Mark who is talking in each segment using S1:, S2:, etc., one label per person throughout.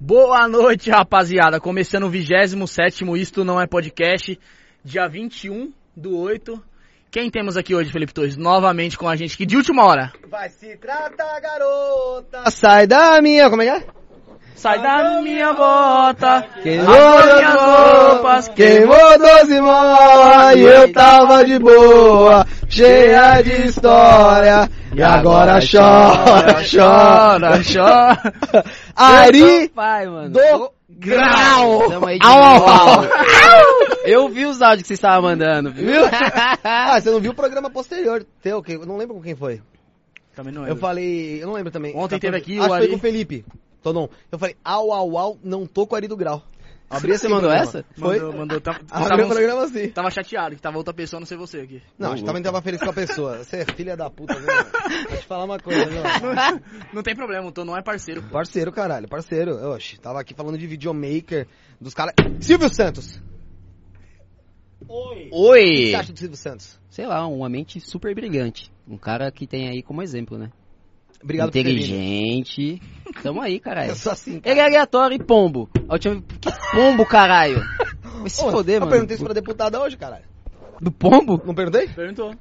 S1: Boa noite, rapaziada. Começando o 27 Isto Não É Podcast, dia 21 do 8. Quem temos aqui hoje, Felipe Torres? Novamente com a gente, que de última hora.
S2: Vai se tratar, garota.
S3: Sai da minha, como é que é?
S1: Sai da minha bota,
S3: Queimou
S1: as minhas
S3: doze-
S1: roupas, queimou.
S3: Queimou 12 mó e eu tava de boa, cheia de história. E agora chora, chora.
S1: chora.
S3: Ari
S4: Pai, mano.
S3: do
S1: Grau!
S4: Tamo aí de
S3: Au, au, au.
S4: novo. Eu vi os áudios que vocês estavam mandando, viu?
S3: Ah, você não viu o programa posterior teu, que eu não lembro com quem foi.
S1: Também não é.
S3: Eu falei, eu não lembro também.
S1: Ontem
S3: Tá,
S1: teve
S3: foi-
S1: aqui o
S3: acho que
S1: Ari.
S3: foi com o Felipe. Tonon. Eu falei, au, au, au, não tô com o Ari do Grau.
S4: Abri,
S3: Sim,
S4: você mandou
S3: programa.
S4: essa?
S3: Foi?
S1: assim, né? Mandou, mandou. Tá,
S3: Abriu o
S1: tava,
S3: programa assim. sim.
S1: tava chateado que tava outra pessoa, não sei você aqui.
S3: Não, a gente também tava feliz com a pessoa. Você é filha da puta, né? mano? Vou te falar uma coisa, né? mano?
S1: Não tem problema, o Tom não é parceiro.
S3: Parceiro, caralho, parceiro. Oxe, tava aqui falando de videomaker dos caras. Silvio Santos! O que
S4: Oi!
S3: você acha do Silvio Santos?
S4: Sei lá, uma mente super brilhante. Um cara que tem aí como exemplo, né?
S3: Obrigado
S4: Inteligente. Tamo aí,
S3: por ter vindo.
S4: caralho.
S3: Eu sou assim.
S4: Ele é aleatório e pombo. A última- Que pombo, caralho? Vai se
S3: Ô,
S4: foder,
S3: eu
S4: mano.
S3: perguntei isso pra deputada hoje, caralho.
S4: Do pombo?
S3: Não perguntei?
S1: Perguntou.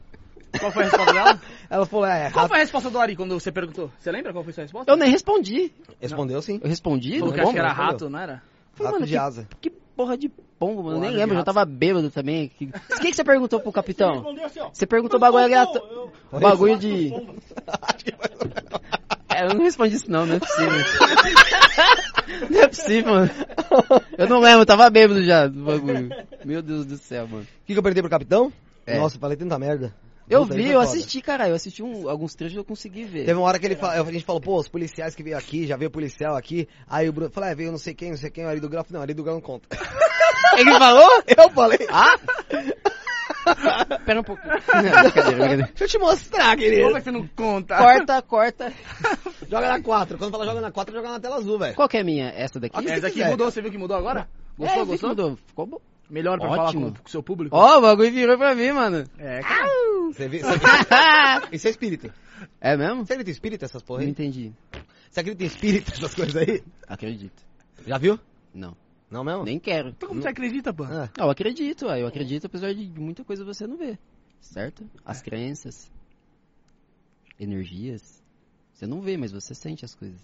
S1: Qual foi a resposta dela?
S3: Ela falou, é,
S1: Qual
S3: rato.
S1: foi a resposta do Ari quando você perguntou? Você lembra qual foi a sua resposta?
S4: Eu nem respondi.
S3: Respondeu sim.
S4: Eu respondi?
S1: Falou
S4: do
S1: que acho
S4: pombo?
S1: que era
S3: não falou.
S1: rato, não era?
S4: Falei,
S3: Rato
S4: mano,
S3: de asa.
S4: que, que porra de pombo, mano? Eu nem
S1: Porra de
S4: lembro, eu já
S1: rato.
S4: tava bêbado também. Que- O que, que você perguntou pro capitão? Você perguntou bagulho aleatório. Bagulho de. É, eu não respondi isso não, não é possível. não é possível, mano. Eu não lembro, eu tava bêbado já do bagulho. Meu Deus do céu, mano.
S3: O que, que eu perguntei pro capitão?
S4: É.
S3: Nossa, eu falei tanta merda.
S4: Eu
S3: Puta,
S4: vi,
S3: isso é
S4: eu
S3: foda.
S4: assisti, cara. Eu assisti um- alguns trechos e eu consegui ver.
S3: Teve uma hora que ele fala, a gente falou, pô, os policiais que veio aqui, já veio policial aqui. Aí o Bruno falou, é, veio não sei quem, não sei quem, o Ari do Grau. Eu falei, Não, Ari do Grau não conta.
S4: Ele falou?
S3: Eu falei,
S4: Pera um pouco. Não, brincadeira, brincadeira.
S3: deixa eu te mostrar, querido.
S1: Como é que você não conta?
S4: Corta, corta.
S3: Joga na 4. Quando fala joga na 4, joga na tela azul, velho.
S4: Qual que é a minha? Essa daqui?
S1: Essa aqui
S3: quiser.
S1: mudou, você viu que mudou agora?
S4: é,
S1: Gostou,
S4: eu vi que
S1: gostou?
S4: mudou. Ficou bom.
S1: Melhor pra
S4: Ótimo.
S1: falar com com o seu público?
S4: Ó, o bagulho virou pra mim, mano.
S1: É, cara.
S3: Você vê, você Isso é espírito.
S4: é mesmo?
S3: Você acredita em espírito, essas porra
S4: Não
S3: aí?
S4: entendi.
S3: Você acredita em espírito, essas coisas aí?
S4: Acredito.
S3: Já viu?
S4: Não.
S3: Não mesmo?
S4: Nem quero.
S1: Então como você acredita, pô?
S3: Ah,
S4: Não, eu acredito, ué, eu acredito, apesar de muita coisa você não ver, certo? As crenças, energias, você não vê, mas você sente as coisas.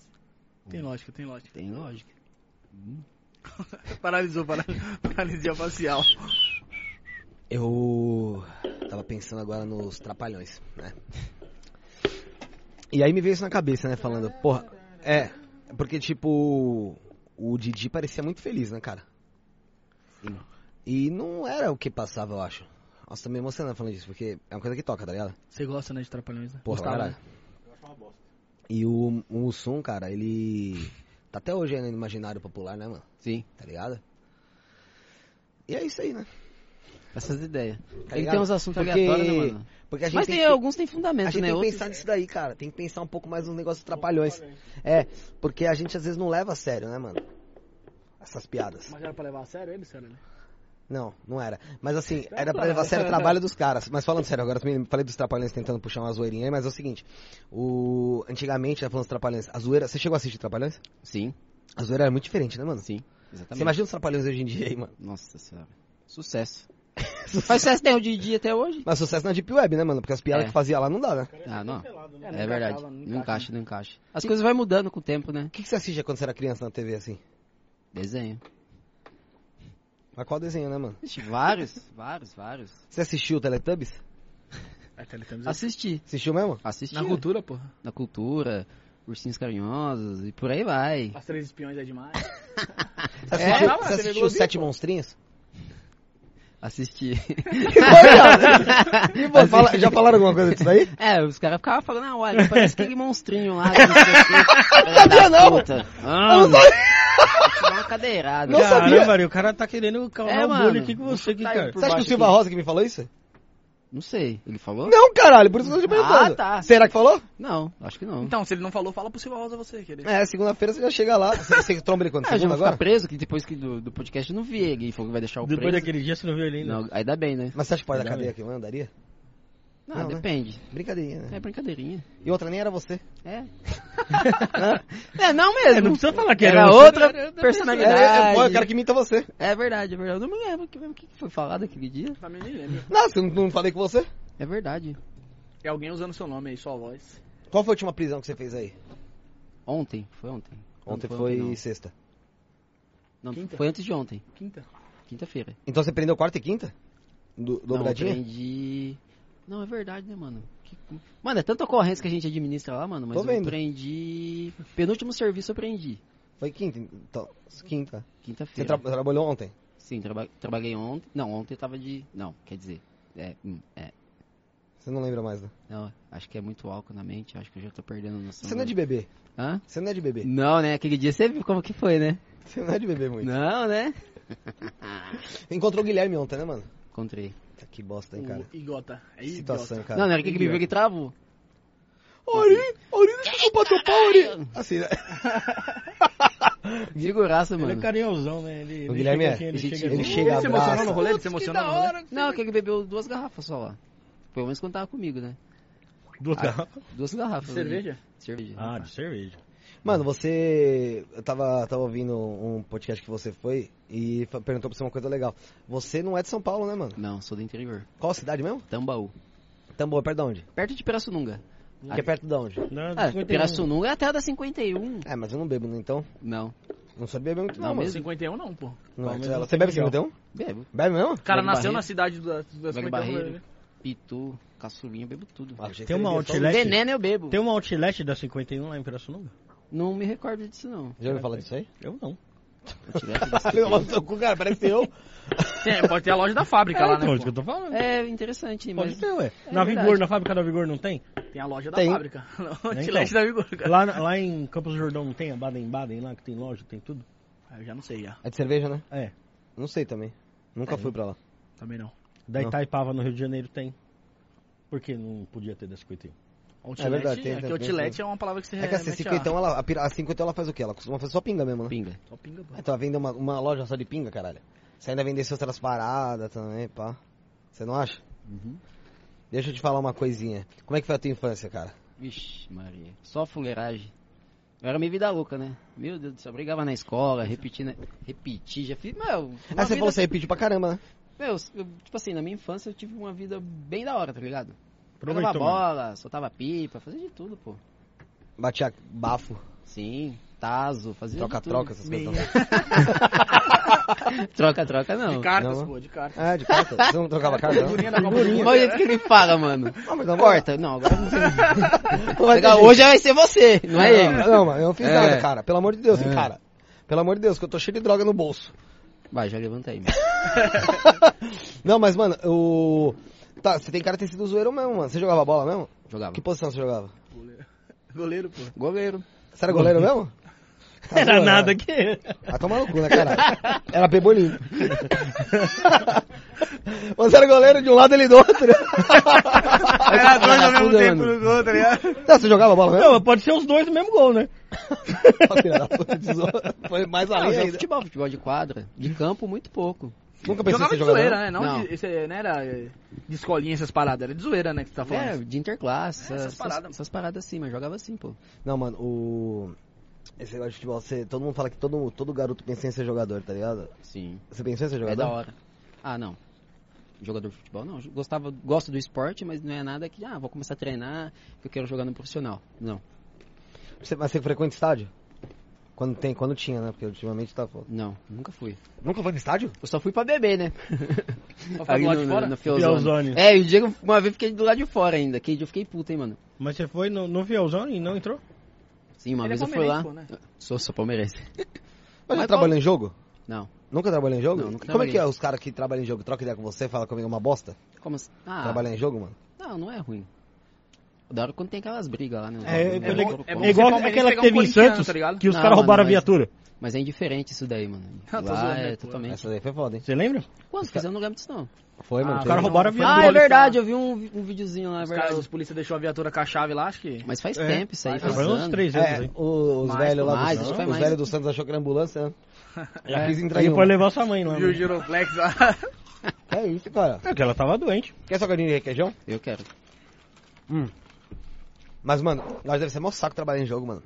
S1: Tem lógica, tem lógica.
S4: Tem lógica.
S1: Paralisou, para... paralisia facial.
S3: eu tava pensando agora nos trapalhões, né? E aí me veio isso na cabeça, né? Falando, porra, é. Porque, tipo, o Didi parecia muito feliz, né, cara?
S4: Sim.
S3: E não era o que passava, eu acho. Nossa, tô me emocionando falando disso, porque é uma coisa que toca, tá ligado?
S1: Você gosta, né, de Trapalhões, né?
S3: Porra,
S1: Gostava,
S3: caralho.
S1: né?
S3: E o, o Mussum, cara, ele tá até hoje aí no imaginário popular, né, mano?
S4: Sim.
S3: Tá ligado? E é isso aí, né?
S4: Essas ideias.
S3: Tá
S4: tem que
S3: ligado?
S4: ter uns assuntos
S3: Porque-
S4: aleatórios, né, mano?
S3: Porque a gente
S4: Mas
S3: tem
S4: tem,
S3: que-
S4: alguns tem fundamento,
S3: A gente
S4: né?
S3: tem que
S4: Outros-
S3: pensar nisso daí, cara. Tem que pensar um pouco mais nos negócios trapalhões. É, porque a gente às vezes não leva a sério, né, mano? Essas piadas.
S1: Mas era pra levar a sério ele, sério, né?
S3: Não, não era. Mas assim, era pra levar a sério o trabalho dos caras. Mas falando sério, agora eu também falei dos trapalhões tentando puxar uma zoeirinha aí, mas é o seguinte. O... Antigamente, já falando dos trapalhões, a zoeira. Você chegou a assistir trapalhões?
S4: Sim,
S3: A zoeira era muito diferente, né, mano?
S4: sim. Exatamente.
S3: Você imagina os trapalhões hoje em dia aí, mano?
S4: Nossa senhora. Sucesso. Faz sucesso até o de dia até hoje?
S3: Mas sucesso na Deep Web, né, mano? Porque as piadas
S4: É.
S3: que fazia lá não dá, né?
S4: Ah, não.
S1: né?
S4: É verdade.
S1: Não
S4: Não
S1: encaixa,
S4: encaixa, não encaixa. As coisas vão mudando com o tempo, né?
S3: O que, que você assistia quando você era criança na TV, assim?
S4: Desenho.
S3: Mas qual desenho, né, mano?
S4: Ixi, vários, vários, vários.
S3: Você assistiu o Teletubbies?
S1: É, Teletubbies.
S4: Assisti.
S3: Assistiu mesmo?
S4: Assisti.
S1: Na cultura, porra.
S4: Na cultura, ursinhos carinhosos e por aí vai.
S1: As três espiões é demais.
S3: Você assistiu,
S1: não, mas
S3: você
S1: você
S3: assistiu
S1: pegou
S3: os Sete Monstrinhos?
S4: Assisti.
S3: E, pô, né? Tipo, fala- já falaram alguma coisa disso aí?
S4: É, os caras ficavam falando, ah, olha, parece aquele monstrinho lá. que não sei o quê, filha
S3: sabia,
S4: da
S3: não.
S4: puta. Ah,
S3: Eu não
S4: vou te dar uma cadeirada.
S3: Não sabia.
S5: o cara tá querendo causar
S4: É,
S5: um
S4: mano.
S5: bullying aqui com você, que
S4: Tá
S5: cara.
S4: por
S3: Você acha que o
S4: baixo
S3: Silva
S4: aqui.
S3: Rosa que me falou isso?
S4: Não sei, ele falou?
S3: Não, caralho, por isso que eu tô te perguntando.
S4: Ah, tá.
S3: Será que falou?
S4: Não, acho que não.
S1: Então, se ele não falou, fala pro Silva Rosa você, querido.
S3: É, segunda-feira você já chega lá. Você, você tromba ele quando?
S4: Ah, já
S3: Segunda
S4: vou ficar
S3: agora?
S4: preso, que depois que do, do podcast eu não vi ele. Ele falou que vai deixar o
S5: Depois
S4: preso.
S5: daquele dia você não viu ele ainda.
S4: Não, aí dá bem, né?
S3: Mas você acha que pode dar
S5: Não,
S3: cadeia
S5: é.
S3: aqui, mandaria?
S4: Não,
S3: Não, né?
S4: depende.
S3: Brincadeirinha, né?
S4: É brincadeirinha.
S3: E outra nem era você.
S4: É. é, não mesmo.
S5: É, não precisa falar que
S4: era,
S5: era você,
S4: outra
S5: era outra
S3: É,
S4: personalidade.
S3: é, é, pô, é o cara que imita você.
S4: É verdade, é verdade. Eu não me lembro que- o que foi falado aquele dia.
S1: Também nem lembro.
S3: Não, você não, não falei com você?
S4: É verdade.
S1: É alguém usando seu nome aí, sua voz.
S3: Qual foi a última prisão que você fez aí?
S4: Ontem, foi ontem. Não,
S3: Ontem
S4: não
S3: foi
S4: não.
S3: sexta.
S4: Não,
S1: Quinta?
S4: foi antes de ontem,
S1: Quinta.
S4: quinta-feira.
S3: Então você prendeu quarta e quinta? Do,
S4: Não,
S3: dobradinha?
S4: prendi... Não, é verdade, né, mano? Que- Mano, é tanta ocorrência que a gente administra lá, mano, mas
S3: Tô
S4: eu
S3: vendo.
S4: prendi... Penúltimo serviço eu prendi,
S3: Foi quinta, então. Quinta. Você
S4: quinta-feira.
S3: tra- trabalhou ontem?
S4: Sim, traba- trabalhei ontem. Não, ontem eu tava de... Não, quer dizer... É, hum, é.
S3: Você não lembra mais, né?
S4: Não, acho que é muito álcool na mente, acho que eu já tô perdendo a noção.
S3: Você não é de
S4: né?
S3: bebê.
S4: Hã?
S3: Você não é de bebê.
S4: Não, né? Aquele dia você viu como que foi, né?
S3: Você não é de bebê muito.
S4: Não, né?
S3: Encontrou o Guilherme ontem, né, mano?
S4: Encontrei.
S3: Puta, Que bosta, hein, cara?
S1: O Igota. É
S3: Que
S1: idiota.
S3: situação, cara.
S4: Não, é não era aquele que me viu que travou.
S3: Ori, Ori, deixa eu chupar teu pau, Ori. Assim, né?
S4: Figuraça,
S5: Ele é
S4: mano.
S5: carinhosão, né? Ele,
S3: O Guilherme é.
S5: chega aqui, Ele
S4: Ele
S5: chega assim.
S4: chega-
S5: aqui.
S3: Ele
S4: Uh,
S3: chega,
S1: Ele se emocionou
S3: abraça.
S1: no rolê? Ele se emocionou no rolê?
S4: Não, aquele que bebeu duas garrafas só lá. Pelo menos quando tava comigo, né?
S5: Duas garrafas.
S4: Duas garrafas. né?
S1: Cerveja?
S4: Cerveja.
S5: Ah, de cerveja.
S3: Mano, você... Eu tava, tava ouvindo um podcast que você foi e fa- perguntou pra você uma coisa legal. Você não é de São Paulo, né, mano?
S4: Não, sou do interior.
S3: Qual cidade mesmo?
S4: Tambaú.
S3: Tambor, perto de onde?
S4: Perto de Pirassununga.
S3: Que é perto de onde?
S5: Não,
S4: Ah,
S5: 51.
S4: Pirassununga é até a da 51.
S3: É, mas eu não bebo, né? então.
S4: Não,
S3: Não sou de beber muito, não,
S4: Não
S3: mano.
S4: mesmo?
S1: 51 não, pô.
S3: Não, assim,
S5: Pelo menos
S3: ela-
S5: não
S3: você
S5: tem
S3: bebe
S5: legal.
S3: 51?
S4: bebo.
S3: Bebe mesmo?
S1: O cara
S4: Velho
S1: nasceu
S4: Barreiro.
S1: na cidade das, das
S4: Velho
S1: 51.
S4: Barreiro.
S1: né?
S4: Pitu, caçulinha, bebo tudo.
S3: Ah, achei que
S5: Tem
S3: você
S5: uma
S3: bebia só-
S5: outlet.
S4: Veneno eu bebo.
S5: Tem um outlet da 51 lá em Pirassununga?
S4: Não me recordo disso, não.
S3: Já ouviu falar disso aí?
S5: Eu não.
S4: Outlet da
S3: Falei,
S4: 51.
S3: mano, seu cu, cara, parece eu.
S1: Tem, pode ter a loja da fábrica
S5: É,
S1: lá, né?
S5: então, isso que
S3: tipo,
S1: pô?
S5: eu tô falando.
S4: É interessante,
S5: Pode
S4: mas...
S5: ter, ué. na
S4: verdade.
S5: Vigor, na fábrica da Vigor não tem?
S1: Tem a loja da
S3: Tem. É,
S1: fábrica. Não,
S5: Então.
S1: Outlet da Vigor, cara.
S5: Lá, na- lá em Campos do Jordão não tem a Baden-Baden lá, que tem loja, tem tudo?
S1: Ah, Eu já não sei, já.
S3: É de cerveja, né?
S5: É.
S3: Não sei também. Nunca fui pra lá.
S1: Também não.
S5: Da
S3: Não.
S5: Itaipava, no Rio de Janeiro, tem. Por que não podia ter da 51?
S1: Outlet, é,
S3: verdade, tem- tem-
S1: que outlet
S3: tem-
S1: é uma palavra que você
S3: É que a
S1: remete a-
S3: C51, ela, a, pira- a 51 ela faz o quê? Ela costuma fazer só pinga mesmo, né?
S4: Pinga.
S1: Só pinga, pô.
S3: É, tu vai vender uma, uma loja só de pinga, caralho. Você ainda vendesse outras paradas também, pá. Você não acha? Deixa eu te falar uma coisinha. Como é que foi a tua infância, cara?
S4: Vixe, Maria. Só fuleiragem. Eu era meio vida louca, né? Meu Deus do céu, brigava na escola, repeti, né? Repeti, já fiz. Meu, uma
S3: Ah, você
S4: vida-
S3: falou que você repetiu pra caramba, né?
S4: meu, eu- tipo assim, na minha infância eu tive uma vida bem da hora, tá ligado?
S5: Aproveitou,
S4: Jogava bola, soltava pipa, fazia de tudo, pô.
S3: Batia bafo,
S4: Sim, tazo, fazia de tudo.
S3: troca-troca, essas coisas.
S1: Meia.
S4: Troca, troca não.
S1: De cartas,
S3: Não.
S1: pô, de cartas.
S3: É, de carta. Você não trocava carta, não?
S1: Figurinha da Copa do
S4: Olha
S1: Mundo.
S4: o jeito que ele fala, mano.
S3: Não, mas tá- não
S4: Corta, não, agora não sei.
S3: Vai ter
S4: Legal,
S3: gente-
S4: Hoje vai ser você, não é ele.
S3: Não, não, mas eu não fiz
S4: É.
S3: nada, cara. Pelo amor de Deus, cara. Pelo amor de Deus, que eu tô cheio de droga no bolso.
S4: Vai, já levanta aí.
S3: Não, mas, mano, o. Tá, você tem cara de ter sido zoeiro mesmo, mano. Você jogava bola mesmo?
S4: Jogava.
S3: Que posição você jogava?
S1: Goleiro, pô.
S4: Goleiro.
S3: Você era goleiro mesmo? Tá
S5: Era
S3: zoando,
S5: nada
S3: né?
S5: que.
S3: Vai tomar no cu, né, caralho? Ela pegou limpo. Você era goleiro de um lado, ele do outro.
S1: Era dois ao mesmo
S4: Fudendo.
S1: tempo no gol, tá ligado?
S3: Não, você jogava bola mesmo?
S5: Não, mas pode ser os dois no mesmo gol, né?
S3: Ó, filha da puta, zoou. Foi mais
S4: Não,
S3: além
S4: eu jogo
S3: ainda.
S4: futebol, futebol de quadra. De campo, muito pouco.
S3: Nunca pensei em
S1: Jogava
S3: ser
S1: de
S3: jogador.
S1: zoeira,
S3: não?
S1: né? Não,
S4: Não.
S1: De, esse- não era eh, de escolinha essas paradas, era de zoeira, né, que você tá
S4: É,
S1: falando.
S4: de interclasse,
S1: É, essas
S4: essas, essas
S1: paradas,
S4: paradas.
S1: mano.
S4: Essas, assim, mas jogava assim, pô.
S3: Não, mano, o... Esse negócio de futebol, você- todo mundo fala que todo, todo garoto pensa em ser jogador, tá ligado?
S4: Sim.
S3: Você pensou em ser
S4: É da
S3: jogador?
S4: hora. Ah, não. Jogador de futebol, não. Gostava, gosto do esporte, mas não é nada que, ah, vou começar a treinar, que eu quero jogar no profissional. Não,
S3: Você- mas você frequenta estádio? Quando tem, quando tinha, né? Porque ultimamente tá foda.
S4: não, nunca fui.
S3: Nunca foi no estádio?
S4: Eu só fui pra beber, né?
S1: Só foi do lado de fora?
S4: na Fielzone.
S5: Fielzone.
S4: É, e o Diego, uma vez fiquei do lado de fora ainda. Que dia eu fiquei puto, hein, mano.
S5: Mas você foi no, no Fielzone e não entrou?
S4: Sim, uma
S1: Ele é
S4: vez eu fui lá.
S1: palmeirense,
S4: Sou, sou palmeirense.
S3: Mas já
S4: Mas
S3: trabalhou em jogo?
S4: Não.
S3: Nunca trabalhou em jogo?
S4: Não, nunca
S3: Como é
S4: trabalhei.
S3: que é os caras que trabalham em jogo? Troca ideia com você, fala comigo é uma bosta?
S4: Como assim? Ah,
S3: Trabalhar em jogo, mano?
S4: não, não é ruim. O Da hora quando tem aquelas brigas lá, né?
S5: É, é,
S4: Não,
S5: é
S4: não,
S5: bom-
S4: não,
S1: é
S4: não.
S1: bom
S5: É igual
S1: ser palmeirense pegar
S5: aquela que
S1: um
S5: teve em
S1: corintiano,
S5: Santos,
S1: tá ligado?
S5: que os
S4: Não,
S5: caras
S4: mano,
S5: roubaram a
S4: mas-
S5: viatura.
S4: Mas é indiferente isso daí, mano.
S1: Tô zoando,
S4: Lá
S1: né,
S4: é
S1: pô.
S4: totalmente.
S3: Essa daí foi foda, hein?
S5: Você lembra?
S4: Quantos que eu não lembro disso, não.
S3: Foi, mano.
S1: Ah,
S3: Teve-
S5: Os caras roubaram a
S1: não,
S5: viatura.
S4: Ah,
S1: Policial.
S4: é verdade, eu vi um, um videozinho lá, é
S1: Os, caras, os
S4: verdade.
S1: polícia deixou a viatura com a chave lá, acho que...
S4: Mas faz
S5: É.
S4: tempo isso aí,
S1: Mas
S4: faz
S5: Foi uns
S4: anos.
S5: três anos,
S3: É,
S5: hein?
S3: o- os
S1: Mais,
S3: velhos lá
S4: mais,
S3: do
S4: isso foi
S3: Santos, os
S4: mais. É.
S3: velhos do Santos achou que era ambulância, né? Já quis entrar
S5: É. E
S3: em um.
S5: foi
S3: uma.
S5: levar sua mãe lá.
S1: Viu o
S5: mano.
S1: giroflex lá.
S3: É isso, cara.
S5: É que ela tava doente.
S3: Quer salgadinho de requeijão?
S4: Eu quero.
S3: Mas, mano, nós deve ser mó saco trabalhar em jogo, mano.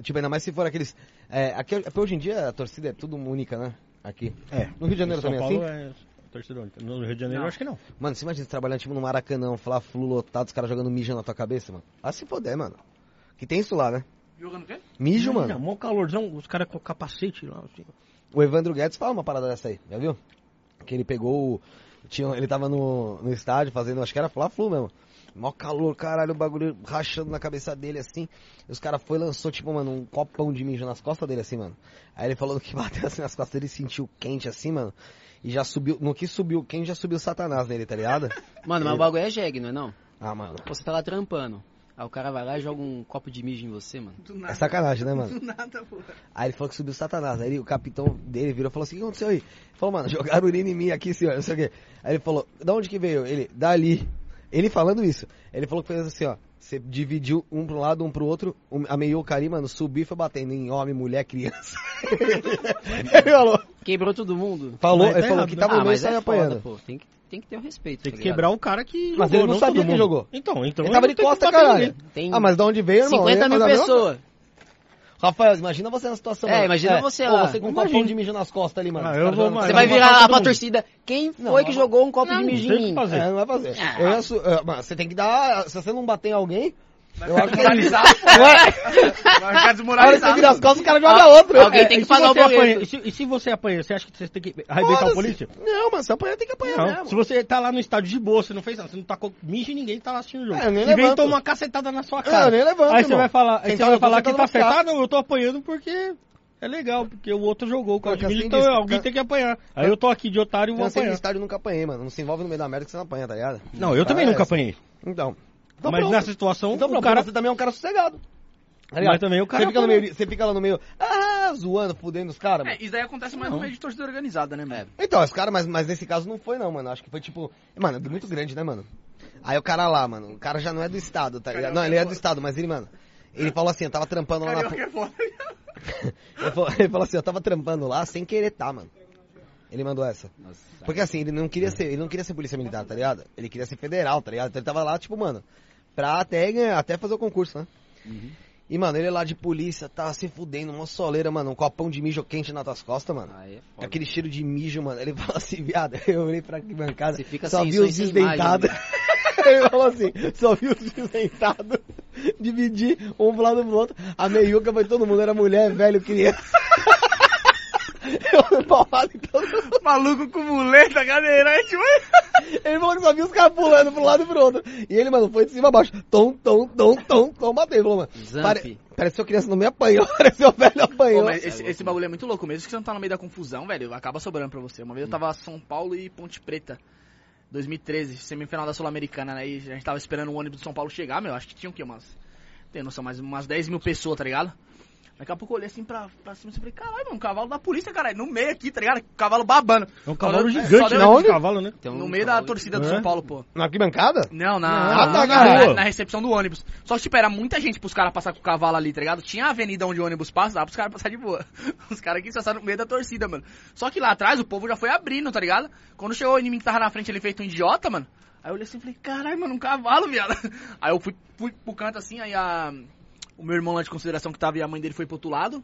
S3: Tipo, ainda mais se for aqueles... É, aqui, é porque hoje em dia a torcida é tudo única, né? Aqui.
S5: É.
S3: No Rio de Janeiro
S5: São
S3: também é
S5: Paulo
S3: assim?
S5: é torcedor. único. No Rio de Janeiro,
S1: Não.
S5: eu acho que não.
S3: Mano, você imagina você trabalhando tipo no Maracanã, falar flu lotado, os caras jogando mijo na tua cabeça, mano. Ah, se puder, mano. Que tem isso lá, né?
S1: Jogando o quê?
S3: Mijo,
S5: Imagina,
S3: mano.
S5: Mó calorzão, os caras com capacete lá. Assim.
S3: O Evandro Guedes fala uma parada dessa aí, já viu? Que ele pegou o. Tinha, ele tava no, no estádio fazendo, acho que era Fla-Flu mesmo. Mó calor, caralho, o bagulho rachando na cabeça dele assim. Os caras foi e lançou, tipo, mano, um copão de mijo nas costas dele assim, mano. Aí ele falou que bateu assim nas costas dele sentiu quente assim, mano. E já subiu, no que subiu quente já subiu o Satanás nele, tá ligado?
S4: Mano, mas o bagulho é jegue, não é não?
S3: Ah, mano.
S4: Pô, você tá lá trampando. Aí o cara vai lá e joga um copo de mijo em você, mano.
S1: Do
S3: É
S1: nada,
S3: sacanagem, né, mano?
S1: do nada, pô.
S3: Aí ele falou que subiu o Satanás. Aí ele- o capitão dele virou e falou assim: o que aconteceu aí? Ele falou, mano, jogaram urina em mim aqui, senhor, não sei o quê. Aí ele falou: da onde que veio? Ele, dali. Ele falando isso. Ele falou que fez assim: ó, você dividiu um pro lado, um pro outro, um, ameiou o carinho, mano, subiu e foi batendo em homem, mulher, criança. ele falou,
S4: Quebrou todo mundo.
S3: falou,
S5: Mas tá
S3: ele falou
S5: errado,
S3: que
S5: né?
S3: tava no meio e
S4: mas
S3: saiu
S4: é foda,
S3: apanhando.
S4: pô. Tem que, tem que ter o respeito.
S5: Tem que
S4: tá ligado?
S5: quebrar o cara que
S3: Mas
S5: jogou,
S3: ele não sabia
S5: todo
S3: quem
S5: mundo.
S3: jogou.
S5: Então, então...
S3: Ele tava de
S5: não tem que
S3: costa,
S5: bater
S3: caralho.
S5: ninguém.
S4: Tem
S3: Ah, mas de onde veio, irmão?
S4: 50
S5: é
S4: mil
S3: Olha, olha,
S4: pessoas.
S3: Rafael, imagina você na situação.
S4: É,
S3: mano.
S4: imagina você
S3: Pô,
S4: lá.
S3: Você com um
S5: Imagina.
S3: copão de mijo nas costas ali, mano.
S5: Ah,
S3: Os
S5: eu
S3: caras
S5: vou,
S3: jogando-
S5: mano.
S4: Você vai
S5: Não,
S4: virar
S5: matar
S4: lá
S5: todo
S4: pra
S5: mundo.
S4: torcida. Quem
S3: Não,
S4: foi que
S3: mas-
S4: jogou um copo de
S5: Não,
S4: mijo
S5: tem
S4: em
S5: o que
S4: mim?
S5: fazer.
S3: É, não vai fazer.
S4: Ah.
S3: Eu ia su- eh, mas você tem que dar. Se você não bater em alguém, eu acho que.
S1: Desmoralizado, pô. Vai ficar
S3: Na hora que você
S1: desmoralizado.
S3: vira as costas, o cara joga outro.
S4: um Ah, Alguém
S5: É,
S4: tem
S5: e
S4: que
S5: se
S4: pagar o
S5: você apanha-
S4: boleto.
S5: e se- E se você apanha, você acha que você tem que arrebentar o
S3: Foda-se.
S5: polícia?
S3: Não, mano, se apanhar tem que apanhar
S5: Não, se
S3: mesmo.
S5: você tá lá no estádio de boa, você não fez nada, você não tacou mijo em ninguém, tá lá assistindo o jogo.
S3: É, eu nem
S5: Se vem
S3: levanto.
S5: tomar uma cacetada na sua
S3: É,
S5: cara.
S3: eu nem levanto,
S5: aí você
S3: irmão.
S5: vai falar, aí
S3: Quem
S5: você
S3: tá
S5: vai
S3: no gol,
S5: falar que
S3: você
S5: tá
S3: tá no
S5: afetado, não, eu tô apanhando porque é legal, porque o outro jogou o
S3: Porque
S5: código
S3: assim
S5: então
S3: diz-
S5: alguém tem que apanhar. Aí eu tô aqui de otário e vou
S3: Eu sei que no
S5: apanhar.
S3: estádio eu nunca apanhei, mano. Não se envolve no meio da merda que você não apanha, tá ligado?
S5: Não, eu também
S3: Ah, é.
S5: nunca apanhei.
S3: Então. então
S5: Mas
S3: pronto.
S5: nessa situação,
S3: Então,
S5: o
S3: pronto,
S5: cara...
S3: você também é um cara sossegado.
S5: Mas também o cara
S3: Você fica, no
S5: apanha.
S3: meio, você fica lá no meio, ah, zoando, fudendo os caras, mano.
S1: É, isso daí acontece mais no meio de torcida organizada, né, mano?
S3: Então, os caras, mas, mas nesse caso não foi, não, mano. Acho que foi tipo. Mano, é muito grande, né, mano? Aí o cara lá, mano, o cara já não é do estado, tá ligado? Não, ele é do estado, mas ele, mano. Ele falou assim, eu tava trampando lá na.
S1: Carioca é foda.
S3: Ele falou, ele falou assim, eu tava trampando lá sem querer tá, mano. Ele mandou essa.
S4: Tá.
S3: Porque assim, ele não queria ser, ele não queria ser polícia militar, tá ligado? Ele queria ser federal, tá ligado? Então ele tava lá, tipo, mano, pra até ganhar, até fazer o concurso, né? E, mano, ele é lá de polícia, tá se fudendo, uma soleira, mano, um copão de mijo quente nas tuas costas, mano.
S4: Aí é foda.
S3: Aquele cheiro de mijo, mano. Ele falou assim, viado, eu olhei pra que bancada,
S4: Você fica
S3: só
S4: sem
S3: vi
S4: som e
S3: os
S4: sem imagem,
S3: desdentados. Ele falou assim, só vi os desdentados. Dividi um pro lado pro outro. A meiuca foi todo mundo, era mulher, velho, criança. Eu palmado em todo mundo.
S1: Maluco com muleta, cadeirante, ué.
S3: Ele falou que só viu os caras pulando pro lado e pro outro. E ele, mano, foi de cima a baixo. Tom, tom, tom, tom, tom, bateu. Ele falou, mano,
S4: Zamp.
S3: pare... pareceu criança não me apanhou, pareceu velho apanhou.
S1: Pô, mas esse,
S5: né?
S1: esse bagulho é muito louco, mesmo que você não tá no meio da confusão, velho, acaba sobrando pra você. Uma vez eu tava São Paulo e Ponte Preta, 2013, semifinal da Sul-Americana, né? E a gente tava esperando o ônibus de São Paulo chegar, meu, acho que tinha o quê, umas... Tem noção, mais umas 10 mil pessoas, tá ligado? Daqui a pouco eu olhei assim pra, pra cima e falei, caralho, mano, um cavalo da polícia, caralho, no meio aqui, tá ligado? Cavalo babando.
S5: É um
S1: Só
S5: cavalo
S1: deu- só
S5: gigante,
S1: deu-
S5: né? Um cavalo, né?
S4: Tem um
S1: No meio da
S4: cavalo-
S1: torcida do
S5: É?
S1: São Paulo, pô.
S3: Na arquibancada?
S1: Não, na,
S5: Ah,
S1: na,
S3: tá, na
S5: rua.
S1: recepção do ônibus. Só que, tipo, era muita gente pros caras passar com o cavalo ali, tá ligado? Tinha a avenida onde o ônibus passa, dava pros caras passar de boa. Os caras aqui passaram no meio da torcida, mano. Só que lá atrás o povo já foi abrindo, tá ligado? Quando chegou o inimigo que tava na frente, ele feito um idiota, mano. Aí eu olhei assim e falei, caralho, mano, um cavalo, viado. Aí eu fui, fui pro canto assim, aí a... O meu irmão lá de consideração que tava e a mãe dele foi pro outro lado.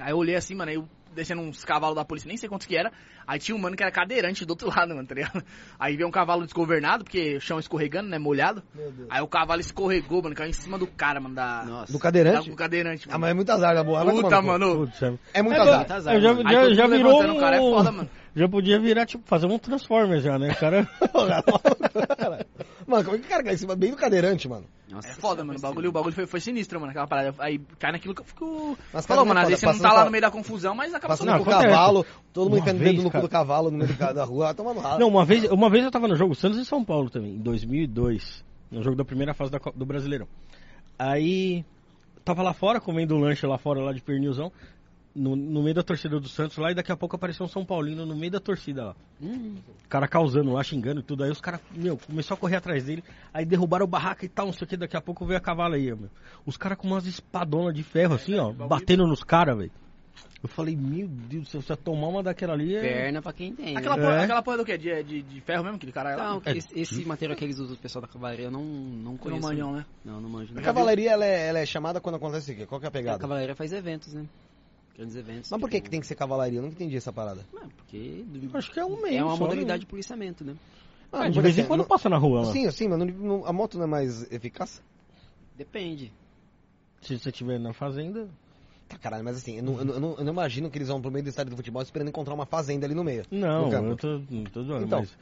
S1: Aí eu olhei assim, mano, aí eu descendo uns cavalos da polícia, nem sei quantos que era. Aí tinha um mano que era cadeirante do outro lado, mano, tá ligado? Aí veio um cavalo desgovernado, porque o chão escorregando, né, molhado. Aí o cavalo escorregou, mano, caiu em cima do cara, mano, da...
S4: Nossa.
S3: Do
S1: da
S3: cadeirante?
S1: do cadeirante,
S3: Ah,
S1: mano.
S3: mas é muito azar da boa.
S1: Puta, mano.
S5: Putz, é-
S3: É muito
S5: É
S3: azar.
S5: bom.
S4: azar,
S5: Eu já,
S4: mano.
S1: Aí
S5: já-
S1: todo
S5: já
S1: mundo
S5: virou
S1: levantando o cara é
S5: um-
S1: foda, mano.
S5: Já podia virar, tipo, fazer um Transformers já, né? O cara...
S3: Mano, como é que o cara cai em cima bem do cadeirante, mano?
S4: Nossa,
S1: É foda, mano. O bagulho, o bagulho foi, foi sinistro, mano, aquela parada. Aí cai naquilo que eu fico...
S3: Mas, cara,
S1: Falou,
S3: não é
S1: mano, às
S3: foda,
S1: vezes você não
S3: passando
S1: tá lá
S3: pra-
S1: no meio da confusão, mas acaba
S3: Passando
S1: sendo... um
S5: Não,
S3: com o
S5: acontece.
S3: cavalo, todo mundo
S5: Uma
S3: enfiando o
S5: vez,
S3: dedo no cu
S5: cara.
S3: do cavalo no meio do ca- da rua, tomando ralo.
S5: Não, uma vez, uma vez eu tava no jogo Santos e São Paulo também, em 2002, no jogo da primeira fase da Co- do Brasileirão. Aí tava lá fora comendo um lanche lá fora lá de pernilzão, no, no meio da torcida do Santos lá e daqui a pouco apareceu um São Paulino no meio da torcida lá. O cara causando lá, xingando e tudo. Aí os caras, meu, começou a correr atrás dele. Aí derrubaram o barraca e tal, não sei o que. Daqui a pouco veio a cavalaria, meu. Os caras com umas espadonas de ferro, assim, ó, batendo nos caras, velho. Eu falei, meu Deus do céu, se eu tomar uma daquela ali é.
S4: Perna pra quem tem. né?
S1: Aquela, porra,
S5: É.
S1: aquela porra do quê? De, de, de ferro mesmo, aquele cara lá?
S4: Então,
S5: É.
S4: esse, esse material que eles usam, o pessoal da cavalaria, eu não, não
S1: Não,
S5: um
S1: não
S4: conheço.
S1: manjão, né?
S4: Não, não manjo.
S3: A
S4: não.
S3: cavalaria, ela é, ela é chamada quando acontece o quê? Qual que é a
S4: A
S3: pegada?
S4: cavalaria faz eventos, né? Grandes eventos.
S3: Mas por que, que tem que ser cavalaria? Eu nunca entendi essa parada.
S4: Ah, porque
S5: Acho que é um meio.
S4: é uma
S5: só, né?
S4: modalidade de policiamento, né?
S3: Ah,
S5: Ah,
S3: não
S5: de vez
S3: parece-
S5: em quando
S3: não-
S5: passa na rua lá.
S3: Sim, sim, mas não- não- a moto não é mais eficaz?
S4: Depende.
S5: Se você estiver na fazenda.
S3: Tá, caralho, mas assim, eu não, eu não- eu não- eu não imagino que eles vão pro meio do estádio do futebol esperando encontrar uma fazenda ali no meio.
S5: Não,
S3: No campo.
S5: eu tô, não tô zoando,
S3: Então.
S5: mas.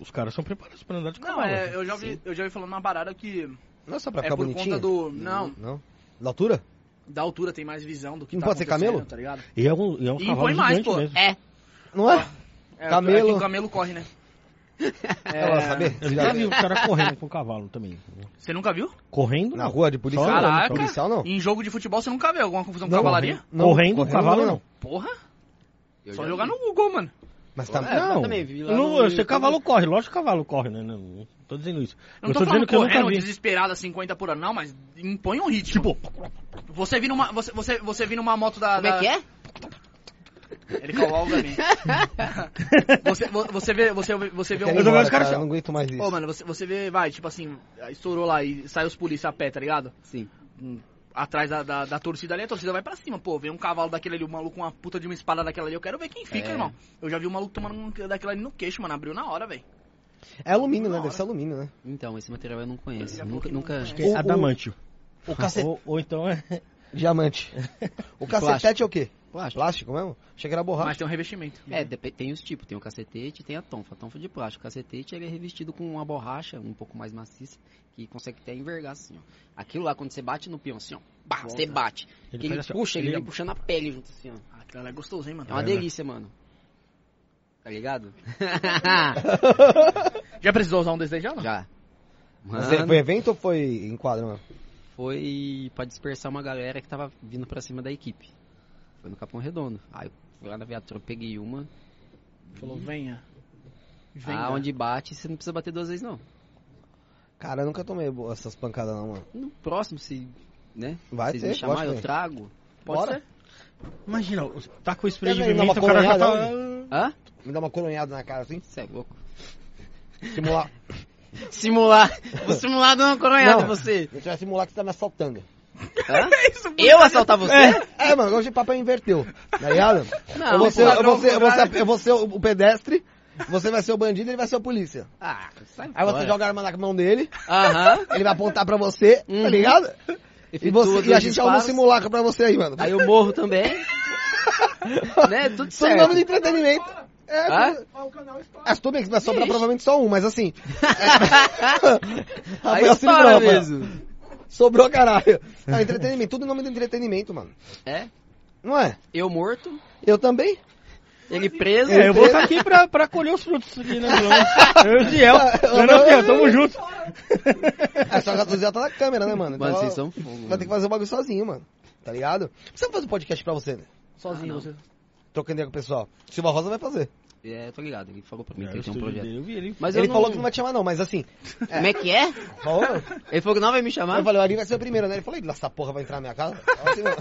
S5: Os caras são preparados pra andar de
S1: Não,
S5: cavalo.
S1: é, eu já ouvi, eu já ouvi falando uma parada que
S3: Não é só assim? pra
S1: é
S3: ficar
S1: por
S3: bonitinho?
S1: conta do... Não,
S3: Não? Da altura?
S1: da altura tem mais visão do que
S3: Não
S1: tá
S3: pode ser
S1: acontecendo,
S3: camelo?
S1: tá ligado?
S5: E é um, e é um
S1: E
S5: cavalo
S1: põe mais,
S5: gigante
S1: pô.
S5: mesmo.
S4: É.
S3: Não é?
S1: É,
S3: Camelo.
S1: é que o camelo corre, né? É.
S3: Ela sabe?
S5: Eu
S1: tá
S5: já vi o cara correndo com o cavalo também.
S1: Você nunca viu?
S5: Correndo?
S3: Na
S5: não.
S3: rua de policial?
S5: Só-
S1: Caraca.
S3: Não, policial não.
S1: Em jogo de futebol você nunca viu alguma confusão com
S5: Não,
S1: cavalaria?
S3: Não,
S5: correndo,
S3: correndo
S5: com cavalo
S3: não.
S5: não.
S1: Porra,
S4: Eu
S1: só
S4: já
S1: jogar
S4: vi.
S1: no Google, mano.
S3: Mas tá...
S4: É, eu
S5: Não,
S4: também vi lá
S5: eu não-
S4: no-
S5: eu sei que cavalo corre, lógico que cavalo corre, né? Não, não tô dizendo isso.
S1: Eu não tô,
S5: dizendo
S1: falando
S5: que eu nunca
S1: correndo
S5: vi.
S1: desesperado a 50 por hora, não, mas impõe um ritmo. Tipo, você vira uma, você, você, você vira uma moto da...
S4: Como é
S1: da-
S4: que é?
S1: Ele cavalga bem. você, vo- você vê, você, você vê
S3: Eu,
S1: um...
S3: quero
S5: Eu
S3: ir
S5: também,
S3: embora,
S5: os caras
S3: cara, eu
S5: só-
S3: não aguento mais isso.
S1: Ô, mano, você, você vê, vai, tipo assim, estourou lá e saiu os polícia a pé, tá ligado?
S4: Sim.
S1: Hum, Atrás da, da, da torcida ali, a torcida vai pra cima, pô. Vem um cavalo daquele ali, um maluco com uma puta de uma espada daquela ali. Eu quero ver quem fica,
S4: É.
S1: irmão. Eu já vi um maluco tomando um daquela ali no queixo, mano. Abriu na hora, velho.
S3: É alumínio, né?
S1: Na
S3: Deve ser alumínio, né?
S4: Então, esse material eu não conheço.
S1: Já
S4: Nunca,
S1: vi, não
S4: nunca...
S1: conheço.
S5: Que é
S3: O-
S5: adamante.
S3: O cacete...
S5: Ou, ou então é.
S3: Diamante. O cacetete é o quê?
S4: Plástico.
S3: Plástico mesmo? Achei que era borracha.
S1: Mas tem um revestimento.
S4: É,
S5: Uhum.
S4: depe- tem os tipos. Tem o cacetete e tem a tonfa. A tonfa de plástico. O cacetete ele é revestido com uma borracha um pouco mais maciça que consegue até envergar assim, ó. Aquilo lá, quando você bate no peão, assim, ó. Bah, você bate. Ele,
S5: faz assim, ó,
S4: puxa, ele,
S5: ele-
S4: vem puxando a pele junto assim, ó.
S1: Ah, aquilo lá é gostoso, hein, mano.
S4: É uma
S5: É, né?
S4: delícia, mano. Tá ligado?
S1: Já precisou usar um desse daí já, não?
S4: Já.
S3: Mas
S4: Mano,
S3: foi evento ou foi em quadro, mano?
S4: foi pra dispersar uma galera que tava vindo pra cima da equipe. Foi no Capão Redondo. Aí eu fui lá na viatura, peguei uma.
S1: Falou, venha. Venha.
S4: Ah,
S5: né?
S4: onde bate, você não precisa bater duas vezes, não.
S3: Cara, eu nunca tomei bo- essas pancadas não, mano.
S4: No próximo, se né,
S3: Vai
S4: vocês
S3: ter,
S4: me chamarem,
S3: lógico,
S4: eu trago.
S1: Pode
S3: Bora.
S1: ser?
S5: Imagina, tá com o spray de
S3: Quer ver uma
S5: pimenta, o cara já tá.
S4: Hã?
S3: Me dá uma coronhada na cara assim,
S4: Você é louco.
S3: simular.
S4: Simular. Vou simular dando uma coronhada em
S3: Não.
S4: você.
S3: Você vai simular que você tá me assaltando.
S4: Hã? Eu assaltar você?
S3: É, mano, hoje o papai inverteu, tá ligado?
S4: Não,
S3: eu, vou ser,
S1: pô,
S3: eu, vou
S1: não,
S3: ser, eu, vou ser,
S1: contrário.
S3: eu vou ser o o pedestre, você vai ser o bandido, ele vai ser o polícia.
S4: Ah, sai
S3: Aí você
S4: fora.
S3: joga a arma na mão dele,
S4: Aham.
S3: ele vai apontar pra você, tá
S4: Uhum.
S3: ligado? E,
S4: Efetua
S3: você, e a
S4: dois
S3: gente arruma um
S4: disparos.
S3: simulacro pra você aí, mano.
S4: Aí eu morro também. né? Tudo
S3: Só no nome de
S4: certo.
S3: entretenimento. É,
S4: Hã?
S3: As tudo bem que vai sobrar provavelmente só um, mas assim. é. Rafael se
S4: Aí
S3: livrou,
S4: estoura
S3: Rafael.
S4: mesmo.
S3: Sobrou caralho. Ah, entretenimento, tudo em nome do entretenimento, mano.
S4: É?
S3: Não é?
S4: Eu morto,
S3: Eu também.
S4: ele preso.
S5: É, eu vou estar aqui pra, pra colher os frutos aqui, né, João? Eu e o
S4: É
S5: Ziel. Eu e o Ziel, tamo junto.
S3: Tá, É só que a Zé tá na câmera, né, mano?
S4: Mano,
S3: Então,
S4: vocês são fogo.
S3: Vai ter que
S4: mano.
S3: fazer o bagulho sozinho, mano. tá ligado? Precisa fazer um podcast pra você, né?
S1: Sozinho
S4: não.
S1: você.
S3: Trocando ideia com o pessoal. Silva Rosa vai fazer.
S4: É, tô ligado, ele falou pra mim
S5: É,
S4: que
S5: o
S4: ele tem um
S5: estúdio
S4: projeto.
S5: dele, eu vi ele.
S4: Mas
S3: ele
S4: eu não...
S3: falou que não vai te chamar, não, mas assim.
S4: Como é que é?
S3: Falou?
S4: Ele falou que não vai me chamar?
S3: Eu falei, o Ari vai ser o primeiro, né? Ele falou, "Ih, essa porra vai entrar na minha casa. Assim, mano.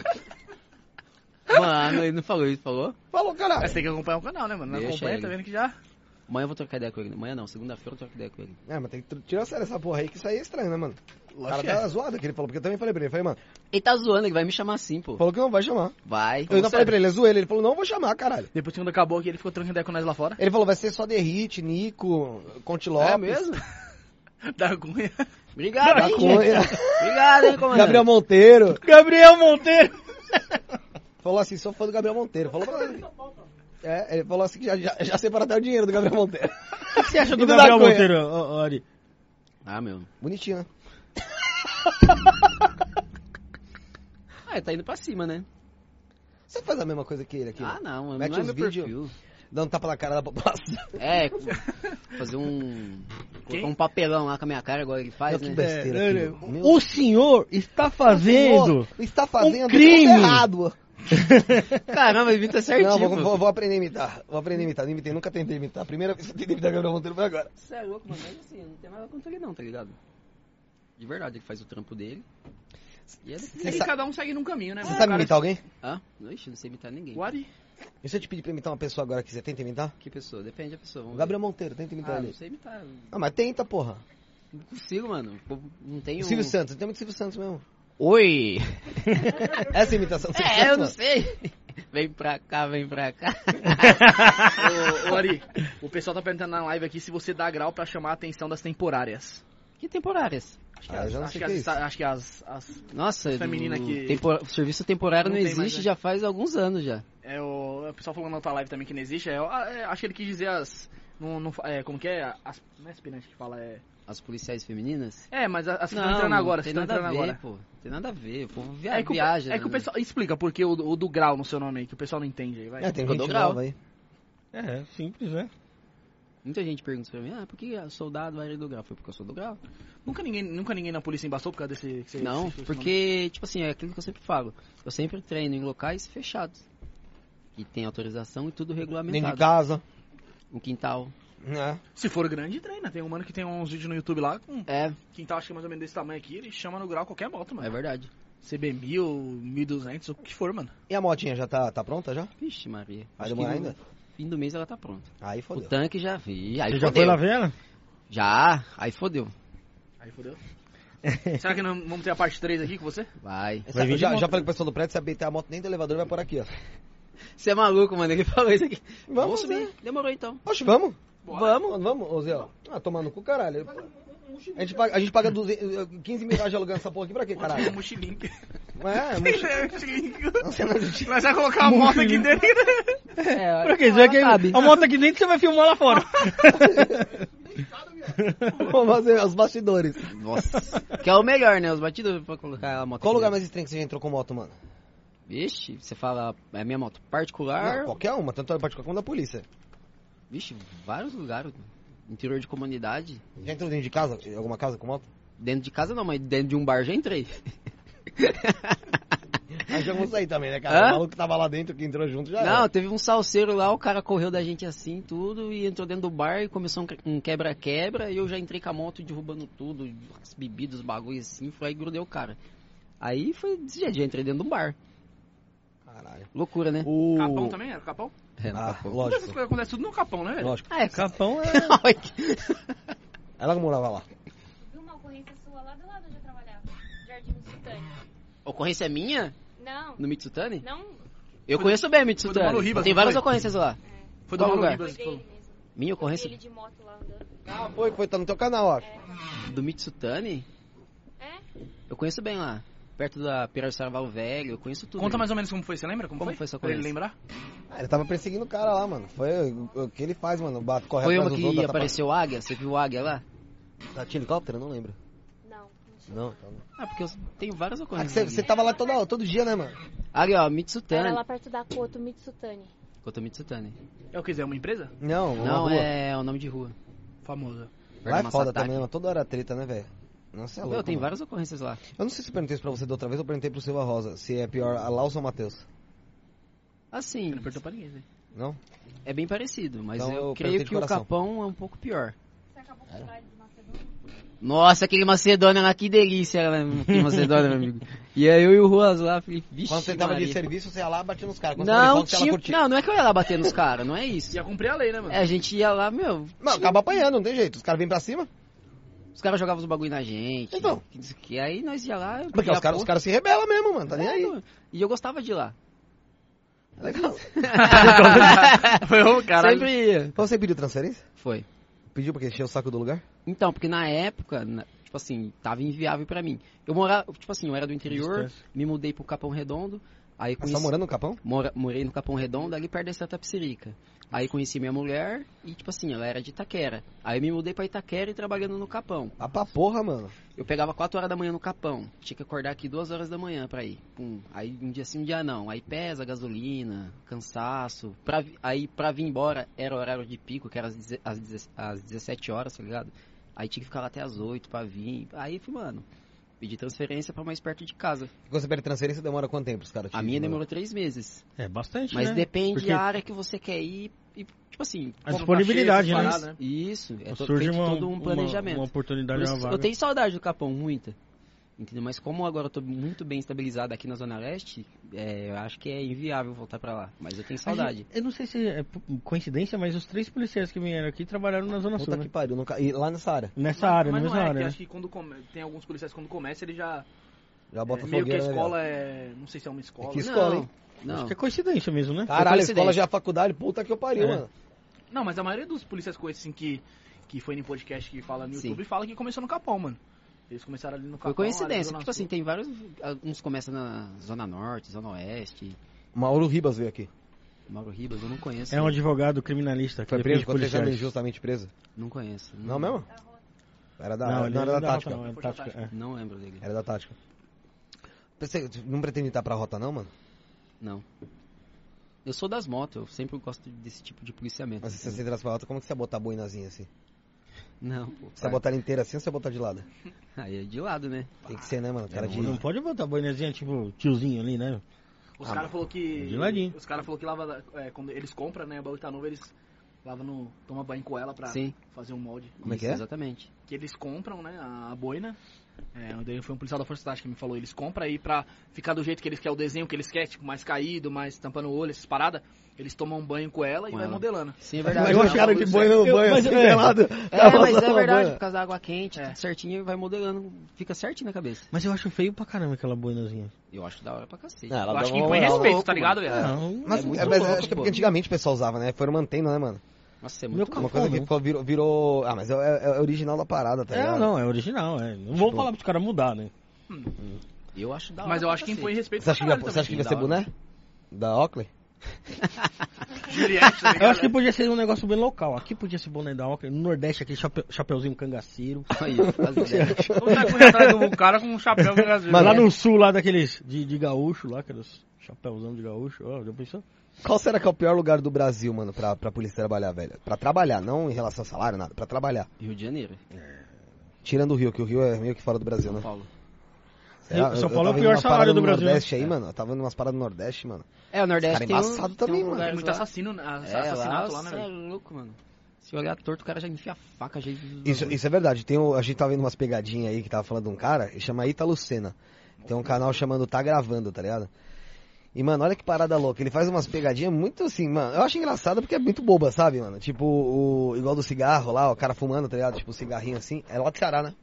S4: Mano, ele não falou isso, falou?
S3: falou,
S1: É,
S3: caralho.
S1: você tem que acompanhar o canal, né, mano? Não
S4: Deixa
S1: acompanha,
S4: ele.
S1: tá vendo que já.
S4: Amanhã eu vou trocar ideia com ele. Amanhã não, segunda-feira eu troco ideia com ele.
S3: É, mas tem que tr- tirar a sério essa porra aí, que isso aí é estranho, né, mano? O cara
S1: Lógico que é.
S3: tá zoado que ele falou, porque eu também falei pra ele, falei, mano,
S4: Ele tá zoando, ele vai me chamar sim, pô.
S3: falou que não vai chamar.
S4: Vai.
S3: Eu ainda falei pra ele, é zoeira, ele falou, não vou chamar, caralho.
S1: Depois que quando acabou aqui, ele ficou trocando ideia com nós lá fora.
S3: Ele falou, vai ser só Derrite, Nico, Conte Lopes.
S4: É mesmo?
S1: Da Cunha.
S4: Obrigado, hein,
S3: Cunha.
S4: gente. é? Obrigado, hein, comandante.
S3: Gabriel Monteiro.
S5: Gabriel Monteiro!
S3: Falou assim, sou fã do Gabriel Monteiro. Falou pra ele. É, ele falou assim que já, já, já separaram até o dinheiro do Gabriel Monteiro.
S5: O que você acha do
S3: E do
S5: Gabriel
S3: Lacunha?
S5: Monteiro, ó, ó, Ari?
S4: Ah, meu.
S3: Bonitinho, né?
S4: Ah, ele tá indo pra cima, né?
S3: Você faz a mesma coisa que ele aqui?
S4: Ah, não, mano.
S3: Mete
S4: não é
S3: uns
S4: meu
S3: vídeo.
S4: perfil.
S3: Dando tapa na cara da população.
S4: É, fazer um... Colocar um papelão lá com a minha cara, igual ele faz,
S3: Olha
S4: né?
S3: que besteira
S5: É,
S3: aqui,
S5: é,
S3: meu.
S5: o senhor está fazendo.
S3: Senhor, está fazendo
S5: um crime.
S3: tudo errado.
S4: Caramba, ele tá certinho.
S3: Não, vou,
S4: pô.
S3: vou- vou aprender a imitar. Vou aprender a imitar. Não imitei, nunca tentei imitar. A primeira vez que eu tentei imitar Gabriel Monteiro foi agora.
S4: Você é louco, mano. Mas assim, eu não tenho nada contra ele não, tá ligado? De verdade, ele faz o trampo dele. E ele...
S1: É que
S3: sa-
S1: cada um segue num caminho, né?
S3: Você
S1: mano?
S3: sabe
S1: O cara-
S3: imitar alguém?
S4: Ah, ixi, não sei imitar ninguém.
S1: O Ari.
S3: E se eu te pedir pra imitar uma pessoa agora que você tenta imitar?
S4: Que pessoa? Depende da pessoa.
S3: O
S4: vamos
S3: Gabriel Monteiro, tenta
S4: ver.
S3: imitar
S4: Ah,
S3: ele.
S4: não sei imitar.
S3: Ah, mas tenta, porra.
S4: Não consigo, mano. Pô, Não um- tenho...
S3: O Silvio Santos, tem muito Silvio Santos mesmo.
S4: Oi!
S3: Essa é a imitação do Silvio
S4: É, eu
S3: Santos,
S4: não
S3: mano.
S4: sei. Vem pra cá, vem pra cá.
S1: Ô, ô, Ari, o pessoal tá perguntando na live aqui se você dá grau pra chamar a atenção das temporárias.
S4: Que temporárias?
S1: Acho
S3: Ah, eu já não
S1: acho
S3: sei
S1: que
S3: o que é
S1: as-
S3: isso.
S1: acho que as- as
S4: Nossa,
S1: Essa
S4: do-
S1: menina que-
S4: tempor- o serviço temporário
S1: Não
S4: não,
S1: tem mais,
S4: existe
S1: né?
S4: já faz alguns anos já.
S1: É, o, o pessoal falando na outra live também que não existe. É, eu- ah, é, acho que ele quis dizer as. Não, não, fa- é, como que é? As, não é aspirante que fala, é.
S4: As policiais femininas?
S1: É, mas a- as que estão entrando agora, as que
S4: tem
S1: estão
S4: nada
S1: entrando
S4: a ver,
S1: agora.
S4: pô. Tem nada a ver. O povo via...
S1: É que, o,
S4: viaja.
S1: é que o
S4: né?
S1: pessoal. Explica por que o, o do grau no seu nome aí, que o pessoal não entende aí, vai.
S3: É, tem
S4: Eu
S3: gente
S4: dou grau.
S3: nova aí.
S5: É, simples, né?
S4: Muita gente pergunta pra mim, ah, por que soldado vai do grau? Foi porque eu sou do grau.
S1: Nunca, ninguém, nunca ninguém na polícia embaçou por causa desse. que você-
S4: Não,
S1: esse- esse nome.
S4: porque, tipo assim, é aquilo que eu sempre falo. Eu sempre treino em locais fechados. Que tem autorização e
S3: Dentro
S4: tudo
S3: de
S4: regulamentado.
S3: casa.
S4: Um quintal.
S3: né?
S1: Se for grande, treina. Tem um mano que tem uns vídeos no YouTube lá com
S4: É,
S1: quintal, acho que mais ou menos desse tamanho aqui. Ele chama no grau qualquer moto,
S4: é
S1: mano.
S4: verdade.
S1: CB1000, 1200, o que for, mano.
S3: E a motinha já tá, tá pronta já?
S4: Vixe, Maria.
S3: Vai
S4: Acho que
S3: demorar
S4: no
S3: ainda?
S4: Fim do mês ela tá pronta.
S3: Aí
S4: O
S3: fodeu.
S4: tanque já vi. Aí fodeu.
S5: Você já foi lá ver ela?
S4: Já, aí fodeu.
S1: Aí fodeu. Será que não vamos ter a parte 3 aqui com você?
S4: Vai.
S3: Essa-
S5: Vai vir
S3: eu
S5: de
S3: já,
S5: moto.
S3: já falei com o pessoal do prédio, se habilitar a moto nem do elevador, vai por aqui, ó.
S4: Você é maluco, mano. Ele falou isso aqui.
S3: Vamos
S4: subir. Demorou então.
S3: Oxe, vamos?
S1: Bora.
S3: Vamos? Vamos, ô Zé, ó. Ah, tomando cu, caralho.
S4: um
S3: A gente paga, a gente paga 200, 15 mil reais de alugando essa porra aqui pra quê,
S1: Caralho.
S3: caralho?
S1: Mochilinho.
S3: É, é muito... Você não justifica.
S1: Nós vai colocar uma moto aqui dentro.
S4: É,
S5: Pra quê? Você vai que a moto aqui dentro você vai filmar lá fora.
S3: Vamos fazer os bastidores.
S4: Nossa. Que é o melhor, né? Os batidos pra colocar a moto.
S3: Qual
S4: aqui
S3: lugar
S4: dentro.
S3: mais estranho que você já entrou com moto, mano?
S4: Vixe, você fala, é minha moto
S3: Não,
S4: particular.
S3: qualquer uma, tanto a particular como da polícia.
S4: Vixe, vários lugares. Interior de comunidade.
S3: Já entrou dentro de casa, em alguma casa com moto?
S4: Dentro de casa não, mas dentro de um bar já entrei.
S3: Aí já vamos sair também, né, cara?
S4: Hã?
S3: O maluco que tava lá dentro, que entrou junto, já
S4: Não,
S3: era.
S4: teve um salseiro lá, o cara correu da gente assim, tudo, e entrou dentro do bar e começou um que- um quebra-quebra, e eu já entrei com a moto derrubando tudo, as bebidas, os bagulhos assim, foi aí grudei o cara. Aí foi desse jeito, já entrei dentro do bar.
S3: Caralho.
S4: Loucura, né?
S3: O...
S1: Capão também? Era capão?
S4: É, no
S3: Ah,
S4: capô.
S1: Todas essas
S3: lógico,
S1: coisas acontecem tudo no capão, né, velho?
S3: lógico.
S4: Ah, é capô.
S5: Capão é.
S3: Ela que morava lá.
S6: Vi uma ocorrência sua lá do lado onde eu trabalhava. Jardim Mitsutani.
S4: Ocorrência é minha?
S6: Não,
S4: No Mitsutani?
S6: não
S4: Eu conheço bem o
S1: foi do
S4: Mitsutani.
S1: Mauro Ribas,
S4: Tem
S1: não
S4: várias
S1: foi?
S4: ocorrências lá.
S1: Foi do
S4: Qual
S1: Mauro
S4: lugar?
S1: Ribas.
S6: foi
S1: falou.
S6: dele mesmo.
S4: Minha
S6: Eu vi
S4: ocorrência
S6: ele de moto lá andando.
S3: Ah, foi, foi, tá no teu canal, ó.
S4: do Mitsutani,
S6: É?
S4: eu conheço bem lá. Perto da Piracicaba Velho, eu conheço tudo.
S1: Conta mais ou menos como foi, você lembra? Como,
S4: Como
S1: foi?
S4: foi sua
S1: Pra ele
S4: ocorrência?
S1: lembrar?
S3: Ah, ele tava perseguindo o cara lá, mano. Foi o- o que ele faz, mano. Bate, corre
S4: Foi
S3: atrás
S4: uma
S3: dos outros,
S4: que apareceu águia, você viu águia lá?
S3: Tá, tá tinha helicóptero? Não lembro.
S6: Não, não tinha.
S3: Não, tá bom.
S4: Ah, porque eu tenho várias
S3: Ah, que você,
S4: ocorrências.
S3: você tava lá todo, todo dia, né, mano?
S4: Águia, ó,
S6: Era
S4: Mitsutani.
S6: lá perto da Koto Mitsutani.
S4: Conta Mitsutani.
S1: É o que dizer, é uma empresa?
S3: Não, uma
S4: Não,
S3: rua.
S4: é o nome de rua.
S1: Famosa.
S4: Perto
S3: Lá
S4: da
S3: é foda
S4: Masataki.
S3: também, mano. Toda hora é treta, né, velho? Nossa, é
S4: Meu,
S3: louco.
S4: tem
S3: mano.
S4: várias ocorrências lá.
S3: Eu não sei se eu perguntei isso pra você da outra vez, eu perguntei pro Silva Rosa se é pior a Laus ou Matheus.
S4: Assim,
S1: Não perguntou pra ninguém, né?
S3: Não?
S4: é bem parecido, mas
S3: Então, eu
S4: eu
S3: perguntei
S4: creio
S3: de
S4: que o
S3: coração.
S4: Capão é um pouco pior.
S6: Você acabou com o baile de Macedônia?
S4: Nossa, aquele Macedônia lá, que delícia, né? aquele Macedônia, meu amigo. E aí eu e o Ruas lá, falei, vixe
S3: Quando você tava
S4: Maria.
S3: de serviço, você ia lá batia nos caras. Quando você tava de
S4: Não,
S3: folga, você ia lá
S4: tinha...
S3: curtir.
S4: não, não é que eu ia lá bater nos caras, não é isso.
S1: Ia cumprir a lei, né, mano?
S4: É, a gente ia lá, meu,
S3: Mano, acaba apanhando, não tem jeito. Os caras vêm pra cima.
S4: os caras jogavam os bagulho na gente.
S3: Então.
S4: que diz que- aí nós ia lá... eu
S3: Porque
S4: pedia
S3: os caras
S4: a
S3: os caras se rebelam mesmo, mano. Tá nem
S4: porra,
S3: aí.
S4: mano. E eu gostava de ir lá.
S3: É Legal.
S1: Foi o cara.
S4: Sempre ia.
S3: Então você pediu transferência?
S4: Foi.
S3: Pediu porque encheu o saco do lugar?
S4: Então, porque na época, na- tipo assim, tava inviável pra mim. Eu morava, tipo assim, eu era do interior,
S5: Distância.
S4: me mudei pro Capão Redondo, aí
S3: Você tá
S4: conheci,
S3: morando no Capão?
S4: mora- morei no Capão Redondo, ali perto da Santa Psirica. Aí conheci minha mulher e, tipo assim, ela era de Itaquera. Aí eu me mudei pra Itaquera e trabalhando no Capão.
S3: Ah, pra porra, mano.
S4: Eu pegava 4 horas da manhã no Capão, tinha que acordar aqui 2 horas da manhã pra ir. Pum. Aí um dia sim, um dia não. Aí pesa a gasolina, cansaço. Pra, vi- aí pra vir embora era o horário de pico, que era às, deze- às, deze- às 17 horas, tá ligado? Aí tinha que ficar lá até às 8 pra vir. Aí fui, mano, pedi transferência pra mais perto de casa.
S3: Quando você pede transferência, demora quanto tempo os caras te
S4: A minha
S3: mandam?
S4: demorou 3 meses.
S5: É bastante,
S4: Mas
S5: né?
S4: depende
S5: Porque
S4: da área que você quer ir e, tipo assim...
S5: A
S1: Compra
S5: disponibilidade,
S1: cachê,
S5: né?
S1: parada, né?
S4: Isso, é to,
S5: surge
S4: feito
S5: uma,
S4: todo um
S5: uma-
S4: planejamento.
S5: Uma, oportunidade,
S4: Por
S5: uma
S4: isso,
S5: vaga.
S4: Eu tenho saudade do Capão, muita. Entendeu? Mas como agora eu tô muito bem estabilizado aqui na Zona Leste, é, eu acho que é inviável voltar pra lá. Mas eu tenho
S5: A
S4: saudade.
S5: gente- Eu não sei se é po- coincidência, mas os três policiais que vieram aqui trabalharam na Zona Sul,
S3: Puta
S5: né?
S3: que pariu. nunca- E lá nessa área.
S5: Nessa área, na
S1: mas
S5: mesma
S1: não é,
S5: área.
S1: que
S5: né?
S1: acho que quando come- tem alguns policiais quando começa, ele já.
S3: Já bota
S1: é, meio que a
S3: fogueira, né,
S1: escola é. Não sei se é uma escola.
S3: É que escola,
S4: não,
S3: hein?
S5: Acho
S4: não. Tá,
S5: que é coincidência mesmo, né?
S3: viado? Caralho, a
S4: coincidência.
S3: escola já é a faculdade. Puta que eu pariu,
S5: É.
S3: mano.
S1: Não, mas a maioria dos policiais com esse, assim que, que foi no podcast que fala no
S4: Sim.
S1: YouTube fala que começou no Capão, mano. Eles começaram ali no Capão.
S4: Foi coincidência.
S1: ali na
S4: Tipo assim,
S1: Zona
S4: tem vários. Uns começam na Zona Norte, Zona Oeste,
S3: Mauro Ribas veio aqui.
S4: Mauro Ribas, eu não conheço.
S5: É um advogado criminalista. que
S3: Foi
S5: defende
S3: preso quando ele estava
S5: policiais.
S3: injustamente preso.
S4: Não conheço.
S3: Não mesmo?
S6: Da rota.
S3: Era da,
S5: Não,
S3: não,
S5: ele
S3: era da tática.
S5: Não, era
S1: Foi
S5: tática,
S1: tática.
S5: é.
S4: Não lembro dele.
S3: Era da tática. Você não pretende estar pra rota, não, mano?
S4: Não. Eu sou das motos, eu sempre gosto desse tipo de policiamento.
S3: Mas se
S4: entendeu?
S3: você entrasse pra rota, como que você ia botar a boinazinha assim?
S4: Não, pô.
S3: Você ia botar ela inteira assim ou você ia botar de lado?
S4: Aí é de lado, né?
S3: Tem que ser, né, mano? Cara de...
S5: é. Não pode botar a boinezinha tipo tiozinho ali, né?
S1: Sul. Os caras falou
S3: é
S1: que.
S5: de ladinho.
S1: Os caras falou que lava. é, quando eles compram, né? O bagulho tá novo, eles lavam no. Toma banho com ela pra
S4: Sim.
S1: fazer um molde.
S3: Tá. Como é que
S4: Isso,
S3: é?
S4: Exatamente.
S1: que eles compram, né, a boina. É, daí foi um policial da Força Tática que me falou, eles compram aí pra ficar do jeito que eles querem, o desenho que eles querem, tipo, mais caído, mais tampando o olho, essas paradas. Eles tomam um banho com ela e
S4: Com
S1: vai
S4: ela.
S1: modelando.
S4: Sim, é
S3: Mas
S4: verdade.
S3: eu
S1: Não,
S3: acho cara de
S1: isso
S3: boi no
S5: eu-
S3: banho,
S5: mas
S3: assim,
S5: é.
S3: pelado.
S4: É,
S3: Ela
S4: mas
S3: passando
S4: é
S3: no
S4: verdade, por
S3: banho.
S4: causa da água quente,
S1: É.
S4: tudo certinho, vai modelando, fica certinho na cabeça.
S5: Mas eu acho feio pra caramba aquela boinazinha.
S4: Eu acho da hora pra cacete.
S3: Ah, ela
S1: Eu
S3: dá
S1: acho que
S3: uma
S1: impõe
S3: moral.
S1: respeito, tá ligado? velho?
S5: Não,
S3: Mas,
S4: É muito
S3: é, mas
S4: louco,
S3: acho que é
S4: pô.
S3: porque antigamente o pessoal usava, né? Foram mantendo, né, mano?
S4: Nossa, é
S5: Meu
S4: muito
S5: carro
S3: Uma coisa que
S5: não.
S3: ficou, virou, virou- Ah, mas é, é- é original da parada, tá ligado? Tipo-
S5: É, não, é original, é. Não vou falar pros caras mudar, né?
S4: Eu acho
S3: É.
S4: da hora.
S1: Mas eu
S4: pra
S1: acho que
S4: cacete.
S1: impõe respeito
S3: Você acha que,
S1: pra
S3: vai-
S1: caralho tá
S3: você acha que vai
S4: da
S3: ser
S4: hora.
S3: boné? Da Oakley?
S1: também. Juliette, tá
S5: Eu
S1: ligado?
S5: acho
S3: né?
S5: que podia ser um negócio bem local. Aqui podia ser boné da Oca, no Nordeste aqui, chape, chapeuzinho cangaceiro.
S4: Aí, eu faço ideia.
S1: Ou tá correndo atrás de um cara com um chapéu brasileiro.
S5: Mas lá
S3: é.
S5: no sul, lá daqueles de, de gaúcho, lá, aqueles chapeuzão de gaúcho, ó, já pensou?
S3: Qual será que é o pior lugar do Brasil, mano, pra, pra polícia trabalhar, velho? Pra trabalhar, não em relação a salário, nada, pra trabalhar.
S4: Rio de Janeiro,
S3: Tirando o Rio, que o Rio é meio que fora do Brasil,
S4: São
S3: né?
S4: Paulo.
S3: Será?
S5: São
S3: Eu- eu
S5: Paulo é o
S3: tava
S5: pior
S3: vendo uma
S5: salário
S3: parada
S5: do
S3: no
S5: Brasil,
S3: Nordeste aí,
S5: né?
S3: mano. Eu tava vendo umas paradas no Nordeste, mano.
S4: É, o Nordeste
S3: Cara,
S4: tem, um,
S3: embaçado
S4: tem
S3: também,
S4: uns
S1: Tem
S3: mano.
S4: lugares
S1: muito
S4: lá.
S1: assassino, a-
S4: É,
S1: assassinato
S4: lá,
S1: lá, né,
S4: cê é
S1: velho?
S4: louco, mano. Se olhar torto, o cara já enfia a faca, já...
S3: Isso, isso é verdade. Tem o- a gente tava vendo umas pegadinhas aí que tava falando de um cara, ele chama Ítalo Senna. Tem um canal chamando Tá Gravando, tá ligado? E, mano, olha que parada louca. Ele faz umas pegadinhas muito assim, mano. Eu acho engraçado porque é muito boba, sabe, mano? Tipo, o, igual do cigarro lá, o cara fumando, tá ligado? Tipo, o cigarrinho assim. É lá do Ceará, né?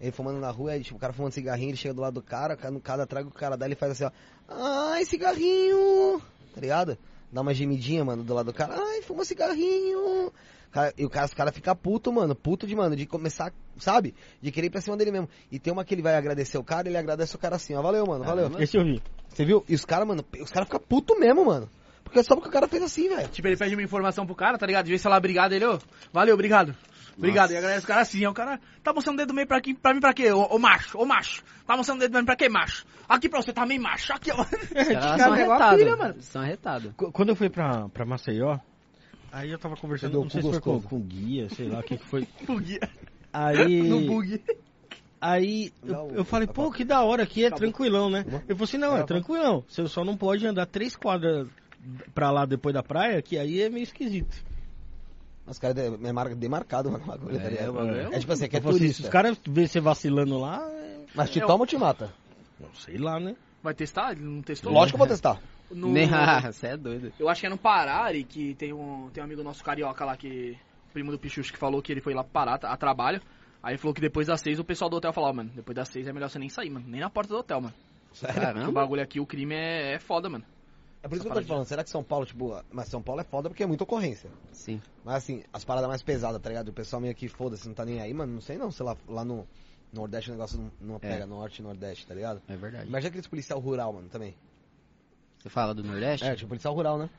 S3: Ele fumando na rua, aí, tipo, o cara fumando cigarrinho, ele chega do lado do cara, o cara- no cada trago que o cara dá, ele faz assim, ó. Ai, cigarrinho! Tá ligado? Dá uma gemidinha, mano, do lado do cara. Ai, fuma cigarrinho! Cara, e o cara, os caras ficam puto, mano. Puto de, mano, de começar, sabe? De querer ir pra cima dele mesmo. E tem uma que ele vai agradecer o cara, ele agradece o cara assim, ó. Valeu, mano, valeu.
S4: Caramba.
S5: Esse eu vi.
S3: Você viu? E os caras, mano, os caras ficam puto mesmo, mano. Porque é só porque o cara fez assim, velho.
S1: Tipo, ele pede uma informação pro cara, tá ligado? De vez sei lá, obrigado, ele, ô, valeu, obrigado. Obrigado. E agradece o cara assim, aí o cara, tá mostrando o dedo meio pra, aqui, pra mim pra quê? Ô, ô macho, ô macho. Tá mostrando o dedo pra mim pra quê, macho? Aqui pra você também, macho. Aqui, ó.
S4: Os caras
S5: Cara,
S4: são
S5: é igual a
S4: arretados.
S5: filha, mano.
S4: mano. São arretados.
S5: Qu- Quando eu fui pra, pra Maceió, aí eu tava conversando,
S3: Entendeu?
S5: não sei
S3: Com
S5: se foi com,
S3: gostoso.
S5: com guia, sei lá, o que que foi.
S1: Bugui.
S5: Aí...
S1: No bug.
S5: Aí
S3: Dá
S5: eu,
S3: o-
S5: eu falei,
S3: a
S5: pô,
S3: volta.
S5: que da hora aqui, é
S3: Acabou.
S5: tranquilão, né?
S3: Acabou.
S5: Ele falou assim, não, é
S3: Acabou.
S5: tranquilão. Você só não pode andar três quadras pra lá depois da praia, que aí é meio esquisito.
S3: Os caras é mar- demarcado, mano, o bagulho, tá ligado?
S5: o bagulho é
S3: É tipo assim, aqui é
S5: Eu falei assim, se
S3: turista.
S5: os caras vê você vacilando lá, é-
S3: Mas te
S1: É,
S3: toma ou te mata?
S5: não sei lá, né?
S1: Vai testar? Ele não testou?
S3: Lógico que eu vou testar.
S1: No-
S4: Nem, ah, você é doido.
S1: Eu acho que é no Pará, Ari, que tem um, tem um amigo nosso carioca lá que. Primo do Pichucho que falou que ele foi lá pro Pará tá- a trabalho. Aí ele falou que depois das seis o pessoal do hotel falou, ó, mano, depois das seis é melhor você nem sair, mano. Nem na porta do hotel, mano. Porque o
S4: Caramba.
S1: bagulho aqui, o crime é, é foda, mano.
S3: É por
S1: Essa
S3: isso que eu tô te
S1: paradinha.
S3: falando, será que São Paulo, tipo, mas São Paulo é foda porque é muita ocorrência.
S4: Sim.
S3: Mas assim, as paradas mais pesadas, tá ligado? O pessoal meio que foda-se, não tá nem aí, mano. Não sei não, sei lá, lá no Nordeste o negócio não, não pega, Norte e Nordeste, tá ligado?
S4: É verdade.
S3: Imagina aqueles policial rural, mano, também.
S4: Você fala do Nordeste?
S3: É, tipo policial rural, né?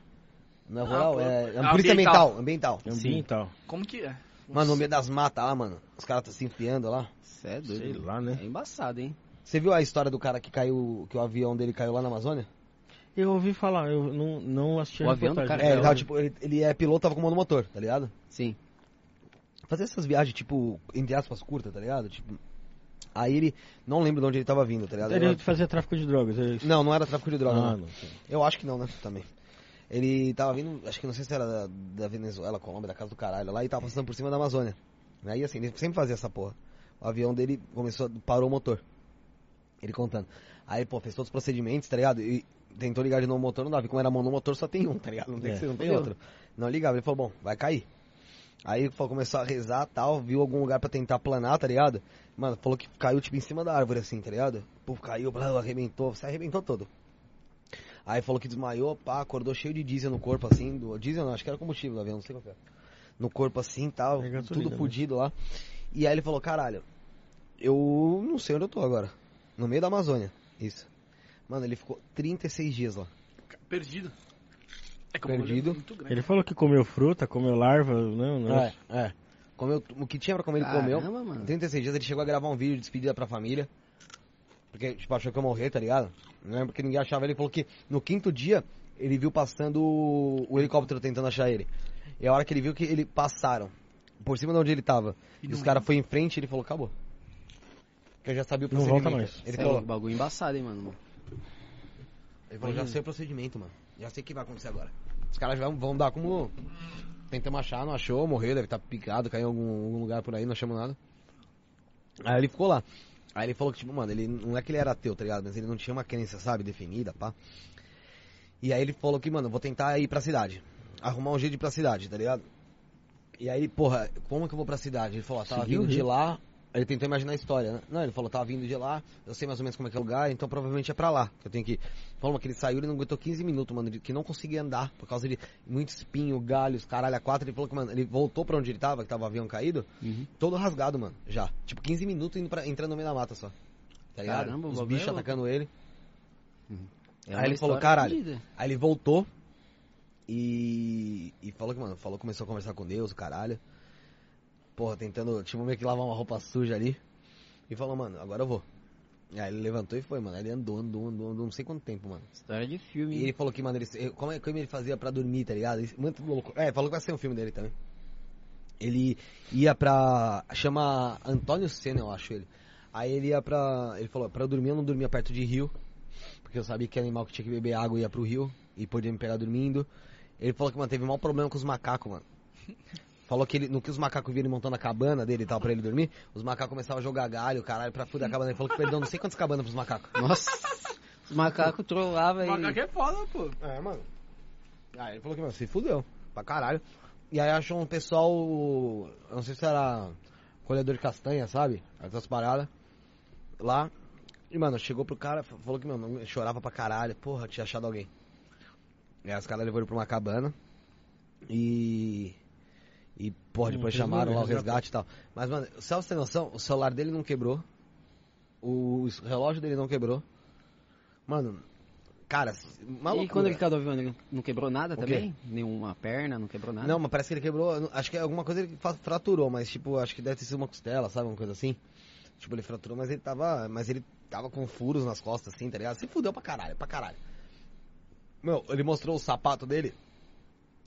S3: Não é
S1: Ah,
S3: rural,
S1: pô,
S3: é, é
S1: ambiental.
S3: um polícia ambiental, ambiental.
S5: É
S4: Sim.
S5: ambiental.
S1: Como que é?
S3: Mano, no meio das matas lá, mano, os caras tá se enfiando lá.
S4: Você é doido.
S5: Sei
S4: mano.
S5: lá, né?
S4: É embaçado, hein?
S3: Você viu a história do cara que caiu, que o avião dele caiu lá na Amazônia?
S5: Eu ouvi falar, eu não, não assisti
S4: O avião do
S5: reportagem.
S4: cara
S3: É, ele,
S4: eu-
S3: tava, tipo, ele, ele é piloto, tava com o motor, tá ligado?
S4: Sim.
S3: Fazer essas viagens, tipo, entre aspas, curtas, tá ligado? Tipo, aí ele, não lembro de onde ele tava vindo, tá ligado?
S5: Ele
S3: Eu-
S5: fazia tráfico de drogas, é isso?
S3: Não, não era tráfico de droga,
S5: Ah,
S3: não.
S5: não sei.
S3: Eu acho que não, né? Também. Ele tava vindo, acho que não sei se era da, da Venezuela, Colômbia, da casa do caralho lá, e tava passando por cima da Amazônia. Aí assim, ele sempre fazia essa porra. O avião dele começou, a- parou o motor. Ele contando. Aí, pô, fez todos os procedimentos, tá ligado? E tentou ligar de novo o motor, não dava. E como era monomotor, só tem um, tá ligado? Não tem,
S5: É.
S3: não tem outro. Não ligava. Ele falou, bom, vai cair. Aí ele falou, começou a rezar tal, viu algum lugar pra tentar planar, tá ligado? Mano, falou que caiu tipo em cima da árvore assim, tá ligado? Pô, caiu, blá, arrebentou, se arrebentou todo. Aí falou que desmaiou, pá, acordou cheio de diesel no corpo assim, do diesel não, acho que era combustível do avião, não sei qual que era. No corpo assim, tal,
S5: É gasolina,
S3: tudo
S5: né?
S3: fudido lá. E aí ele falou, caralho, eu não sei onde eu tô agora. No meio da Amazônia, isso. Mano, ele ficou 36 dias lá.
S1: Perdido. É que o
S3: Perdido.
S1: bagulho é muito grande.
S5: Ele falou que comeu fruta, comeu larva, né? né?
S3: É, é. Comeu, t- o que tinha pra comer, ele comeu.
S4: Caramba, mano.
S3: Em 36 dias ele chegou a gravar um vídeo de despedida pra família. Porque, tipo, achou que ia morrer, tá ligado? Não é porque ninguém achava. Ele falou que no quinto dia ele viu passando o, o helicóptero tentando achar ele. E a hora que ele viu que ele passaram por cima de onde ele tava. E, os caras foram em frente ele falou, acabou. Que eu já sabia o
S5: Não
S3: procedimento.
S5: volta mais.
S3: Ele
S4: Cê é
S3: falou,
S4: louco, bagulho embaçado, hein, mano.
S3: ele falou, já sei o procedimento, mano. Já sei o que vai acontecer agora. Os caras vão, vão dar como. Tentamos achar, não achou, morreu, deve estar picado, caiu em algum, algum lugar por aí, não achamos nada. Aí ele ficou lá. Aí ele falou que, tipo, mano, ele não é que ele era ateu, tá ligado? Mas ele não tinha uma crença, sabe, definida, pá. E aí ele falou que, mano, vou tentar ir pra cidade. Arrumar um jeito de ir pra cidade, tá ligado? E aí, porra, como que eu vou pra cidade? Ele falou, ah, tava
S5: Seguiu o
S3: vindo de
S5: rio.
S3: lá. Ele tentou imaginar a história, né? Não, ele falou, tava vindo de lá, eu sei mais ou menos como é que é o lugar, então provavelmente é pra lá que eu tenho que ir. Falou, mano, que ele saiu, ele não aguentou 15 minutos, mano, de- que não conseguia andar por causa de muito espinho, galhos, caralho, a quatro. Ele falou que, mano, ele voltou pra onde ele tava, que tava o avião caído,
S4: Uhum.
S3: todo rasgado, mano, já. Tipo, 15 minutos indo pra, entrando no meio da mata só. Tá ligado?
S4: Caramba, o
S3: Os
S4: bagulho é
S3: bichos
S4: louco.
S3: atacando ele.
S4: É
S3: Aí
S4: uma
S3: ele falou,
S4: história
S3: "Caralho."
S4: fodida.
S3: Aí ele voltou e, e falou que, mano, falou, começou a conversar com Deus, o caralho. Porra, tentando, tipo, meio que lavar uma roupa suja ali. E falou, mano, agora eu vou. E aí ele levantou e foi, mano. Aí ele andou, andou, andou, andou, não sei quanto tempo, mano.
S4: História de filme,
S3: E
S4: hein?
S3: ele falou que, mano, ele, como, é- como ele fazia pra dormir, tá ligado? Isso- Muito louco. É, falou que vai ser um filme dele também. Ele ia pra. Chama Antônio Senna, eu acho ele. Aí ele ia pra. Ele falou, pra eu dormir, eu não dormia perto de rio. Porque eu sabia que animal que tinha que beber água ia pro rio. E podia me pegar dormindo. Ele falou que, mano, teve mau problema com os macacos, mano. Falou que ele, no que os macacos viram ele montando a cabana dele e tal, pra ele dormir, os macacos começavam a jogar galho, caralho, pra fuder a cabana. Ele falou que perdeu não sei quantas cabanas pros macacos.
S4: Nossa. Os macacos trollavam
S1: O macaco
S4: ele.
S1: é foda, pô.
S3: É, mano. Aí Ah, ele falou que, mano, se fudeu. Pra caralho. E aí achou um pessoal. eu Não sei se era colhedor de castanha, sabe? Essas paradas. Lá. E, mano, chegou pro cara, f- falou que, mano, chorava pra caralho. Porra, tinha achado alguém. E aí os caras levaram ele pra uma cabana. E. E, porra, depois
S5: Hum,
S3: chamaram lá o
S5: resgatou.
S3: resgate e tal. Mas, mano, o Celso tem noção? O celular dele não quebrou. O relógio dele não quebrou. Mano, cara, uma
S4: E quando
S1: né?
S3: loucura.
S4: ele caiu do avião, ele não quebrou nada
S3: O quê?
S4: também? Nenhuma perna, Ah, não quebrou nada?
S3: Não, mas parece que ele quebrou. eu não- Acho que é alguma coisa ele fa- fraturou, mas tipo, acho que deve ter sido uma costela, sabe? Uma coisa assim. Tipo, ele fraturou, mas ele tava. Mas ele tava com furos nas costas, assim, tá ligado? Se fudeu pra caralho, pra caralho. Meu, ele mostrou o sapato dele.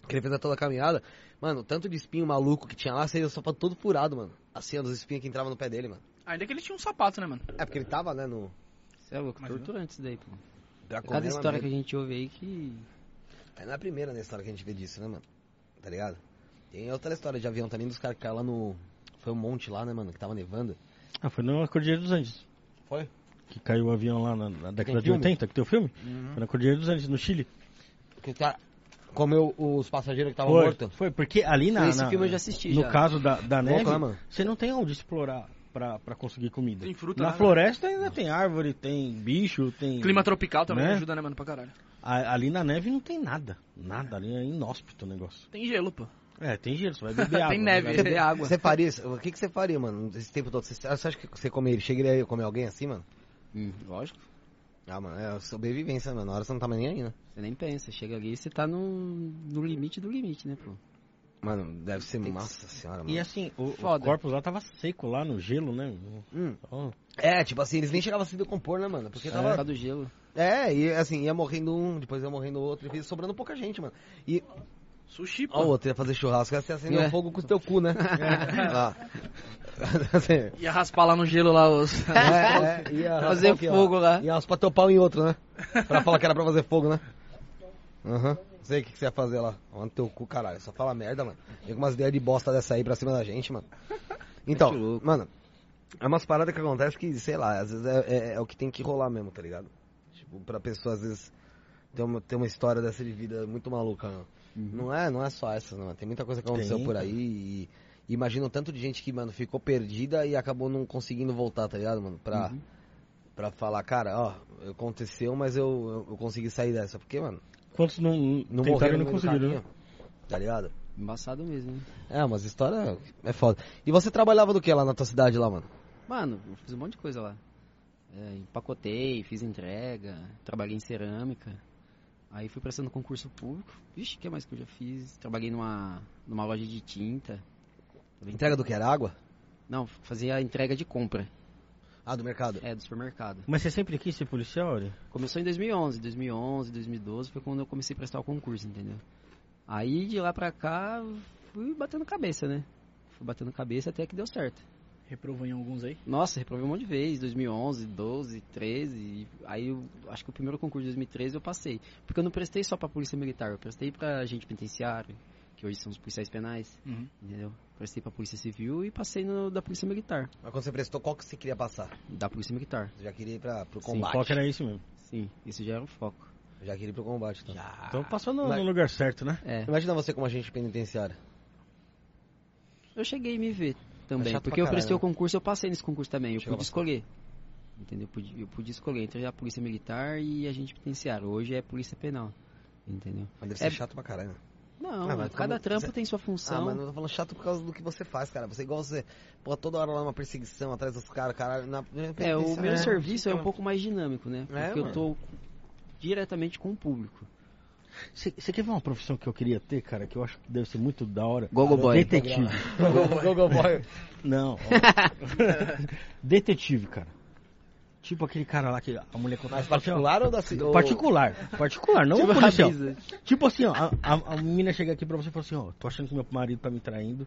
S3: Que ele fez a toda a caminhada. Mano, o tanto de espinho maluco que tinha lá, seria o sapato todo furado, mano. Assim, ó, dos espinhos que entravam no pé dele, mano.
S1: Ainda que ele tinha um sapato, né, mano?
S3: É porque ele tava, né, no...
S4: Você é louco,
S1: Imagina.
S4: torturante isso daí, pô.
S3: Draconema
S4: Cada história que a
S3: mesmo. né?
S4: gente ouve aí que.
S3: É, Não é a primeira né, história que a gente vê disso, né, mano? Tá ligado? Tem outra história de avião também dos caras que caíram lá no... Foi um monte lá, né, mano, que tava nevando.
S5: Ah, foi na Cordilheira dos Andes.
S3: Foi?
S5: Que caiu o avião lá na, na década de
S3: filme? Uhum.
S5: 80, que tem o filme? Foi na Cordilheira dos Andes, no Chile.
S3: Que o cara comeu os passageiros que estavam
S5: Foi,
S3: mortos.
S5: foi, porque ali na.
S4: Esse
S5: na-
S4: filme eu já assisti.
S5: No
S4: já.
S5: caso da, da
S3: Louco,
S5: neve,
S3: né, mano?
S5: você não tem onde explorar pra, pra conseguir comida.
S1: Tem fruta
S5: Na
S1: lá, né?
S5: floresta ainda tem árvore, tem bicho, tem.
S1: Clima tropical também
S5: Né?
S1: ajuda, né, mano, pra caralho.
S5: A- ali na neve não tem nada. Nada, ali é inóspito o negócio.
S1: Tem gelo, pô.
S5: É, tem gelo, você vai beber água. né,
S1: tem neve,
S5: Vai
S1: tem
S5: beber
S1: água.
S3: Você faria isso? O que, que você faria, mano, esse tempo todo? Você, você acha que você comer, chegaria a comer alguém assim, mano?
S4: Hum, lógico.
S3: Ah, mano, é sobrevivência, mano. Na hora você não tá mais nem aí, né?
S4: Você nem pensa. Chega ali e você tá no, no limite do limite, né, pô?
S3: Mano, deve ser.
S4: Tem que-
S3: Nossa senhora, mano.
S5: E assim, o, o
S4: Foda.
S5: corpo lá tava seco lá no gelo, né?
S3: Hum.
S5: Então,
S3: É, tipo assim, eles nem chegavam a se decompor, né, mano? Porque
S4: Por
S3: tava.
S4: causa do gelo.
S3: É, e assim, ia morrendo um, depois ia morrendo outro, e sobrando pouca gente, mano. E.
S1: Sushi,
S3: Ó, o
S1: pô.
S3: outro ia fazer churrasco, ia se acender
S4: É.
S3: um fogo com o teu cu, né? Lá. Assim,
S1: Ia raspar lá no gelo lá os.
S3: é, é, ia
S4: Fazer
S3: raspar aqui, ó.
S4: fogo lá.
S3: Ia raspar teu pau em outro, né? Pra falar que era pra fazer fogo, né? Aham. Sei o que, que você ia fazer lá. Ó, no teu cu, caralho. Só fala merda, mano. Tem umas ideias de bosta dessa aí pra cima da gente, mano. Então,
S4: Tá louco.
S3: mano, é umas paradas que acontecem que, sei lá, às vezes é, é- é o que tem que rolar mesmo, tá ligado? Tipo, pra pessoa, às vezes, ter uma, ter uma história dessa de vida muito maluca, mano. Não é, não é só essa, não. Tem muita coisa que aconteceu
S5: Uhum. Tem, né?
S3: por
S5: cara.
S3: aí e, e imagina o tanto de gente que, mano, ficou perdida e acabou não conseguindo voltar, tá ligado, mano? Pra,
S4: Uhum.
S3: pra falar, cara, ó, aconteceu, mas eu, eu, eu consegui sair dessa. Porque, mano,
S5: Quantos não,
S3: não
S5: tentaram
S3: morreram no meio
S5: e não
S3: do
S5: conseguiram, né?
S3: caminho, Tá ligado?
S4: Embaçado mesmo, né?
S3: É, mas história é foda. E você trabalhava do que lá na tua cidade lá, mano?
S4: Mano, eu fiz um monte de coisa lá. É, empacotei, fiz entrega, trabalhei em cerâmica. Aí fui prestando concurso público. Vixe, o que mais que eu já fiz? Trabalhei numa, numa loja de tinta.
S3: Entrega do que era água?
S4: Não, fazia a entrega de compra.
S3: Ah, do mercado.
S4: É, do supermercado.
S5: Mas você sempre quis ser policial, Ari?
S4: Começou em 2011. 2011, 2012 foi quando eu comecei a prestar o concurso, entendeu? Aí de lá pra cá, fui batendo cabeça, né? Fui batendo cabeça até que deu certo.
S1: Reprovou em alguns aí.
S4: Nossa, reprovei um monte de vezes, 2011, 12, 13, e aí eu acho que o primeiro concurso de 2013 eu passei, porque eu não prestei só pra polícia militar, eu prestei pra agente penitenciário, que hoje são os policiais penais,
S1: Uhum.
S4: entendeu? Prestei pra polícia civil e passei no da polícia militar,
S3: Mas quando você prestou, qual que você queria passar?
S4: da polícia militar.
S3: Você já queria ir pra, pro
S4: Sim,
S5: O
S3: combate.
S5: foco era isso mesmo.
S4: Sim, isso já era o foco.
S3: Já queria ir pro combate, então.
S5: Então passou no,
S3: Mas-
S5: no lugar certo, né?
S4: É,
S3: Imagina você como agente penitenciário.
S4: eu cheguei a me ver também,
S3: chato pra
S4: porque eu
S3: caralho,
S4: prestei
S3: né?
S4: o concurso, eu passei nesse concurso também, eu
S3: Chegou
S4: pude escolher. Entendeu? Eu pude, eu pude escolher entre a polícia militar e agente penitenciário. Hoje é polícia penal. Entendeu?
S3: Mas deve ser
S4: É-
S3: chato pra caralho, né?
S4: Não,
S3: Ah, mas
S4: cada
S3: como-
S4: trampo
S3: cê-
S4: tem sua
S3: Ah,
S4: função.
S3: mas não tô falando chato por causa do que você faz, cara. Você é igual você, pô, toda hora lá uma perseguição atrás dos caras, caralho. Na...
S4: É, o meu
S3: É.
S4: serviço é um pouco mais dinâmico, né? Porque
S3: É,
S4: eu tô diretamente com o público.
S5: Você você quer ver uma profissão que eu queria ter, cara? Que eu acho que deve ser muito da hora.
S4: Gogo boy.
S5: Detetive.
S3: Gogoboy.
S5: Não. ó. Detetive, cara. Tipo aquele cara lá que a mulher
S3: Mas
S5: contrata.
S3: particular ou da ci- ou-
S5: Particular. Particular, não
S4: Tipo,
S5: policial.
S4: avisa.
S5: Tipo assim, ó. A, a, a menina chega aqui pra você e fala assim, ó. Tô achando que meu marido tá me traindo.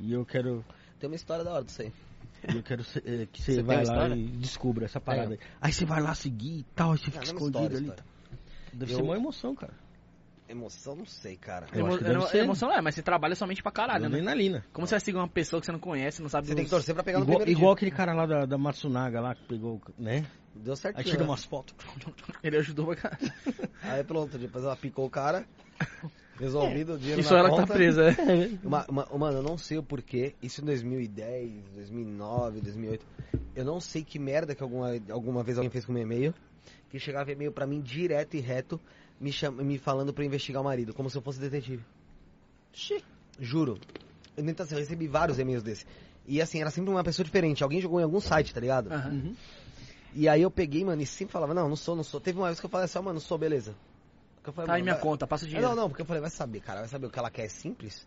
S5: E eu quero,
S3: Tem uma história da hora disso aí.
S5: e eu quero ser- eh, que
S4: Você
S5: você
S4: tem
S5: vai
S4: uma
S5: lá
S4: história? É.
S5: e descubra essa parada aí. Aí você vai lá seguir e tal, aí você fica
S3: Ah, mesma
S5: escondido
S3: história,
S5: ali.
S3: história.
S5: Deve
S3: Eu-
S5: ser uma emoção, cara.
S3: Emoção, não sei, cara.
S5: Eu acho que deve ser.
S1: Emoção é, mas você trabalha somente pra
S4: Ah,
S5: é
S1: caralho, né?
S5: Adrenalina.
S1: Como você vai seguir uma pessoa que você não conhece, não sabe
S3: Você tem
S1: dos-
S3: que torcer pra pegar no
S5: Igual,
S3: primeiro
S5: igual aquele cara lá da, da Matsunaga lá que pegou, né?
S3: dia. Deu certo.
S5: Aí tira umas fotos.
S1: Ele ajudou pra caralho.
S3: Aí pronto, depois ela picou o cara. Resolvido o dinheiro
S1: E só
S3: na
S1: ela que
S3: conta.
S1: tá presa, é.
S3: Uma, uma- mano, eu não sei o porquê. Isso em 2010, 2009, 2008. Eu não sei que merda que alguma, alguma vez alguém fez com meu e-mail. Que chegava e-mail pra mim direto e reto, me, cham, me falando pra eu investigar o marido, como se eu fosse detetive. Juro. Eu, nem- tá, eu recebi vários e-mails desse. E assim, era sempre uma pessoa diferente. Alguém jogou em algum site, tá ligado?
S4: Uhum.
S1: Aham.
S3: E aí eu peguei, mano, e sempre falava, não, não sou, não sou. Teve uma vez que eu falei assim, ó, mano, não sou, beleza. Porque eu falei,
S1: Tá aí
S3: mano,
S1: minha
S3: vai-
S1: conta, passa o
S3: é,
S1: dinheiro.
S3: não, não, porque eu falei, vai saber, cara, vai saber o que ela quer é simples.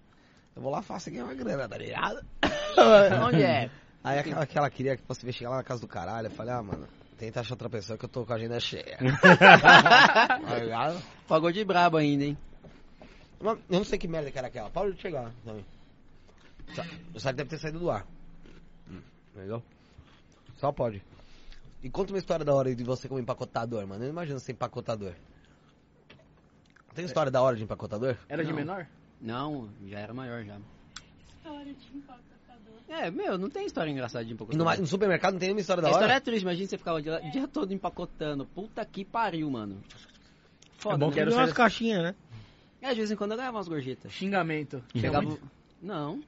S3: Eu vou lá, faço e ganho uma grana, tá ligado?
S4: Onde é?
S3: Aí aquela que ela queria que fosse investigar lá na casa do caralho, eu falei, ah, mano, tenta achar outra pessoa que eu tô com a agenda cheia. tá ligado?
S4: Pagou de brabo ainda, hein?
S3: Mas Eu não sei que merda que era aquela. Paulo de chegar também. Só- O site deve ter saído do ar. Hum, Legal? Só pode. E conta uma história da hora aí de você como empacotador, mano. Eu não imagino ser empacotador. Tem história da hora de empacotador?
S1: Era de
S4: Não.
S1: menor?
S4: Não, já era maior já.
S6: História de empacotador.
S4: É, meu, não tem história engraçada de
S3: E
S4: empacotador.
S3: no, ma- no supermercado não tem nenhuma história da
S4: A
S3: hora?
S4: história é triste, imagina você ficava o dia, o dia todo empacotando. Puta que pariu, mano. Foda,
S5: é bom
S4: né?
S5: que era umas caixinhas, né?
S4: É, de vez em quando eu ganhava umas gorjetas.
S1: Xingamento.
S4: Chegava... Não.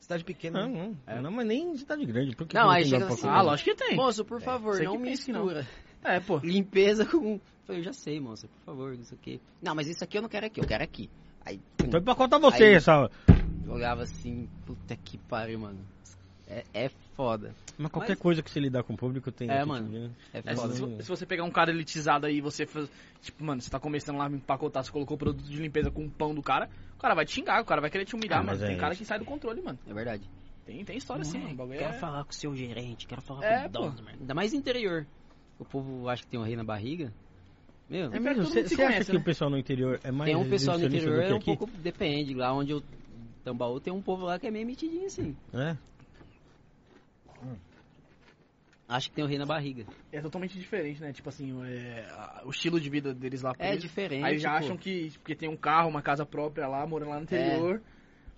S3: Cidade pequena.
S4: Ah.
S5: Não,
S3: né?
S5: não. Não, mas nem cidade grande. Por que
S4: É. Não,
S5: que
S4: aí
S5: tem
S4: chega
S5: lugar
S4: assim,
S5: pra
S1: Ah,
S5: comer?
S1: lógico que tem.
S4: Moço, por favor,
S1: Sei
S4: não
S1: que tem que não.
S4: mistura.
S1: É, pô.
S4: Limpeza com... um. Falei, eu já sei, moça, por favor, não sei o quê. Não, mas isso aqui eu não quero aqui, eu quero aqui. Aí, pum,
S5: Então empacotar você,
S4: Aí-
S5: essa...
S4: eu olhava assim, puta que pariu, mano. É, é foda.
S5: Mas qualquer
S4: Mas-
S5: coisa que você lidar com o público tem...
S4: É,
S5: tem que
S4: mano.
S5: ver, né?
S4: É
S1: É,
S4: foda.
S1: se, vo- se você pegar um cara elitizado aí e você faz, Tipo, mano, você tá começando lá a empacotar, você colocou produto de limpeza com o pão do cara, o cara vai te xingar, o cara vai querer te humilhar,
S5: Ah,
S1: mano.
S5: mas
S1: Tem
S5: é
S1: cara
S5: isso.
S1: que sai do controle, mano.
S4: É verdade.
S1: Tem, tem história sim, mano. O bagulho
S4: quero
S1: é-
S4: falar com o seu gerente, quero falar
S1: É,
S4: com o dono. mano. Ainda mais interior. O povo acha que tem um rei na barriga. Meu,
S5: É
S1: pior que
S5: mesmo?
S1: todo
S5: Você
S1: mundo se
S5: você acha
S1: conhece,
S5: que
S1: né?
S5: o pessoal no interior é mais
S4: tem um pessoal no
S5: exibicionista
S4: interior, é um
S5: do que aqui?
S4: pouco. Depende, lá onde eu. Tambaú tem um povo lá que é meio metidinho assim.
S5: É?
S4: Acha que tem um rei na barriga.
S1: É totalmente diferente, né? Tipo assim, é, a- o estilo de vida deles lá. por
S4: É
S1: isso.
S4: diferente.
S1: Aí já
S4: pô.
S1: acham que porque tem um carro, uma casa própria lá, morando lá no interior.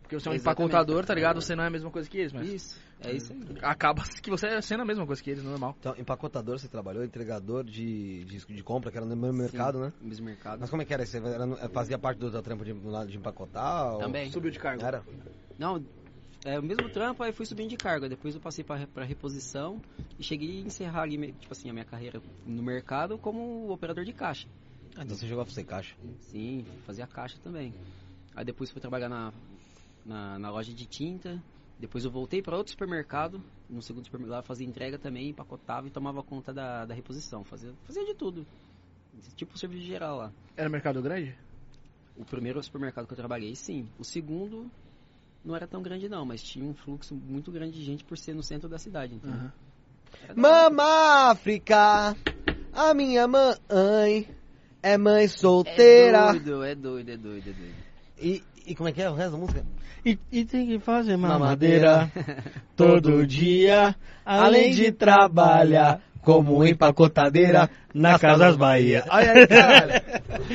S1: Porque você é um
S4: Exatamente.
S1: empacotador, tá ligado? Você não é a mesma coisa que eles, mas
S4: Isso, é isso aí.
S1: acaba que você é sendo a mesma coisa que eles, normal.
S3: Então, empacotador você trabalhou, entregador de, de, de compra, que era no mesmo mercado, né?
S4: Mesmo mercado.
S3: Mas como é que era? Você era no- fazia parte do teu trampo de, do lado de empacotar? ou-
S4: Também. Ah,
S1: Subiu de cargo.
S3: Era?
S4: Não, é o mesmo trampo, aí fui subindo de carga. Depois eu passei pra, re- pra reposição e cheguei a encerrar ali, me- tipo assim, a minha carreira no mercado como operador de caixa.
S3: Ah, então você jogava pra ser caixa.
S4: Sim, fazia caixa também. Aí depois fui trabalhar na, na, na loja de tinta. Depois eu voltei para outro supermercado. No segundo supermercado lá eu fazia entrega também, empacotava e tomava conta da, da reposição. Fazia, fazia de tudo. Tipo serviço geral lá.
S1: Era mercado grande?
S4: O primeiro supermercado que eu trabalhei, sim. O segundo não era tão grande não, mas tinha um fluxo muito grande de gente por ser no centro da cidade. Então,
S1: Aham.
S4: era da hora.
S3: Mama África, a minha mãe é mãe
S4: é
S3: solteira.
S4: doido, é doido, é doido, é doido.
S3: e, e como é que é o resto da música?
S5: E, e tem que fazer
S3: Mamadeira.
S5: mamadeira todo dia, além de trabalhar como empacotadeira na Casas Bahia.
S3: Olha aí, caralho.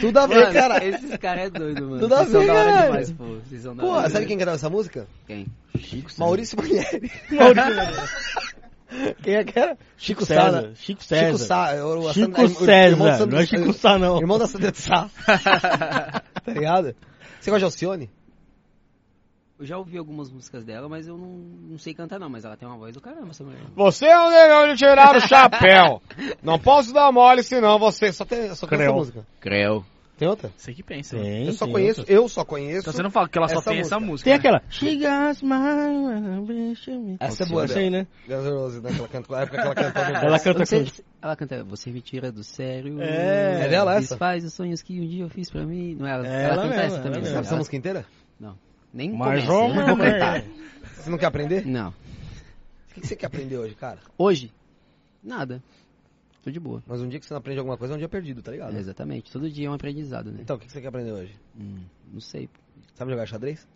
S3: Tudo a ver,
S4: Mano,
S3: Tá cara.
S4: esses caras é doido, mano.
S3: Tudo a
S4: Vocês são
S3: ver,
S4: da hora
S3: cara.
S4: demais, pô. Vocês são da hora
S3: Pô, sabe
S4: demais.
S3: quem gravou essa música?
S4: Quem?
S3: Maurício Manieri.
S5: Quem é que era? Chico
S3: César.
S5: Chico César.
S3: Chico Sá. eu- o
S5: Chico
S3: Sandra- irmão- irmão do Sandro-
S5: César. Não é Chico Sá, não.
S3: Irmão da Sandra de Sá. tá ligado? Você gosta de Alcione?
S4: Eu já ouvi algumas músicas dela, mas eu não, não sei cantar não, mas ela tem uma voz do caramba, essa mulher.
S7: Você é um negão de tirar o chapéu. Não posso dar mole, senão você
S3: Só tem, só tem essa
S5: Creu.
S3: música.
S4: Creu.
S3: Tem outra?
S1: Você que pensa. mano.
S5: Tem,
S3: eu só
S5: tem
S3: conheço,
S5: outra.
S3: eu só conheço.
S1: Então você não fala que ela só
S3: Essa
S1: tem essa
S3: música.
S1: música.
S5: Tem
S1: né?
S5: aquela. She got my bitch in me.
S3: Essa é boa,
S5: Essa aí, né?
S3: Gazeroso, né? Que ela canta, na época que ela cantava no
S5: Ela canta
S4: Você,
S5: com...
S4: ela canta, você me tira do sério.
S5: É.
S3: É dela essa?
S4: Desfaz os sonhos que um dia eu fiz pra mim. Não é ela? ela,
S5: É ela
S4: canta
S5: mesmo,
S4: essa
S5: ela
S4: também.
S5: mesmo.
S4: ela-
S3: Sabe essa música inteira?
S4: Nem
S5: Mais
S4: começa, eu
S5: uma,
S4: não vou
S5: né?
S4: cantar.
S3: Você não quer aprender?
S4: Não.
S3: O que que você quer aprender hoje, cara?
S4: Hoje? Nada. Tô de boa.
S3: Mas um dia que você não aprende alguma coisa é um dia perdido, tá ligado?
S4: É, exatamente. Todo dia é um aprendizado, né?
S3: Então, o que que você quer aprender hoje?
S4: Hum, não sei.
S3: Sabe jogar xadrez?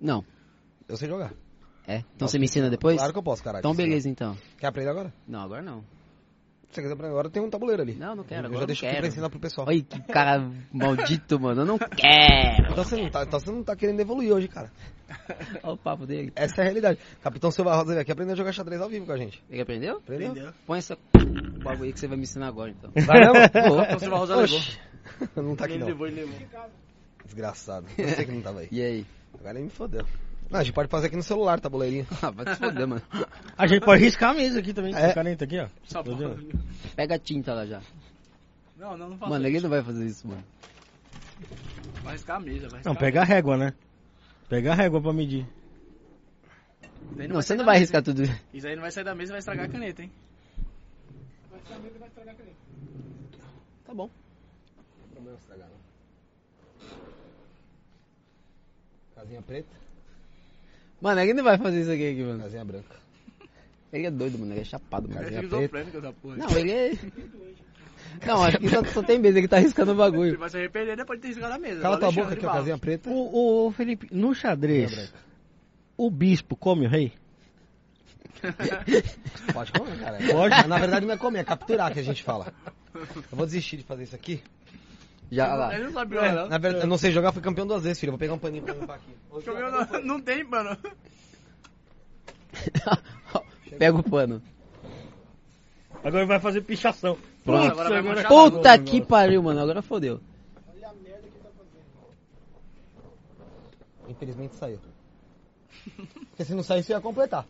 S4: Não.
S3: Eu sei jogar.
S4: É? Então você me ensina depois?
S3: Claro que eu posso, caralho.
S4: Então beleza, então.
S3: Quer aprender agora?
S4: Não, agora não.
S3: Se você quiser aprender agora, tem um tabuleiro ali.
S4: Não, não
S3: Eu
S4: quero. Agora
S3: já
S4: eu
S3: deixo
S4: não
S3: aqui pra
S4: quero.
S3: ensinar pro pessoal.
S4: Olha que cara maldito, mano. Eu não quero.
S3: Então você, não tá, então você não tá querendo evoluir hoje, cara.
S4: Olha o papo dele.
S3: Essa é a realidade. Capitão Silva Rosa veio aqui aprender a jogar xadrez ao vivo com a gente.
S4: Ele aprendeu?
S3: Aprendeu?
S4: Põe essa bagulho aí que você vai me ensinar agora, então.
S3: Vai mesmo?
S4: Vou.
S1: Então Silva Rosa
S3: Oxi. Não tá aqui não.
S1: ele levou.
S3: Desgraçado. Eu sei que não tava aí.
S4: E aí?
S3: Agora ele me fodeu. Não, a gente pode fazer aqui no celular, tá, tabuleirinho.
S4: Ah, vai te foder, mano.
S5: A gente pode riscar a mesa aqui também.
S3: É.
S5: É. Caneta aqui, ó.
S1: Só
S5: Tá vendo?
S1: pra-
S4: Pega a tinta lá já.
S1: Não, não, não faço.
S4: Mano,
S1: Mano,
S4: ninguém não vai fazer isso, mano.
S1: Vai riscar a mesa, vai
S5: Não,
S1: riscar.
S5: pega a régua, né? Pega a régua pra medir.
S1: Daí
S4: Não, você
S1: sair
S4: não
S1: da
S4: vai
S1: mesa,
S4: arriscar tudo.
S1: hein? Isso aí não vai sair da mesa e vai estragar a caneta, hein?
S4: Tá bom.
S3: Casinha preta,
S4: Mano, ninguém não vai fazer isso aqui, aqui, mano.
S3: casinha branca.
S4: Ele é doido, mano. Ele é chapado, mano.
S1: Eu fico
S3: preta.
S1: sofrendo com essa porra.
S4: Não, ele é... Não, acho que só, só tem mesa que tá arriscando o
S1: Ele
S4: bagulho.
S1: vai se arrepender depois de ter riscado a mesa.
S3: Cala
S1: Igual
S3: tua
S1: Alexandre
S3: boca aqui, ó,
S1: Barros.
S3: casinha preta.
S5: Ô, ô, ô, Felipe, no xadrez, o bispo come o rei?
S3: Pode comer, cara.
S5: Pode.
S3: Mas, na verdade não é comer, é capturar que a gente fala. Eu vou desistir de fazer isso aqui. Já lá. É.
S1: Ele não sabe jogar, não.
S3: Na verdade, eu não sei jogar, fui campeão duas vezes, filho. Eu vou pegar um paninho pra limpar aqui. Ô,
S1: Joguei, não, não tem, mano.
S4: Pega o pano.
S5: Agora vai fazer pichação.
S1: Pronto.
S5: Putz,
S1: Agora vai manchar
S4: Puta
S5: acabou o
S4: que
S5: negócio.
S4: pariu, mano. Agora fodeu.
S3: Infelizmente saiu. Porque se não saísse, eu ia completar.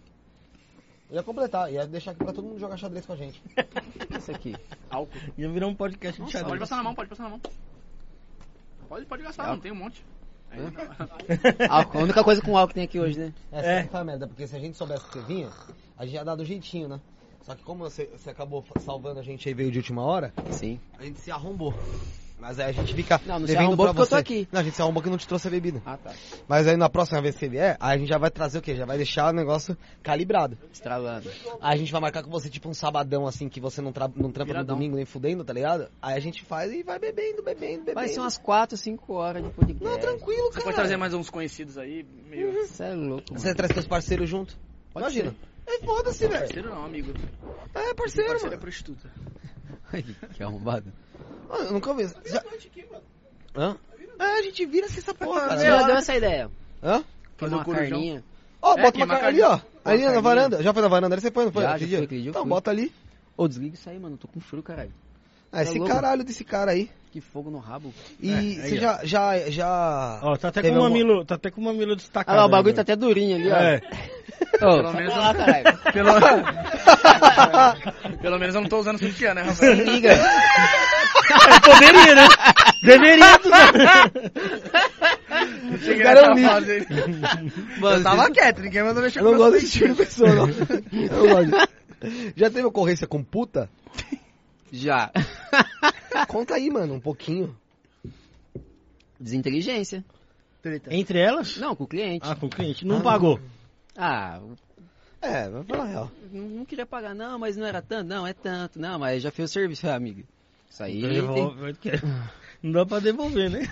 S3: Eu ia completar, ia deixar aqui pra todo mundo jogar xadrez com a gente.
S4: Isso aqui.
S1: Álcool.
S5: Ia virar um podcast de
S1: Pode
S5: xadrez.
S1: passar na mão, pode passar na mão. Pode, pode gastar, não tem um monte. Aí não.
S4: Álcool. A única coisa com álcool que tem aqui hoje, né?
S3: Essa é a merda, porque se a gente soubesse que você vinha, a gente ia dar do jeitinho, né? Só que como você, você acabou fa- salvando a gente aí veio de última hora,
S4: Sim.
S3: a gente se arrombou. Mas aí a gente fica.
S4: Não, não se
S3: devendo
S4: arrombou
S3: pra
S4: porque eu tô
S3: você.
S4: aqui.
S3: Não, a gente se arrombou que não te trouxe a bebida.
S4: Ah, tá.
S3: Mas aí na próxima vez que você vier, aí a gente já vai trazer o quê? Já vai deixar o negócio calibrado.
S4: Estralando.
S3: Aí a gente vai marcar com você, tipo, um sabadão assim, que você não, tra não trampa
S1: Viradão.
S3: no domingo nem fudendo, tá ligado? Aí a gente faz e vai bebendo, bebendo, bebendo.
S4: Vai ser É. umas 4, 5 horas de podcast.
S3: Não, tranquilo,
S1: Você
S3: cara.
S1: pode trazer mais uns conhecidos aí, meio.
S4: Você é louco, mano.
S3: Você traz seus parceiros junto?
S4: Pode
S3: Imagina. É foda-se, velho.
S1: Parceiro não, amigo.
S3: É parceiro,
S1: Parceiro é
S3: mano.
S1: prostituta.
S4: Ai, que arrombado.
S3: Mano, eu nunca ouvi. isso. Já... Hã? É, a gente vira assim essa porra,
S4: Você já deu
S3: cara.
S4: essa ideia.
S3: Hã?
S4: Fazer uma
S1: corujão.
S4: carninha.
S3: Ó,
S1: É,
S3: bota
S1: queima
S3: uma
S1: a
S3: cara ali, ó.
S4: Uma
S3: Ali na
S4: carninha.
S3: varanda. Já foi na varanda? Ali você foi, não foi?
S4: Já,
S3: Aquele
S4: já
S3: dia?
S4: fui, aquele dia eu
S3: Então
S4: fui.
S3: bota ali.
S4: Ô, desliga isso aí, mano. Tô com frio, caralho.
S3: Ah, esse
S4: Tá louco?
S3: caralho desse cara aí.
S4: Que fogo no rabo.
S3: E
S5: É, aí,
S3: você
S5: ó.
S3: já, já, já...
S5: Ó, tá até com
S3: Teve
S5: o
S3: alguma-
S5: mamilo, tá até com o mamilo destacado.
S4: Olha lá, o bagulho
S5: aí,
S4: tá até durinho ali, ó.
S5: É.
S4: Ô,
S1: Pelo menos-
S4: vai lá, caralho.
S1: Pelo... Pelo menos eu não tô usando sutiã, né,
S4: Se
S1: Rafael?
S4: liga.
S5: Poderia, né? Deveria, tu sabe?
S1: Cheguei
S3: cara é um
S1: nessa
S3: lixo.
S1: fase aí. Eu tava quieto, ninguém mandou mexer
S3: Eu não
S1: meus
S3: gosto desse tipo de
S1: peitinhos.
S3: pessoa, não. Eu não gosto. Já teve ocorrência com puta?
S4: Já.
S3: Conta aí, mano, um pouquinho.
S4: Desinteligência.
S5: Entre elas?
S4: Não, com o cliente.
S5: Ah, com o cliente. Não
S3: Ah.
S5: pagou.
S4: Ah,
S3: É, vai falar a real.
S4: não, não queria pagar. Não, mas não era tanto. Não, é tanto. Não, mas já fez o serviço, ah, amigo. Isso
S5: Então
S4: aí tem...
S5: Devolve, porque Não dá pra devolver, né?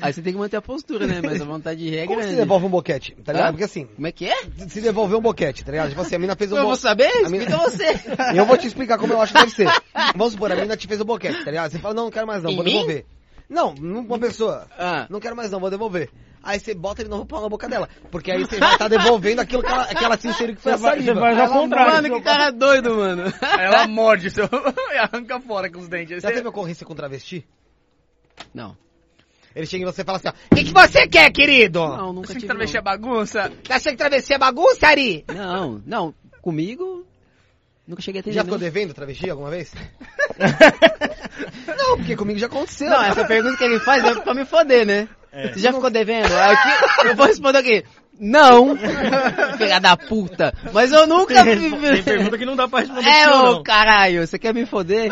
S4: Aí você tem que manter a postura, né? Mas a vontade de ré é
S3: Como se
S4: grande.
S3: devolve um boquete, tá ligado?
S4: Hã?
S3: Porque assim,
S4: Como é que é?
S3: se devolver um boquete, tá ligado? Tipo assim, a mina fez um
S4: Eu vou
S3: boquete.
S4: saber?
S3: a minha-
S4: Explica você.
S3: Eu vou te explicar como eu acho que deve ser. Vamos supor, a mina te fez um boquete, tá ligado? Você fala, não, não quero mais não,
S4: Em
S3: vou
S4: mim?
S3: devolver. Não, não, uma pessoa,
S4: Ah,
S3: não quero mais não, vou devolver. Aí você bota de novo o pau na boca dela. Porque aí você já tá devolvendo aquilo que ela, que ela sentiu que foi a
S5: Você vai- você
S3: saliva.
S5: vai- Mas ao
S4: Ela-
S5: contrário,
S4: Mano,
S5: seu-
S4: que cara doido, mano.
S1: Aí ela morde o seu... e arranca fora com os dentes.
S3: Já
S1: Você...
S3: teve ocorrência com travesti?
S4: Não.
S3: Ele chega em você e fala assim, ó, o que, que você quer, querido?
S4: Não, nunca
S1: Você que
S4: tive,
S1: travesti é bagunça?
S3: Tá achando que travesti é bagunça, Ari?
S4: não. Não, não. Comigo, nunca cheguei a ter
S3: Já ficou
S4: nenhum.
S3: devendo travesti alguma vez? não, porque comigo já aconteceu.
S4: Não, essa pergunta que ele faz é pra me foder, né? Você já ficou devendo? Aqui, eu vou responder aqui. Não, filha da puta. Mas eu nunca
S5: Tem, tem pergunta que não dá pra responder.
S4: É,
S5: sim ou
S4: ô
S5: não.
S4: caralho, você quer me foder?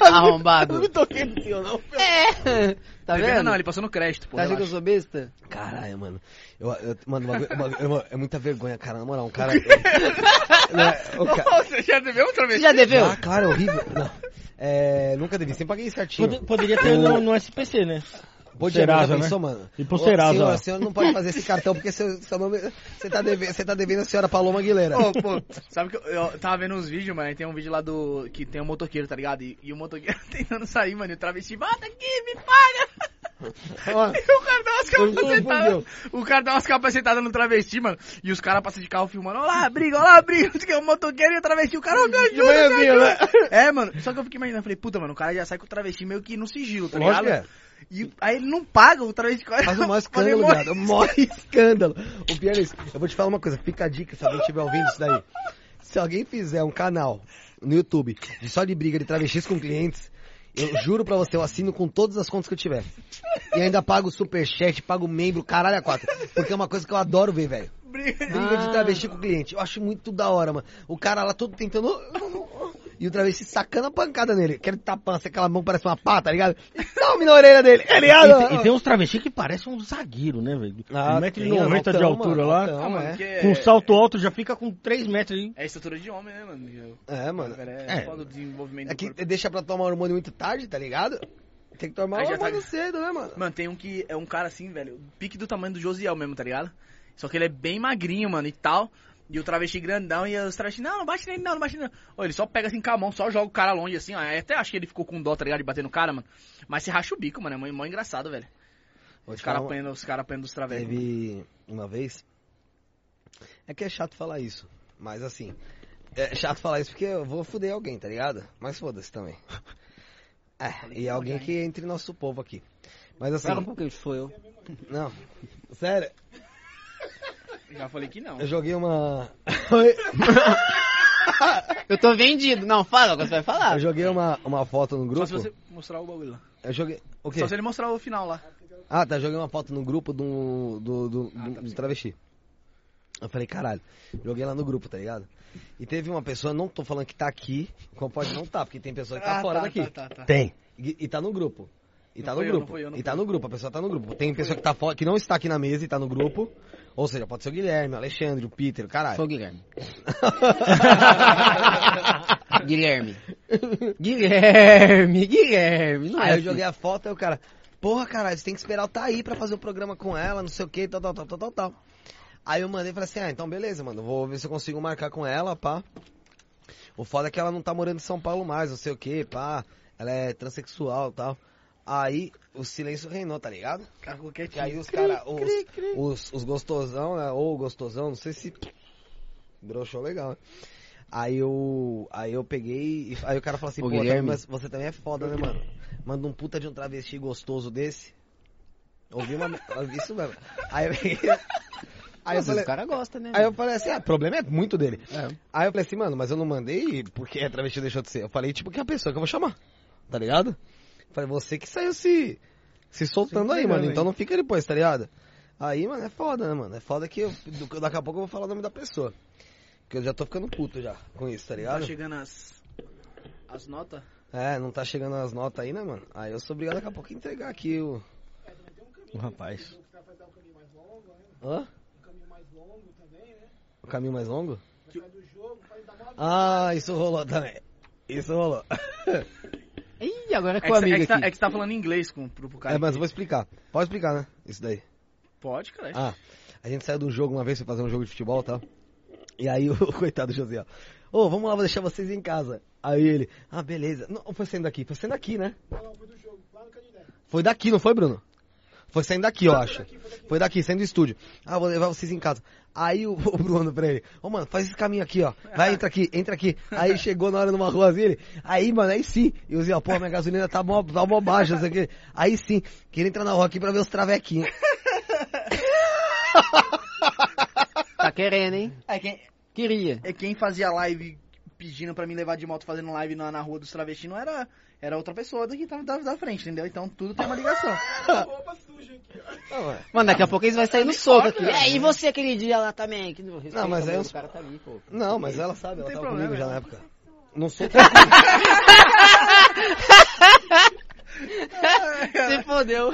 S4: Arrombado. Não me toquei não. É, tá
S1: Devendo
S4: vendo?
S1: Não, ele passou no crédito, pô.
S4: tá achando que eu
S1: relaxa.
S4: sou besta?
S3: Caralho, mano. Eu, eu- mano, o bagulho- o bagulho- eu- é muita vergonha, cara. Na moral, um cara. Não, é, o cara-
S1: Você já deveu um
S4: Você
S1: travesti?
S4: já deveu?
S3: Ah, claro, é horrível. Não. É, nunca devi, sempre paguei certinho.
S5: Pod- Poderia ter no, no SPC, né?
S3: Pô,
S5: Serasa, né?
S3: já pensou, mano?
S5: E pro
S3: Ô,
S5: Serasa,
S3: senhora,
S5: ó.
S3: a senhora não pode fazer esse cartão porque seu, seu nome. Você tá, deve, você tá devendo a senhora Paloma Aguilera.
S1: Ô, pô, sabe que eu, eu tava vendo uns vídeos, mano, e tem um vídeo lá do... que tem um motoqueiro, tá ligado? E, e o motoqueiro tá tentando sair, mano, e o travesti, bota aqui, me paga!
S3: Ó,
S1: E o cara dá umas
S3: Confundeu.
S1: capacetadas. O cara dá umas capacetadas no travesti, mano. E os caras passam de carro filmando. Olha lá, briga, olha lá, briga. Diz que é O motoqueiro e o travesti. O cara, ó, me ajuda, me ajuda.
S3: né?
S1: É, mano. Só que eu fiquei imaginando. Falei, puta, mano, o cara já sai com o travesti meio que no sigilo, tá
S3: Lógico
S1: ligado?
S3: que é.
S1: E aí ele não paga o travesti.
S3: Faz o maior
S1: Mas ele
S3: escândalo,
S1: morre.
S3: viado. O maior escândalo. O pior é isso. Eu vou te falar uma coisa, fica a dica se alguém estiver ouvindo isso daí. Se alguém fizer um canal no YouTube de só de briga de travestis com clientes, eu juro pra você, eu assino com todas as contas que eu tiver. E ainda pago superchat, pago membro, caralho, a quatro. Porque é uma coisa que eu adoro ver, velho.
S1: Briga.
S3: Briga de
S4: Ah.
S3: travesti com cliente. Eu acho muito da hora, mano. O cara lá todo tentando. E o travesti sacando a pancada nele. Quero tapar, assim, aquela mão que parece uma pata, tá ligado? Dá uma na orelha dele, tá
S5: E,
S3: ligado?
S5: tem- e tem uns travestis que parecem um zagueiro, né, velho?
S3: Ah,
S5: 1,90m
S3: tem,
S5: de altura
S3: mano,
S5: lá.
S3: altão,
S1: Ah, mano,
S3: é.
S1: que é-
S5: Com salto alto já fica com 3 metros aí.
S1: É estrutura de homem, né, mano?
S3: É, mano.
S1: Cara,
S5: é.
S1: é foda o desenvolvimento
S3: É
S1: do
S3: que
S1: corpo.
S3: deixa pra tomar hormônio muito tarde, tá ligado? Tem que tomar
S1: Aí já
S3: hormônio
S1: tá-
S3: cedo, né, mano?
S1: Mano, tem um que é um cara assim, velho, pique do tamanho do Josiel mesmo, tá ligado? Só que ele é bem magrinho, mano, e tal. E o travesti grandão, e os travestis, não, não bate nele, não, não bate nele. não. Ô, ele só pega assim com a mão, só joga o cara longe, assim, ó. Eu até acho que ele ficou com dó, tá ligado, de bater no cara, mano. Mas se racha o bico, mano, é mó, mó engraçado, velho.
S3: Vou
S1: Os
S3: te
S1: caras
S3: falar uma-
S1: apanhando, os caras apanhando dos travestis.
S3: Teve uma vez. É que é chato falar isso, mas assim. É chato falar isso porque eu vou fuder alguém, tá ligado? Mas foda-se também. É, e alguém que é entre nosso povo aqui. Mas assim,
S4: Espera um pouquinho, sou eu.
S3: não. Sério,
S1: Já falei que não.
S3: eu joguei uma. Oi.
S4: Eu tô vendido. Não, fala, agora você vai
S3: Eu
S4: falar.
S3: joguei uma, uma foto no
S1: Só
S3: grupo.
S1: se você mostrar o bagulho lá.
S3: Eu joguei. O quê?
S1: Só se ele mostrar o final lá.
S3: Ah, tá, joguei uma foto no grupo do, do, do,
S1: Ah,
S3: do-
S1: tá,
S3: do
S1: sim.
S3: travesti. Eu falei, caralho, joguei lá no grupo, tá ligado? E teve uma pessoa, não tô falando que tá aqui, como pode não tá, porque tem pessoa que tá
S1: Ah,
S3: fora
S1: tá,
S3: daqui.
S1: tá, tá, tá.
S3: Tem. E, e tá no grupo. E
S1: Não
S3: tá no
S1: fui eu, não
S3: grupo.
S1: fui eu, não
S3: e
S1: fui
S3: tá
S1: eu.
S3: no grupo, a pessoa tá no grupo. Tem pessoa que tá fora, que não está aqui na mesa e tá no grupo. Ou seja, pode ser o Guilherme, o Alexandre, o Peter, o caralho.
S4: Sou o Guilherme. Guilherme. Guilherme, Guilherme. Não é
S3: Aí eu
S4: assim.
S3: joguei a foto e o cara, porra, caralho, você tem que esperar eu tá aí pra fazer o programa com ela, não sei o que, tal, tal, tal, tal, tal, tal. Aí eu mandei e falei assim, ah, então beleza, mano, vou ver se eu consigo marcar com ela, pá. O foda é que ela não tá morando em São Paulo mais, não sei o que, pá. Ela é transexual e tal. Aí o silêncio reinou, tá ligado?
S1: Cara, ficou
S3: Que
S1: quietinho.
S3: aí os caras, os, os, os gostosão, né? Ou gostosão, não sei se. Broxou legal, né? Aí eu. Aí eu peguei. e- Aí o cara falou assim,
S4: Ô,
S3: pô,
S4: Guilherme.
S3: também, mas você também é foda, né, mano? Manda um puta de um travesti gostoso desse. Ouvi uma. Isso mesmo. Aí eu peguei. Aí eu
S4: Mas
S3: falei.
S4: o cara gosta, né?
S3: Aí eu falei assim, ah, o problema é muito dele.
S4: É.
S3: Aí eu falei assim, mano, mas eu não mandei porque a travesti deixou de ser. Eu falei, tipo, que é a pessoa que eu vou chamar, tá ligado? Falei, você que saiu se, se soltando aí, mano, então não fica depois, tá ligado? Aí, mano, é foda, né, mano? É foda que eu, do- daqui a pouco eu vou falar o nome da pessoa. Porque eu já tô ficando puto já com isso, tá
S1: Tá
S3: ligado?
S1: chegando as. As notas?
S3: É, não tá chegando as notas aí, né, mano? Aí eu sou obrigado daqui a pouco a entregar aqui o...
S5: O rapaz.
S3: Hã? O caminho mais longo Ah, isso rolou também. Isso rolou.
S4: Ih, agora é
S1: É que,
S4: com o
S1: cê- é,
S4: amigo
S1: que tá,
S4: aqui.
S1: é que cê tá falando inglês com, pro, pro cara.
S3: É, mas eu vou explicar. Pode explicar, né? Isso daí.
S1: Pode, cara.
S3: Ah, a gente saiu de um jogo uma vez pra fazer um jogo de futebol e tal. E aí o coitado do José, ó. Ô, vamos lá, vou deixar vocês em casa. Aí ele, ah, beleza. Não, foi saindo daqui, foi saindo daqui, né? Não, foi do jogo, lá no Foi daqui, não foi, Bruno? Foi saindo daqui, eu acho. Foi daqui, saindo do estúdio. Ah, vou levar vocês em casa. Aí o, o Bruno pra ele, ô mano, faz esse caminho aqui, ó. Vai, entra aqui, entra aqui. Aí chegou na hora numa ruazinha ele, aí, mano, aí sim. E eu dizia, ó, pô, minha gasolina tá mó, tá mó baixa, não sei o quê. Aí sim, queria entrar na rua aqui pra ver os travequinhos.
S4: Tá querendo, hein?
S3: Ah.
S1: É quem,
S4: Queria.
S1: é quem fazia live pedindo pra mim levar de moto fazendo live na, na rua dos travestis não era, era outra pessoa daqui tava da, da frente, entendeu? Então tudo tem uma ligação.
S3: Não, é.
S4: Mano, daqui a pouco eles vão sair no soco aqui. É, e você aquele dia lá também? Que não, respeita,
S3: mas aí
S4: mano,
S3: os-
S4: o cara tá ali, pô.
S3: Não, mas ela sabe, ela
S1: tem
S3: tava
S1: problema,
S3: comigo já
S1: ela
S3: na
S1: é
S3: época. Não sou.
S4: Se fodeu.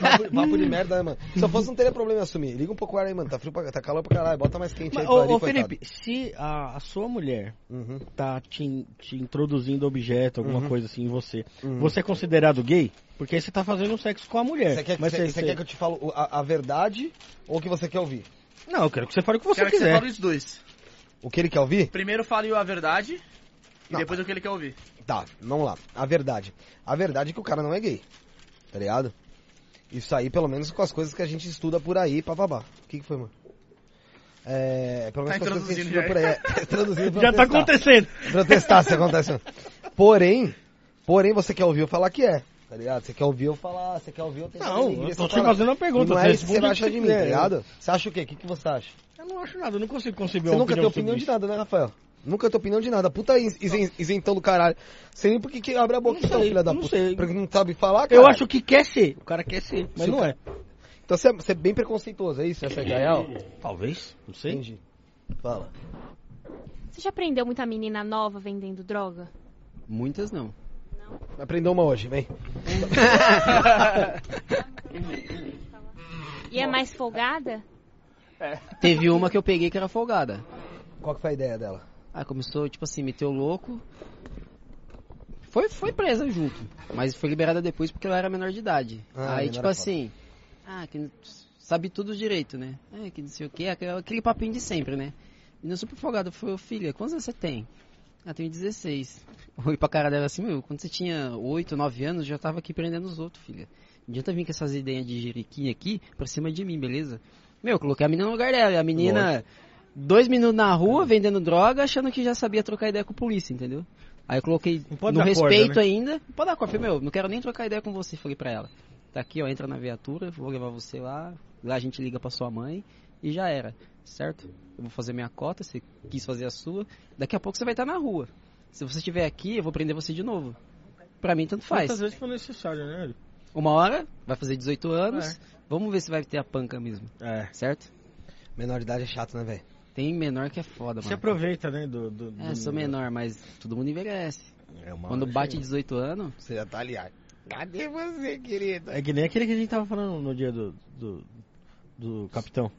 S3: papo, papo de merda, né, mano? Se eu fosse, não teria problema em assumir. Liga um pouco o ar aí, mano. Tá frio pra, Tá calor pra caralho. Bota mais quente aí
S5: Mas,
S3: pra
S5: ô,
S3: ali,
S5: ô,
S3: coitado.
S5: Felipe, se a, a sua mulher
S3: Uhum.
S5: tá te, in- te introduzindo objeto, alguma
S3: Uhum.
S5: coisa assim em você,
S3: Uhum.
S5: você é considerado gay? Porque aí você tá fazendo sexo com a mulher.
S3: Você quer,
S5: mas
S3: você, você quer que eu te fale o- a, a verdade ou o que você quer ouvir?
S5: Não, eu quero que você fale o que você
S1: Quero que você
S5: quiser.
S1: fale os dois.
S3: O que ele quer ouvir?
S1: Primeiro fale a verdade e
S3: Não.
S1: depois o que ele quer ouvir.
S3: Tá, vamos lá. A verdade. A verdade é que o cara não é gay. Tá ligado? Isso aí, pelo menos com as coisas que a gente estuda por aí, papabá. O que, que foi, mano? É, pelo
S1: Tá
S3: menos com as coisas que a gente
S1: introduzindo
S3: estuda por aí. É, introduzindo pra
S5: Já tá
S3: testar.
S5: acontecendo.
S3: pra testar se acontece. Porém, porém, você quer ouvir eu falar que é, tá ligado? Você quer ouvir eu falar, você quer ouvir eu tentar
S5: Não,
S3: entender
S5: eu
S3: se
S5: tô te
S3: falo.
S5: fazendo uma
S3: E
S5: pergunta.
S3: Não é isso que
S5: responde
S3: você
S5: o
S3: acha de mim,
S5: quiser.
S3: tá ligado? Você acha o quê? O que, que você acha?
S5: Eu não acho nada, eu não consigo conceber
S3: Você
S5: uma
S3: nunca tem
S5: sobre
S3: opinião de
S5: isso.
S3: nada, né, Rafael? Nunca tem opinião de nada. Puta is- isen- isentão do caralho. Sei nem por que que abre a boca
S5: Não
S3: então,
S5: sei,
S3: filha da
S5: não
S3: puta.
S5: sei.
S3: Porque não sabe falar, cara.
S5: Eu acho que quer ser. O cara quer ser, mas
S3: Se o
S5: não é.
S3: Então você é, você é bem preconceituoso, é isso? Essa é a real?
S5: Talvez, não sei.
S3: Entendi. Fala.
S6: Você já prendeu muita menina nova vendendo droga?
S4: Muitas não.
S3: Aprendeu uma hoje, vem.
S6: E é mais folgada?
S4: Teve uma que eu peguei que era folgada.
S3: Qual que foi a ideia dela?
S4: Aí começou, tipo assim, meteu louco. Foi, foi presa junto. Mas foi liberada depois porque ela era menor de idade.
S3: Ah,
S4: aí,
S3: menor
S4: tipo
S3: é
S4: assim. Ah, que. sabe tudo direito, né? É, que não sei o que, aquele, aquele papinho de sempre, né? E no super folgado foi, filha, quantos anos você tem? Ah, tenho 16. Oi pra cara dela assim, meu, quando você tinha 8, 9 anos, já tava aqui prendendo os outros, filha. Não adianta vir com essas ideias de jeriquinha aqui pra cima de mim, beleza? Meu, eu coloquei a menina no lugar dela. E a menina, dois minutos na
S5: É.
S4: rua, vendendo droga, achando que já sabia trocar ideia com a polícia, entendeu? Aí eu coloquei
S5: Não pode
S4: no
S5: dar corda,
S4: respeito
S5: né?
S4: ainda. Não pode dar corda, falei, meu, não quero nem trocar ideia com você, falei pra ela. Tá aqui, ó, entra na viatura, vou levar você lá. Lá a gente liga pra sua mãe e já era, certo? Eu vou fazer minha cota, você quis fazer a sua. Daqui a pouco você vai estar na rua. Se você estiver aqui, eu vou prender você de novo. Pra mim, tanto faz.
S5: Quantas vezes foi necessário, né?
S4: Uma hora, vai fazer 18 anos. Vamos ver se vai ter a panca mesmo,
S5: É.
S4: certo?
S3: Menor de idade é chato, né, velho?
S4: Tem menor que é foda,
S5: Se
S4: mano.
S5: aproveita, né? Do, do, do-
S4: É, sou menor, mas todo mundo envelhece.
S5: É uma
S4: Quando
S5: hora
S4: bate
S5: chega.
S4: 18 anos,
S3: Você já tá aliado. Cadê você, querido?
S5: É que nem aquele que a gente tava falando no dia do, do, do capitão.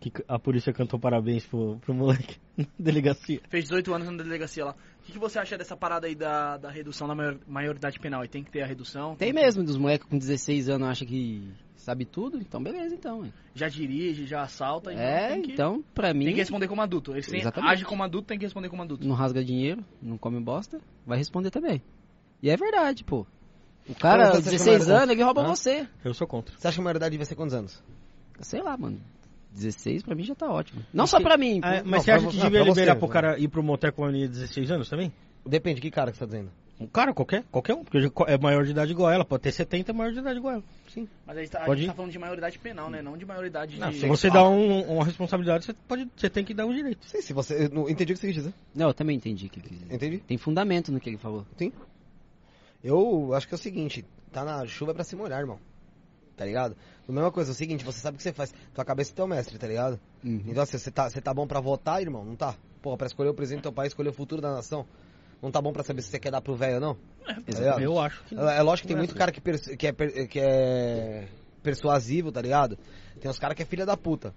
S5: Que c- a polícia cantou parabéns pro, pro moleque na delegacia.
S1: Fez 18 anos na delegacia lá. O que, que você acha dessa parada aí da, da redução da maior- maioridade penal? E tem que ter a redução?
S4: tem mesmo dos moleques com 16 anos acha que sabe tudo, então beleza, então. hein?
S1: Já dirige, já assalta.
S4: É,
S1: tem que,
S4: então pra
S1: Tem
S4: mim
S1: que responder como adulto. Ele tem,
S4: Exatamente.
S1: age como adulto, tem que responder como adulto.
S4: não rasga dinheiro, não come bosta, vai responder também. E é verdade, pô. O cara,
S3: Quantas
S4: aos
S3: você
S4: 16
S3: chamaram?
S4: anos, ele rouba
S5: Hã?
S4: você.
S5: Eu sou contra.
S3: Você acha que a maioridade devia ser quantos anos?
S4: Sei lá, mano. 16 pra mim já tá ótimo. Não só pra mim.
S5: Ah, mas
S3: não,
S5: você
S3: pra
S5: acha que
S3: você-
S5: devia
S3: pra
S5: liberar
S3: você,
S5: pro
S3: né?
S5: cara ir pro motel com a menina de 16 anos também?
S3: Depende, que cara que você tá dizendo?
S5: Um cara qualquer, qualquer um, porque já co- é maior de idade igual ela, pode ter 70 é maior de idade igual ela.
S1: Mas a gente, tá, a
S5: Pode
S1: gente
S5: ir.
S1: tá falando de maioridade penal, né? Não de maioridade de...
S5: se você dá um- uma responsabilidade, você, pode, você tem que dar o direito.
S3: Não sei se você. eu não entendi o que você quis dizer.
S4: Não, eu também entendi o que ele quis dizer.
S3: Entendi?
S4: Tem fundamento no que ele falou.
S3: Eu acho que é o seguinte, tá na chuva é pra se molhar, irmão. Tá ligado? A mesma coisa, é o seguinte, você sabe o que você faz. Tua cabeça é teu mestre, tá ligado? Então assim, você tá, você tá bom pra votar, irmão? Não tá? Porra, pra escolher o presidente do teu país, escolher o futuro da nação. Não tá bom pra saber se você quer dar pro velho ou não?
S4: Exatamente.
S3: ligado?
S5: Eu acho que não.
S3: É é lógico que tem
S5: Não é
S3: muito
S5: assim.
S3: cara que, persu- que, é, per- que é persuasivo, tá ligado? Tem uns cara que é filha da puta.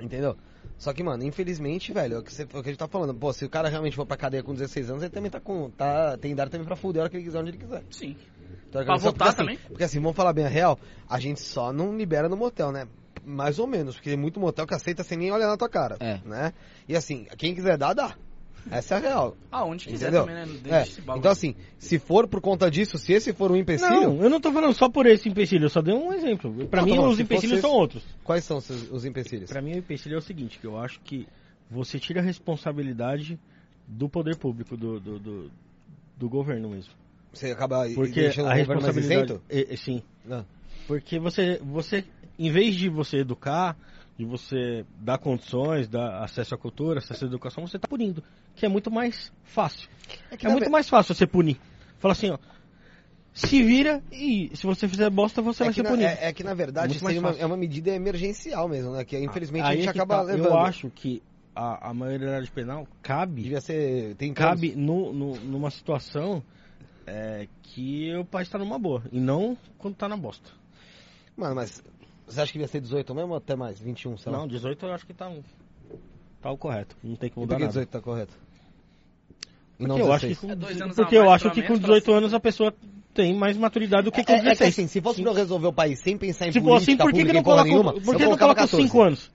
S3: Entendeu? Só que, mano, infelizmente, velho, é o que, você, é o que a gente tá falando. Pô, se o cara realmente for pra cadeia com 16 anos, ele também tá com. Tá, tem idade também pra fuder a hora que ele quiser, onde ele quiser.
S1: Sim.
S3: Teoricamente,
S1: Pra
S3: só-
S1: votar
S3: porque, assim, Porque assim, vamos falar bem a real, a gente só não libera no motel, né? Mais ou menos, porque tem muito motel que aceita sem nem olhar na tua cara,
S4: É.
S3: né? E assim, quem quiser dar, dá. Essa é a real,
S1: Aonde quiser
S3: entendeu?
S1: também, né? Dentro
S3: É,
S1: desse bagulho.
S3: Então assim, se for por conta disso, se esse for um empecilho,
S5: Não, eu não tô falando só por esse empecilho, eu só dei um exemplo. Pra
S3: Não,
S5: mim,
S3: tá bom,
S5: os
S3: se
S5: empecilhos
S3: fosse-
S5: são outros.
S3: quais são os, seus- os empecilhos?
S5: Pra mim, o empecilho é o seguinte, que eu acho que você tira a responsabilidade do poder público, do, do, do, do governo mesmo.
S3: Você acaba
S5: Porque
S3: deixando
S5: a
S3: o governo um mais
S5: responsabilidade...
S3: isento? Ah.
S5: É, é, sim.
S3: Não.
S5: Porque você, você, em vez de você educar, de você dar condições, dar acesso à cultura, acesso à educação, você tá punindo. Que é muito mais fácil. É,
S3: na
S5: muito
S3: ve-
S5: mais fácil você punir. Fala assim, ó. Se vira e se você fizer bosta, você
S3: É
S5: vai
S3: que,
S5: ser
S3: na,
S5: punido.
S3: é- é que, na verdade
S5: Muito mais
S3: seria uma,
S5: fácil.
S3: é uma medida emergencial mesmo, né? Que infelizmente a
S5: Aí
S3: gente
S5: é que
S3: acaba
S5: tá.
S3: levando.
S5: Eu acho que a, a maioridade penal cabe
S3: Devia um ser. Tem
S5: cabe no, no- numa situação é, que o país está numa boa e não quando tá na bosta.
S3: Mano, mas você acha que devia ser 18 mesmo ou até mais? 21, sei lá?
S5: Não, 18 eu acho que tá, um- tá o correto. Não tem
S3: E
S5: que
S3: por
S5: mudar
S3: que
S5: nada.
S3: 18 tá correto? E
S5: Porque eu acho que com,
S1: É dois anos
S5: porque
S1: a mais
S5: eu acho
S1: pra
S5: que com
S1: menos, pra
S5: 18
S1: cima.
S5: anos a pessoa tem mais maturidade do que com
S3: É, é que
S5: 16.
S3: assim, é se fosse pra eu resolver o país sem pensar em
S5: tipo
S3: política
S5: assim, por que,
S3: pública
S5: que não
S3: em porra nenhuma,
S5: coloca, por
S3: eu
S5: que não
S3: colocava
S5: coloca
S3: 14.
S5: 5 anos?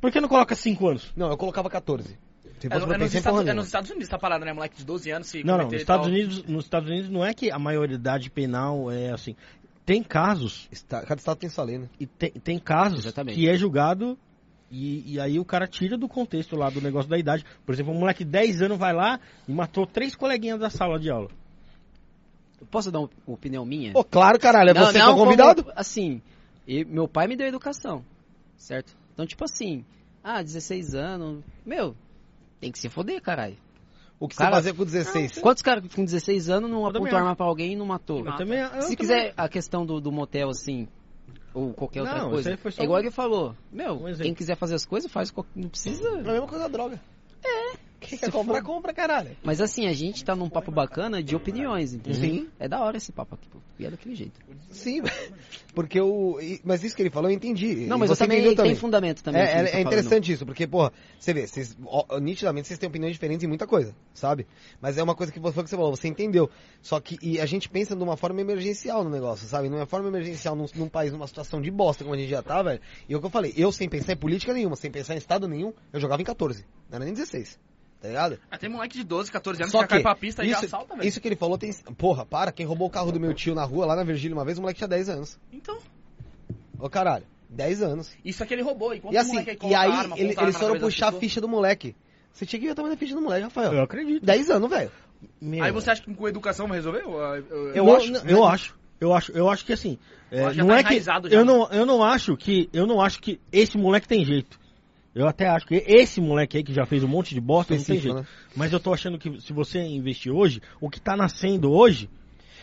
S5: Por que não coloca 5 anos?
S3: Não, eu colocava 14. Se fosse
S1: É,
S3: pra
S1: no-
S3: eu
S1: é nos
S3: pensar em porra
S1: Estados, é
S3: nenhuma.
S1: nos Estados Unidos essa parada, né? Moleque de 12 anos se
S5: Não, não,
S1: cometer
S5: nos
S1: e
S5: Estados,
S1: tal.
S5: Unidos, nos Estados Unidos não é que a maioridade penal é assim. Tem casos
S3: Está- Cada estado tem sua lei, né?
S5: E tem, tem casos
S4: Exatamente.
S5: que é julgado e, e aí o cara tira do contexto lá do negócio da idade. Por exemplo, um moleque de 10 anos vai lá e matou três coleguinhas da sala de aula.
S4: Posso dar uma opinião minha?
S3: Pô, claro, caralho, é
S4: Não,
S3: você que é
S4: não,
S3: o convidado.
S4: como- assim, e- meu pai me deu educação, certo? Então, tipo assim, ah, 16 anos, meu, tem que se foder, caralho.
S3: O que você
S4: Cara, Ah,
S3: fazia com 16?
S4: Quantos caras com 16 anos não
S5: Eu também
S4: apontou arma pra alguém e não matou?
S1: Mata.
S5: também, eu
S4: Se
S5: também-
S4: quiser a questão do, do motel, assim, ou qualquer outra
S5: Não, isso
S4: coisa,
S5: aí foi só
S4: é igual
S5: um-
S4: ele falou, meu,
S5: um exemplo.
S4: quem quiser fazer as coisas, faz, qual- não precisa...
S3: É a mesma coisa da droga. Quem quer comprar, compra, caralho.
S4: Mas assim, a gente tá num papo bacana de opiniões, entendeu?
S3: Sim.
S4: É da hora esse papo aqui, pô. E é daquele jeito.
S3: Sim, porque o. e- Mas isso que ele falou, eu entendi.
S4: Não,
S3: E
S4: mas eu
S3: você
S4: também,
S3: entendeu
S4: tem fundamento também.
S3: É,
S4: assim,
S3: é-
S4: tá
S3: é
S4: falando.
S3: interessante isso, porque, porra, você vê, vocês, ó, nitidamente vocês têm opiniões diferentes em muita coisa, sabe? Mas é uma coisa que você, foi o que você falou, você entendeu. Só que e a gente pensa de uma forma emergencial no negócio, sabe? Não é forma emergencial num, num país, numa situação de bosta como a gente já tá, velho. E é o que eu falei, eu sem pensar em política nenhuma, sem pensar em estado nenhum, eu jogava em 14, não era nem 16, tá ligado?
S1: Ah, tem moleque de 12, 14 anos
S3: Só
S1: que já cai
S3: que
S1: pra pista e já
S3: isso,
S1: assalta, velho.
S3: isso que ele falou tem. Porra, para, quem roubou o carro do meu tio na rua, lá na Virgília uma vez, o moleque tinha 10 anos.
S1: Então,
S3: Ô caralho, 10 anos.
S1: isso é que ele roubou. Enquanto
S3: E
S1: o
S3: assim,
S1: moleque
S3: e
S1: coloca
S3: aí
S1: a arma,
S3: ele-
S1: aponta a arma na
S3: eles foram
S1: cabeça da
S3: puxar a
S1: pessoa.
S3: ficha do moleque. Você tinha que ver também a ficha do moleque,
S5: Eu
S3: Rafael.
S5: acredito.
S3: 10 anos, velho.
S5: Meu.
S1: Aí você acha que com educação vai resolver? ah, Eu, eu-
S3: Eu
S5: Não,
S3: acho-
S5: não, é- eu acho. Eu acho, eu acho que assim, é,
S1: Ela já
S5: não
S1: tá
S5: é que
S1: enraizado já.
S5: eu não, eu não acho que, eu não acho que esse moleque tem jeito. Eu até acho que esse moleque aí que já fez um monte de bosta não tem
S3: Específico,
S5: jeito.
S3: né?
S5: Mas eu tô achando que se você investir hoje, o que tá nascendo hoje,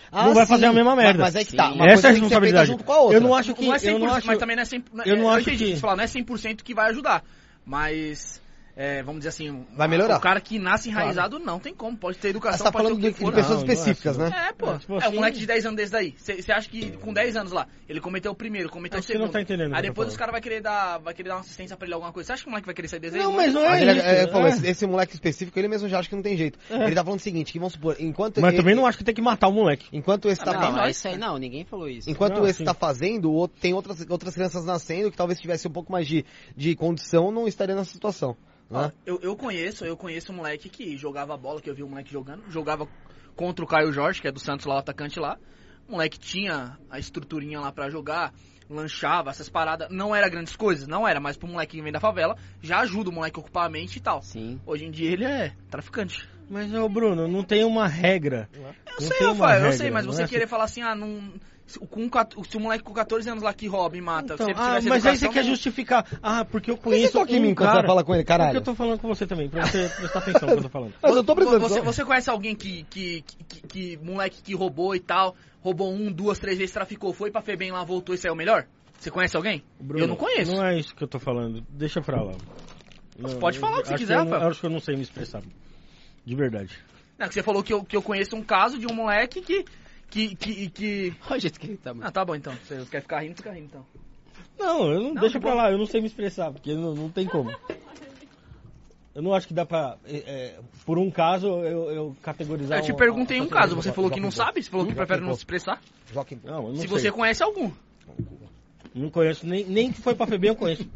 S3: Ah,
S5: não vai
S3: sim.
S5: fazer a mesma merda.
S3: Mas, mas é que tá.
S4: Sim.
S3: Uma
S5: Essa é
S3: coisa tem
S5: a
S3: que ser feita
S5: responsabilidade.
S3: junto com a outra.
S5: Eu não acho que,
S1: não é 100%,
S5: eu não acho,
S1: mas também não é 100%.
S5: eu não acho
S1: entendi
S5: que-
S1: isso falar, não é 100% que vai ajudar. Mas, é, vamos dizer assim, um-
S3: Vai melhorar.
S1: o cara que nasce enraizado não tem como. Pode ter
S3: Mas
S1: educação,
S3: você tá
S1: pode ter
S3: falando de,
S1: o que
S3: de
S1: for. né?
S3: pessoas
S5: Não, não é
S3: específicas,
S5: assim.
S3: né?
S1: É, pô.
S5: É, tipo
S1: é um
S5: assim-
S1: moleque de 10 anos desse daí. Você acha que com 10 anos lá, ele cometeu o primeiro, cometeu o
S5: Acho que você não
S1: segundo.
S5: tá entendendo o que
S1: Aí
S5: eu tô
S1: depois os
S5: falando.
S1: caras vai querer dar, vai querer dar uma assistência pra ele alguma coisa. Você acha que o moleque vai querer sair desse
S5: não,
S1: aí?
S5: mas não é,
S3: Mas ele,
S5: isso,
S3: é, ele falou,
S5: é.
S3: esse- esse moleque específico, ele mesmo já acha que não tem jeito. Ele tá falando o seguinte, que vamos supor, enquanto...
S5: Mas
S3: ele-
S5: também não acho que tem que matar o moleque.
S3: Enquanto
S1: Ah,
S3: esse tá...
S4: não,
S3: fa-
S4: é isso aí não, ninguém falou isso.
S3: Enquanto
S5: Não,
S3: esse
S5: sim.
S3: tá fazendo, o outro- tem outras, outras crianças nascendo que talvez tivesse um pouco mais de, de condição, não estaria nessa situação.
S1: Ó,
S3: Né?
S1: Eu, eu conheço, eu conheço um moleque que jogava bola, que eu vi um moleque jogando, jogava contra o Caio Jorge, que é do Santos lá, o atacante lá. O moleque tinha a estruturinha lá pra jogar, lanchava, essas paradas. Não era grandes coisas, não era, mas pro moleque que vem da favela, já ajuda o moleque a ocupar a mente e tal.
S4: Sim.
S1: Hoje em dia ele é traficante.
S5: Mas ô Bruno, não tem uma regra.
S1: Eu
S5: Não
S1: sei,
S5: tem uma
S1: Rafael, eu
S5: regra,
S1: sei, mas
S5: não
S1: você
S5: é
S1: querer falar assim, ah, não. Se, com, 14 se o moleque com 14 anos lá que rouba e mata,
S5: Então,
S1: se ele
S5: ah,
S1: tivesse
S5: mas aí você
S1: educação,
S5: quer
S1: não-
S5: justificar. Ah, porque eu
S3: Por que
S5: conheço
S3: você toca em
S5: um
S3: mim quando você
S5: cara.
S3: vai falar com ele,
S5: Porque
S3: caralho?
S5: eu tô falando com você também, pra você prestar atenção quando eu tô falando.
S3: Mas eu tô precisando...
S1: Você, você conhece alguém que, que, que, que- que moleque que roubou e tal, roubou um, duas, três vezes, traficou, foi pra Febem lá, voltou e saiu melhor? Você conhece alguém?
S5: Bruno,
S1: eu não conheço.
S5: Não é isso que eu tô falando. Deixa pra lá. Não,
S1: pode
S5: eu-
S1: falar o que você
S5: acho
S1: quiser,
S5: eu não-
S1: Rafael.
S5: Acho que eu não sei me expressar. De verdade.
S1: Não, que você falou que eu, que eu conheço um caso de um moleque que. que, que, que...
S4: Olha o jeito que ele tá, mano.
S1: Ah, tá bom então. Você quer ficar rindo, fica rindo então.
S5: Não, eu não,
S1: Não,
S5: deixa
S1: tá
S5: pra
S1: bom.
S5: lá, eu não sei me expressar, porque não, não tem como. Eu não acho que dá pra. é, é, por um caso eu, eu categorizar.
S1: Eu te
S5: uma-
S1: perguntei
S5: uma
S1: um caso,
S5: categoria.
S1: você falou que não sabe, você falou que prefere não se expressar.
S3: Joga em-
S5: Não, eu não
S1: Se
S5: sei.
S1: você conhece algum.
S5: Não conheço, nem, nem que foi pra FB eu conheço.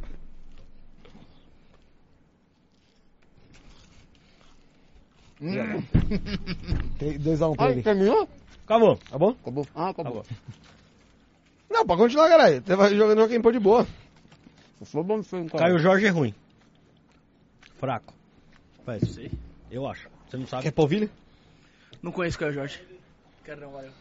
S3: Tem dois a um pra ele.
S4: terminou?
S5: Acabou.
S3: Acabou?
S4: Acabou. Ah, acabou.
S3: Não, pode continuar, caralho. Você vai jogando Joaquim Pô de boa.
S4: Foi bom, foi um
S5: Caio Jorge é ruim. Fraco. Faz. Eu acho. Você não sabe.
S3: Quer polvilha?
S1: Não conheço o Caio Jorge. Quero não, valeu.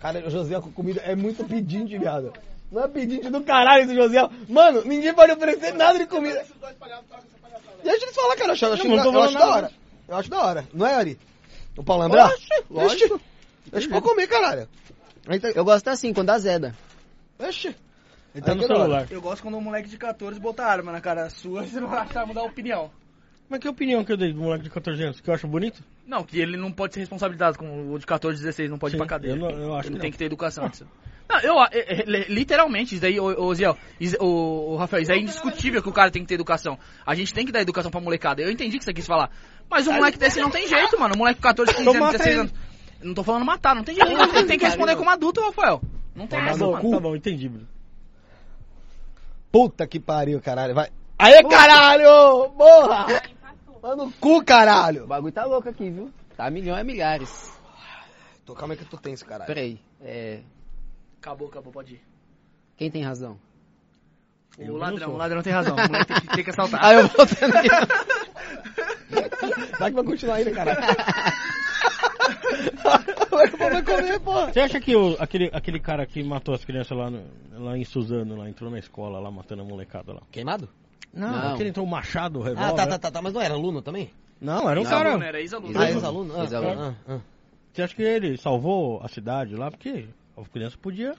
S3: Cara, o José com comida é muito pedinte, viado. Não é pedinte do caralho do José. Mano, ninguém pode oferecer nada de comida. Deixa eles falar, cara. Eu acho, eu acho,
S5: não tô
S3: eu acho
S5: falando
S3: da
S5: nada.
S3: hora. Eu acho da hora. Não é, Ari? O Paulo André? Oxe, lógico. Deixa pra comer, caralho. Aí tá-
S4: Eu gosto assim, quando azeda.
S3: Oxe.
S5: Ele tá
S3: Aí que
S5: no
S3: é da hora.
S5: celular.
S1: Eu gosto quando um moleque de 14 bota arma na cara sua, você não vai mudar a opinião.
S5: Mas que opinião que eu dei do moleque de 14 anos? Que eu acho bonito?
S1: Não, que ele não pode ser responsabilizado com o de 14, 16, não pode
S5: Sim,
S1: ir pra cadeia.
S5: eu não- eu acho
S1: ele
S5: que
S1: tem
S5: não.
S1: que ter educação. isso. Não, eu, a- é- é- li- literalmente, isso daí, ô, ô Ziel, isso- ô, ô, Rafael, isso daí é indiscutível que o cara tem que ter educação. A gente tem que dar educação pra molecada. Eu entendi o que você quis falar. Mas um moleque desse não tem jeito, mano. Um moleque com 14, 15
S5: Então
S1: anos,
S5: mata
S1: 16
S5: ele.
S1: anos. Não tô falando matar, não tem jeito. Ele tem, que responder como adulto, Rafael. Não tem
S5: Tá
S1: essa,
S5: bom,
S1: mano.
S5: tá bom, entendi, Bruno.
S3: Puta que pariu, caralho. Vai. Aê, caralho! Porra! Vai no cu,
S4: O
S3: caralho.
S4: bagulho tá louco aqui, viu? Tá milhão é milhares.
S3: Tô, calma aí que eu tô tenso, caralho.
S4: Peraí, é...
S1: Acabou, acabou, pode ir.
S4: Quem tem razão?
S1: O ladrão, o ladrão tem razão. O moleque tem que, tem que assaltar.
S4: Ah, eu vou também.
S3: Vai que vai continuar ainda, caralho. Agora o povo vai comer, porra.
S5: Você acha que o- aquele, aquele cara que matou as crianças lá, no- lá em Suzano, lá, entrou na escola, lá matando a molecada lá?
S3: Queimado?
S5: Não,
S4: Não.
S5: aquele entrou um machado, um
S3: Ah,
S5: revólver.
S3: tá, tá, tá, tá, mas não era aluno também?
S5: Não, era um
S4: Não,
S5: cara.
S1: Ex-aluno, era ex-aluno.
S3: Ah, ex-aluno? Ah,
S4: Ex-aluno.
S3: ah, ah.
S5: Você acha que ele salvou a cidade lá? Porque a criança podia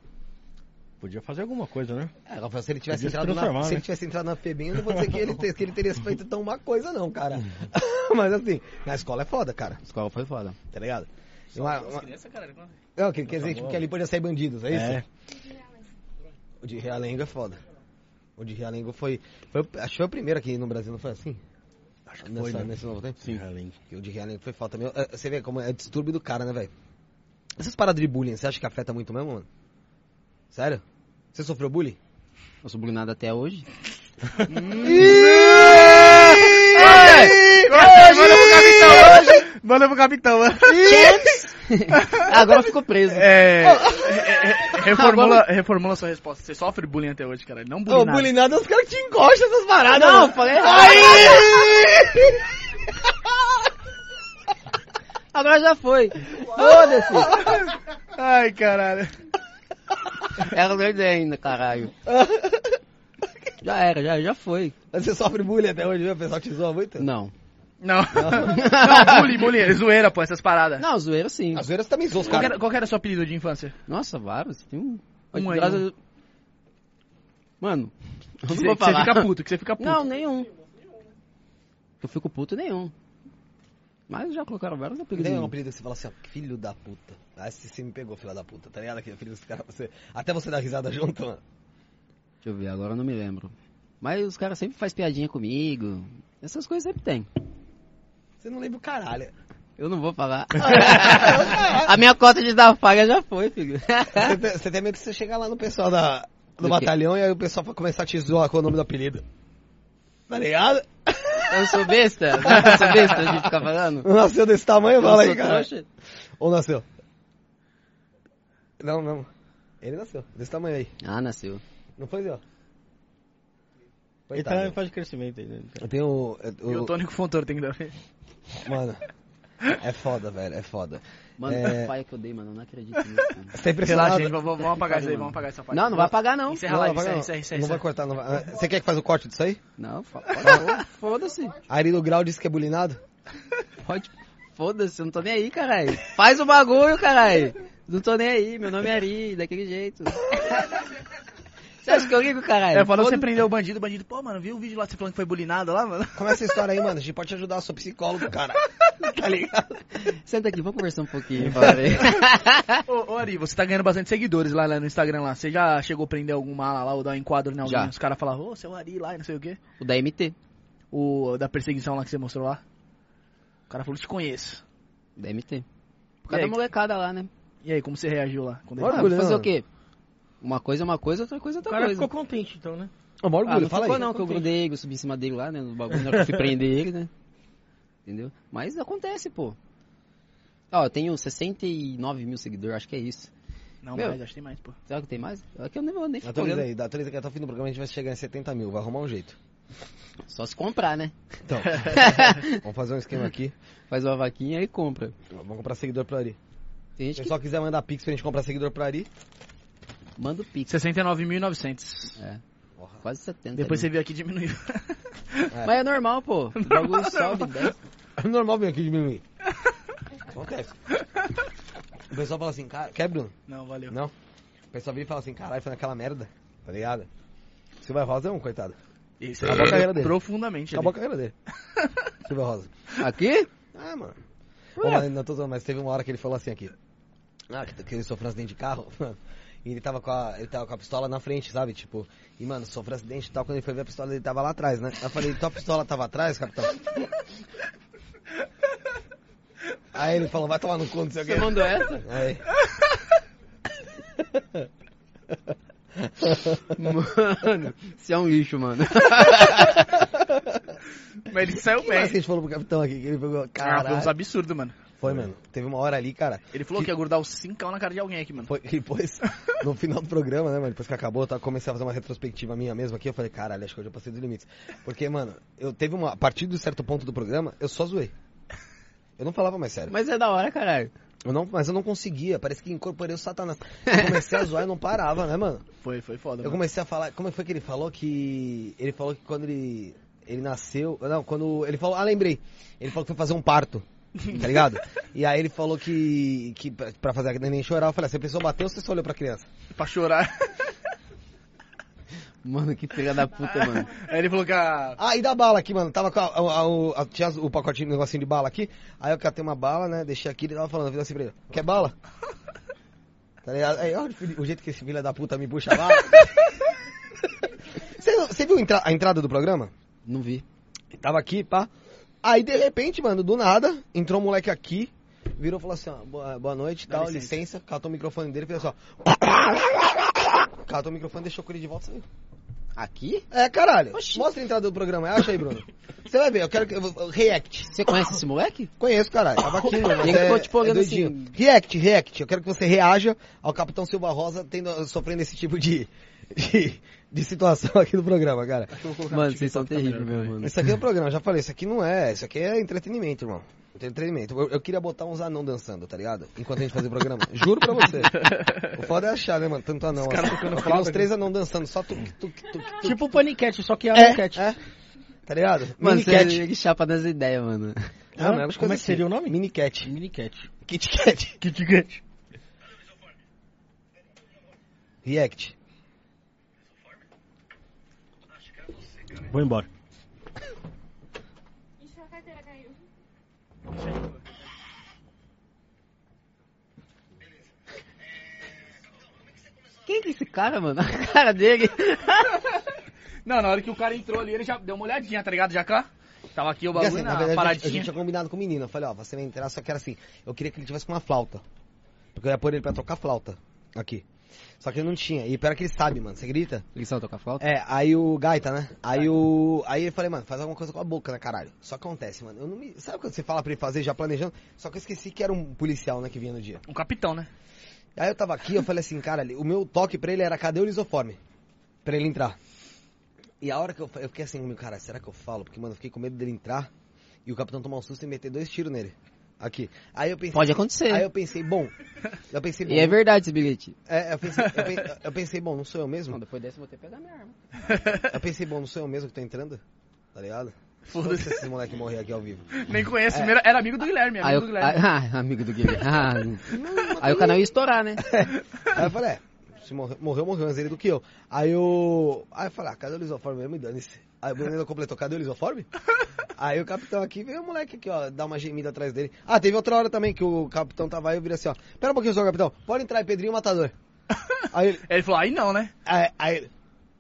S5: Podia fazer alguma coisa, né?
S3: É, Rafael, se ele tivesse,
S5: Podia se
S3: entrado na,
S5: transformar,
S3: se
S5: né?
S3: ele tivesse entrado na FEBEM, eu não vou dizer que ele, te- que ele teria feito tão má coisa, não, cara. Mas assim, na escola é foda, cara.
S4: A escola foi foda.
S3: Tá ligado? Uma, uma...
S1: Criança, cara, quando-
S3: Não, que, quer
S5: Tá
S3: dizer, tipo, que ali podia sair bandidos, é isso? O de Realengo é foda. O de Realengo foi. foi o- acho que foi o primeiro aqui no Brasil, não foi assim? Acho que
S5: foi, né?
S3: Nesse novo tempo?
S5: Sim. Além.
S3: Que o de Realengo foi foda também. É, Você vê como é distúrbio do cara, né, velho? Essas paradas de bullying, você acha que afeta muito mesmo, mano? Sério? Você sofreu bullying?
S4: Eu sublinado até hoje.
S1: Manda pro capitão! Manda pro capitão!
S4: Agora ficou preso.
S1: É, reformula, reformula sua resposta. Você sofre bullying até hoje, cara. Não bullying.
S3: Ô, bullying nada, os caras te encostam essas paradas.
S4: Não,
S3: mano.
S4: eu falei errado. Agora já foi. Foda-se.
S1: Ai, caralho.
S4: Era verde ainda, caralho. Já era, já, já foi.
S3: Mas Você sofre bullying até hoje, viu? O pessoal te zoa muito.
S4: Não.
S1: Não. Não, bullying, bullying. é Zoeira, pô, essas paradas.
S4: Não, zoeira sim.
S3: As zoeiras também zoam os
S1: Qual que
S3: caras.
S1: era, qual que era o seu apelido de infância?
S4: Nossa, vários. Tem um.
S1: Um aí,
S4: Graças- Mano,
S1: Que
S4: eu não
S1: você-
S4: vou
S1: que você
S4: falar.
S1: fica puto, que você fica puto.
S4: Não, nenhum. Eu fico puto nenhum. Mas já colocaram vários apelidos.
S3: Tem um
S4: em mim.
S3: apelido que você fala assim, ó, filho da puta. Ah, você, você me pegou, filho da puta, tá ligado? Aquele apelido que os caras, você... Até você dar risada junto, mano.
S4: Deixa eu ver, agora eu não me lembro. Mas os caras sempre fazem piadinha comigo. Essas coisas sempre tem.
S3: Você não lembra o caralho.
S4: Eu não vou falar. A minha cota de dar paga já foi, filho.
S3: Você, tem- você tem medo de você chegar lá no pessoal da, do,
S4: É? Do quê?
S3: batalhão e aí o pessoal vai começar a te zoar com o nome do apelido. Tá ligado?
S4: Eu sou besta? Eu sou besta de ficar falando?
S3: Não nasceu desse tamanho,
S4: Eu
S3: fala aí,
S4: sou
S3: cara.
S4: trouxa?
S3: Ou nasceu? Não, não. Ele nasceu, desse tamanho aí.
S4: Ah, nasceu.
S3: Não foi, ó.
S5: Ele tá em fase de crescimento aí, né?
S3: Eu tenho. eu-
S1: E o
S3: eu-
S1: Tônico Fontoura tem que dar.
S3: Mano. É foda, velho. É foda.
S4: Mano,
S3: É.
S4: que paia que eu dei, mano. Eu não acredito nisso. cara.
S3: Você é
S1: Relaxa,
S3: impressionado.
S1: gente. Vamos, vamos apagar isso aí, vamos apagar essa parte.
S4: Não, não vai pagar não.
S1: Encerra a
S3: Não,
S1: live,
S3: vai,
S1: encerra,
S3: não.
S1: encerra, encerra.
S3: Não vai cortar, não vai. Ah, Você quer que faz o corte disso aí?
S4: Não, fa- fa- foda-se.
S3: Arilo Grau disse que é bulinado?
S4: Pode. Foda-se, eu não tô nem aí, caralho. Faz o bagulho, caralho. Não tô nem aí, meu nome é Ari, daquele jeito. Você acha que eu ligo, caralho?
S1: É, falou que você
S4: Foda-
S1: prendeu o bandido, o bandido, pô, mano, viu o vídeo lá que você falando que foi bulinado lá, mano?
S3: Como é essa história aí, mano? A gente pode te ajudar, eu sou psicólogo, cara. tá ligado?
S4: Senta aqui, vamos conversar um pouquinho. pra ver.
S1: ô, ô, Ari, você tá ganhando bastante seguidores lá, lá no Instagram lá. Você já chegou a prender alguma ala lá ou dar um enquadro em alguém?
S4: Já.
S1: Os caras falavam, ô, seu Ari lá e não sei o quê.
S4: o da MT.
S1: O da perseguição lá que você mostrou lá. O cara falou, te conheço.
S4: O da MT. Por
S1: E aí?
S4: causa da molecada lá, né?
S1: E aí, como você reagiu lá? Quando
S4: Ah,
S3: Olha,
S1: ele...
S3: Orgulho,
S4: vou fazer
S3: né,
S4: o quê? Uma coisa é uma coisa, outra coisa é
S5: O
S4: outra
S5: cara
S4: coisa.
S5: ficou contente, então, né?
S3: Ô, maior
S4: Ah,
S3: orgulho,
S4: não
S3: fala
S4: ficou
S3: aí.
S4: não, que eu grudei, eu subi em cima dele lá, né, no bagulho, na hora que eu fui prender ele, né? Entendeu? Mas acontece, pô. Ó, eu tenho 69 mil seguidores, acho que é isso.
S1: Não,
S4: Meu.
S1: mas acho que tem mais, pô.
S4: Será que tem mais? É que eu nem vou nem ficar
S3: Atualiza
S4: olhando.
S3: aí, dá- atualiza que até o fim do programa a gente vai chegar em 70 mil, vai arrumar um jeito.
S4: Só se comprar, né?
S3: Então, vamos fazer um esquema aqui.
S4: Faz uma vaquinha e compra.
S3: Vamos comprar seguidor pro Ari. Se o
S4: Tem
S5: É
S4: gente que
S3: pessoal quiser mandar pix pra gente comprar seguidor pro Ari,
S4: manda o pix.
S1: 69.900.
S4: É. Quase 70.
S1: Depois
S4: né?
S1: você viu aqui diminuiu.
S4: Mas é normal, pô. O bagulho sobe 10.
S3: é normal vir aqui diminuir. Acontece. O pessoal fala assim, cara, quer Bruno?
S1: Não, valeu.
S3: Não. O pessoal vira e fala assim, caralho, foi naquela merda, tá ligado? Silva Rosa é um, coitado.
S1: Isso
S3: Acabou a carreira dele.
S1: Profundamente.
S3: Acabou a
S1: ali.
S3: carreira dele. Silva Rosa.
S4: Aqui?
S3: Ah, mano. Ô, mas, não tô zoando, mas teve uma hora que ele falou assim aqui. Ah, que, que ele sofreu um acidente de carro, mano. E ele tava, com a, ele tava com a pistola na frente, sabe? Tipo, e mano, sofreu acidente e tal. Quando ele foi ver a pistola, ele tava lá atrás, né? Aí eu falei, tua pistola tava atrás, capitão? Aí ele falou, vai tomar no cu, não sei o quê.
S4: Você mandou essa?
S3: Aí,
S4: Mano, você é um lixo, mano.
S1: Mas ele saiu
S3: mas que assim, a
S1: bem.
S3: gente falou pro capitão aqui, que ele pegou,
S1: Ah, foi uns
S3: caralho.
S1: absurdos, mano.
S3: Foi, mano. Teve uma hora ali, cara,
S1: Ele falou que, ia grudar os 5 na cara de alguém aqui, mano.
S3: Foi- e depois, no final do programa, né, mano? Depois que acabou, eu tava- comecei a fazer uma retrospectiva minha mesmo aqui. Eu falei, caralho, acho que hoje eu passei dos limites. Porque, mano, eu teve uma. A partir de um certo ponto do programa, eu só zoei. Eu não falava mais sério.
S4: Mas é da hora, caralho.
S3: Eu não, mas eu não conseguia. Parece que incorporei o Satanás. Eu comecei a zoar e não parava, né, mano?
S1: Foi, foi foda.
S3: Eu
S1: mano.
S3: comecei a falar. Como foi que ele falou que. Ele falou que quando ele. Ele nasceu. Não, quando. Ele falou. Ah, lembrei. Ele falou que foi fazer um parto. Tá ligado? e aí ele falou "Ah, que. que pra, pra fazer a neném chorar, eu falei, se a pessoa bateu, você só olhou pra criança.
S1: Pra chorar.
S8: Mano, que filha da puta, mano.
S1: Aí ele falou que a.
S3: Ah, e da bala aqui, mano. Tava com a, a- a- a- tinha as- o pacotinho, o negocinho de bala aqui. Aí eu catei uma bala, né? Deixei aqui, ele tava falando, eu fiz assim pra ele, quer bala? Tá ligado? Aí, olha o fili- o jeito que esse filho da puta me puxa a bala. Você não- Você viu a entra- a entrada do programa?
S8: Não vi.
S3: Tava aqui, pá. Aí, de repente, mano, do nada, entrou um moleque aqui, virou e falou assim, ó, boa, boa noite, tal, licença. catou o microfone dele e fez assim, ó. Catou o microfone, deixou com ele de volta e saiu.
S8: Aqui?
S3: É, caralho. Mostra a entrada do programa, acha aí, Bruno. Você vai ver, eu quero que. eu vou- React.
S8: Você conhece esse moleque?
S3: Conheço, caralho. Tava aqui, mano.
S8: Nem
S3: mas
S8: que
S3: é-
S8: eu tô, tipo,
S3: é
S8: olhando
S3: doidinho.
S8: assim.
S3: React, react. Eu quero que você reaja ao Capitão Silva Rosa tendo, sofrendo esse tipo de, de, de situação aqui no programa, cara.
S8: Mano, vocês são terríveis, meu mano.
S3: Isso aqui é um programa, já falei, isso aqui não é. Isso aqui é entretenimento, irmão. Entretenimento. Eu, eu queria botar uns anão dançando, tá ligado? Enquanto a gente fazia o programa. Juro pra você. O foda é achar, né, mano? Tanto anão. Os
S1: caras tocando
S3: uns
S1: flauta,
S3: três anão dançando, só tu, tu, tu, tu,
S5: Tipo o paniquete, só que a
S3: É,
S5: Cat.
S3: é. Tá ligado?
S8: Mano,
S3: Minicat.
S4: é
S8: você que chapa das ideias, mano.
S3: Ah, mas
S5: Como é que seria o nome?
S3: Minicat.
S5: Minicat.
S3: Kit Kat.
S5: Kit Kat.
S3: React.
S5: Vou embora.
S6: Ixi, a carteira caiu.
S8: Quem que é esse cara, mano? A cara dele.
S1: Não, na hora que o cara entrou ali, ele já deu uma olhadinha, tá ligado, Jacá? Tava aqui o
S3: Porque,
S1: bagulho
S3: assim,
S1: na,
S3: na verdade, a gente- a
S1: paradinha.
S3: gente tinha combinado com o menino. Eu falei, ó, você vai entrar, só que era assim. Eu queria que ele tivesse com uma flauta. Porque eu ia pôr ele pra tocar flauta. Aqui. Só que ele não tinha. E pior é que ele sabe, mano. Você grita?
S8: Ele só toca flauta?
S3: É, aí o Gaita, né? Aí o. Aí eu falei, mano, faz alguma coisa com a boca, né, caralho? Só acontece, mano. Eu não me. Sabe quando você fala pra ele fazer já planejando? Só que eu esqueci que era um policial, né, que vinha no dia.
S1: Um capitão, né?
S3: Aí eu tava aqui, eu falei assim, cara, o meu toque pra ele era cadê o lisoforme? Pra ele entrar. E a hora que eu, fa- eu fiquei assim, meu, cara, será que eu falo? Porque, mano, eu fiquei com medo dele entrar e o capitão tomar um susto e meter dois tiros nele. Aqui. Aí eu pensei.
S8: É, Pode acontecer.
S3: Aí eu pensei, bom. Eu pensei, bom.
S8: E é verdade esse bilhete.
S3: é, eu, pensei, eu, pe- eu pensei, bom, não sou eu mesmo?
S8: depois dessa eu vou ter que pegar minha arma.
S3: Eu pensei, bom, não sou eu mesmo que tô entrando? Tá ligado? Foda-se
S1: Foda-se.
S3: esses moleque morrer aqui ao vivo.
S1: Nem conheço.
S3: É.
S1: Primeiro, era amigo do Guilherme,
S8: Aí
S1: amigo
S8: eu...
S1: do
S8: aí-
S1: Guilherme.
S8: Ah, amigo do Guilherme. Ah, aí o canal ia estourar, né?
S3: Aí eu falei, é, se morreu, morreu, morreu, mas ele é do que eu. Aí eu. Aí eu falei, ah, cadê o lisoforme? Eu me dane-se. Aí o Bruno ainda completou, cadê o lisoforme? Aí o capitão aqui veio o moleque aqui, ó, dar uma gemida atrás dele. Ah, teve outra hora também que o capitão tava aí, eu virei assim, ó. Pera um pouquinho só, capitão. Pode entrar aí, Pedrinho Matador. Aí ele.
S1: Ele falou, aí não, né?
S3: Aí, aí ele.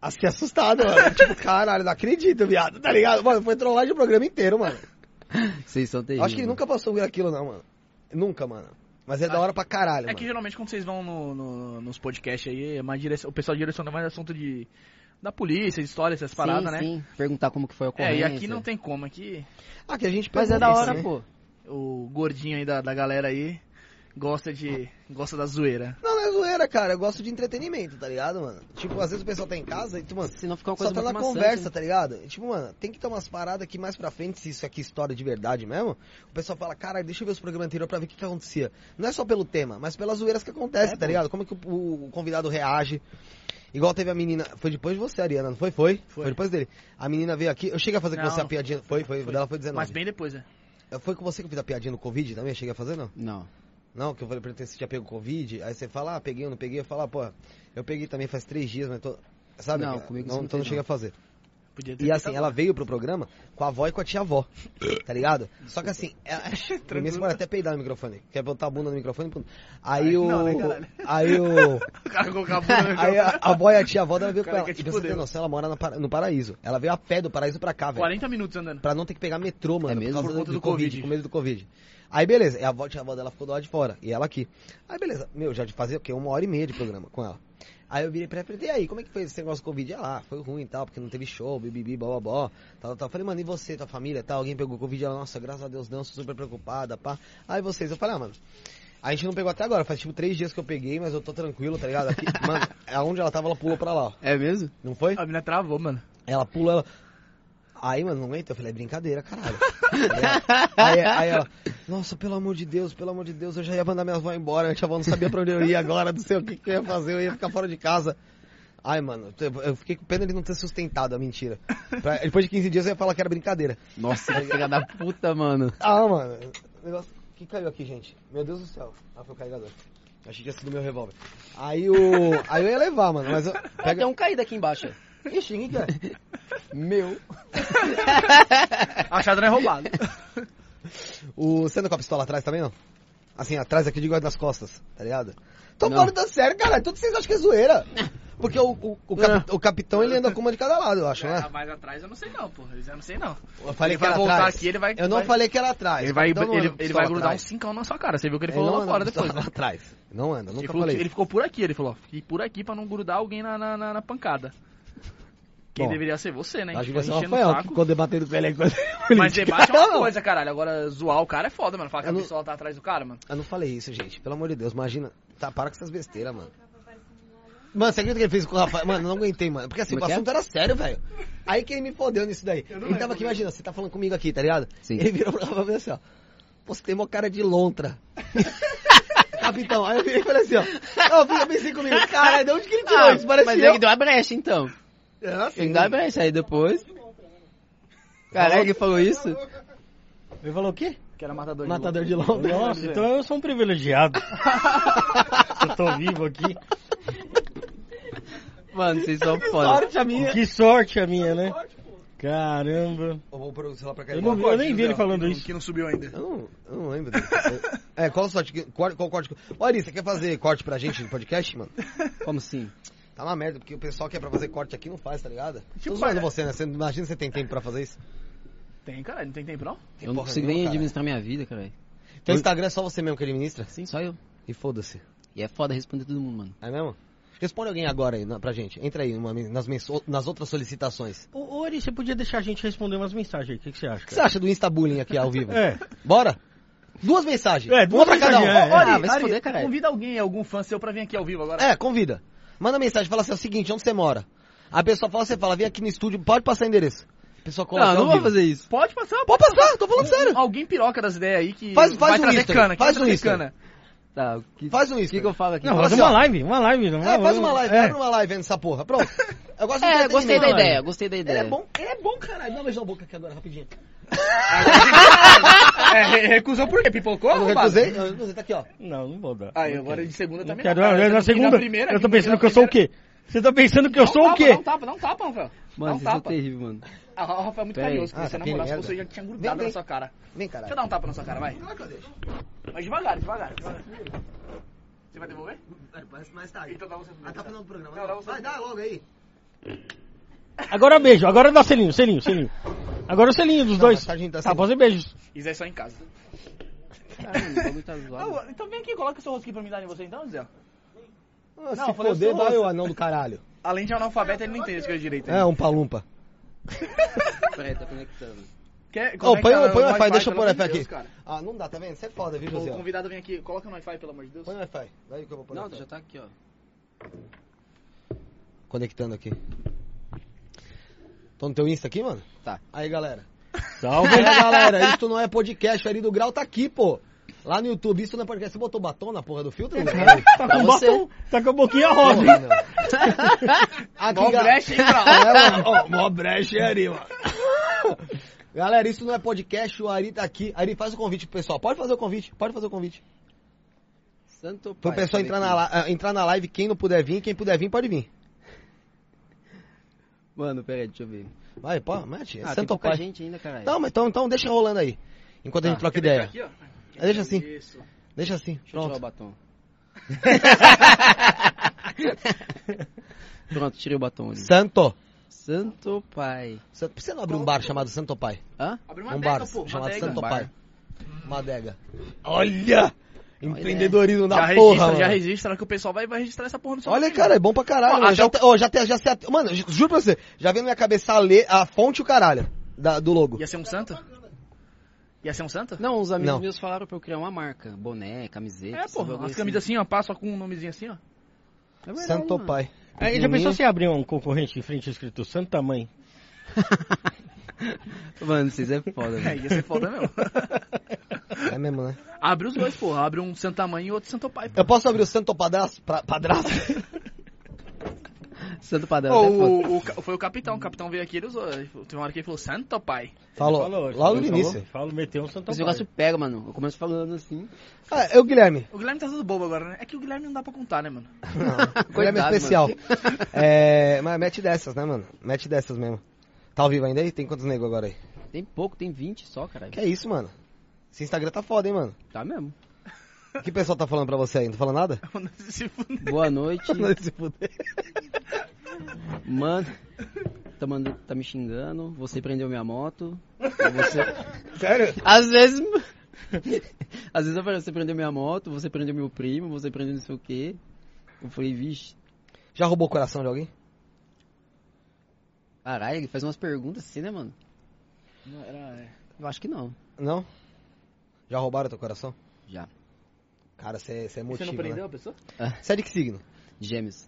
S3: Assim, assustado, mano. Tipo, caralho, não acredito, viado, tá ligado? Mano, foi trollagem o programa inteiro, mano.
S8: Vocês são
S3: Eu
S8: terríveis.
S3: acho que ele nunca passou aquilo, não, mano. Nunca, mano. Mas é da hora pra caralho,
S1: É que
S3: mano.
S1: geralmente quando vocês vão no- no- nos podcasts aí, é mais direc- o pessoal direciona mais assunto de da polícia, de história, essas paradas, né?
S8: Sim, perguntar como que foi a
S1: É,
S8: ocorrência.
S1: e aqui não tem como, aqui
S3: Ah, que a gente
S8: Mas
S3: pegou
S8: é da
S3: isso,
S8: hora,
S3: né?
S8: pô.
S1: o gordinho aí da, da galera aí gosta de. gosta da zoeira.
S3: Não, não é zoeira, cara. Eu gosto de entretenimento, tá ligado, mano? Tipo, às vezes o pessoal tá em casa e tu, mano,
S8: Se não ficar uma coisa
S3: só tá na
S8: muito maçante,
S3: conversa,
S8: né?
S3: tá ligado? E, tipo, mano, tem que ter umas paradas que mais pra frente, se isso aqui é história de verdade mesmo, o pessoal fala, cara, deixa eu ver os programas anteriores pra ver o que, que acontecia. Não é só pelo tema, mas pelas zoeiras que acontecem, tá ligado? Como é que o, o convidado reage. Igual teve a menina, foi depois de você, Ariana, não foi? Foi? Foi, depois dele. A menina veio aqui, eu cheguei a fazer com
S1: Não,
S3: você a
S1: não
S3: piadinha, foi, foi, dela foi 19.
S1: Mas bem depois, né?
S3: Foi com você que eu fiz a piadinha no Covid também, eu cheguei a fazer, não?
S8: Não.
S3: Não, que eu falei pra ele se já pegou Covid. Aí você fala, ah, peguei ou não peguei. Eu falo, ah, pô, eu peguei também faz três dias, mas tô. Sabe?
S8: Não,
S3: que-
S8: comigo
S3: não,
S8: você não
S3: então não
S8: fez,
S3: chega
S8: não.
S3: a fazer.
S1: Podia ter
S3: E assim,
S1: tentado.
S3: ela veio pro programa com a avó e com a tia avó. Tá ligado? Só que assim, ela. Primeiro você pode até peidar no microfone. Quer botar a bunda no microfone? pum. Aí o.
S1: Não, né, caralho?
S3: aí o.
S1: O cara colocou a bunda no
S3: Aí a, a avó e a tia avó dela veio com
S1: Cara,
S3: ela.
S1: quer
S3: E
S1: te
S3: pra você ter
S1: fuder.
S3: noção, ela mora na para- no paraíso. Ela veio a pé do paraíso pra cá, velho.
S1: 40 minutos andando.
S3: Pra não ter que pegar metrô, mano.
S8: É mesmo?
S3: Por causa
S1: Por
S3: do,
S1: conta
S3: do
S1: do
S3: COVID,
S1: Covid.
S3: Com medo do Covid. Aí, beleza. E a avó, tinha a avó dela ficou do lado de fora. E ela aqui. Aí, beleza. Meu, já de fazer o quê? Uma hora e meia de programa com ela. Aí eu virei pra ela e falei, e aí, como é que foi esse negócio do Covid? Ela, ah, foi ruim e tal, porque não teve show, bibibi, blá, blá, blá, tal, tal. Eu Falei, mano, e você, tua família, tal? Alguém pegou Covid? Ela, nossa, graças a Deus, não, sou super preocupada, pá. Aí vocês, eu falei, ah, mano, a gente não pegou até agora, faz tipo três dias que eu peguei, mas eu tô tranquilo, tá ligado? Aqui, mano, aonde ela tava, ela pulou pra lá, ó.
S8: É mesmo?
S3: Não foi?
S1: A menina travou, mano.
S3: Ela pula, ela. Aí, mano, não aguenta. Eu falei, é brincadeira, caralho. aí, aí ela, nossa, pelo amor de Deus, pelo amor de Deus, eu já ia mandar minha avó embora. Minha tia avó não sabia pra onde eu ia agora, não sei o que, que eu ia fazer, eu ia ficar fora de casa. Ai, mano, eu eu fiquei com pena de não ter sustentado a mentira. Pra- depois de 15 dias eu ia falar que era brincadeira.
S8: Nossa, que filha da puta, mano.
S3: Ah, mano, o negócio. O que caiu aqui, gente? Meu Deus do céu. Ah, foi o carregador. Achei que tinha sido meu revólver. Aí o. Aí eu ia levar, mano, mas eu.
S8: Tem
S3: Pega...
S8: um caído aqui embaixo. ó.
S3: Ixi, ninguém quer.
S8: Meu.
S1: Achado não é roubado.
S3: O, você anda com a pistola atrás também, não? Assim, atrás aqui, digo, nas costas, tá ligado? Tô
S8: Não.
S3: falando da sério, cara. Tudo vocês acham que é zoeira. Porque o, o, o cap- o capitão, ele anda com uma de cada lado, eu acho, né?
S1: Ah, mas atrás eu não sei não, pô. Eu já não sei não.
S3: Eu falei
S1: Ele
S3: que
S1: vai
S3: era
S1: voltar
S3: atrás.
S1: aqui, ele vai-
S3: Eu não
S1: vai-
S3: falei que era atrás.
S1: Ele vai,
S3: O capitão não
S1: ele,
S3: anda com
S1: ele
S3: pistola
S1: vai grudar um
S3: atrás.
S1: cincão na sua cara. Você viu o que ele
S3: não
S1: falou lá
S3: anda
S1: fora
S3: com
S1: depois.
S3: pistola
S1: né?
S3: lá atrás. Não anda,
S1: Ele
S3: nunca
S1: falou,
S3: falei.
S1: que- ele ficou por aqui, ele falou, ó, fiquei por aqui pra não grudar alguém na, na, na- na pancada. Quem
S3: Bom,
S1: deveria ser você, né?
S3: Acho que
S1: Ficou
S3: vai ser o
S1: enchendo o
S3: Rafael, que
S1: saco.
S3: ficou debatendo com ele aí.
S1: Mas debate é uma
S3: Não.
S1: coisa, caralho. Agora, zoar o cara é foda, mano. Falar que
S3: Eu
S1: a
S3: não-
S1: pistola tá atrás do cara, mano.
S3: Eu não falei isso, gente. Pelo amor de Deus, imagina. Tá, para com essas besteiras, mano. Mano, você acredita que ele fez com o Rafael? Mano, eu não aguentei, mano. Porque assim,
S8: Como
S3: o
S8: é que é?
S3: assunto era sério, velho. Aí que ele me fodeu nisso daí. Ele tava aqui, imagina, você tá falando comigo aqui, tá ligado?
S8: Sim.
S3: Ele virou pra Rafael e falou assim, ó. Pô, você tem uma cara de lontra. Capitão, aí eu virei e falei assim, ó. Eu fiquei- eu pensei assim comigo, caralho, de onde Ah, que ele tirou isso? Parece
S8: Ah, mas
S3: eu.
S8: ele deu a brecha, então.
S3: É, assim,
S8: Ele deu a brecha aí depois. Caralho, ele falou isso?
S5: Ele falou o quê?
S1: Que era matador de
S3: matador de lontra.
S5: Nossa, então eu sou um privilegiado. eu tô vivo aqui.
S8: Mano, vocês são foda.
S3: Sorte a minha.
S5: Que sorte É a minha, né? Caramba.
S3: Eu vou pro celular pra cá.
S5: Eu não vi- eu nem vi ele falando
S1: que,
S5: isso.
S1: Que não subiu ainda.
S3: Eu não, eu não lembro. é, qual sorte? que- Qual, qual corte? que- Ô, Ari, você quer fazer corte pra gente no podcast, mano?
S8: Como assim?
S3: Tá uma merda, porque o pessoal que é pra fazer corte aqui não faz, tá ligado?
S1: Tipo,
S3: Tô zoando
S1: é-
S3: você, né? Você, imagina você tem tempo pra fazer isso.
S1: Tem, caralho. Não tem tempo, não?
S3: Tem
S8: Eu não
S3: porra
S8: consigo nem
S3: nenhuma,
S8: administrar minha vida, caralho.
S3: cara. Teu Instagram é só você mesmo que administra?
S8: Sim, só eu.
S3: E foda-se.
S8: E é foda responder todo mundo, mano.
S3: É mesmo? Responde alguém agora aí na, pra gente. Entra aí numa men- nas, menso- nas outras solicitações.
S5: Ô, ô Ari, você podia deixar a gente responder umas mensagens aí. O que, que você acha,
S3: O que você
S5: cara?
S3: acha do Instabullying aqui ao vivo?
S5: É.
S3: Bora? Duas mensagens.
S5: É, duas
S3: Uma pra cada um.
S5: mensagens, é, é.
S3: Ó, Ari,
S8: Ah, vai se
S1: Ari,
S8: fuder, caralho.
S1: Convida alguém, algum fã seu, pra vir aqui ao vivo agora.
S3: É, convida. Manda mensagem, fala assim, é o seguinte, onde você mora? A pessoa fala, você fala, vem aqui no estúdio, pode passar endereço. A pessoa cola
S8: Não,
S3: aqui
S8: não
S3: assim ao
S8: vou
S3: vivo.
S8: fazer isso.
S1: Pode passar, Um-
S3: Pode passar, tô falando sério.
S1: Alguém piroca das ideias aí que
S3: Faz- faz
S1: vai
S3: um
S1: trazer
S3: history,
S1: cana. Quem
S3: faz
S1: vai
S3: um
S1: trazer
S3: history.
S1: cana?
S8: Tá, o que,
S3: Faz um
S8: o que, que
S3: Instagram.
S8: eu falo aqui?
S5: Não,
S3: Fala
S5: faz
S3: assim,
S5: uma
S3: ó.
S5: live, uma live. Não,
S3: É, faz uma live,
S5: Então É.
S3: abre uma live nessa porra. Pronto. Eu gosto de
S8: É,
S3: entretenimento.
S8: gostei da ideia, gostei da ideia.
S3: ele é bom, caralho. Dá uma beijão na boca aqui agora, rapidinho.
S1: É, re- recusou por quê? Pipocou?
S3: Eu não
S1: arrombado?
S3: recusei, eu recusei, tá aqui, ó.
S5: Não, não vou dar.
S1: Aí, agora é de segunda
S5: Não
S1: também.
S5: quero,
S1: cara.
S5: eu- eu-
S1: Você
S5: na
S1: tem que ir
S5: segunda,
S1: primeira,
S5: eu tô
S1: aqui,
S5: pensando
S1: na
S5: que eu sou o
S1: primeira.
S5: quê? Você tá pensando que eu
S1: Dá um
S5: sou o
S1: tapa,
S5: quê?
S1: Dá um tapa, dá um tapa, Rafael.
S8: Mano,
S1: dá um
S8: vocês são
S1: tapa.
S8: terríveis, mano.
S1: Ah, o Rafael é muito
S8: Pera aí.
S1: carinhoso.
S3: Ah,
S1: Se você
S3: tá
S1: namorasse,
S3: merda.
S1: você já tinha
S3: Vem,
S1: grudado
S3: vem.
S1: na sua cara.
S3: Vem,
S1: Deixa eu
S3: caralho.
S1: dar um tapa na sua cara, vai. Mas devagar, devagar, devagar. Você vai devolver?
S3: Mais tarde. Ah, tá
S1: Então dá você primeiro.
S3: do programa.
S1: Não, dá você
S3: Vai, dá logo aí.
S5: Agora beijo, agora dá selinho, selinho, selinho. Agora o selinho dos
S3: Não,
S5: dois.
S3: mas tá, gente, tá
S5: Tá,
S3: selinho.
S5: fazer beijos.
S1: Isso é só em casa.
S8: Caralho, o bagulho tá zoado.
S1: Ah, então vem aqui, coloca seu rosquinho pra mim dar em você então, Zé.
S3: Ah,
S1: Não,
S3: se
S1: eu falei,
S3: foder,
S1: eu sou
S3: vai
S1: louco.
S3: o anão do caralho.
S1: Além de analfabeto, ele não entende escrever direito. né?
S3: É, um palumpa.
S8: Peraí, tá conectando.
S1: Quer, é
S3: Ô, põe,
S1: conecta
S3: o- põe o
S1: no
S3: Wi-Fi, deixa
S1: tá pelo
S3: eu pôr o
S1: amor
S3: Wi-Fi
S1: de
S3: aqui.
S1: Deus, cara.
S3: ah, não dá, tá vendo? Você é foda, viu, José?
S1: O convidado vem aqui, coloca no Wi-Fi, pelo amor de Deus.
S3: Põe o Wi-Fi. Daí que eu vou pôr o
S8: Não,
S3: Wi-Fi.
S8: já tá aqui, ó.
S3: Conectando aqui. Tô no teu Insta aqui, mano?
S8: Tá.
S3: Aí, galera.
S5: Salve.
S3: Aí, galera, isto não é podcast, o Ari do Grau tá aqui, pô. Lá no YouTube, isso não é podcast. Você botou batom na porra do filtro? Não,
S5: Tá com, o
S8: você. um
S5: batom, tá com a boquinha rosa.
S3: Porra, não. Aqui,
S1: Mó
S3: ga-
S1: brecha, hein, Brau?
S3: Galera, ó, mó brecha é Ari, mano. Galera, isso não é podcast, o Ari tá aqui. Ari, faz o convite pro pessoal. Pode fazer o convite, pode fazer o convite.
S8: Santo
S3: Pro
S8: pai.
S3: pessoal entrar na,
S8: live.
S3: li- ah, entrar na live, quem não puder vir, quem puder vir, pode vir.
S8: Mano, peraí, deixa eu ver.
S3: Vai, pô, mete. É
S8: Ah, tem
S3: santo
S8: pouca
S3: pai.
S8: gente Tá. ainda, caralho.
S3: Não, mas então, então deixa rolando aí. Enquanto a gente troca
S1: Quer
S3: ideia.
S1: deixar aqui, ó?
S3: Deixa assim.
S1: Isso.
S3: Deixa assim,
S8: Deixa eu tirar o
S3: pronto.
S8: batom. Pronto, tirei o batom ali.
S3: Santo.
S8: Santo pai.
S3: Santo. Por que você não abrir um bar chamado Santo Pai?
S8: Hã?
S1: Abre uma
S3: Um
S1: adega,
S3: bar
S1: pô. uma
S3: chamado
S1: adega.
S3: Santo
S1: Um bar.
S3: Pai. Uma adega. Olha! Empreendedorismo
S1: Já
S3: da
S1: registra,
S3: porra,
S1: já
S3: mano.
S1: registra, que o pessoal vai, vai registrar essa porra no seu
S3: Olha,
S1: nome,
S3: cara, é bom pra caralho.
S1: Ó,
S3: mano.
S1: até
S3: já,
S1: o-
S3: te- ó, já, te- já se at- Mano, ju- juro pra você, já veio na minha cabeça a, le- a fonte e o caralho da- do logo.
S1: Ia ser um santo? Ia ser um santo?
S8: Não, os amigos
S3: Não.
S8: meus falaram pra eu criar uma marca. Boné, camiseta.
S1: É,
S8: esses
S1: pô,
S8: bagulho
S1: as
S8: assim.
S1: camisas assim, ó, passa com um nomezinho assim, ó.
S8: É verdade,
S3: Santo
S8: mano.
S3: Pai.
S5: Aí já pensou se abrir um concorrente em frente escrito Santa Mãe?
S8: Mano, vocês é foda,
S1: É,
S8: velho.
S1: ia ser foda mesmo.
S3: É mesmo, né?
S1: Abre os dois, porra. Abre um Santa Mãe e outro Santo Pai, pô.
S3: Eu posso abrir o Santo Padrasto? Pra, padrasto?
S4: Santo Padrão.
S1: Ô,
S8: é
S4: até foda.
S1: o, o ca- foi o capitão, o capitão veio aqui, ele usou. ele falou- Teve uma hora que ele falou, santo pai.
S3: Falou, logo no
S5: ele
S3: início.
S5: Falou, falou, meteu um Santa
S4: Esse negócio pega, mano. Eu começo falando assim.
S3: Ah, é o Guilherme.
S1: O Guilherme tá todo bobo agora, né? É que o Guilherme não dá pra contar, né, mano?
S3: O Guilherme é
S4: Coitado,
S3: especial. É, mas mete dessas, né, mano? Mete dessas mesmo. Tá ao vivo ainda aí? Tem quantos negros agora aí?
S4: Tem pouco, tem 20 só, caralho.
S3: Que é isso, mano? Esse Instagram tá foda, hein, mano?
S4: Tá mesmo.
S3: O que o pessoal tá falando pra você aí? Não tá falando nada?
S1: Se fuder.
S4: Boa noite.
S3: Não, se fuder.
S4: Mano, tá, mandando, tá me xingando. Você prendeu minha moto. Você...
S3: Sério?
S4: Às vezes. Às vezes eu falo, você prendeu minha moto, você prendeu meu primo, você prendeu não sei o quê. Eu falei, vixe,
S3: Já roubou o coração de alguém?
S4: caralho, ele faz umas perguntas assim, né, mano?
S1: Não, era, é.
S4: Eu acho que não.
S3: Não? Já roubaram teu coração?
S4: Já.
S3: Cara, você é
S1: Você
S3: motivo,
S1: não
S3: né?
S1: prendeu a pessoa?
S3: Você é de que signo?
S4: Gêmeos.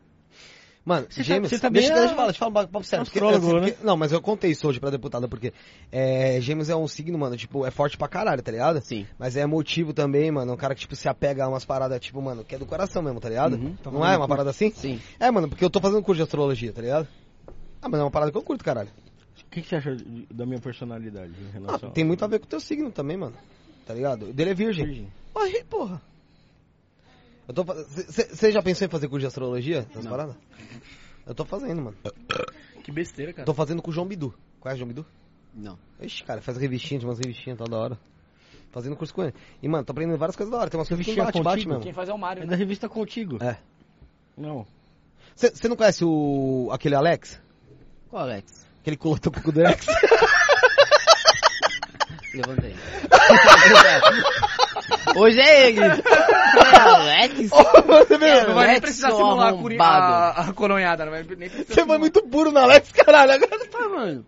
S3: Mano,
S5: Você tá-
S3: gêmeos...
S5: você tá
S3: deixa,
S5: bem
S3: deixa,
S5: a-
S3: eu falar, deixa eu falar um bagulho pra você. Porque,
S5: astrólogo,
S3: assim, porque- não, mas eu contei isso hoje pra deputada, porque é, gêmeos é um signo, mano, tipo, é forte pra caralho, tá ligado?
S4: Sim.
S3: Mas é motivo também, mano, é um cara que, tipo, se apega a umas paradas, tipo, mano, que é do coração mesmo, tá ligado?
S4: Uhum.
S3: Não é uma parada assim?
S4: Sim.
S3: É, mano, porque eu tô fazendo curso de astrologia, tá ligado? Ah, mas é uma parada que eu curto, caralho.
S5: O que, que você acha de- da minha personalidade em
S3: Ah,
S5: relação
S3: tem muito a ver com o teu signo também, mano. Tá ligado? O dele é virgem. Ai, porra. Eu tô Você já pensou em fazer curso de astrologia? Essas paradas? Eu tô fazendo, mano.
S1: Que besteira, cara.
S3: Tô fazendo com o João Bidu. Conhece o João Bidu?
S4: Não.
S3: Ixi, cara, faz revistinha, tinha umas revistinhas tal da hora. Fazendo curso com ele. E, mano, tô aprendendo várias coisas da hora. Tem umas coisas que bate,
S5: Revistinha
S3: bate
S5: contigo?
S1: Quem
S3: mesmo.
S1: faz é o Mário,
S5: É
S1: né?
S5: da revista Contigo.
S3: É.
S5: Não.
S3: Você não conhece o. aquele Alex?
S4: Qual, Alex?
S3: Aquele que colou teu cu do Alex?
S4: Levantei. Hoje é ele. é Alex?
S3: Você veio.
S1: Não vai nem
S4: Alex,
S1: precisar
S4: seu
S1: simular a, curi-
S4: arrombado.
S1: a, a coronhada, não vai nem precisar
S3: Você foi muito puro no Alex, caralho. Agora...
S4: Ah, mano.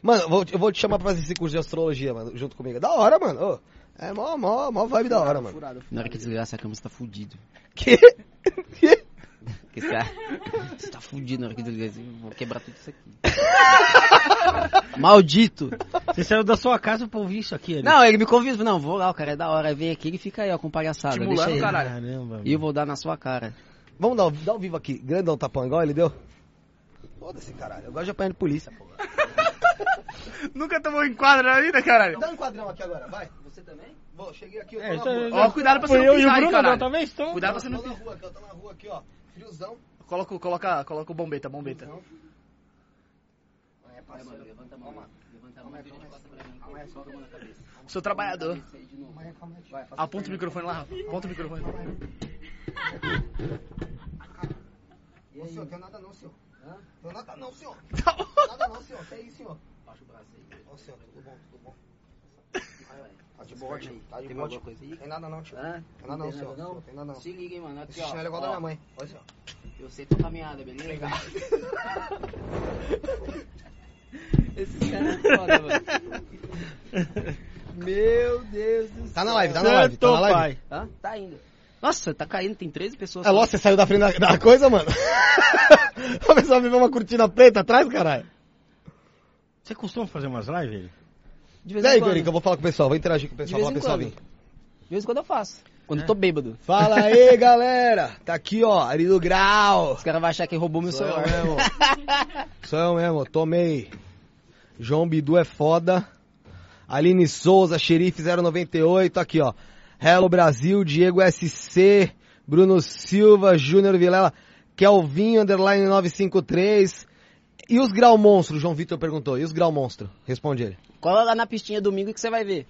S3: Mano, eu vou, te- eu vou te chamar pra fazer esse curso de astrologia, mano, junto comigo. Da hora, mano. Ô, é mó, mó, mó vibe da hora, Tá, mano.
S1: Furado.
S4: Na hora que desgraça a cama, você tá fudido.
S3: Que?
S4: Porque você tá, você tá fudido na hora que desgraça. Eu Vou quebrar tudo isso aqui. Maldito!
S5: Você saiu da sua casa pra ouvir isso aqui, ali.
S4: Não, ele me convida. Não, vou lá, o cara é da hora. Vem aqui, ele fica aí, ó, com palhaçada.
S1: Estimulando,
S4: deixa ele.
S1: caralho.
S5: Caramba.
S4: E eu vou dar na sua cara.
S3: Vamos dar, dar ao vivo aqui. Grandão tapão igual ele deu? Foda-se, caralho. Eu gosto de apanhar de polícia, porra.
S1: Nunca tomou enquadro na vida, caralho?
S3: Dá um quadrão aqui agora, vai. Você também? Vou, cheguei aqui, eu tô
S5: É,
S3: na
S5: tá-
S3: rua.
S1: Ó, cuidado pra você
S5: Foi
S1: não
S5: eu e o
S1: pisar, hein,
S5: Bruno,
S1: caralho.
S5: não, talvez? Então.
S1: Cuidado pra você não
S3: tô na
S1: pisar.
S3: rua aqui, eu tô na rua aqui, ó. Friozão.
S1: Coloca, coloca, coloca o bombeta, bombeta.
S3: É, passou. Levanta a mão. Levanta a mão.
S1: Sou trabalhador. Aponta o microfone lá, aponta o microfone.
S3: Ô, senhor, tem nada não, senhor. Tem nada não, senhor.
S1: Tá bom.
S3: Nada não, senhor. Que é isso, senhor? Baixa o braço aí. Ô, senhor, tudo bom, tudo bom. Tá de boa, tio. Tá de boa, tio. Tem nada não, tio. Tem nada não, senhor. senhor, Tem nada não.
S4: Se liga, hein, mano. Aqui,
S3: Esse chinelo é igual da minha mãe. Olha, senhor.
S4: Eu sei tua caminhada, beleza? Esses caras é foda, mano. Meu Deus do céu.
S3: Tá na live, tá na live. Tá na live.
S5: pai.
S4: Hã? Tá indo. Nossa, tá caindo, tem 13 pessoas.
S3: É lógico, você saiu da frente da, da coisa, mano. A pessoa me vê uma cortina preta atrás, caralho.
S5: Você costuma fazer umas lives? ele?
S4: De vez
S3: E
S4: em
S3: aí,
S4: quando.
S3: Gorica, eu vou falar com o pessoal, vou interagir com o
S4: De
S3: pessoal,
S4: vez
S3: falar pessoal
S4: em quando.
S3: vir.
S4: De vez em quando eu faço. Quando eu tô bêbado.
S3: Fala aí, galera! Tá aqui, ó, Ari do Grau!
S4: Os caras vão achar que roubou meu
S3: Sou eu
S4: celular.
S3: mesmo. Sou eu mesmo, tomei. João Bidu é foda. Aline Souza, Xerife 098, aqui, ó. Hello Brasil, Diego SC, Bruno Silva, Júnior Vilela, Kelvinho, underline 953. E os Grau Monstro, João Vitor perguntou. E os Grau Monstro? Responde ele.
S4: Cola lá na pistinha domingo que você vai ver.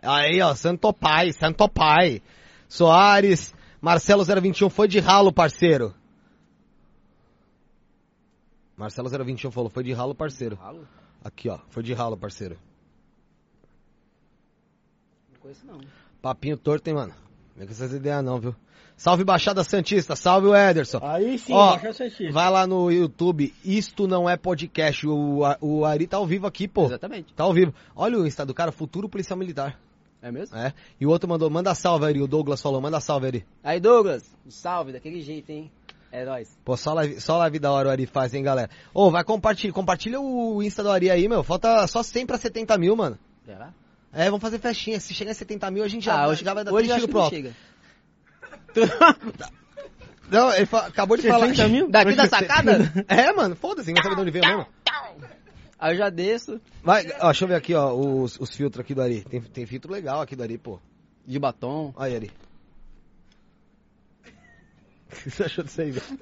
S3: Aí, ó, Santo Pai, Santo Pai. Soares, Marcelo 021 foi de ralo, parceiro. Marcelo 021 falou, foi de ralo, parceiro.
S4: Ralo?
S3: Aqui, ó, foi de ralo, parceiro.
S4: Não conheço não.
S3: Papinho torto, hein, mano. Não é com essas ideias não, viu? Salve Baixada Santista, salve o Ederson.
S5: Aí sim,
S3: Ó,
S5: Baixada Santista.
S3: Vai lá no YouTube, Isto Não É Podcast. O, o Ari tá ao vivo aqui, pô.
S4: Exatamente.
S3: Tá ao vivo. Olha o Insta do cara, futuro policial militar.
S4: É mesmo?
S3: É. E o outro mandou, manda salve, Ari. O Douglas falou, manda salve, Ari.
S4: Aí, Douglas, um salve daquele jeito, hein? É nóis.
S3: Pô, só live, só live da hora o Ari faz, hein, galera. Ô, vai compartilhar, compartilha o Insta do Ari aí, meu. Falta só 100 pra 70 mil, mano.
S4: Será?
S3: É, vamos fazer festinha. Se chegar em 70 mil, a gente já,
S4: ah,
S3: vai
S4: hoje,
S3: chegar, vai dar
S4: hoje eu
S3: três
S4: acho
S3: tiros
S4: que
S3: pro
S4: não
S3: alto.
S4: chega.
S3: Não, ele fa- acabou de falar.
S5: 60 mil?
S4: Daqui da sacada?
S3: É, mano, foda-se, não sabe de onde veio mesmo.
S4: Aí eu já desço
S3: Vai, ó, deixa eu ver aqui, ó, os, os filtros aqui do Ari. Tem, tem filtro legal aqui do Ari, pô.
S4: de batom.
S3: Olha aí, Ari. O que você achou disso aí, velho?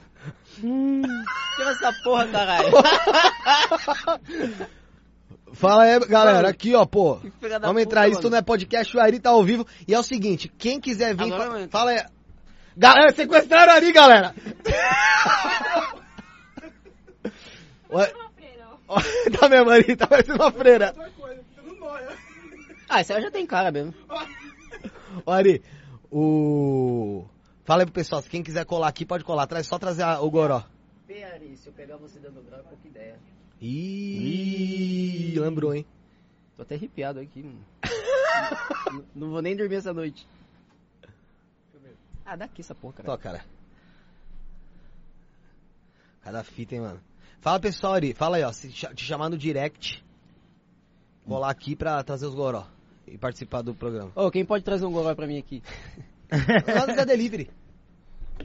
S4: Tira é essa porra, caralho.
S3: Fala aí, galera, aqui, ó, pô.
S4: Filha da
S3: Vamos
S4: puta,
S3: entrar, isso
S4: mano.
S3: não é podcast, o Ari tá ao vivo. E é o seguinte, quem quiser vir,
S4: Agora
S3: fa-
S4: eu entro.
S3: fala aí. Galera, sequestraram o Ari, galera! Ué,
S6: Uma freira, ó.
S3: ó, tá mesmo, Ari, tá parecendo uma freira.
S4: Ah, isso aí eu já tem cara mesmo.
S3: Ô, Ari, o... Fala aí pro pessoal, se quem quiser colar aqui, pode colar. Traz, só trazer a- o goró.
S4: Vê, se eu pegar você dando grau, pouca ideia.
S3: Ih, lembrou, hein?
S4: Tô até arrepiado aqui, mano. não, não vou nem dormir essa noite. Ah, daqui essa porra, cara.
S3: Toca, cara. Cada fita, hein, mano. Fala, pessoal, Ari. Fala aí, ó. Se cha- te chamar no direct, colar aqui pra trazer os goró e participar do programa.
S4: Ô, quem pode trazer um goró pra mim aqui?
S3: Manda Zé Delivery.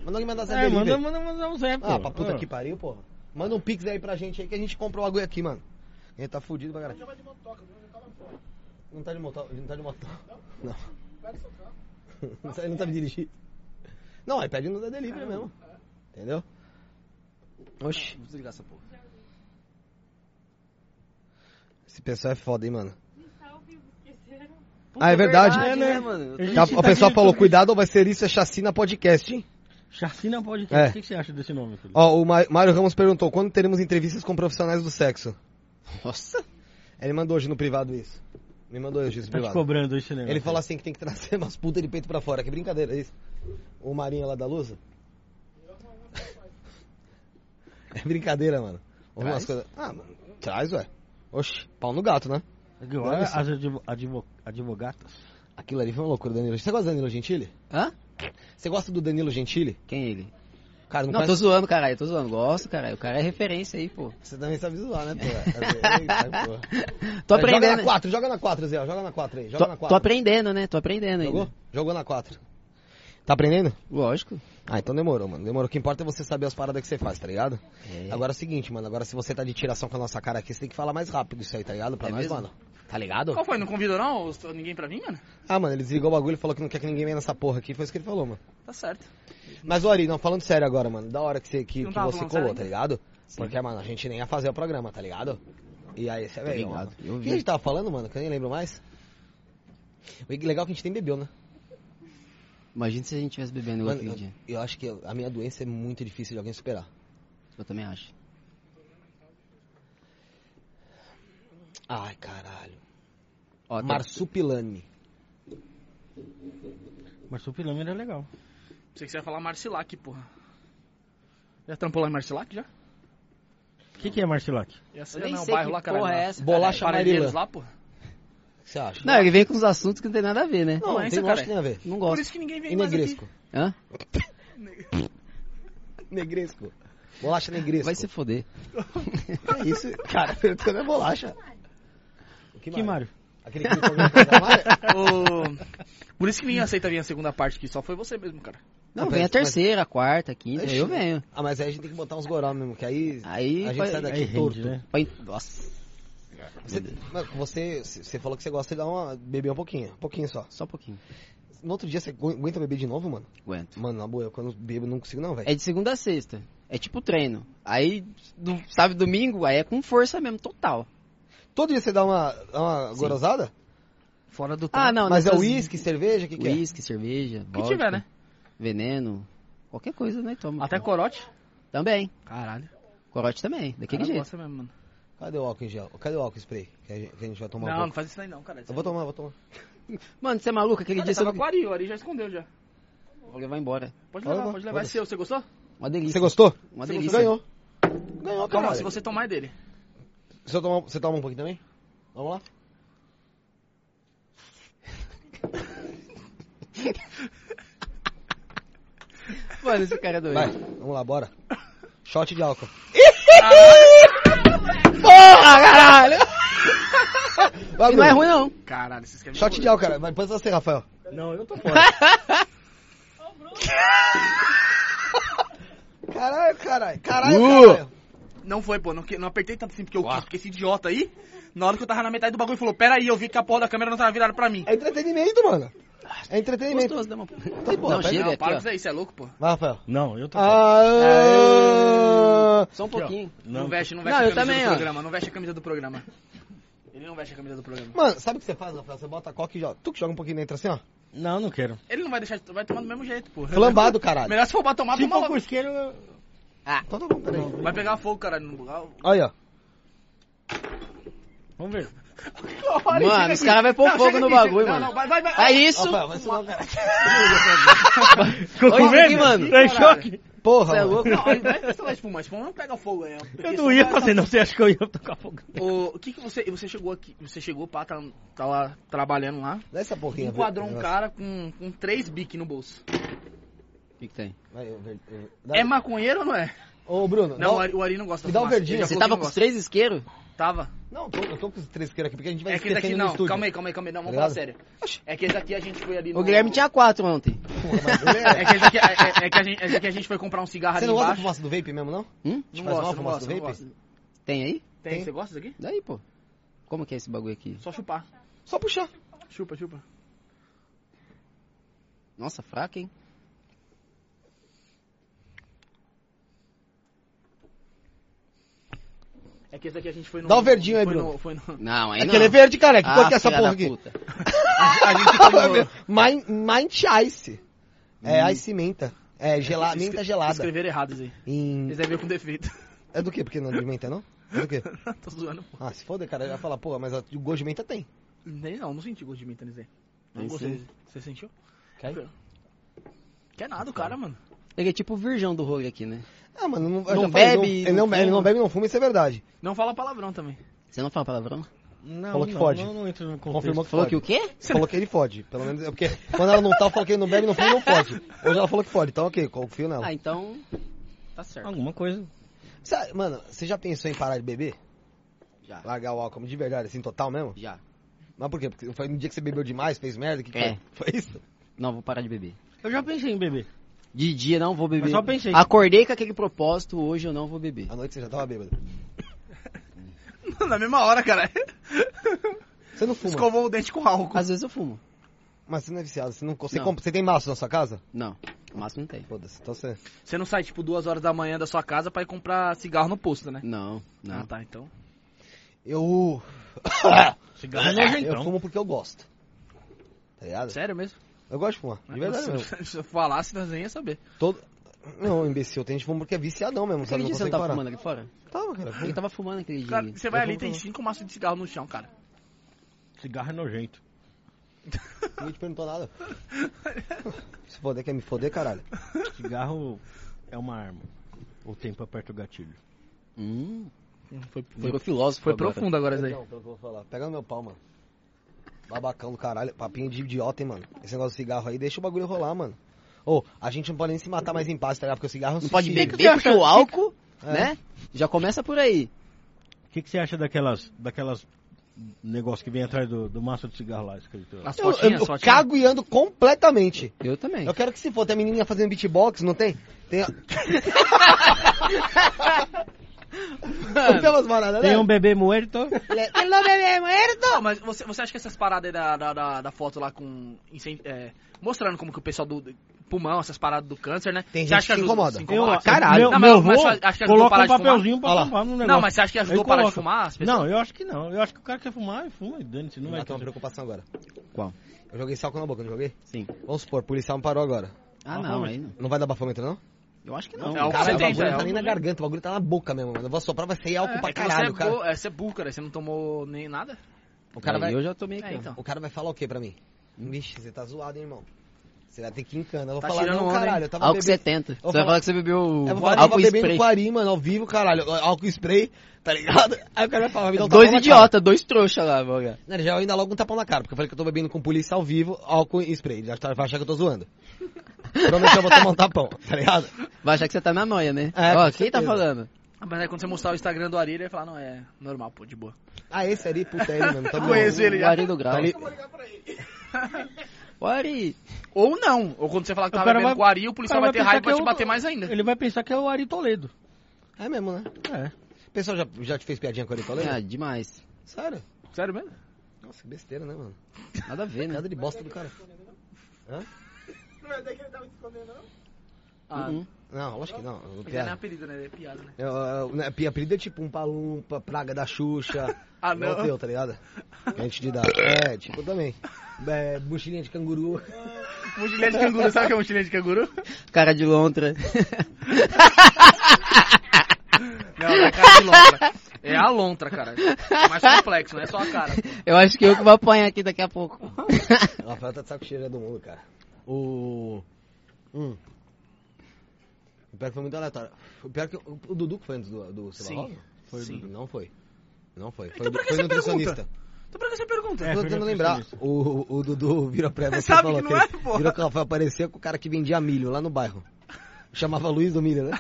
S3: Manda alguém mandar Zé
S5: É,
S3: Delivery.
S5: manda, manda, manda um Zé, pô.
S3: Ah, pra puta
S5: Ah.
S3: que pariu, porra. Manda um pix aí pra gente aí que a gente compra o bagulho aqui, mano. A gente tá fudido pra caralho. Não tá de motoca, não tá de motoca. Não? Não. Ele não sabe dirigir. Não, aí pede no Zé Delivery mesmo. Entendeu? Oxi.
S4: Vou desligar essa porra.
S3: Esse pessoal é foda, hein, mano.
S6: Não tá ao vivo, esqueceram.
S3: ah, é verdade.
S5: verdade,
S4: né,
S5: né?
S4: mano?
S5: A gente
S3: Tá-
S5: tá
S3: o pessoal
S5: aqui-
S3: falou, cuidado ou vai ser isso, é chacina podcast, hein?
S5: Chacina pode
S3: É.
S5: O que que você acha desse nome, Felipe?
S3: Ó, o Ma- Mário Ramos perguntou, quando teremos entrevistas com profissionais do sexo?
S4: Nossa.
S3: Ele mandou hoje no privado isso. Me mandou hoje isso no
S5: tá te
S3: privado.
S5: cobrando esse negócio.
S3: Ele falou assim que tem que trazer umas putas de peito pra fora. Que brincadeira é isso? O Marinho lá da Lusa? É bbrincadeira, mano. Ouve umas coisas... Ah, mano, traz, ué. Oxi, pau no gato, né?
S5: Agora,
S3: Anderson.
S5: as advo- advo- advogatas.
S3: Aquilo ali foi uma loucura, Danilo. Você gosta do Danilo Gentili?
S4: Hã?
S3: Você gosta do Danilo Gentili?
S4: Quem é ele?
S3: Cara, não,
S4: Não,
S3: conhece...
S4: tô zoando, caralho. Tô zoando. Gosto, caralho. O cara é referência aí, pô.
S3: Você também sabe zoar, né, pô? Eita, porra.
S4: Tô
S3: Aí, Joga
S4: aprendendo.
S3: na 4, joga na 4, Zé. ó, Joga na 4 aí. Joga na
S4: Tô, tô
S3: 4.
S4: aprendendo, né? Tô aprendendo aí.
S3: Jogou? Jogou na 4. Tá aprendendo?
S4: Lógico.
S3: Ah, então demorou, mano. Demorou. O que importa é você saber as paradas que você faz, tá ligado? Agora é o seguinte, mano. Agora se você tá de tiração com a nossa cara aqui, você tem que falar mais rápido isso aí, tá ligado? Pra
S4: É
S3: nós,
S4: mesmo?
S3: mano. Tá ligado?
S1: Qual foi? Não convidou não? Os- Ninguém pra mim, mano?
S3: Ah, mano, ele desligou o bagulho e falou que não quer que ninguém venha nessa porra aqui. Foi isso que ele falou, mano.
S1: Tá certo.
S3: Mas, ô, Ari, não, falando sério agora, mano. Da hora que você, que,
S1: Não
S3: que
S1: tava
S3: você
S1: falando
S3: colou,
S1: sério
S3: tá ligado? Porque, mano, a gente nem ia fazer o programa, tá ligado? E aí, você veio, mano.
S4: ligado, eu
S3: O que
S4: vi.
S3: a gente tava falando, mano? Que eu nem lembro mais. O legal é que a gente nem bebeu, né?
S4: Imagina se a gente tivesse bebendo igual
S3: Mano,
S4: aquele
S3: eu,
S4: dia.
S3: eu acho que a minha doença é muito difícil de alguém superar.
S4: Eu também acho.
S3: Ai, caralho.
S4: Ó, tem-
S3: Marsupilame.
S5: Marsupilame era é legal.
S1: Pensei que você ia falar Marcilac, porra. Já trampou lá em Marcilac já?
S5: O que, que é Marcilac?
S1: Já sei,
S4: Eu nem
S1: não,
S4: sei
S1: bairro
S4: que
S1: lá, caralho.
S4: porra é
S1: lá.
S4: essa.
S3: Bolacha
S1: Parelheiros
S3: amarela.
S1: lá, porra.
S3: O que você acha?
S4: Não, ele vem com uns assuntos que não tem nada a ver, né?
S1: não é
S3: tem,
S1: isso,
S3: não acho que tem a
S1: cara.
S3: ver.
S4: Não
S1: Por
S4: gosto.
S1: isso que ninguém vem
S3: E
S1: mais aqui.
S3: negresco.
S4: Hã?
S3: Negresco. Bolacha negresco.
S4: Vai se foder.
S3: Que isso, cara. Perguntando é bolacha. O
S5: Que Mário?
S3: Aquele que ele comeu na casa da Mário?
S1: Ô, Por isso que ninguém aceita vir a segunda parte aqui, só foi você mesmo, cara.
S4: Não,
S3: Mas-
S4: vem a
S3: mas-
S4: terceira, a quarta, a quinta,
S3: Ixi.
S4: aí eu venho.
S3: Ah, mas aí a gente tem que botar uns goró mesmo, que aí...
S4: Aí
S3: A gente
S4: vai-
S3: sai daqui
S5: Aí rende,
S3: torto.
S5: né?
S4: vai- Nossa,
S3: Você, mano, você, você falou que você gosta de dar uma, beber um pouquinho. Um pouquinho só.
S4: só um pouquinho.
S3: No outro dia você agu- aguenta beber de novo, mano?
S4: Aguento.
S3: Mano, na boa, eu quando bebo não consigo não, velho.
S4: É de segunda a sexta. É tipo treino. Aí, do, sabe, domingo, aí é com força mesmo, total.
S3: Todo dia você dá uma, dá uma gorosada?
S1: Fora do
S4: Ah, não,
S3: mas é
S4: nessas-
S3: uísque, cerveja, o que, que é?
S4: Uísque, cerveja,
S1: que
S4: vodka,
S1: tiver, né?
S4: veneno, qualquer coisa, né? Toma.
S1: Até corote.
S4: Também.
S1: Caralho.
S4: Corote também,
S1: cara
S4: daquele É jeito.
S1: gosta mesmo, mano.
S3: Cadê o álcool em gel? Cadê o álcool spray? Que a gente, que a gente vai tomar um
S1: não,
S3: pouco?
S1: não faz isso aí não, cara.
S3: Eu vou tomar, vou tomar.
S4: Mano, você é maluco? Aquele
S1: Ele
S4: dia
S1: disse
S4: você
S1: tava
S4: não...
S1: com o Ari, o Ari já escondeu já.
S4: Vou levar embora.
S1: Pode
S3: Fala,
S1: levar,
S3: vai.
S1: pode levar. É
S3: Foda-se.
S1: seu, você gostou?
S4: Uma delícia.
S3: Você gostou?
S4: Uma
S1: Você
S4: delícia.
S3: Ganhou. Ganhou,
S1: Toma,
S3: cara.
S1: se você tomar é dele.
S3: Você toma, você toma um pouquinho também? Vamos lá?
S4: Mano, esse cara é doido.
S3: Vai, vamos lá, bora. Shot de álcool.
S4: Porra, caralho!
S3: Vai,
S4: E não é
S3: Bruno.
S4: ruim, não.
S1: Caralho, vocês querem
S3: Shot de álcool, cara. Mas pensa você, Rafael.
S5: Não, eu tô fora.
S6: Ô, Bruno,
S3: Caralho, caralho. Caralho,
S7: Uh!
S3: caralho.
S1: Não foi, pô. Não, que- não apertei tanto assim porque eu
S7: Uau.
S1: quis, porque esse idiota aí, na hora que eu tava na metade do bagulho, falou, pera aí, eu vi que a porra da câmera não tava virada pra mim.
S3: É entretenimento, mano. É entretenimento.
S4: Gostoso, dá uma...
S3: Tem boa,
S4: Tá não,
S3: pega-
S4: chega
S1: Não,
S4: aqui,
S1: para
S4: ó.
S1: com isso aí, você é louco, pô.
S3: Vai, Rafael.
S5: Não,
S4: Então
S5: eu tô.
S3: Ah,
S4: Só um
S5: Aqui, ó.
S4: pouquinho.
S1: Não,
S5: Não,
S1: veste, não veste
S4: Não,
S1: a
S4: eu
S1: camisa
S4: também,
S1: do
S4: ó.
S1: programa. Não veste a camisa do programa. Ele não veste a camisa do programa.
S3: Mano, sabe o que você faz, Rafael? Você bota a coca e joga. Tu que joga um pouquinho dentro assim, ó.
S5: não, não quero.
S1: Ele não vai deixar, de- vai tomar do mesmo jeito, pô.
S3: Flambado, caralho.
S1: Melhor se for pra tomar,
S5: Se
S1: toma
S5: for
S1: logo.
S5: com isqueiro, eu-
S3: Então tá bom, peraí.
S1: Vai pegar fogo, caralho. no-
S3: Olha aí, ó.
S5: vamos ver.
S4: Mano, os caras vão pôr
S1: Não,
S4: fogo
S1: chega
S4: no
S1: aqui,
S4: bagulho,
S1: chega- Não,
S4: mano.
S1: não, vai, vai, vai.
S4: É isso!
S3: Rafael, vai se lascar.
S5: Ficou
S4: Olha
S5: com
S4: isso aqui,
S5: medo?
S4: mano.
S5: Tá em choque?
S3: Porra,
S4: Você é
S3: mano.
S4: louco?
S1: Não, olha, vai instalar espuma. Espuma não pega fogo, é. porque
S5: Eu
S1: senão
S5: não ia
S1: vai-
S5: fazer, não. Você acha que eu ia tocar fogo?
S1: O, o que que você... Você chegou aqui... Você chegou, pá, tá, tá lá trabalhando lá.
S3: Dá essa porquinha.
S1: Enquadrou um
S3: velho.
S1: cara com, com três biques no bolso.
S4: O que, que tem?
S3: Vai, eu- eu- eu-
S1: É maconheiro ou não é?
S3: Ô, Bruno.
S1: Não, é- o Ari,
S3: dá-
S1: o Ari não gosta.
S3: me dá
S1: da
S3: um
S1: fumaça.
S3: verdinho.
S1: Ele já
S4: Você
S1: falou
S4: tava
S1: que
S4: com
S1: não
S4: os três isqueiros?
S1: gosta. Tava.
S3: Não, tô- eu tô com os três queiros aqui, porque a gente vai
S1: É que esse daqui
S3: esquecendo no
S1: não.
S3: estúdio. Tá
S1: Calma aí, calma aí, calma aí. Não, vamos
S3: Obrigado.
S1: falar sério. É que esse daqui a gente foi ali no...
S4: O Guilherme tinha quatro ontem.
S3: Porra, mas ele é-
S1: É que, esse daqui, é, é- é que a gente, é que a gente foi comprar um cigarro
S3: Você
S1: ali
S3: não gosta da
S1: embaixo.
S3: fumaça do vape mesmo, não?
S4: Hum?
S3: de
S1: Não
S3: fazer uma
S1: gosto, não
S3: fumaça
S1: gosto,
S3: do
S1: não
S3: vape?
S1: gosto.
S4: Tem aí?
S1: Tem, você gosta disso aqui?
S4: Daí, pô. Como que é esse bagulho aqui?
S1: Só chupar.
S3: Só puxar.
S1: Chupa, chupa.
S4: Nossa, fraca, hein?
S1: É que esse daqui a gente foi no...
S3: Dá um verdinho aí,
S1: foi
S3: Bruno.
S1: No, foi no...
S4: Não, aí não.
S3: Aquele é verde, cara. Que
S4: Ah,
S3: cor que é essa
S4: filha
S3: porra
S4: da
S3: aqui?
S4: puta.
S1: A gente
S3: um
S1: foi no...
S3: Mind, Mind Ice. É
S4: Hum.
S3: ice menta. É gela,
S1: Escre-
S3: menta gelada. Hum.
S1: Escreveram errado isso aí.
S3: Em...
S1: Eles devem ver com defeito.
S3: É do que? Porque não é de menta, não? É do que?
S1: Tô zoando, pô.
S3: Ah, se foda, cara. Eu ia falar, porra, mas a- o gosto de menta tem.
S1: Não tem não, não senti gosto de menta nesse aí. Não
S4: Aí
S1: gostei.
S4: sim.
S1: Você sentiu?
S3: Cai?
S1: Quer nada, o cara, mano.
S4: Ele é tipo o virgão do rolê aqui, né?
S3: Ah, mano, não, eu
S4: Não
S3: já falei,
S4: bebe,
S3: Ele
S4: não
S3: não, bebe, ele
S4: fuma.
S3: não bebe, não fuma, isso é verdade.
S1: Não fala palavrão também.
S4: Você não fala palavrão?
S5: Não,
S3: Falou que
S5: não,
S3: fode.
S5: Não, não entra no contexto.
S3: Confirmou que
S4: Falou
S3: fode.
S4: que o quê?
S3: Falou que ele fode. Pelo menos, é porque quando ela não tá, falou que ele não bebe, não fuma, não fode. Hoje ela falou que fode, então ok, confio nela.
S4: Ah, então. Tá certo.
S5: Alguma coisa.
S3: Sabe, mano, você já pensou em parar de beber?
S4: Já.
S3: Largar o álcool de verdade, assim, total mesmo?
S4: Já.
S3: Mas por quê? Porque foi no dia que você bebeu demais, fez merda, que que
S4: É.
S3: foi? Foi isso?
S4: Não, vou parar de beber.
S5: Eu já pensei em beber.
S4: De dia não vou beber.
S5: Mas só pensei.
S4: Acordei com aquele propósito, hoje eu não vou beber.
S3: À noite você já tava bêbado.
S1: Na mesma hora, cara.
S3: Você não fuma,
S1: Escovou o dente com álcool.
S4: Às vezes eu fumo.
S3: mas você não é viciado. Você, não, você,
S4: Não.
S3: compra- você tem maço na sua casa?
S4: Não. O máximo não tem.
S3: Foda-se, então você...
S1: Você não sai, tipo, duas horas da manhã da sua casa pra ir comprar cigarro no posto, né?
S4: Não, não.
S1: Ah, tá, então.
S3: Eu...
S5: Cigarro é
S3: Ah, eu
S5: nojentão.
S4: então.
S3: fumo porque eu gosto. Tá ligado?
S1: Sério mesmo?
S3: Eu gosto de fumar,
S4: É
S3: de É verdade mesmo.
S1: se, se eu falasse, nós nem ia saber.
S3: Todo... Não, imbecil, tem gente que fuma porque é viciadão mesmo, sabe?
S4: Aquele
S3: Não
S4: dia você
S3: consegue
S4: não tava
S3: parar.
S4: fumando aqui fora?
S3: Tava, cara.
S4: Ele tava fumando aquele dia.
S1: Cara, você vai
S3: eu
S1: ali,
S3: vou
S1: tem
S3: provar.
S1: cinco maços de cigarro no chão, cara.
S5: Cigarro é nojento.
S3: Ninguém te perguntou nada. Se foder, quer me foder, caralho.
S5: Cigarro é uma arma. O tempo aperta o gatilho.
S4: Hum,
S1: Foi,
S4: virou filósofo.
S1: foi
S4: agora.
S1: profundo agora isso aí.
S3: Não, pelo que eu vou falar. Pega no meu pau, mano. Babacão do caralho. Papinho de idiota, hein, mano. Esse negócio de cigarro aí, deixa o bagulho rolar, mano. Ô, a gente não pode nem se matar mais em paz, tá ligado? Porque o cigarro é um
S4: Não pode
S3: suicídio.
S4: beber porque o álcool,
S3: É.
S4: né? Já começa por aí.
S5: O que, que você acha daquelas, daquelas negócio que vem atrás do, do maço de cigarro lá escrito?
S1: As
S3: Eu, eu,
S1: fotinhas,
S3: eu
S1: as fotinhas.
S3: cago e ando completamente.
S4: Eu também.
S3: Eu quero que se for, tem a menininha fazendo beatbox, não tem? Tem, a- não tem umas paradas, né?
S5: Tem um bebê muerto?
S1: Não, mas você, você acha que essas paradas aí da, da, da, da foto lá com... incen- é, mostrando como que o pessoal do do pulmão, essas paradas do câncer, né?
S3: Tem
S1: Você
S3: gente
S1: acha
S3: que se
S1: ajuda-
S3: incomoda.
S1: se
S5: Eu,
S1: incomoda?
S5: caralho, meu,
S1: ah, Não,
S5: meu
S1: mas- mas
S5: avô
S1: acho- acho que ajudou
S5: coloca
S1: parar
S5: um
S1: de fumar.
S5: papelzinho
S3: Olha lá.
S5: pra fumar no negócio.
S1: Não, mas você acha que ajudou a
S5: Ele
S1: parar de
S5: coloca.
S1: fumar as pessoas?
S5: Não, eu acho que não. Eu acho que o cara quer fumar, ele fuma e dane-se. Não
S3: Não
S5: vai
S3: tem uma
S5: ter.
S3: preocupação agora.
S4: Qual?
S3: Eu joguei salco na boca, não joguei?
S4: Sim.
S3: Vamos supor, o policial me parou agora.
S4: Ah,
S5: Ah,
S4: não,
S5: mas-
S4: aí não.
S3: Não vai dar bafômetro, não?
S4: Eu acho que não.
S1: É o
S3: Caralho, o
S1: Você tem,
S3: bagulho
S1: já,
S3: não tá
S1: é
S3: nem na garganta, o bagulho tá na boca mesmo, mano. Eu vou soprar, vai sair álcool
S1: É,
S3: pra
S1: é que
S3: caralho,
S1: você, é
S3: cara.
S1: bo- é, você é burro, cara. Você não tomou nem nada.
S3: O cara
S4: Aí
S3: vai...
S4: Eu já tomei aqui.
S1: É,
S4: ó.
S1: então.
S3: O cara vai falar o quê pra mim? Vixe, você tá zoado, hein, irmão. Você vai ter que ir em cana. Eu vou
S1: Tá
S3: falar,
S1: tirando
S3: não,
S1: onda,
S3: caralho,
S1: hein?
S3: eu tava
S4: Álcool
S3: bebendo...
S4: 70. Você
S3: vou
S4: vai
S3: falar-
S4: falar que você bebeu
S3: Eu vou falar, eu tava
S4: álcool
S3: bebendo
S4: spray.
S3: com Ari, mano, ao vivo, caralho. Álcool spray, tá ligado? Aí o cara vai falar, me dá um
S4: Dois
S3: tapão na
S4: idiotas, dois trouxas lá, boga.
S3: cara. Não, ele já ainda logo um tapão na cara, porque eu falei que eu tô bebendo com polícia ao vivo, álcool e spray. Ele já tá- vai achar que eu tô zoando. Provavelmente eu vou tomar um tapão, tá ligado?
S4: Vai achar que você tá na noia, né?
S3: É,
S4: Ó,
S3: com
S4: quem tá
S3: certeza.
S4: falando?
S1: Ah, Mas aí quando você mostrar o Instagram do Ari, ele vai falar, não, é normal, pô, de boa.
S3: Ah, esse ali, puta, é ele, mano. Tá
S1: Conheço
S3: bom.
S1: ele
S4: o
S1: já.
S4: Ari do Grau.
S3: Tá ali-
S4: Ô, Ari,
S1: Ou não. Ou quando você falar que
S5: O
S1: tava
S5: cara
S1: bebendo
S5: vai-
S1: com o Ari, o policial
S5: cara
S1: vai ter
S5: vai pensar
S1: raiva e vai
S5: que
S1: te
S5: eu-
S1: bater mais ainda.
S5: Ele vai pensar que é o Ari Toledo.
S3: É mesmo, né?
S5: É.
S3: O pessoal já, já te fez piadinha com ele, colega?
S4: ah, demais.
S3: Sério?
S1: Sério mesmo?
S3: Nossa, que besteira, né, mano?
S4: Nada a ver, né?
S3: Piada de bosta do cara.
S1: Ah,
S4: Uhum.
S3: Não, lógico que não.
S1: Mas é nem
S3: Piada.
S1: apelido, né? É piada, né?
S3: Eu, eu, né, pi- apelido é tipo um palumpa, praga da Xuxa.
S1: Ah,
S3: igual
S5: é
S1: não.
S3: o teu, tá ligado? Que a gente te dá. É, tipo, eu também. É, mochilinha de canguru.
S1: Mochilinha de canguru. Sabe o que é mochilinha de canguru?
S4: Cara de lontra.
S1: Não, não é cara de lontra. É a lontra, cara. Mais complexo, não é só a cara. pô.
S4: Eu acho que eu que vou apanhar aqui daqui a pouco.
S3: O Rafael tá de saco cheio já do mundo, cara. O. Hum. O pior que foi muito aleatório. O pior que. O, o Dudu que foi antes do, do Seba
S1: Sim,
S3: Rosa? Foi o
S1: sim.
S3: Dudu? Não foi. Não foi. Foi,
S1: Então por que
S3: foi
S1: você
S3: nutricionista.
S1: Então pra que você pergunta?
S5: É,
S3: Tô
S5: foi
S3: tentando lembrar.
S5: nutricionista.
S3: O, o Dudu virou pra você
S1: Sabe
S3: falou
S1: que
S3: que,
S1: não é, porra.
S3: Virou que o Rafael aparecia com o cara que vendia milho lá no bairro. Chamava Luiz do Milho, né?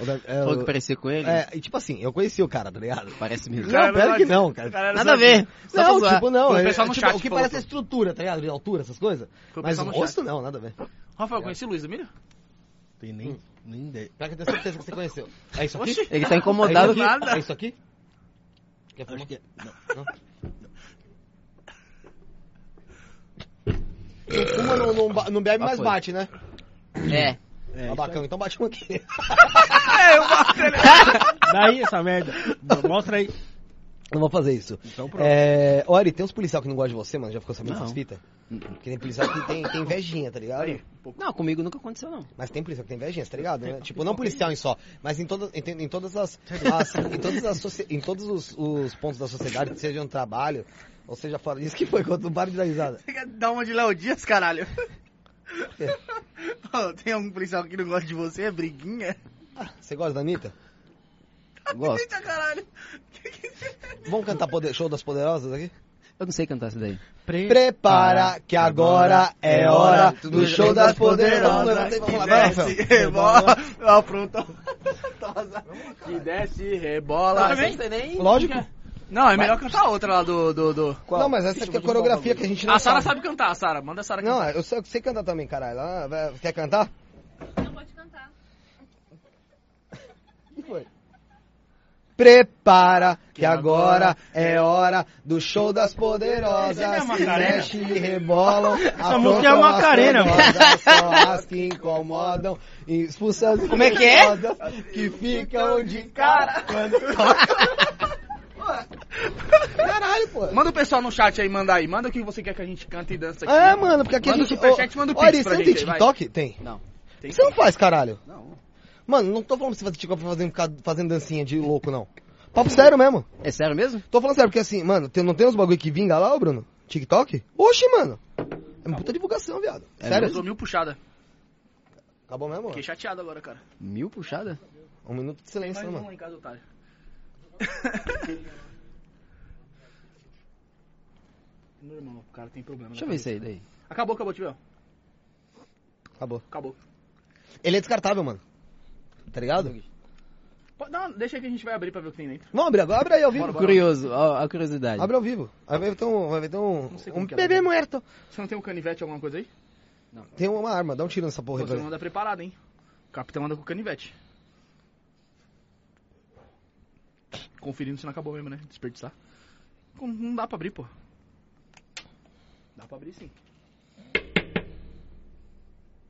S3: O da- É.
S4: Falou que
S3: o-
S4: parecia com ele?
S3: é, e tipo assim, eu conheci o cara, tá ligado?
S4: Parece mesmo.
S1: Cara,
S3: Não, pior que
S1: zoadinho.
S3: não, cara.
S1: Cara, era
S4: Nada a
S1: zoadinho.
S4: ver. Só pra
S3: Não,
S4: zoar.
S3: tipo, não.
S1: Foi o
S3: é-
S1: pessoal no
S3: tipo,
S1: chat
S3: o que
S1: que
S3: parece a
S1: colocou.
S3: estrutura, tá ligado? De altura, essas coisas.
S1: Foi o
S3: Mas
S1: pessoal
S3: o
S1: no chat.
S3: rosto não, nada a ver.
S1: Rafael, conheci o Luiz do Milho?
S5: Tem nem, nem ideia.
S3: Pior que eu tenho certeza que você conheceu. É isso aqui?
S1: Oxi.
S4: Ele tá
S3: É isso
S4: incomodado.
S3: aqui?
S1: nada.
S3: É isso aqui? Quer fumar? é. Não. Quem Fuma não, não, ba- não bebe,
S4: Ah,
S3: mas
S4: foi.
S3: bate, né?
S4: É.
S5: É,
S3: Tá bacana, então bate um aqui.
S5: Daí essa merda. Mostra aí.
S3: Não vou fazer isso.
S5: Então pronto.
S3: É, Ori, tem uns policial que não gosta de você, mano. Já ficou sabendo
S4: Não.
S3: dessas fitas? Que tem policial que tem, tem invejinha, tá ligado?
S1: Aí, um pouco.
S4: Não, comigo nunca aconteceu, não.
S3: Mas tem policial que tem invejinha, tá ligado? né? Tipo, não policial em só, mas em, toda, em, em todas as. as- em, todas as socie- em todos os, os pontos da sociedade, seja no trabalho, ou seja fora. Isso que foi quando para de dar risada.
S1: Você quer dar uma de Léo Dias, caralho?
S3: É.
S1: Ô, tem algum policial que não gosta de você? É briguinha?
S3: Você gosta da Anitta?
S4: Gosto.
S1: Eita, caralho.
S3: Vamos cantar poder- show das poderosas aqui?
S4: Eu não sei cantar isso daí.
S3: Prepara, que agora é hora do show das poderosas. Vamos lá, vai,
S1: desce,
S3: Rafael.
S1: rebola. Ó, pronto. Tosa. Tá Que desce, rebola.
S3: Lógico.
S1: Não, é melhor cantar outra lá do... do, do...
S3: Não, mas essa aqui é a coreografia que a gente não
S1: A Sara sabe cantar, a Sara. Manda a Sara cantar.
S3: Não, eu sei, eu sei cantar também, caralho. Ah, vai- quer cantar?
S6: Não pode cantar.
S3: Prepara, que agora é hora do show das poderosas.
S5: Essa é a
S3: que
S5: Macarena?
S3: mexe e rebolam. Essa
S5: música é a Macarena, mano.
S3: Só as que incomodam. e Expulsam as Como
S4: é que é?
S3: Que ficam de cara quando toca. Caralho, pô.
S1: Manda o pessoal no chat aí, manda aí. Manda o que você quer que a gente cante e dança aqui.
S3: É, mano, porque aqui
S1: Manda
S3: a gente...
S1: o superchat,
S3: Ô,
S1: manda o
S3: Ori,
S1: pix pra
S3: você não
S1: gente
S3: tem
S1: aí, vai.
S3: TikTok? Tem.
S4: Não.
S1: Tem
S3: Você não faz, caralho.
S4: Não.
S3: Mano, não tô falando pra você fazer TikTok pra fazer, ficar fazendo dancinha de louco, não. Papo sério mesmo.
S4: É sério mesmo?
S3: Tô falando sério, porque assim, mano, tem- não tem uns bagulho que vinga lá, ô Bruno? TikTok? Oxi, mano. É uma puta divulgação, viado.
S1: Sério?
S3: Sério?
S1: Usou mil puxada.
S3: Acabou mesmo?
S1: Fiquei chateado agora, cara.
S4: Mil puxada?
S3: Um minuto de silêncio,
S1: Mais
S3: né,
S1: um
S3: mano?
S1: lá em casa, otário. Normal, o cara tem problema.
S4: Deixa eu
S1: na
S4: ver isso
S1: cabeça.
S4: aí daí.
S1: Acabou, acabou, tio.
S3: Acabou.
S1: Acabou.
S3: Ele é descartável, mano. Tá ligado?
S1: Pô, Não, deixa aí que a gente vai abrir pra ver o que tem dentro.
S3: Vamos abrir agora. Abre aí ao vivo.
S1: Bora, bora.
S4: Curioso, ó, a curiosidade.
S3: Abre ao vivo. Aí vai ter um... Vai ter um...
S1: Não sei como
S3: Um
S1: que é,
S3: bebê
S1: né?
S3: muerto.
S1: Você não tem um canivete, alguma coisa aí?
S3: Tem uma arma. Dá um tiro nessa porra. aí
S1: Você
S3: pra
S1: não
S3: mim.
S1: anda preparado, hein? O capitão anda com canivete. Conferindo se não acabou mesmo, né? Desperdiçar. Como- Não dá pra abrir, pô. Dá pra abrir sim.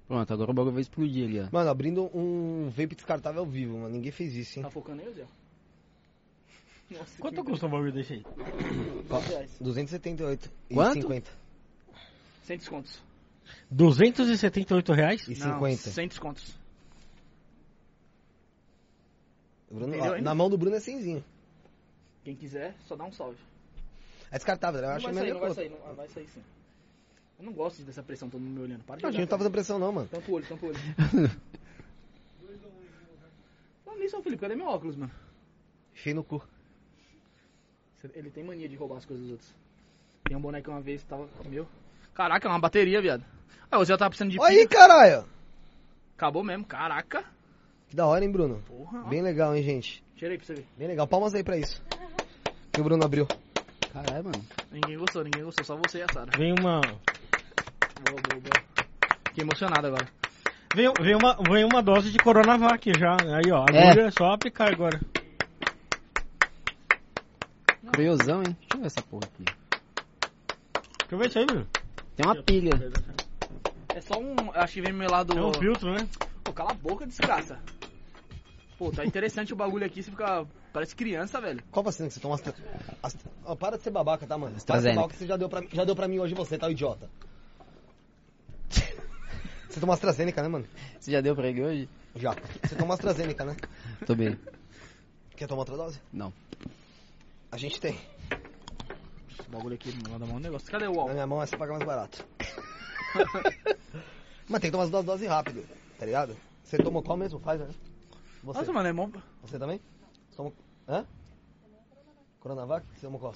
S4: Pronto, agora o bagulho vai explodir ali, ó.
S3: Mano, abrindo um vape descartável ao vivo, mano. Ninguém fez isso, hein?
S1: Tá focando aí, Zé? Nossa,
S5: Quanto custa um bagulho desse aí?
S1: custa? reais.
S3: 278
S4: Quanto?
S3: e 50.
S1: 100 descontos.
S5: 278 reais?
S3: E
S1: Não,
S3: 50.
S1: 100 descontos.
S3: Bruno,
S1: Entendeu
S3: ó,
S1: ainda?
S3: na mão do Bruno é 100zinho.
S1: Quem quiser, só dá um salve.
S3: É descartável, né? eu
S1: Não
S3: acho
S1: vai sair, não
S3: melhor. que o
S1: vai
S3: outro.
S1: sair, não, ah, vai sair sim. Eu não gosto dessa pressão, todo mundo me olhando. Para de
S3: Não, a gente
S1: olhar pra
S3: não tá fazendo pressão, não, mano.
S1: mim. Tampa o olho, tampa o olho. Não, nisso, ô Felipe, cadê meu óculos, mano?
S3: Cheio no cu.
S1: Cê- Ele tem mania de roubar as coisas dos outros. Tem um boneco uma vez que tava meu. Caraca, é uma bateria, viado. Ah, você já tava precisando de
S3: Olha
S1: pilha.
S3: aí, caralho!
S1: Acabou mesmo, caraca.
S3: Que da hora, hein, Bruno?
S1: Porra. ó.
S3: Bem legal, hein, gente?
S1: Tira aí pra você ver.
S3: Bem legal. Palmas aí pra isso. Que o Bruno abriu.
S4: Caralho, mano.
S1: Ninguém gostou, ninguém gostou, só você e a Sara.
S5: Vem uma.
S1: boa, boa, boa. Fiquei emocionado agora.
S5: Vem, vem, uma, vem uma dose de Coronavac já. Aí, ó, agulha é só aplicar agora.
S4: Curiosão, hein? Deixa eu ver essa porra aqui.
S5: Deixa eu ver isso aí, Bruno.
S4: Tem uma pilha.
S1: É só um. eu Acho que vem meu lado.
S5: É um filtro, né?
S1: Pô, cala a boca, desgraça. Pô, tá interessante o bagulho aqui, você fica. Parece criança, velho.
S3: Qual vacina que você toma? Astra... Astra... Ó, para de ser babaca, tá, mano? Para de ser
S4: AstraZeneca.
S3: babaca que você já deu, pra... já deu pra mim hoje você, tá, o idiota. Você toma AstraZeneca, né, mano?
S4: Você já deu pra ele hoje?
S3: Já. Você toma AstraZeneca, né?
S4: Tô bem.
S3: Quer tomar outra dose?
S4: Não.
S3: A gente tem.
S1: Esse bagulho aqui não manda mão um negócio. Cadê o
S3: Na
S1: UOL?
S3: minha mão essa paga mais barato. Mas tem que tomar as duas doses rápido, tá ligado? Você tomou qual mesmo? Pfizer, né? Você,
S1: Nossa, mano, é mó.
S3: você também? Você tomou... Hã? Coronavac? Você tomou qual?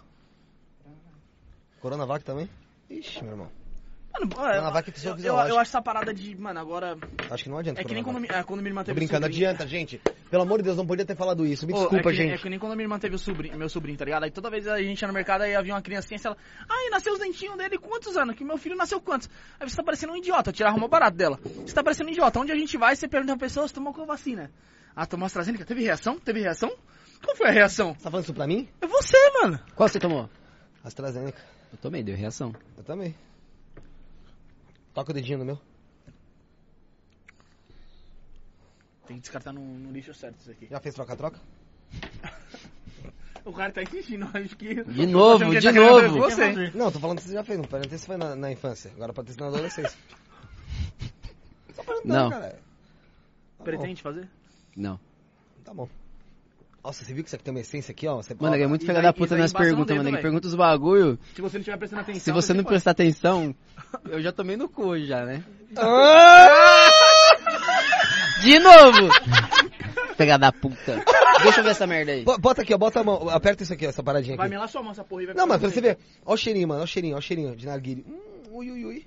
S3: Coronavac também? Ixi, meu irmão.
S1: Mano,
S3: Não,
S1: eu,
S3: vai que precisou
S1: eu, eu,
S3: fisiológico.
S1: eu acho essa parada de. Mano, agora.
S3: Acho que não adianta.
S1: É que nem quando,
S3: Coronavac.
S1: me- é, quando minha irmã
S3: Tô
S1: teve
S3: brincando,
S1: o sobrinho.
S3: adianta, gente. Pelo amor de Deus, não podia ter falado isso. Me
S1: Pô,
S3: desculpa,
S1: é que, nem- É
S3: gente.
S1: que nem quando minha irmã teve o sobrinho, meu sobrinho, tá ligado? Aí toda vez a gente ia no mercado, aí havia uma criancinha, assim, ela... Ai, nasceu os dentinhos dele, quantos anos? Que meu filho nasceu quantos? Aí você tá parecendo um idiota, tirava uma barato dela. Você tá parecendo um idiota. Onde a gente vai, você pergunta pra pessoa, você tomou qual vacina? Ah, tomou AstraZeneca. Teve reação? Teve reação? Qual foi a reação?
S3: Você tá falando isso pra mim?
S1: É você, mano.
S4: Qual você tomou?
S3: AstraZeneca.
S4: Eu tomei, deu reação.
S3: Eu também. Toca o dedinho no meu.
S1: Tem que descartar no, no lixo certo isso aqui.
S3: Já fez troca-troca?
S1: O cara tá insistindo, acho que...
S4: De
S1: Acho
S4: novo,
S1: que ele
S4: de
S1: tá querendo ver
S4: novo.
S1: Você.
S3: Não, tô falando que você já fez. Não perguntei se foi na, na infância. Agora pode ter sido na adolescência. Só perguntando,
S4: Não.
S3: cara. Tá
S1: Pretende fazer?
S4: Não.
S3: bom. Tá bom. Nossa, você viu que isso aqui tem uma essência aqui, ó? Você
S4: Mano, é muito
S1: e
S4: filha
S1: vai-
S4: da
S1: e
S4: puta
S1: vai
S4: nas
S1: embaçar no
S4: perguntas,
S1: dedo,
S4: mano. Ele
S1: velho.
S4: pergunta os bagulho.
S1: Se você não tiver prestando atenção...
S4: Se você não
S1: pode.
S4: prestar atenção, eu já tomei no cu já, né?
S3: Ah!
S4: De novo! Filha da puta. Deixa eu ver essa merda aí.
S3: Bo- Bota aqui, ó. Bota a mão. Aperta isso aqui, ó, essa paradinha
S1: Vai
S3: aqui.
S1: melar sua mão essa porra e vai...
S3: Não, mas pra você ver. Ó o cheirinho, mano. Ó o cheirinho, ó o cheirinho de narguile. Hum, ui, ui, ui.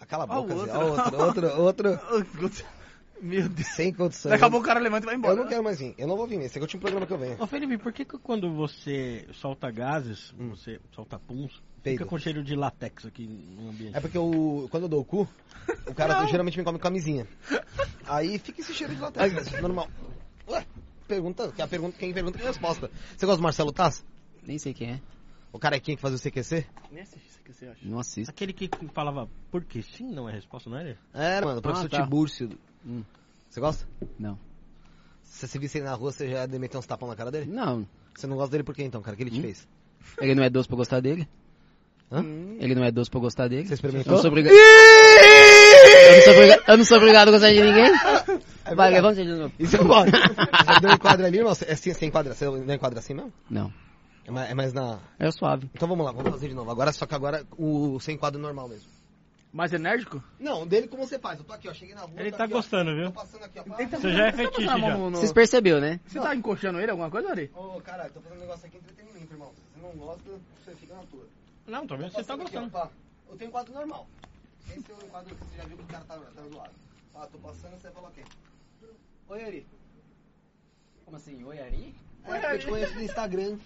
S3: Ah, cala a
S1: Ó o
S3: boca, Zé.
S1: outro.
S3: Ó outro, outro, outro.
S1: Meu Deus.
S3: Sem condições.
S1: Daqui a pouco o cara levanta e vai embora.
S3: Eu não quero mais vir. Eu não vou vir. Esse aqui é o último programa que eu venho.
S5: Ô Felipe, por que, que quando você solta gases, você solta puns,
S3: Peido.
S5: fica com cheiro de latex aqui no ambiente?
S3: É porque o, quando eu dou o cu, o cara geralmente me come com camisinha. Aí fica esse cheiro de latex, normal. Ué, pergunta, que é a pergunta, quem pergunta tem resposta. Você gosta do Marcelo Taz?
S4: Nem sei quem é.
S3: O carequinha que fazia o CQC?
S1: Nem assiste isso aqui, você acha?
S4: Não assisto.
S5: Aquele que falava, porque sim, não é resposta, não era?
S3: É, mano, o professor
S4: tá.
S3: Tibúrcio.
S4: Hum.
S3: Você gosta?
S4: Não.
S3: Se você visse ele na rua, você já ia meter uns tapão na cara dele?
S4: Não.
S3: Você não gosta dele por quê então, cara? O que ele te
S4: Hum?
S3: fez?
S4: Ele não é doce pra gostar dele?
S3: Hã?
S4: Ele não é doce pra gostar dele?
S3: Você
S4: Eu
S3: experimentou?
S4: não sou obrigado. Eu não sou obriga- eu não sou obrigado a gostar de ninguém.
S3: É
S4: Vai,
S3: verdade.
S4: levanta ele de novo.
S3: Isso eu gosto. Você deu um enquadro ali, irmão? É assim, você enquadra? Você não enquadra assim mesmo?
S4: Não.
S3: É mais, é mais na...
S4: É suave.
S3: Então vamos lá, vamos fazer de novo. Agora, só que agora o sem quadro normal mesmo.
S1: Mais enérgico?
S3: Não, dele como você faz? Eu tô aqui, ó, cheguei na rua.
S5: Ele
S3: tô
S5: tá
S3: aqui, ó,
S5: gostando, viu?
S3: Tô passando aqui, ó. pá.
S5: Você já é fetiche
S1: Tá,
S5: já.
S1: mano, no-
S4: Vocês perceberam, né?
S1: Você tá encoxando ele alguma coisa, Ari?
S3: Ô, caralho, tô fazendo um negócio aqui entretenimento, irmão. Se você não gosta, você fica na tua. Tô
S5: Não, tô vendo que você tá
S3: passando aqui,
S5: gostando.
S3: ó, pá. eu tenho um quadro normal. Esse é o quadro que você já viu que o cara tá, tá do lado. Ah, tô passando, você fala ok. Oi, Ari.
S4: Como assim? Oi, Ari?
S3: É, porque eu te conheço no Instagram.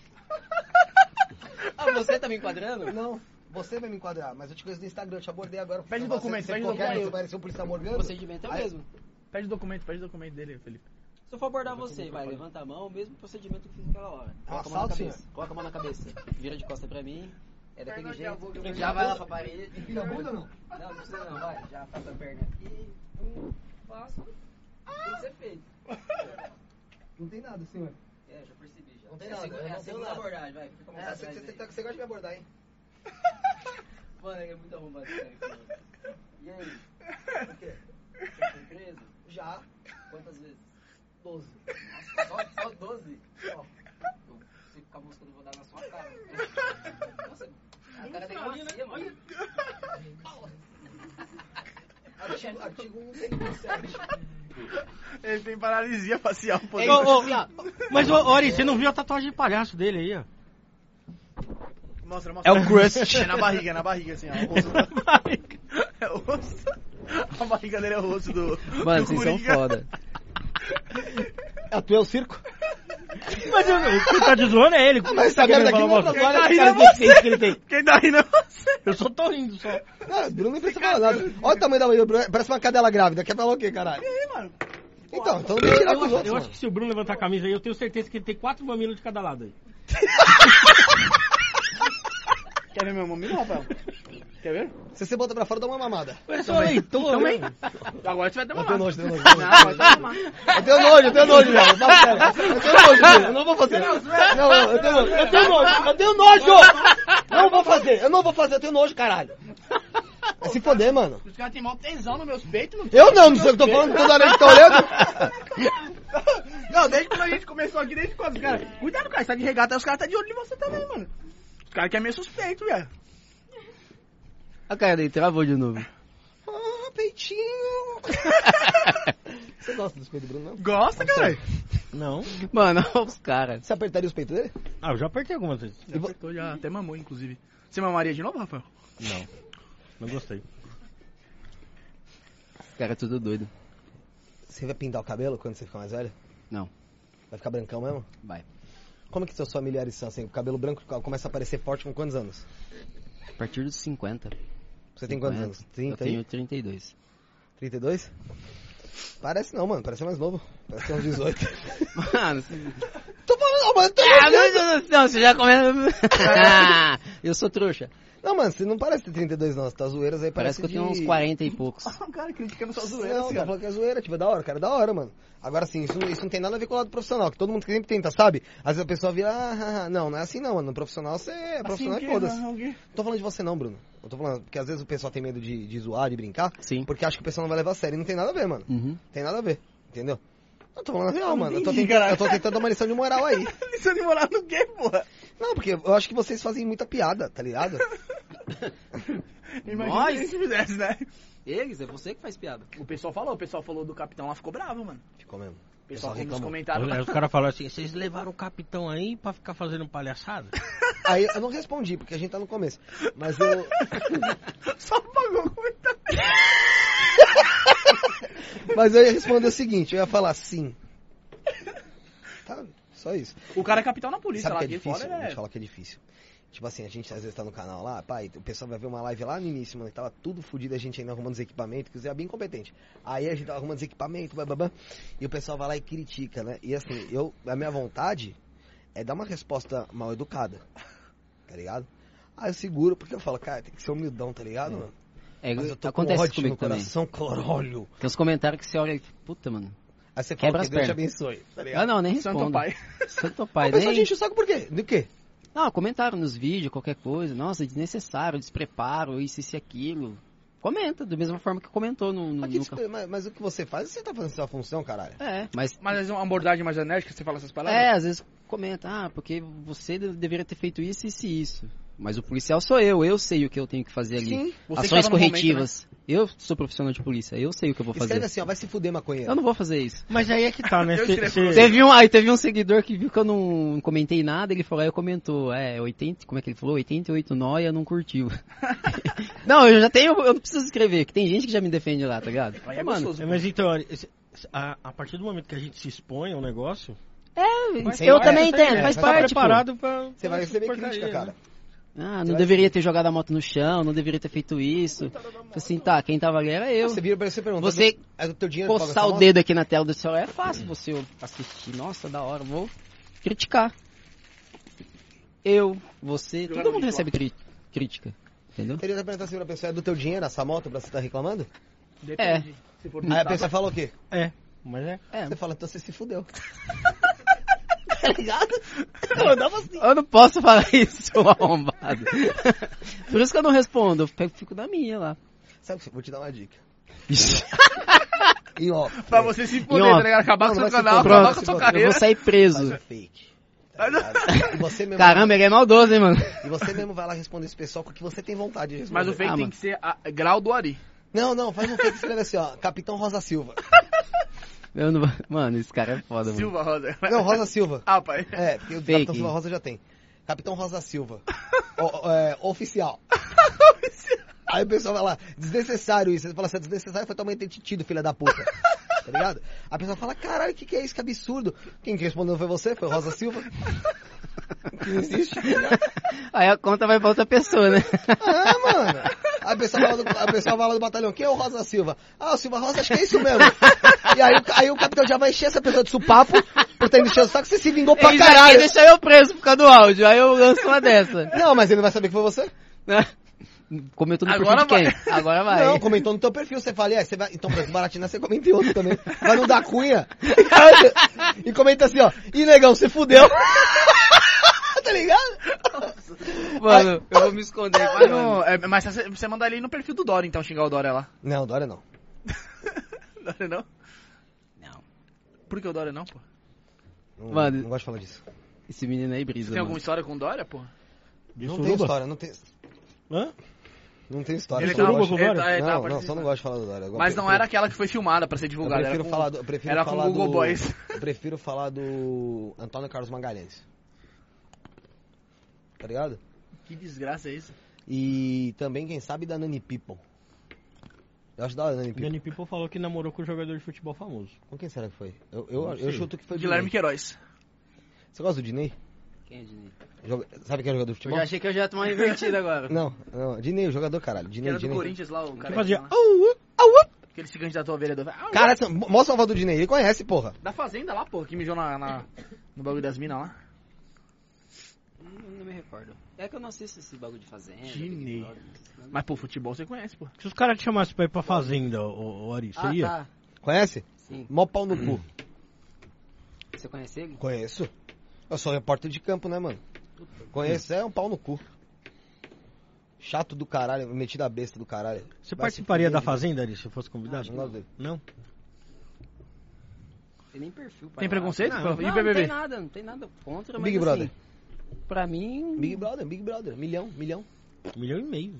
S4: Ah, você tá me enquadrando?
S3: Não, você vai me enquadrar, mas eu te conheço no Instagram, eu te abordei agora. Então,
S1: Pede
S3: Você-
S1: documento,
S3: você
S1: pede
S3: ficou quieto,
S1: documento.
S3: Pareceu um policial morgando.
S4: O procedimento é o
S3: Aí-
S4: mesmo.
S1: Pede o documento, pede o documento dele, Felipe.
S4: Se eu for abordar você, vai, levanta a mão, o mesmo procedimento que eu fiz naquela hora. Coloca a mão na
S3: assalto,
S4: cabeça. Coloca a mão na cabeça. Vira de costa pra mim. É daquele jeito.
S3: vou-
S4: Já vai lá pra parede.
S3: Enfia a bunda ou tá não?
S4: Não, não precisa não, vai. Já faz a perna aqui. Um, passo. Tem que ser feito.
S3: Não tem nada, senhor.
S4: É, já percebi. Já.
S3: Não tem
S4: É a
S3: nada,
S4: segunda-
S3: eu
S4: É
S3: não
S4: a
S3: tenho
S4: segunda
S3: nada.
S4: abordagem, vai. Fica com a mão
S3: É,
S4: pra
S3: você,
S4: trás
S3: você-
S4: aí.
S3: você- você gosta de me abordar, hein?
S4: Mano, ele é muito arrombado. cara, que louco. E aí? O quê? Já foi preso?
S3: Já.
S4: Quantas vezes?
S3: 12.
S4: Nossa, só, só 12? Ó. então, eu- Se ficar buscando, eu vou dar na sua cara. Nossa, a cara é
S1: né?
S4: demacia, mano.
S3: Artigo, artigo 157.
S1: Ele tem paralisia facial, pô.
S5: Ô, ô, mas, ô, Ori, você não viu a tatuagem de palhaço dele aí, ó?
S1: Mostra, mostra. É o crust. É na barriga, é na barriga, assim, ó. O rosto. é o rosto. A barriga dele é o rosto do.
S4: Mano,
S1: do
S4: vocês são
S1: Coringa.
S4: foda.
S3: É, tu é o circo?
S5: Mas eu- o que tá de zoando é ele.
S3: mas essa merda aqui não é
S5: Olha
S3: pra zoar, né,
S5: que cara de deficiência que ele tem. Tá
S1: Quem Quem tá rindo é você.
S5: Eu só tô rindo só.
S3: Não, o Bruno nem precisa falar nada. Olha o tamanho da barriga do Bruno. Parece uma cadela grávida. Quer falar o quê, caralho? Então, então deixa tirar
S5: Eu
S3: com os
S5: acho, eu
S3: outros.
S5: acho
S3: mano.
S5: que se o Bruno levantar a camisa aí, eu tenho certeza que ele tem quatro mamilos de cada lado aí.
S1: Quer ver meu mamilo, Rafael? Quer ver?
S3: Se você bota pra fora, dá uma mamada.
S5: Eu sou leitor.
S1: Também. Agora você vai
S3: Eu
S1: demorar.
S3: tenho nojo,
S1: Não, agora você vai tomar.
S3: eu tenho nojo. Eu tenho nojo, eu tenho nojo, velho. Fala sério. Eu tenho nojo, Bruno. Eu não vou fazer. Não, eu tenho nojo. Eu tenho nojo. Eu tenho nojo. Não vou fazer. Eu não vou fazer. Eu tenho nojo, caralho. É se foder, mano.
S1: Os caras têm mó tesão nos meus peitos, não
S3: Eu não, não sei o que eu tô falando. Toda hora que tá olhando.
S1: Não, desde quando a gente começou aqui, desde quando os caras. Cuidado, cara, você tá de regata, os caras tá de olho em você também, mano. Os caras que é meio suspeito, velho.
S4: A cara dele travou de novo.
S3: Ah, peitinho. Você gosta dos peitos do Bruno, não?
S1: Gosta, cara.
S5: Não.
S4: Mano, olha os caras.
S3: Você apertaria os peitos dele?
S5: Ah, eu já apertei algumas vezes.
S1: Já apertou, já até mamou, inclusive. Você mamaria de novo, Rafael?
S5: Não. Não gostei.
S4: Os caras é tudo doido.
S3: Você vai pintar o cabelo quando você ficar mais velho?
S4: Não.
S3: Vai ficar brancão mesmo?
S4: Vai.
S3: Como é que seus familiares são assim? O cabelo branco começa a aparecer forte com quantos anos?
S4: A partir dos 50.
S3: Você tem quantos
S4: 50.
S3: anos? 30
S4: Eu tenho
S3: aí?
S4: 32.
S3: 32? Parece não, mano. Parece mais novo. Parece que é uns 18.
S4: Mano, você...
S3: tô falando, não, mano. eu Tô
S4: Ah,
S3: brincando.
S4: meu Deus, não, você já começa... Ah, eu sou trouxa.
S3: Não, mano, você não parece ter 32 não. Você tá zoeiras aí, parece
S4: Parece que eu tenho
S3: de-
S4: uns 40 e poucos.
S1: O Ah, cara criticando sua
S3: Não, cara. falou que é zoeira, tipo, é da hora, cara, é da hora, mano. Agora sim, isso, isso não tem nada a ver com o lado profissional, que todo mundo sempre tenta, sabe? Às vezes a pessoa vira, ah, ah, ah. não, não é assim não, mano. No profissional você
S1: Assim
S3: é profissional e foda-se. Não tô falando de você não, Bruno. Eu tô falando, porque às vezes o pessoal tem medo de, de zoar, de brincar,
S4: Sim.
S3: porque acha que o pessoal não vai levar a sério. E não tem nada a ver, mano.
S4: Uhum.
S3: Não tem nada a ver, entendeu? Eu tô falando a real,
S1: não
S3: mano. Eu tô,
S1: entendi,
S3: tentando,
S1: cara.
S3: eu tô tentando dar uma lição de moral aí.
S1: Isso é de moral no quê, porra?
S3: Não, porque eu acho que vocês fazem muita piada, tá ligado?
S1: Imagina
S4: Nós?
S1: se a gente fizesse, né?
S4: Eles, é você que faz piada.
S1: O pessoal falou, o pessoal falou do capitão lá, ficou bravo, mano.
S3: Ficou mesmo.
S1: O pessoal
S3: Pessoal
S1: tem nos
S3: reclamou.
S1: comentários.
S5: Aí os caras falaram assim, vocês levaram o capitão aí pra ficar fazendo palhaçada?
S3: Aí eu não respondi, porque a gente tá no começo. Mas eu.
S1: Só um apagou o comentário.
S3: Mas eu ia responder o seguinte, eu ia falar sim. Tá? Só isso.
S1: O cara é capitão na polícia lá,
S3: Sabe que é
S1: aqui
S3: difícil?
S1: fora,
S3: Vou
S1: é...
S3: te falar que é difícil. Tipo assim, a gente às vezes tá no canal lá, pai, o pessoal vai ver uma live lá no início, mano, que tava tudo fodido, a gente ainda arrumando os equipamentos, que o Zé é bem competente. Aí a gente tava arrumando os equipamentos, bababá, e o pessoal vai lá e critica, né? E assim, eu, a minha vontade é dar uma resposta mal educada, tá ligado? Aí eu seguro, porque eu falo, cara, tem que ser humildão, tá ligado, mano?
S4: É,
S3: Mas eu tô com
S4: acontece
S3: ódio
S4: comigo
S3: no
S4: também.
S3: coração, corolho.
S4: Tem uns comentários que você olha e... Puta, mano.
S3: Aí você fala
S4: Quebra
S3: que
S4: as
S3: Deus te
S4: pernas.
S3: abençoe, tá ligado?
S4: Ah, não, nem respondo.
S1: Santo pai.
S4: Santo
S3: A
S4: pai.
S3: pessoa te
S4: Nem...
S3: enche o saco por quê? Do quê?
S4: Não, comentaram nos vídeos, qualquer coisa. Nossa, desnecessário, despreparo, isso, isso e aquilo. Comenta, da mesma forma que comentou no... no,
S3: Mas, que
S4: no...
S3: despe- mas- mas o que você faz, você tá fazendo sua função, caralho.
S4: É, mas
S1: Mas é uma abordagem mais enérgica, você fala essas palavras?
S4: É, às vezes comenta, ah, porque você de- deveria ter feito isso, isso e isso. Mas o policial sou eu, eu sei o que eu tenho que fazer ali.
S1: Você que
S4: Ações
S1: tava no momento, né?
S4: corretivas. Eu sou profissional de polícia, eu sei o que eu vou fazer.
S3: Escreve assim, ó, vai se fuder, maconheiro.
S4: Eu não vou fazer isso.
S5: Mas aí é que tá, né?
S1: Eu
S5: Cê-
S1: escrevo
S5: cê-
S4: Teve um, aí teve um seguidor que viu que eu não comentei nada, ele falou, aí eu comentou, é, 80, como é que ele falou? 88 nóia, não curtiu. não, eu já tenho, eu não preciso escrever, que tem gente que já me defende lá, tá ligado?
S1: Aí é
S4: Mano,
S1: gostoso.
S5: Mas então, olha, esse- a, a partir do momento que a gente se expõe ao negócio,
S4: eu
S3: parte,
S4: também
S3: tá ligado?
S4: entendo, faz
S3: Tá
S5: tá
S4: parte, pô.
S5: preparado pra...
S3: Você vai receber
S5: porcaria,
S3: crítica, cara.
S5: né?
S3: Você
S4: Ah, não
S3: vai-
S4: deveria ter jogado a moto no chão, não deveria ter feito isso. Falei assim, tá, quem tava ali era eu.
S3: Você vira pra você e pergunta.
S4: Você
S3: é o teu dinheiro pra
S4: Coçar
S3: pagar
S4: o
S3: essa
S4: dedo aqui na tela do celular é fácil você assistir. Nossa, da hora, vou criticar. Eu, você,
S1: Jogar
S4: todo
S1: no
S4: mondo
S1: lixo,
S4: recebe cri- crítica. Entendeu?
S3: moto? Teria que perguntar assim pra pessoa, é do teu dinheiro essa moto pra você tá reclamando?
S1: Depende. Se for
S3: Aí a
S1: tentar.
S3: pessoa fala o quê?
S5: É, mas é.
S4: É.
S3: Você fala, então você se fudeu.
S4: Tá ligado? Eu não posso falar isso, seu arrombado. Por isso que eu não respondo, eu pego- fico na minha lá.
S3: Sabe o que? Vou te dar uma dica. E ó.
S1: Pra você se fuder,
S4: ó,
S1: tá ligado? Acabar com o
S3: não,
S1: seu
S3: vai se
S1: canal,
S3: fuder,
S1: acabar
S3: vai
S1: com a
S3: se
S1: sua
S3: fuder.
S4: Eu
S1: carreira.
S4: vou sair
S3: Faz o
S4: preso.
S3: fake. tá ligado? E você mesmo.
S4: Caramba, ele é maldoso, hein, mano?
S3: E você mesmo vai lá responder esse pessoal com o que você tem vontade de responder.
S1: Mas o fake
S4: Ah,
S1: tem
S4: mano.
S1: que ser a- grau do Ari.
S3: Não, não, faz um fake e escreve assim, ó. Capitão Rosa Silva.
S4: Eu não... vou- Mano, esse cara é foda, mano.
S1: Silva Rosa.
S3: Não, Rosa Silva.
S1: Ah, pai.
S3: É, porque o
S4: Fake.
S3: Capitão Silva Rosa já tem. Capitão Rosa Silva. O- é, oficial. Aí o pessoal vai lá, desnecessário isso. Você fala assim, é desnecessário foi tua mãe ter te tido, filha da puta. Tá ligado? A pessoa fala, caralho, o que, que é isso? Que absurdo. Quem que respondeu foi você, foi o Rosa Silva. Que não existe. né?
S4: Aí a conta vai pra outra pessoa, né?
S3: Ah, mano. A pessoa fala do, a pessoa fala do batalhão, quem é o Rosa Silva? Ah, o Silva Rosa, acho que é isso mesmo. E aí, o- aí o capitão já vai encher essa pessoa de supapo, por ter enchendo o saco, você se vingou pra
S4: Eles já querem
S3: caralho.
S4: deixar eu preso por causa do áudio, aí eu lanço uma dessa.
S3: Não, mas ele vai saber que foi você.
S4: Comentou no
S1: Agora
S4: perfil de quem? Agora vai.
S3: Não, comentou no teu perfil, você fala, e aí, você vai, então pra desbaratinar você comenta em outro também. Vai no da cunha. e comenta assim, ó, e negão, você fudeu. tá ligado?
S4: Mano, eu vou me esconder.
S1: Mas,
S4: Vai,
S1: não,
S4: mano.
S1: é, mas você você manda ele no perfil do Dória, então, xingar o Dória lá.
S3: Não, Dória não.
S1: Dória não?
S4: Não.
S1: Por que o Dória não, pô?
S3: Não,
S4: Mano.
S3: não gosto de falar disso.
S4: Esse menino aí brisa.
S1: Você tem
S4: mano.
S1: alguma história com o Dória, pô?
S5: De
S3: não tem
S5: suruba?
S3: história, não tem,
S5: Hã?
S3: não tem um história.
S5: Ele é tipo
S3: Não,
S5: tava-
S1: ele
S5: Dória?
S1: tá- ele tava
S3: não, não, só
S1: participando.
S3: não gosto de falar do Dória. Eu
S1: Mas
S3: prefiro-
S1: não era aquela que foi filmada pra ser
S3: Eu
S1: divulgada.
S3: prefiro
S1: era com, um
S3: falar do, eu prefiro
S1: era com
S3: falar
S1: o Google
S3: do,
S1: Boys.
S3: Eu prefiro falar do Antônio Carlos Magalhães. Tá ligado?
S1: Que desgraça é isso?
S3: E também, quem sabe, da Nani People. Eu acho da hora a Nani People.
S5: Danny People falou que namorou com um jogador de futebol famoso.
S3: Com quem será que foi? Eu, eu,
S5: Não
S3: eu
S5: sei.
S3: chuto que foi o
S1: Guilherme
S3: Diney.
S1: Queiroz.
S3: Você gosta do Diney?
S4: Quem é Diniz?
S3: Joga- Sabe quem é jogador de
S4: Eu
S3: futebol?
S4: já achei que eu já ia tomar uma invertida agora.
S3: Não, não. Diney, o jogador, caralho.
S1: Que
S3: Diney,
S1: era do
S3: Diney.
S1: Corinthians né? lá, o
S5: Que
S1: cara.
S5: fazia...
S1: lá.
S5: Au, au.
S1: Aquele se candidatou a vereador. Ah, o
S3: Cara, essa- mostra uma foto do Diney. Ele conhece, porra.
S1: Da fazenda lá, pô, que mijou na, na- no bagulho das minas lá.
S4: Não, não me recordo. É que eu não assisto esse bagulho de fazenda.
S1: Dinei.
S4: Big Brother.
S1: Mas, pô, futebol você conhece, pô.
S5: Se os caras te chamassem pra ir pra fazenda, ô, ô Ari,
S4: Ah,
S5: você ia?
S4: tá.
S3: Conhece?
S4: Sim.
S3: Mó pau no cu.
S4: Você conhece ele?
S3: Conheço. Eu sou repórter de campo, né, mano? Conheço, é um pau no cu. Chato do caralho, metido a besta do caralho.
S5: Você
S3: Vai Ah, se
S5: participaria da
S3: fuder,
S5: fazenda, Ari, se eu fosse convidado?
S3: Não gosto dele.
S5: Não?
S4: Tem nem perfil. pra
S1: Tem
S4: lá.
S1: preconceito?
S5: não,
S1: pô?
S5: não,
S1: e
S4: Não, não
S1: BBB?
S4: tem nada, não tem nada contra, mas
S3: Big Brother.
S4: assim, pra mim...
S3: Big Brother, Big Brother. Milhão, milhão.
S5: Um milhão e meio.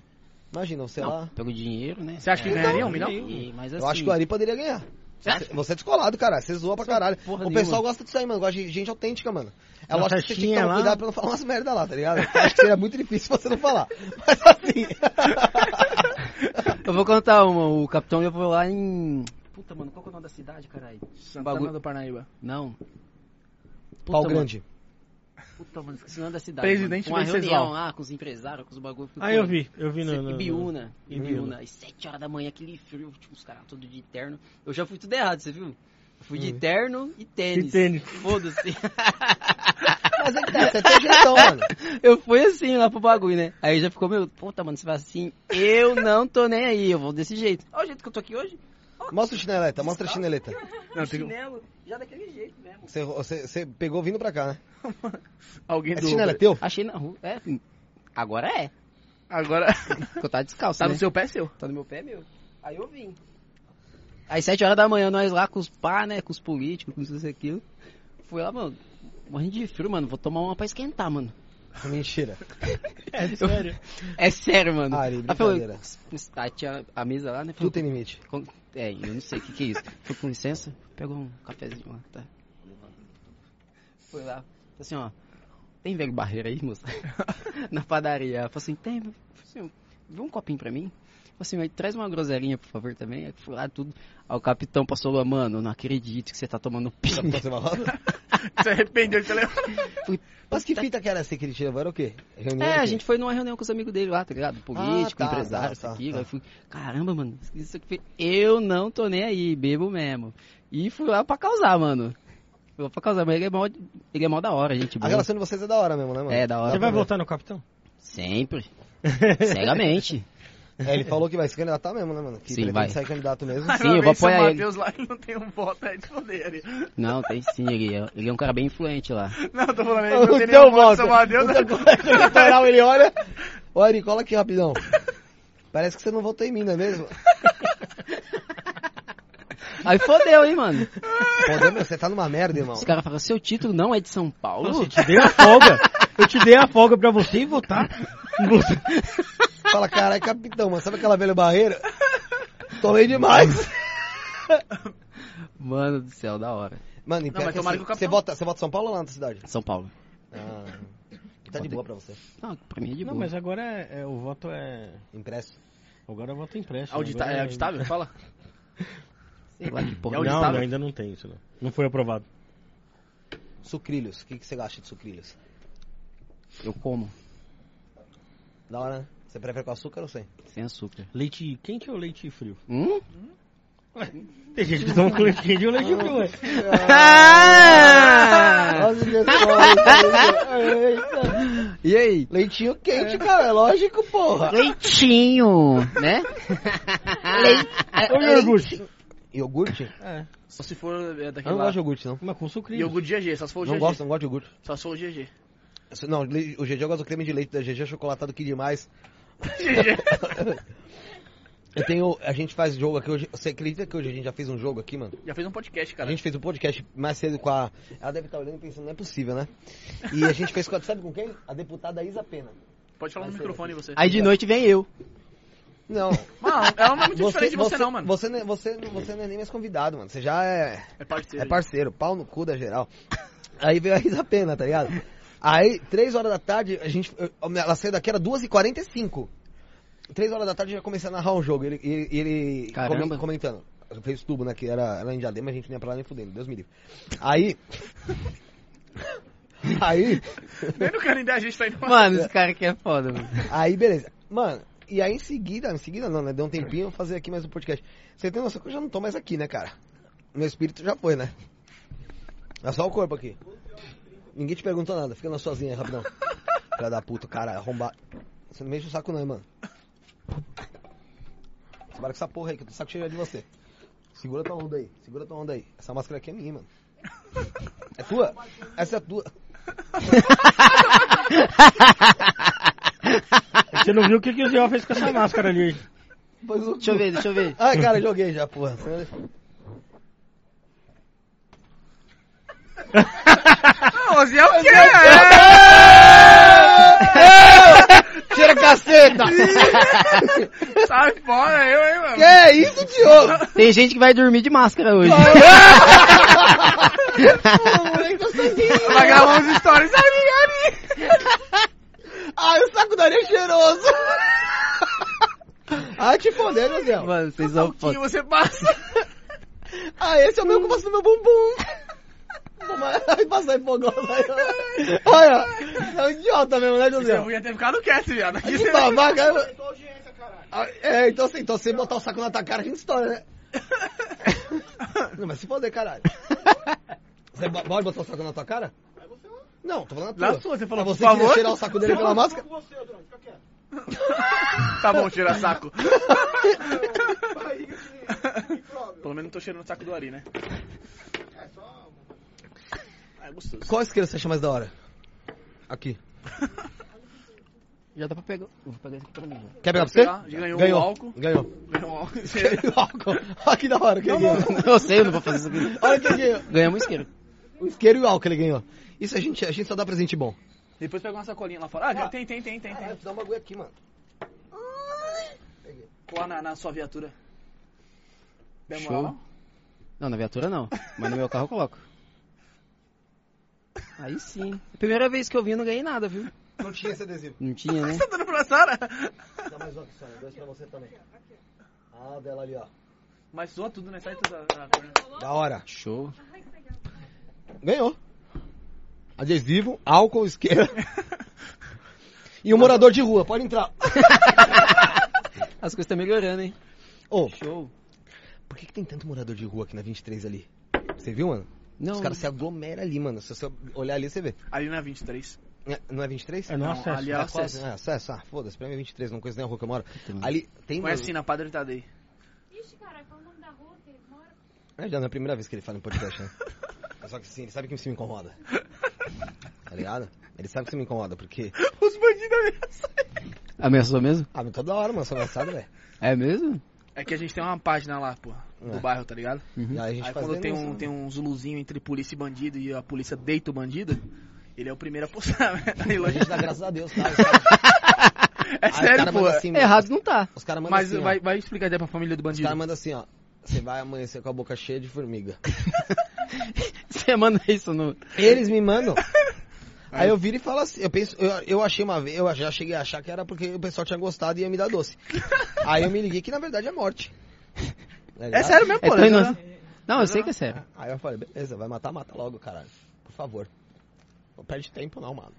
S3: Imagina, sei
S4: não,
S3: lá.
S4: pelo dinheiro, né?
S1: Você acha que ganharia um milhão?
S4: E- mas assim,
S3: Eu acho que o Ari poderia ganhar.
S4: Você acha?
S3: Você é descolado, cara. Você zoa pra caralho.
S4: porra
S3: o
S4: nenhuma.
S3: pessoal gosta disso aí, mano. Gosta de gente autêntica, mano. É
S5: Na
S3: lógico que você tinha que
S5: festinha
S3: tomar
S5: lá.
S3: cuidado pra não falar umas merda lá, tá ligado? Eu acho que seria muito difícil você não falar. Mas assim.
S4: Eu vou contar uma. O Capitão levou lá em... Puta, mano, qual que é o nome da cidade, caralho?
S1: Santana
S4: Bagulho-
S1: do Parnaíba.
S4: Não. Puta,
S3: pau
S4: mano,
S3: grande.
S4: Puta, mano, esqueci o nome da cidade.
S1: Presidente
S4: mano. Uma
S1: Venceslau.
S4: reunião lá com os empresários, com os bagulho.
S5: Ah, eu vi. Eu vi no... no-
S4: Ibiúna,
S5: no-
S4: Ibiúna.
S5: Ibiúna.
S4: né? Às 7 horas da manhã, aquele frio, tipo, os caras todos de terno. Eu já fui tudo errado, você viu? Eu fui de terno Hum. e tênis.
S5: E tênis.
S4: Foda-se.
S3: Mas é que tá, você tem gestão, mano.
S4: eu fui assim lá pro bagulho, né? Aí já ficou meu, puta, mano, você vai assim, eu não tô nem aí, eu vou desse jeito. Olha o jeito que eu tô aqui hoje,
S3: Mostra o chineleta, mostra a chineleta.
S1: Não, tem-
S4: chinelo, já daquele jeito mesmo.
S3: Você, você, você pegou vindo pra cá, né?
S1: alguém do...
S3: Esse chinelo é teu?
S4: Achei na rua, é, assim, agora é.
S1: Agora,
S4: Porque eu tava descalço,
S1: tá
S4: né?
S1: no seu pé, é seu.
S4: Tá no meu pé, meu. Aí eu vim. Às 7 horas da manhã, nós lá com os pá, né? Com os políticos, com isso e aquilo. Fui lá, mano. Morrendo de frio, mano. Vou tomar uma pra esquentar, mano.
S3: Mentira.
S5: É, sério.
S4: É sério, mano.
S3: Ari,
S4: Ela falou,
S3: brincadeira.
S4: "S- Aí tinha a mesa lá, né?
S3: Tu
S4: Falou,
S3: tem limite.
S4: "Com- É, eu não sei o que, que é isso. Falei, com licença, pegou um cafezinho lá, tá? Foi lá. Falei assim, ó. Tem velho barreira aí, moça? Na padaria. Ela Falou assim, tem. Falei assim, vê um copinho pra mim. Falei assim, mas traz uma groselinha, por favor, também. Aí fui lá, tudo. Aí o capitão passou lá, mano, eu não acredito que você tá tomando
S3: Tá
S4: pinga.
S3: passando uma roda?
S1: Você arrependeu de ter levado.
S3: Mas que fita que era essa que ele te levou? Era o quê? Reunião
S4: É,
S3: do quê?
S4: a gente foi numa reunião com os amigos dele lá, tá ligado? Político,
S3: Né, tá,
S4: empresário,
S3: tá,
S4: isso
S3: tá,
S4: aqui.
S3: tá.
S4: Aí fui, caramba, mano, isso aqui, eu não tô nem aí, bebo mesmo. E fui lá pra causar, mano. Fui lá pra causar, mas ele é mó, ele é mó da hora, gente.
S3: A
S4: Boa.
S3: relação de vocês é da hora mesmo, né, mano?
S4: É, da hora.
S3: Dá
S5: Você vai
S3: pra ver.
S5: voltar no capitão?
S4: Sempre. Cegamente.
S3: É, ele falou que vai se candidatar mesmo, né, mano? Que
S4: Sim,
S3: ele
S4: vai.
S3: tem que sair candidato mesmo.
S4: Sim, eu vou apoiar ele.
S1: Mateus lá e não tem um voto aí de poder ali.
S4: Não, tem sim, ele é, ele é um cara bem influente lá.
S1: Não, eu tô falando ele não
S3: O
S1: tem nenhum voto
S3: teu
S1: de
S3: voto.
S1: São Mateus. né?
S3: O teu colégio eleitoral, ele olha. Ô, Ari, cola aqui rapidão. Parece que você não votou em mim, não é mesmo?
S4: Aí fodeu, hein, mano.
S3: Pô, Deus, meu, você tá numa merda, irmão.
S4: Os caras falam, seu título não é de São Paulo?
S5: Nossa, eu te dei a folga. Eu te dei a folga pra você e votar.
S3: Fala, caralho, capitão, mano. Sabe aquela velha barreira? Tomei demais.
S4: Mano do céu, da hora.
S3: Mano, e pior
S1: mas
S3: que
S1: tomara
S3: assim,
S1: que o
S3: você
S1: capitão-
S3: vota, você vota em São Paulo ou lá na cidade?
S4: São Paulo.
S3: Ah, tá de boa pra você.
S4: Não, pra mim é de
S5: Não,
S4: boa.
S5: mas agora é, é- o voto é...
S3: Impresso.
S5: Agora é voto impresso.
S1: Audita-
S5: agora
S1: é auditável? Fala.
S4: Sei lá que porra.
S1: É
S5: Não,
S1: auditável?
S5: não, ainda não tem isso. Não, não foi aprovado.
S3: Sucrilhos. O que, que você acha de sucrilhos?
S4: Eu como,
S3: Da hora, né? Você prefere com açúcar ou sem?
S4: sem açúcar.
S5: Leite quente ou leite frio?
S4: Hum?
S5: Tem gente que toma com leite quente ou leite frio, ué.
S3: Olha que só, eita.
S4: E aí?
S3: Leitinho quente, cara, é lógico, porra.
S4: Leitinho, né?
S3: Ah.
S5: é. Ô, iogurte.
S3: Iogurte?
S1: Só se for é,
S3: Eu
S1: daquele
S3: não
S1: lá.
S3: gosto de iogurte, não.
S5: Mas com sucrilhos.
S1: Iogurte GG, só se for o
S3: Não
S1: GG.
S3: gosto, não gosto de iogurte.
S1: Só se for o GG.
S3: Isso- Não, le- o GG eu gosto do creme de leite da GG, chocolatado que demais. Eu tenho. A gente faz jogo aqui hoje. Você acredita que hoje a gente já fez um jogo aqui, mano?
S1: Já fez um podcast,
S3: A
S1: cara.
S3: gente fez um podcast mais cedo com a. Ela deve estar olhando e pensando, não é possível, né? E a gente fez com a. Sabe com quem? A deputada Isa Pena.
S1: Pode falar no
S3: Vai ser
S1: microfone você.
S4: Aí de noite vem eu.
S3: Não.
S1: Mano, ela não é muito diferente de você, não, mano.
S3: Você, não é- você, não- você não é nem mais convidado, mano. Você já é.
S1: É parceiro.
S3: É parceiro, pau no cu da geral. Aí veio a Isa Pena, tá ligado? Aí, três horas da tarde, a gente. eu- Ela saiu daqui, era 2h45. Três horas da tarde eu já comecei a narrar um jogo. Ele, ele, ele
S4: Caramba.
S3: comen- comentando. Fez tubo, né? Que era, era em diadema, a gente não ia pra lá nem fudendo, Deus me livre. Aí. aí.
S1: Nem no Canindé a gente tá indo.
S4: Mano, esse cara aqui é foda, mano.
S3: Aí, beleza. Mano, e aí em seguida, em seguida não, né? Deu um tempinho eu fazer aqui mais um podcast. Você tem noção que eu já não tô mais aqui, né, cara? Meu espírito já foi, né? É só o corpo aqui. Ninguém te perguntou nada, fica na sozinha aí, rapidão. Filha da puta, cara, arrombado. Você não mexe o saco não, hein, mano. Para com essa porra aí, que eu tô saco cheio já de você. Segura tua onda aí, segura tua onda aí. Essa máscara aqui é minha, mano. É tua? Essa é tua.
S5: Você não viu o É que, que o Zé fez com essa máscara ali?
S3: Pois o
S4: Deixa eu ver, deixa eu ver.
S3: Ai, cara, joguei já, porra.
S1: Não, Zé é o quê? É,
S3: Tira a caceta!
S1: sai fora, eu, hein, mano.
S3: que é isso, Diogo?
S4: Tem gente que vai dormir de máscara hoje.
S3: O moleque tá sozinho.
S1: Vai gravar um uns stories aí, Miguel.
S3: Ai, o saco da areia é cheiroso. Ai, te foder, meu Deus.
S4: Mano, vocês são
S1: O que
S4: foda.
S1: Um você passa?
S3: Ah, esse é o meu que eu passo no meu bumbum. Ai, passar aí fogosa. Olha, é um idiota mesmo, né, José?
S1: Eu ia ter ficado quieto, viado. Aqui
S3: Que
S1: você...
S3: babaca. é eu- Ah, É, então assim, então se você botar o saco na tua cara, a gente estoura, né? Não, mas se foder, caralho. Você bo- pode botar o saco na tua cara? Não, tô falando na
S1: Na
S3: tua.
S1: sua, você falou,
S3: Mas
S1: por
S3: você queria
S1: favor.
S3: cheirar o saco dele pela máscara?
S1: Tá bom, tira saco. Pelo menos não tô cheirando o saco do Ari, né? Ah, é gostoso.
S3: Qual isqueiro você acha mais da hora? Aqui.
S4: Já dá pra pegar. Eu Vou pegar esse aqui pra mim. já.
S3: Quer pegar pra
S1: Pode
S3: você?
S1: pegar, ganhou o álcool.
S3: Ganhou.
S1: Ganhou um álcool.
S3: Ganhou o álcool. Olha que da hora que ele ganhou.
S4: Eu sei, eu não vou fazer isso aqui.
S3: Olha que ganhou.
S4: Ganhamos isqueiro.
S3: O isqueiro e o álcool ele ganhou. Isso a gente, a gente só dá presente bom.
S1: Depois pegou uma sacolinha lá fora. Ah, tem, tem, tem, tem, tem.
S3: dar um bagulho aqui, mano.
S1: Colar na, na sua viatura. Deu
S4: Show.
S1: moral?
S4: Não, na viatura não. Mas no meu carro eu coloco. Aí sim. Primeira vez que eu vim, eu não ganhei nada, viu?
S3: Não tinha esse adesivo.
S4: Não tinha, né?
S1: Tá dando pra Sara?
S3: Dá mais uma aqui, Sônia. Dois pra você também. Ah, dela ali, ó.
S1: Mas zoa tudo, né? Sai tudo da, da cor, né?
S3: Da hora.
S4: Show.
S3: Ganhou. Adesivo, álcool, isqueiro. e um morador de rua. Pode entrar.
S4: As coisas estão melhorando, hein?
S3: Ô,
S4: Show.
S3: por que, que tem tanto morador de rua aqui na 23 ali? Você viu, mano?
S4: Não,
S3: Os caras se aglomeram ali, mano. Se você olhar ali, você vê.
S1: Ali na 23.
S3: É, Não é 23?
S5: É no
S1: Não,
S5: acesso.
S1: ali
S3: É
S1: é o
S3: quase-
S1: acesso.
S3: É, acesso. Ah, foda-se. Pra mim é 23, não conheço nem a rua que eu moro. Ali tem...
S1: Conhece sim, na Padre Tadei.
S6: Ixi, cara, qual o nome da rua que ele mora?
S3: É, já não é a primeira vez que ele fala em podcast, né? Mas Só que sim, ele sabe que isso me incomoda. Tá ligado? Ele sabe que isso me incomoda, porque...
S1: Os bandidos ali.
S4: Ameaçou mesmo?
S3: Ah, mas toda hora, mano, sou ameaçado, velho.
S4: É mesmo?
S1: É que a gente tem uma página lá, pô. Do
S3: É.
S1: bairro, tá ligado?
S3: E aí a gente
S1: Aí
S3: faz
S1: quando tem
S3: denúncia,
S1: um,
S3: né?
S1: tem um zuluzinho entre polícia e bandido e a polícia deita o bandido, ele é o primeiro a postar. né? Aí,
S3: A
S1: lógico,
S3: gente dá graças a Deus, sabe? Os caras-
S1: é
S3: aí os
S1: sério,
S3: caras
S1: pô. é
S3: mandam assim, mano,
S4: Errado não tá.
S3: Os caras mandam
S1: Mas
S3: assim, ó.
S1: vai, vai explicar ideia pra família do
S3: Os
S1: bandido.
S3: caras mandam assim, ó. Você vai amanhecer com a boca cheia de formiga.
S4: Você manda isso no.
S3: Eles me mandam. Aí eu viro e falo assim, eu penso, eu, eu achei uma vez, eu já cheguei a achar que era porque o pessoal tinha gostado e ia me dar doce. Aí eu me liguei que na verdade é morte.
S1: É sério mesmo,
S4: É
S1: pô.
S4: tão
S1: né?
S4: inoc-
S8: assim.
S4: Não, eu sei que é sério.
S3: Aí eu falei, beleza, vai matar, mata logo, caralho. Por favor. Não perde tempo não, mano.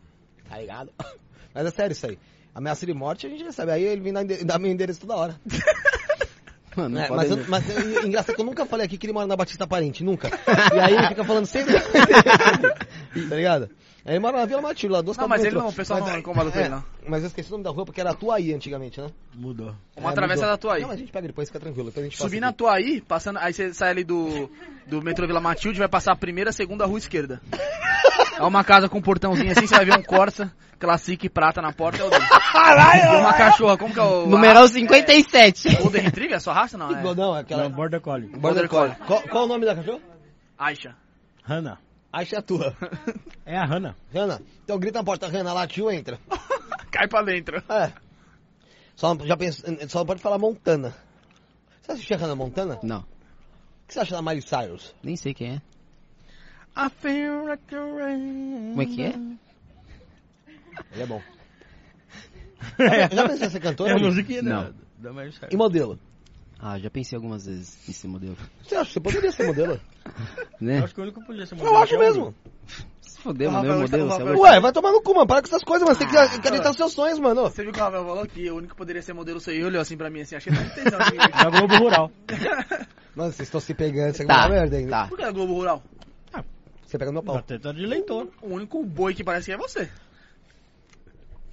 S3: Tá ligado? Mas é sério isso aí. Ameaça de morte a gente recebe. Aí ele vem dar ende- dar meu endereço toda hora.
S8: Mano, não
S3: É,
S8: pode-
S3: mas, eu, mas eu- engraçado que eu nunca falei aqui que ele mora na Batista Parente, nunca. E aí ele fica falando sempre. tá ligado? Aí ele mora na Vila Matilde, lá duas
S1: Não,
S3: quadras
S1: mas ele
S3: do metrô.
S1: não, o pessoal não
S3: aí-
S1: incomoda com ele, não.
S3: é, Mas eu esqueci o nome da rua porque era Atuaí antigamente, né?
S5: Mudou.
S1: Uma
S3: É,
S1: travessa
S3: mudou.
S1: da tua aí.
S3: Não, mas a gente pega depois, fica tranquilo. Depois a gente passa
S1: Subir na
S3: aqui.
S1: tua aí, passando, aí você sai ali do, do metrô Vila Matilde, vai passar a primeira, a segunda rua esquerda. É uma casa com um portãozinho assim, você vai ver um Corsa, Classic prata na porta. É o dele. E uma cachorra, como que é o...
S8: Numeral 57.
S1: a- Golden Retriever? É sua raça? Não,
S3: Igual-
S1: é
S3: Não, é aquela.
S5: Não, Border Collie.
S1: Border Collie.
S3: Qual, qual o nome da cachorra?
S1: Aisha.
S5: Hannah.
S3: Acha a tua.
S5: É a Hannah.
S3: Rana. Então grita na porta, Rana, latiu, entra.
S1: Cai pra dentro.
S3: É. Só, já penso, só pode falar Montana. Você assistiu a Hannah Montana?
S8: Não,
S3: O que você acha da Miley Cyrus?
S8: nem sei quem é.
S5: I feel like a rain.
S8: Como é que é?
S3: Ele é bom. Já
S5: é?
S3: já pensou em ser cantora?
S5: É a
S3: Gui?
S5: musiquinha da,
S8: Não.
S5: da Mary
S3: E modelo?
S8: Ah, já pensei algumas vezes nesse modelo.
S3: Você acha? Você poderia ser modelo?
S8: Né?
S5: Eu acho que o único que podia ser
S3: Eu acho mesmo.
S8: Se fodeu,
S1: O
S8: mano, é
S1: Rafael
S8: o
S1: está-
S8: modelo. você
S1: o
S8: é
S1: Rafael
S8: louco.
S3: Ué, vai tomar no cu, mano. Para com essas coisas, mano. Você tem que acreditar nos seus sonhos, mano.
S1: Você viu que o Rafael falou que o único que poderia ser modelo sou eu, ele olhou assim pra mim assim, achei que não tem tesão de mim.
S5: Da Globo Rural.
S3: Mano, vocês estão se pegando. Você
S8: Tá,
S3: é uma merda ainda.
S8: tá.
S1: Por que é Globo Rural?
S3: Você pega meu pau.
S5: Até tá de leitor.
S1: O único boi que parece que é você.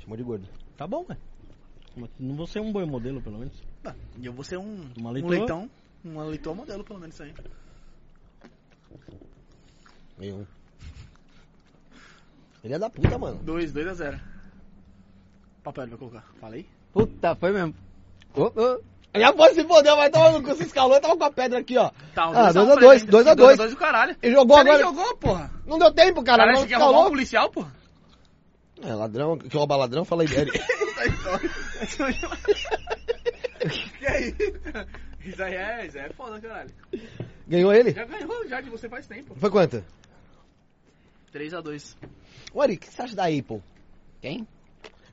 S3: Chamou de gordo.
S5: Tá bom, velho. Mas Não vou ser um bom modelo, pelo menos.
S1: Ah, E eu vou ser um,
S5: Uma
S1: um
S5: leitoa?
S1: leitão. Um leitor modelo, pelo menos, isso aí.
S3: Nenhum. Ele é da puta, mano.
S1: 2, 2 a 0. Papel, ele vai colocar. Falei?
S8: Puta, foi mesmo. Ô, ô.
S3: Já pode se foder, vai tomar no cu. Se escalou, tava com a pedra aqui, ó.
S1: Tá,
S3: Ah,
S1: a
S3: dois a
S1: um
S3: dois,
S1: pra ele.
S3: dois a
S1: Dois
S3: dois.
S1: a dois, o caralho.
S3: Ele jogou
S1: Você nem
S3: agora. tá
S1: jogou, porra.
S3: Não deu tempo, cara.
S1: Caralho,
S3: Não
S1: você quer roubar um
S3: escalou.
S1: policial, porra?
S3: É, ladrão. Que rouba ladrão, fala tá aí dele.
S1: que aí? Isso aí é, isso aí é foda, caralho.
S3: Ganhou ele?
S1: Já ganhou já de você faz tempo.
S3: Foi quanto?
S1: 3 a 2
S3: Ô, Ari, o que você acha da Apple?
S8: Quem?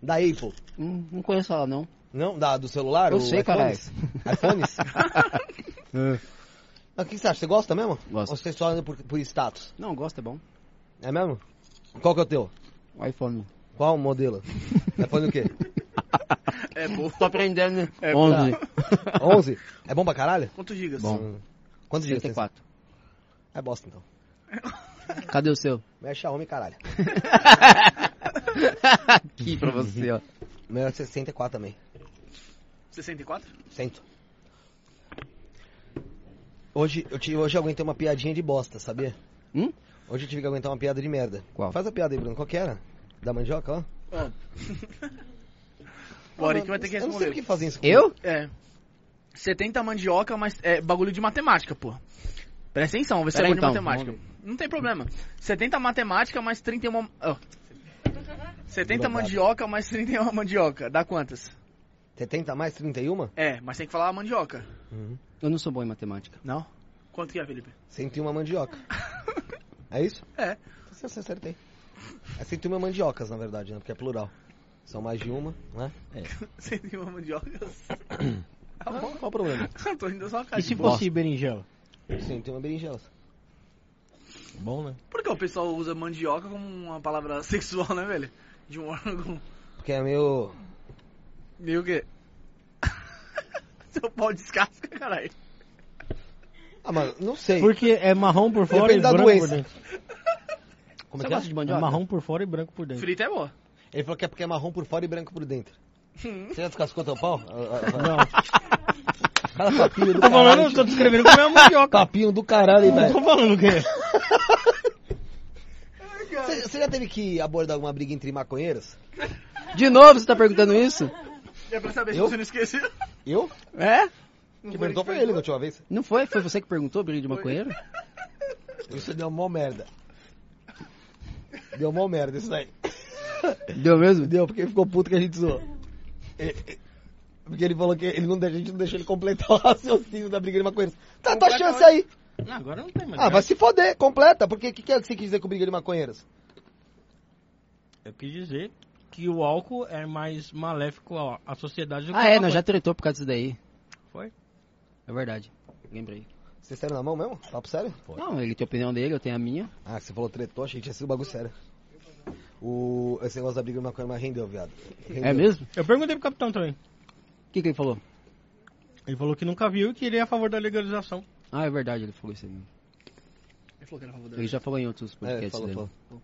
S3: Da Apple?
S8: Hum, não conheço ela, não.
S3: Não? Da, do celular?
S8: Eu
S3: o
S8: sei, caralho.
S3: iPhones? iPhones? Mas o que você acha? Você gosta mesmo?
S8: Gosto.
S3: Ou você só anda por, por status?
S8: Não, gosto, é bom.
S3: É mesmo? Qual que é o teu?
S8: O iPhone.
S3: Qual o modelo? iPhone o quê?
S1: É bom.
S8: Tô aprendendo, né?
S1: É,
S8: 11.
S3: tá. 11? É bom pra caralho?
S1: Quantos gigas?
S8: Bom.
S3: Quantos dias?
S8: 34.
S3: É bosta então.
S8: Cadê o seu?
S3: Mexe a homem, caralho.
S8: Aqui pra você, ó.
S3: O meu é 64 também.
S1: 64?
S3: Cento. Hoje, eu tive, hoje eu aguentei uma piadinha de bosta, sabia?
S8: Hum?
S3: Hoje eu tive que aguentar uma piada de merda.
S8: Qual?
S3: Faz a piada aí, Bruno. Qual que era? Da mandioca, ó.
S1: O Ari que então vai ter que
S3: Eu não sei por que
S1: responder.
S3: fazem isso. comigo.
S8: Eu?
S1: É. 70 mandioca, mas é bagulho de matemática, pô. Presta atenção, vamos ver se é
S8: Pera
S1: bom
S8: aí,
S1: de
S8: então,
S1: matemática. Não tem problema. 70 matemática mais 31. ó. 70
S3: Obrigado.
S1: mandioca mais 31 mandioca. Dá quantas?
S3: 70 mais 31?
S1: É, mas tem que falar a mandioca.
S8: Eu não sou bom em matemática.
S1: Não? Quanto que é, Felipe?
S3: 101 mandioca. é isso?
S1: É.
S3: Você você acertei. É 101 mandiocas, na verdade, né? Porque é plural. São mais de uma, né?
S1: 101 mandiocas. Tá
S3: Ah,
S1: bom.
S3: qual o problema?
S1: Tô indo só uma
S5: E
S1: caixa.
S5: se fosse berinjela?
S3: 101 berinjelas.
S5: Bom, né?
S1: Por que o pessoal usa mandioca como uma palavra sexual, né, velho? De um órgão.
S3: Porque é meio...
S1: Meio que. Seu pau descasca, caralho.
S3: Ah, mano, não sei.
S5: Porque é marrom por fora
S3: Depende
S5: e
S3: da
S5: branco
S3: doença.
S5: por dentro.
S3: Como é
S8: você
S3: que é?
S8: gosta de mandioca?
S5: É marrom por fora e branco por dentro.
S1: Frita é boa.
S3: Ele falou que é porque é marrom por fora e branco por dentro.
S1: Hum.
S3: Você já descascou teu pau? Ah,
S5: Não.
S3: Cara, papinho do
S5: Tô falando,
S3: caralho.
S5: eu tô descrevendo como é uma mandioca.
S3: Papinho do caralho, hein,
S5: Não
S3: velho.
S5: tô falando o quê?
S3: Você você já teve que abordar alguma briga entre maconheiros?
S8: De novo, você tá perguntando isso?
S1: É pra saber
S3: Eu?
S1: se você não esqueceu.
S3: Eu?
S8: É?
S3: Quem perguntou foi ele da última vez.
S8: Não foi? Foi você que perguntou, briga de maconheiro?
S3: Isso deu mó merda. Deu mó merda isso daí.
S8: Deu mesmo?
S3: Deu, porque ele ficou puto que a gente zoou. E- e- É, Porque ele falou que ele não, a gente não deixou ele completar o raciocínio da briga de maconheiros. Tá, tua
S1: Completa
S3: chance
S1: hoje.
S3: aí.
S5: Não, agora não tem mais.
S3: Ah, vai se foder, completa. Porque o que, que é que você quis dizer com briga de maconheiros?
S5: Eu quis dizer que o álcool é mais maléfico à, à sociedade do que
S8: Ah, é,
S5: a
S8: nós já
S5: maconha.
S8: tretou por causa disso daí.
S5: Foi?
S8: É verdade. Lembrei.
S3: Vocês saíram na mão mesmo? Papo sério?
S8: Não, ele tem a opinião dele, eu tenho a minha.
S3: Ah, que você falou tretou, achei que tinha sido bagulho sério. O, esse negócio da briga na maconha, mas rendeu, viado. Rendeu.
S8: É mesmo?
S5: Eu perguntei pro capitão também.
S8: O que, que ele falou?
S5: Ele falou que nunca viu e que ele é a favor da legalização.
S8: Ah, é verdade, ele falou isso aí. mesmo.
S1: Ele falou que era a favor da
S8: Ele já falou em outros
S3: É,
S8: podcasts
S3: falou,
S8: dele.
S3: falou.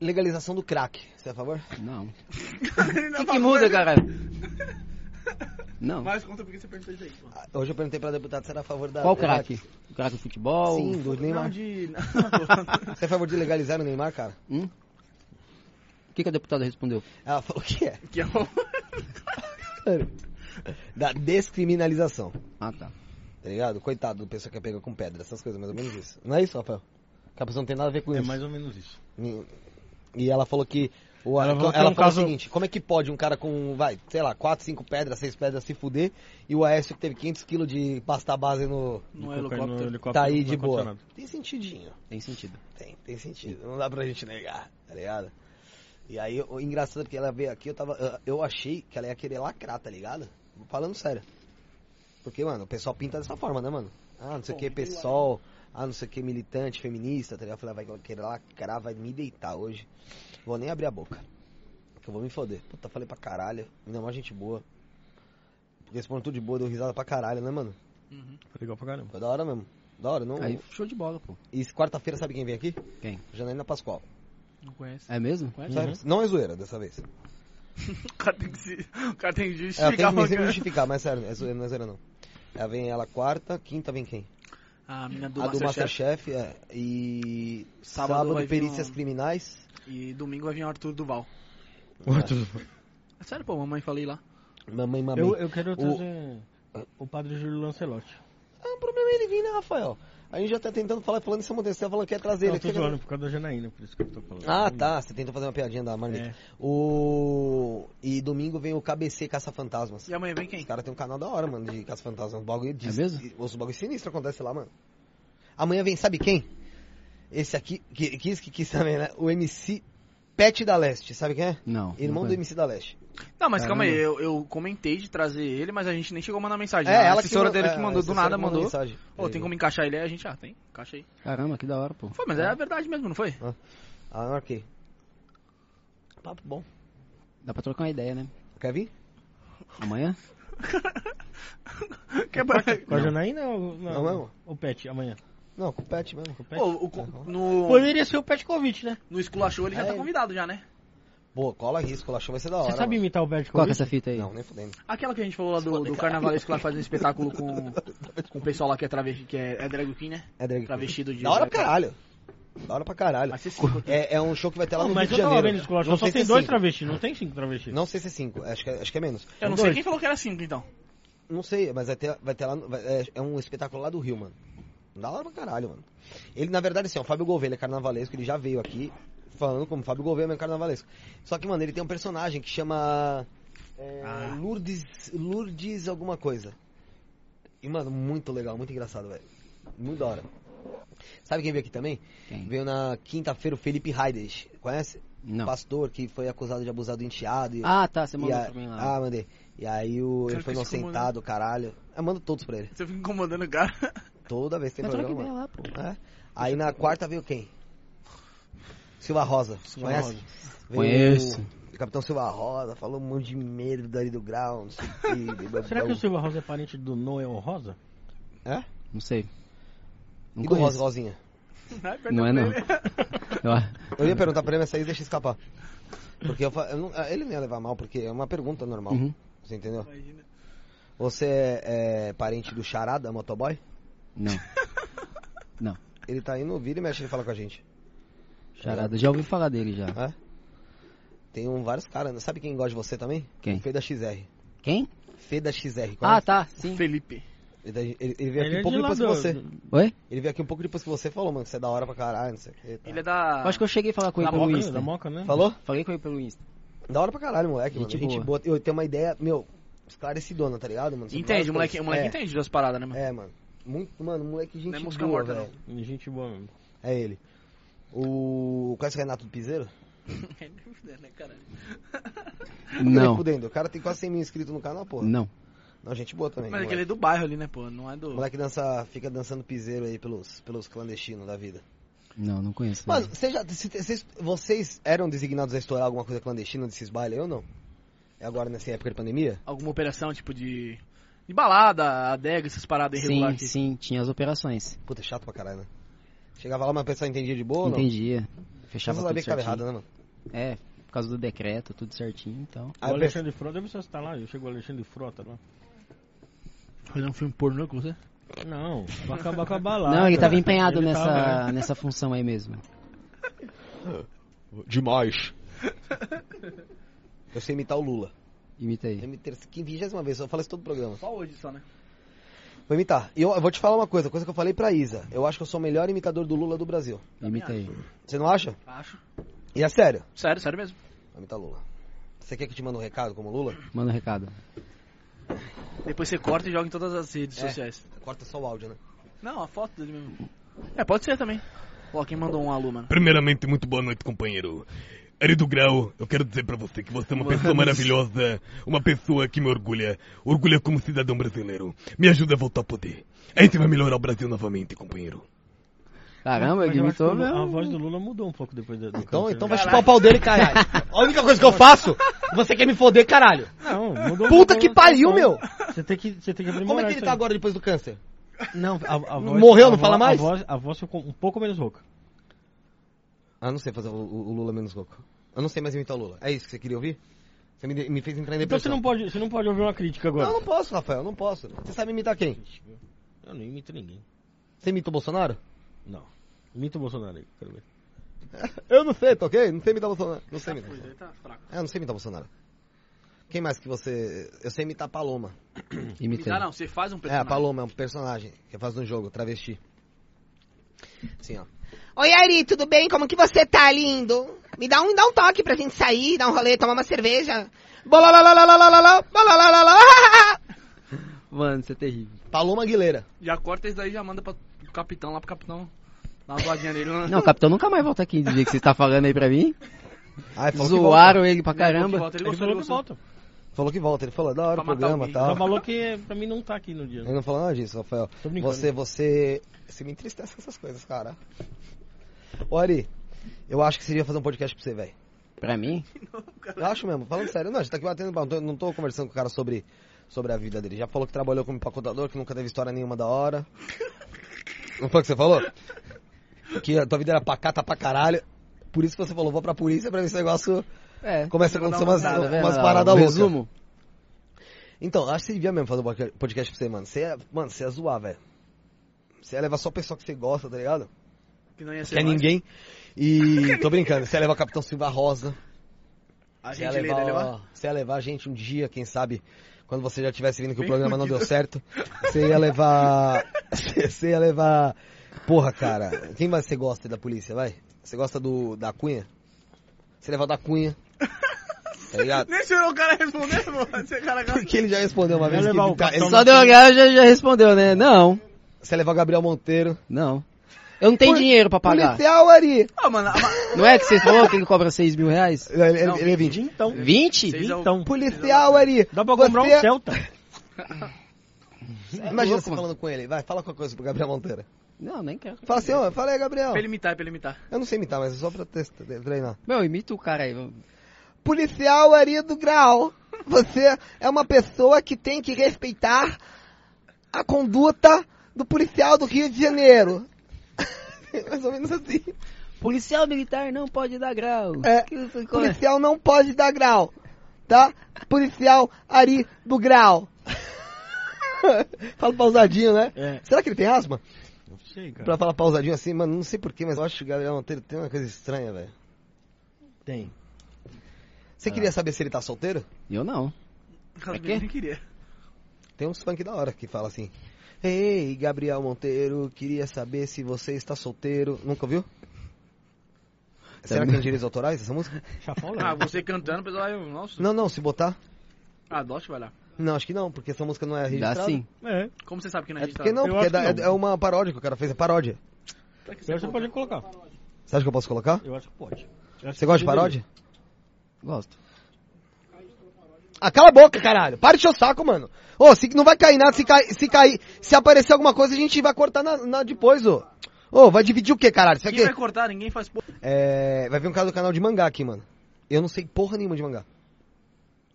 S3: Legalização do crack. Você é a favor?
S8: Não.
S1: Ele não
S8: O que, que
S1: é a favor
S8: muda,
S1: da-
S8: cara? Não.
S1: Mas conta por que você perguntou isso aí. pô.
S3: Ah, Hoje eu perguntei pra deputada se era a favor da.
S8: Qual
S3: do
S8: craque? O craque do futebol?
S3: Sim, do Neymar.
S1: Não, de... não,
S3: Você é a favor de legalizar o Neymar, cara?
S8: Hum? O que, que a deputada respondeu?
S3: Ela falou que é.
S1: que é o-
S3: Da descriminalização.
S8: Ah, tá.
S3: Tá ligado? Coitado do pessoa que é pega com pedra, essas coisas, mais ou menos isso. Não é isso, Rafael? Que a pessoa não tem nada a ver com
S5: É
S3: isso.
S5: mais ou menos isso.
S3: E ela falou que. O,
S5: Ela
S3: ela falou,
S5: falou que é um
S3: o
S5: caso-
S3: seguinte: como é que pode um cara com, vai, sei lá, 4, 5 pedras, 6 pedras se fuder e o Aécio que teve 500 kg de pasta base no.
S1: Não é
S5: Cocaína no
S1: helicóptero.
S5: helicóptero,
S3: tá aí
S5: não
S3: de boa.
S5: aconteceu nada.
S3: Tem sentidinho.
S8: Tem sentido.
S3: Tem, tem sentido. Não dá pra gente negar, tá ligado? E aí, o engraçado é que ela veio aqui, eu tava. eu- Eu achei que ela ia querer lacrar, tá ligado? Falando sério. Porque, mano, o pessoal pinta dessa forma, né, mano? Ah, não sei o que, pessoal. Ah, não sei o que, militante, feminista, tá ligado? Eu falei, vai querer lacrar, vai me deitar hoje. Vou nem abrir a boca. Que eu vou me foder. Puta, falei pra caralho. Ainda mais gente boa. Porque esse ponto tudo de boa, deu risada pra caralho, né, mano?
S1: Uhum.
S5: Foi legal pra caramba.
S3: Foi da hora mesmo. Da hora, não.
S8: Aí, show de bola, pô.
S3: E quarta-feira, sabe quem vem aqui?
S8: Quem?
S3: Janaína Pascoal.
S1: Não conhece.
S8: É mesmo?
S3: Sério, Não é zoeira dessa vez.
S1: O cara tem que se... O cara tem que
S3: É, eu
S1: justificar
S3: tenho que me
S1: pra
S3: sempre
S1: cara.
S3: justificar, mas sério, é zoeira, não é zoeira não. Ela vem ela quarta, quinta vem quem?
S1: A mina do,
S3: a do
S1: Masterchef.
S3: Masterchef, é. E
S1: Sábado
S3: sábado,
S1: vai vir
S3: perícias
S1: um-
S3: criminais.
S1: E domingo vai vir o Arthur Duval. É sério, pô, mamãe falei lá.
S3: Mamãe, mamãe.
S5: Eu, eu quero
S3: O-
S5: trazer o, padre Júlio Lancelotti.
S3: Ah, o problema é ele vir, né, Rafael? A gente já tá tentando falar, falando isso ontem, você tá falando que ia trazer
S5: Não,
S3: ele.
S5: eu tô
S3: Chega-
S5: zoando por causa da Janaína, por isso que eu tô falando.
S3: Ah, tá, você tentou fazer uma piadinha da marmita.
S5: É.
S3: O... E domingo vem o KBC Caça-Fantasmas.
S1: E amanhã vem
S3: Os
S1: quem?
S3: caras têm um canal da hora, mano, de caça-fantasma. Um bagulho de...
S8: É mesmo?
S3: Os bagulho sinistro acontece lá, mano. Amanhã vem, sabe quem? Esse aqui, que quis que quis também, né? O MC Pet da Leste, sabe quem é?
S8: Não.
S3: Irmão
S8: não
S3: do
S8: conheço.
S3: MC da Leste.
S1: Não, mas calma aí, eu,
S5: Caramba.
S1: eu comentei de trazer ele, mas a gente nem chegou a mandar mensagem. a Ah, assessora dele que
S3: é,
S1: mandou
S3: a
S1: do
S3: assessora
S1: nada,
S3: que
S1: mandou.
S3: mensagem.
S1: Ô, tem como encaixar ele aí? A gente, ah, tem. Encaixa aí.
S8: Caramba, que da hora, pô.
S1: Foi, mas é a verdade mesmo, não foi?
S3: Ah, não, ok. Papo bom.
S8: Dá pra trocar uma ideia, né?
S3: Quer vir?
S8: Amanhã?
S1: Que é-
S5: Com a Janaína ou
S3: Não, não.
S5: O Pet, amanhã.
S3: Não, com o Pet mesmo.
S5: O Pet.
S1: Pô, o co- no,
S5: Poderia ser o Pet Covid, né?
S1: no esculachou ele já tá convidado já, né?
S3: Pô, cola risco, ela achou vai ser da hora.
S5: Você sabe
S3: mano.
S5: imitar o Pet
S4: é
S8: Coloca
S5: Covid?
S8: é essa fita aí.
S3: Não, nem fudendo.
S1: Aquela que a gente falou lá do, do carnavalesco lá que faz um espetáculo com, com o pessoal lá que é travesti, que é, é drag queen, né?
S3: É drag queen.
S1: Travestido de...
S3: Da hora pra caralho. Da hora pra caralho.
S1: Mas você se fudeu.
S3: É, é um show que vai ter lá
S5: Não,
S3: no
S5: mas
S3: Rio
S5: eu
S3: de
S5: tava
S3: Janeiro.
S5: vendo esse colégio,
S3: Não
S5: só
S3: sei
S5: tem
S3: se é
S5: dois
S3: cinco.
S5: travestis, não tem cinco travestis.
S3: Não sei se é 5, acho que, é- acho que é menos.
S1: Eu não
S5: Dois.
S1: sei quem falou que era cinco, então.
S3: Não sei, mas vai ter, vai ter lá. no- vai- é, é um espetáculo lá do Rio, mano. Da hora pra caralho, mano. Ele, na verdade, assim, ó, o Fábio Gouveia, ele é carnavalesco, ele já veio aqui falando como Fábio Gouveia, mas é carnavalesco. Só que, mano, ele tem um personagem que chama. é,
S8: Ah.
S3: Lourdes. Lourdes alguma coisa. E, mano, muito legal, muito engraçado, velho. Muito da hora. Sabe quem veio aqui também?
S8: Quem?
S3: Veio na quinta-feira o Felipe Raides. Conhece?
S8: Não.
S3: Pastor que foi acusado de abusar do enteado. e-
S8: Ah, tá. Você
S3: e
S8: mandou
S3: a-
S8: pra mim lá.
S3: Ah, mandei. E aí o, ele
S1: Cara,
S3: foi
S1: que se
S3: inocentado, caralho. Eu mando todos pra ele.
S1: Você fica incomodando o cara.
S3: Toda vez tem
S8: Mas troca
S3: problema.
S8: ideia
S3: mano.
S8: lá, pô.
S3: É. Aí na quarta veio quem? Silva Rosa. Conhece? Veio
S8: Conheço.
S3: O Capitão Silva Rosa, falou um monte de merda ali do grau, não sei o quê, blá, blá,
S5: Será que
S3: blá.
S5: o Silva Rosa é parente do Noel Rosa?
S3: É?
S8: Não sei. Não
S3: E do Rosa
S8: conheço.
S3: Rosinha?
S1: Ai, perdeu
S8: Não é,
S1: Né? pra
S8: não.
S1: ele.
S8: Eu-
S3: Eu ia perguntar pra ele, mas aí deixa escapar. Porque eu, fa- eu não- ah, ele não ia levar mal, porque é uma pergunta normal.
S8: Uhum.
S3: Você entendeu?
S1: Imagina.
S3: Você é, é parente do Charada, motoboy?
S8: Não.
S3: Ele tá indo, vira e mexe, ele fala com a gente.
S8: Charada. Já ouvi falar dele, já.
S3: É? Tem um, vários caras. né? Sabe quem gosta de você também?
S8: Quem?
S3: O Fê da XR.
S8: Quem?
S3: Fê da XR.
S8: Ah,
S3: conhece?
S8: tá. Sim.
S1: Felipe.
S3: é? Ele, ele- ele veio
S5: Ele
S3: aqui
S5: é
S3: um
S5: de
S3: pouco
S5: lá
S3: depois que
S5: do-
S3: você.
S5: do-
S8: Oi?
S3: Ele veio aqui um pouco depois que você falou, mano, que você é da hora pra caralho, não sei o que. tá.
S1: Ele é da...
S8: Eu Acho que eu cheguei a falar com ele
S1: Na
S8: pelo
S1: boca,
S8: Insta.
S5: Da Moca, né?
S3: Falou?
S8: Falei com ele pelo Insta.
S3: Da hora pra caralho, moleque,
S8: Gente
S3: mano. Gente boa.
S8: boa.
S3: Eu tenho uma ideia, meu, esclarecidona, tá ligado, mano? Sobre várias
S1: Entende, o moleque, o
S3: coisas.
S1: moleque
S3: é,
S1: entende das paradas, né, mano?
S3: É, mano. Muito, mano, moleque, gente
S1: Não é música
S3: boa,
S1: morta,
S3: velho.
S5: Gente boa mesmo.
S3: É ele. O. Conhece o Renato do Piseiro?
S8: É.
S1: Né, caralho?
S3: Nem
S8: Não.
S3: fudendo. O cara tem quase 100 mil inscritos no canal, porra.
S8: Não.
S3: Não, gente boa também.
S1: Mas é que ele
S3: moleque.
S1: é do bairro ali, né, pô? Não é do...
S3: O moleque dança, fica dançando piseiro aí pelos, pelos clandestinos da vida.
S8: Não, não conheço. não.
S3: Mano, você já, se- se- vocês eram designados a estourar alguma coisa clandestina desses bailes, eu não? É agora nessa época de pandemia?
S1: Alguma operação tipo de. de balada, adega, essas paradas irregulares.
S8: sim,
S1: aqui.
S8: sim, tinha as operações.
S3: Puta, chato pra caralho, né? Chegava lá, mas o pessoal entendia de boa, não?
S8: Entendia.
S3: Você
S8: Fechava
S3: sabia
S8: tudo
S3: que tava
S8: certinho.
S3: errado, né, mano?
S8: É, por causa do decreto, tudo certinho, então.
S5: O
S3: Aí o pessoal-
S5: Alexandre Frota, deve estar lá. Eu chego o Alexandre Frota lá.
S1: Fazer um filme pornô com você?
S5: Não, vai acabar com a
S3: Ah,
S5: balada.
S8: não,
S3: tá.
S8: ele tava empenhado
S5: Ele
S8: nessa,
S5: tava, né?
S8: nessa função aí mesmo.
S7: Demais.
S3: Eu sei imitar o Lula.
S8: Imita
S3: Eu
S8: aí.
S3: imitei 50 vez, eu falo isso todo o programa.
S1: Só hoje só, né?
S3: Vou imitar. E eu, eu vou te falar uma coisa, coisa que eu falei pra Isa. Eu acho que eu sou o melhor imitador do Lula do Brasil.
S8: Imita aí.
S3: Você não acha?
S1: Acho.
S3: E é sério.
S1: Sério, sério mesmo.
S3: Vou imitar Lula. Você quer que eu te mande um recado como Lula?
S8: Manda um recado.
S1: Depois você corta e joga em todas as redes
S3: É.
S1: sociais.
S3: Corta só o áudio, né?
S1: Não, a foto dele mesmo. É, pode ser também. Ó, quem mandou um alô, mano?
S9: Primeiramente, muito boa noite, companheiro. Ari do Grau, eu quero dizer pra você que você é uma pessoa maravilhosa, uma pessoa que me orgulha, orgulha como cidadão brasileiro. Me ajuda a voltar ao poder. A gente vai melhorar o Brasil novamente, companheiro.
S8: Caramba,
S5: Mas
S8: ele
S5: eu acho que o
S8: imitou
S5: Lula-
S8: mesmo.
S5: A voz do Lula mudou um pouco depois da, do
S3: Então,
S5: câncer,
S3: então
S5: né?
S3: vai chupar o pau dele, caralho. A única coisa que eu faço, você quer me foder, caralho.
S5: Não, mudou
S3: Puta
S5: mudou
S3: que
S5: o
S3: pariu,
S5: tom.
S3: meu!
S5: Você tem que, você tem que aprimorar
S3: Como é que ele
S5: isso
S3: tá
S5: aí.
S3: agora depois do câncer?
S5: Não, a, a
S3: Não
S5: voz,
S3: morreu,
S5: a
S3: não
S5: voz-
S3: fala mais?
S5: A voz, a voz ficou um pouco menos rouca.
S3: Ah, não sei fazer o, o- o Lula menos louco. Eu não sei mais imitar o Lula. É isso que você queria ouvir? Você me, de- me fez entrar em
S5: Então
S3: depressão.
S5: você não, pode, você não pode ouvir uma crítica agora.
S3: Não, eu não posso, Rafael, eu não posso. Você sabe imitar quem?
S5: Eu não imito ninguém.
S3: Você imita o Bolsonaro?
S5: Não. Imita o Bolsonaro aí, quero ver.
S3: Eu não sei, tá ok? Não sei imitar o Bolsonaro. Não sei imitar.
S1: Ele tá fraco.
S3: É, eu não sei imitar o Bolsonaro. Quem mais que você... Eu sei imitar a Paloma.
S8: Imita
S1: Imitar
S8: aí.
S1: não, você faz um
S3: É, a
S1: personagem.
S3: Paloma é um personagem que faz no jogo, travesti. Sim, ó.
S10: Oi, Ari, tudo bem? Como que você tá, lindo? Me dá um, dá um toque pra gente sair, dar um rolê, tomar uma cerveja. Bolalalalalalalala, bolalalalala.
S8: Mano, você é terrível.
S3: Paloma Aguilera.
S1: Já corta isso daí e já manda pra, pro capitão lá pro capitão. Dá uma doadinha nele. né?
S8: Não, o capitão nunca mais volta aqui do jeito que você tá falando aí pra mim.
S3: Ah, ele falou que volta.
S8: Zoaram ele pra
S1: Ele
S8: caramba.
S1: volta, ele
S5: Ele
S1: gostou, ele
S5: falou que
S1: gostou.
S5: volta.
S3: Falou que volta. Ele falou, da hora
S1: Pra
S3: o
S1: matar
S3: programa e
S1: alguém. né?"
S3: tal.
S5: Só falou um que pra mim não tá aqui no dia.
S3: Ele não falou nada disso, Rafael.
S5: Tô brincando.
S3: Você, você... Você me entristece com essas coisas, cara. Ô, Ari, eu acho que você ia fazer um podcast pra você, velho.
S8: Pra mim?
S3: Eu acho mesmo, falando sério. Não, a gente tá aqui batendo papo, não tô- não tô conversando com o cara sobre, sobre a vida dele. Já falou que trabalhou como empacotador, que nunca teve história nenhuma da hora. Não foi o que você falou? Que a tua vida era pacata pra caralho. Por isso que você falou, vou pra polícia pra ver esse negócio
S8: É.
S3: começa a
S1: Vou dar
S3: acontecer
S1: uma
S3: umas,
S1: olhada,
S4: né,
S8: vendo?
S3: umas paradas
S4: Um
S3: loucas.
S8: Resumo?
S3: Então, eu acho que você devia mesmo fazer um podca- podcast pra você, mano. Você ia, mano, você ia zoar, velho. Você ia levar só pessoa que você gosta, tá ligado?
S1: Que não ia ser
S3: Que é
S1: mais.
S3: ninguém. E tô brincando, você ia levar o Capitão Silva Rosa.
S1: A
S3: Você ia,
S1: gente lê, ele
S3: levar,
S1: leva.
S3: você ia levar a gente um dia, quem sabe, quando você já tivesse vindo que o programa não deu certo. Você ia levar. Você ia levar. Porra, cara. Quem mais você gosta da polícia, vai? Você gosta do da Cunha? Você ia levar o da Cunha. Tá ligado?
S1: Deixa o cara responder, mano. Esse cara
S3: Porque ele já respondeu uma
S5: Ia
S3: vez. Que
S5: levar o
S3: ele tá- ele
S5: Capitão
S3: só
S8: Só deu uma olhada e já, já respondeu, né? Não,
S3: Você ia levar o Gabriel Monteiro.
S8: não. Eu não tenho
S3: Poli-
S8: dinheiro pra pagar.
S3: Policial, Ari!
S1: Ah, mano, a ma-
S8: Não é que você falou que ele cobra 6 mil reais?
S3: Não, ele,
S1: Não,
S3: ele é 20.
S5: Então,
S8: 20?
S1: Seis ao-
S5: então.
S3: Policial, Ari!
S5: Dá pra comprar
S3: você- é
S5: um Celta.
S3: Imagina você falando com ele. Vai, fala qualquer coisa pro Gabriel Monteiro.
S8: Não, nem quero.
S3: Fala assim, ó, fala aí, Gabriel.
S1: pra ele imitar, é pra ele imitar.
S3: Eu não sei imitar, mas é só pra testar, treinar.
S8: Meu, imita o cara aí.
S10: Policial Ari do Grau, você é uma pessoa que tem que respeitar a conduta do policial do Rio de Janeiro. Mais ou menos assim.
S8: Policial militar não pode dar grau.
S10: É,
S8: Que- que- qual é?
S10: policial não pode dar grau, tá? Policial Ari do Grau.
S3: Fala pausadinho, né?
S5: É.
S3: Será que ele tem asma?
S5: Não sei, cara.
S3: Pra falar pausadinho assim, mano, não sei porquê, mas eu acho que o Gabriel Monteiro tem uma coisa estranha, velho.
S5: Tem.
S3: Você queria saber se ele tá solteiro?
S8: Eu não.
S1: Caso ele nem queria.
S3: Tem uns funk da hora que fala assim. Ei, Gabriel Monteiro, queria saber se você está solteiro. Nunca ouviu?
S8: é
S3: Será que tem direitos autorais essa música?
S5: Chafão
S1: Ah,
S5: não.
S1: você cantando, o pessoal vai. Nossa.
S3: Não, não, se botar.
S1: Ah, Dost vai lá.
S3: Não, acho que não, porque essa música não é
S8: Dá
S3: registrada.
S8: sim.
S5: É,
S1: Como você sabe que não é
S3: É
S1: registrado?
S3: porque não,
S5: Eu
S3: porque é,
S5: acho que
S3: da-
S5: não.
S3: é uma paródia que o cara fez, é paródia.
S1: Tá que
S5: eu acho
S1: conta.
S5: que pode colocar.
S3: Você acha que eu posso colocar?
S5: Eu acho que pode. Eu acho
S3: Você
S5: que
S3: gosta de
S5: poderia.
S3: paródia?
S8: Gosto.
S3: Ah, cala a boca, caralho. Para de encher o saco, mano. Ô, se, não vai cair nada, se cair, se cair, se aparecer alguma coisa, a gente vai cortar na, na- depois, ô. Ô, vai dividir o que, caralho? Isso aqui...
S1: Quem vai cortar? Ninguém faz porra.
S3: É, vai vir um cara do canal de mangá aqui, mano. Eu não sei porra nenhuma de mangá.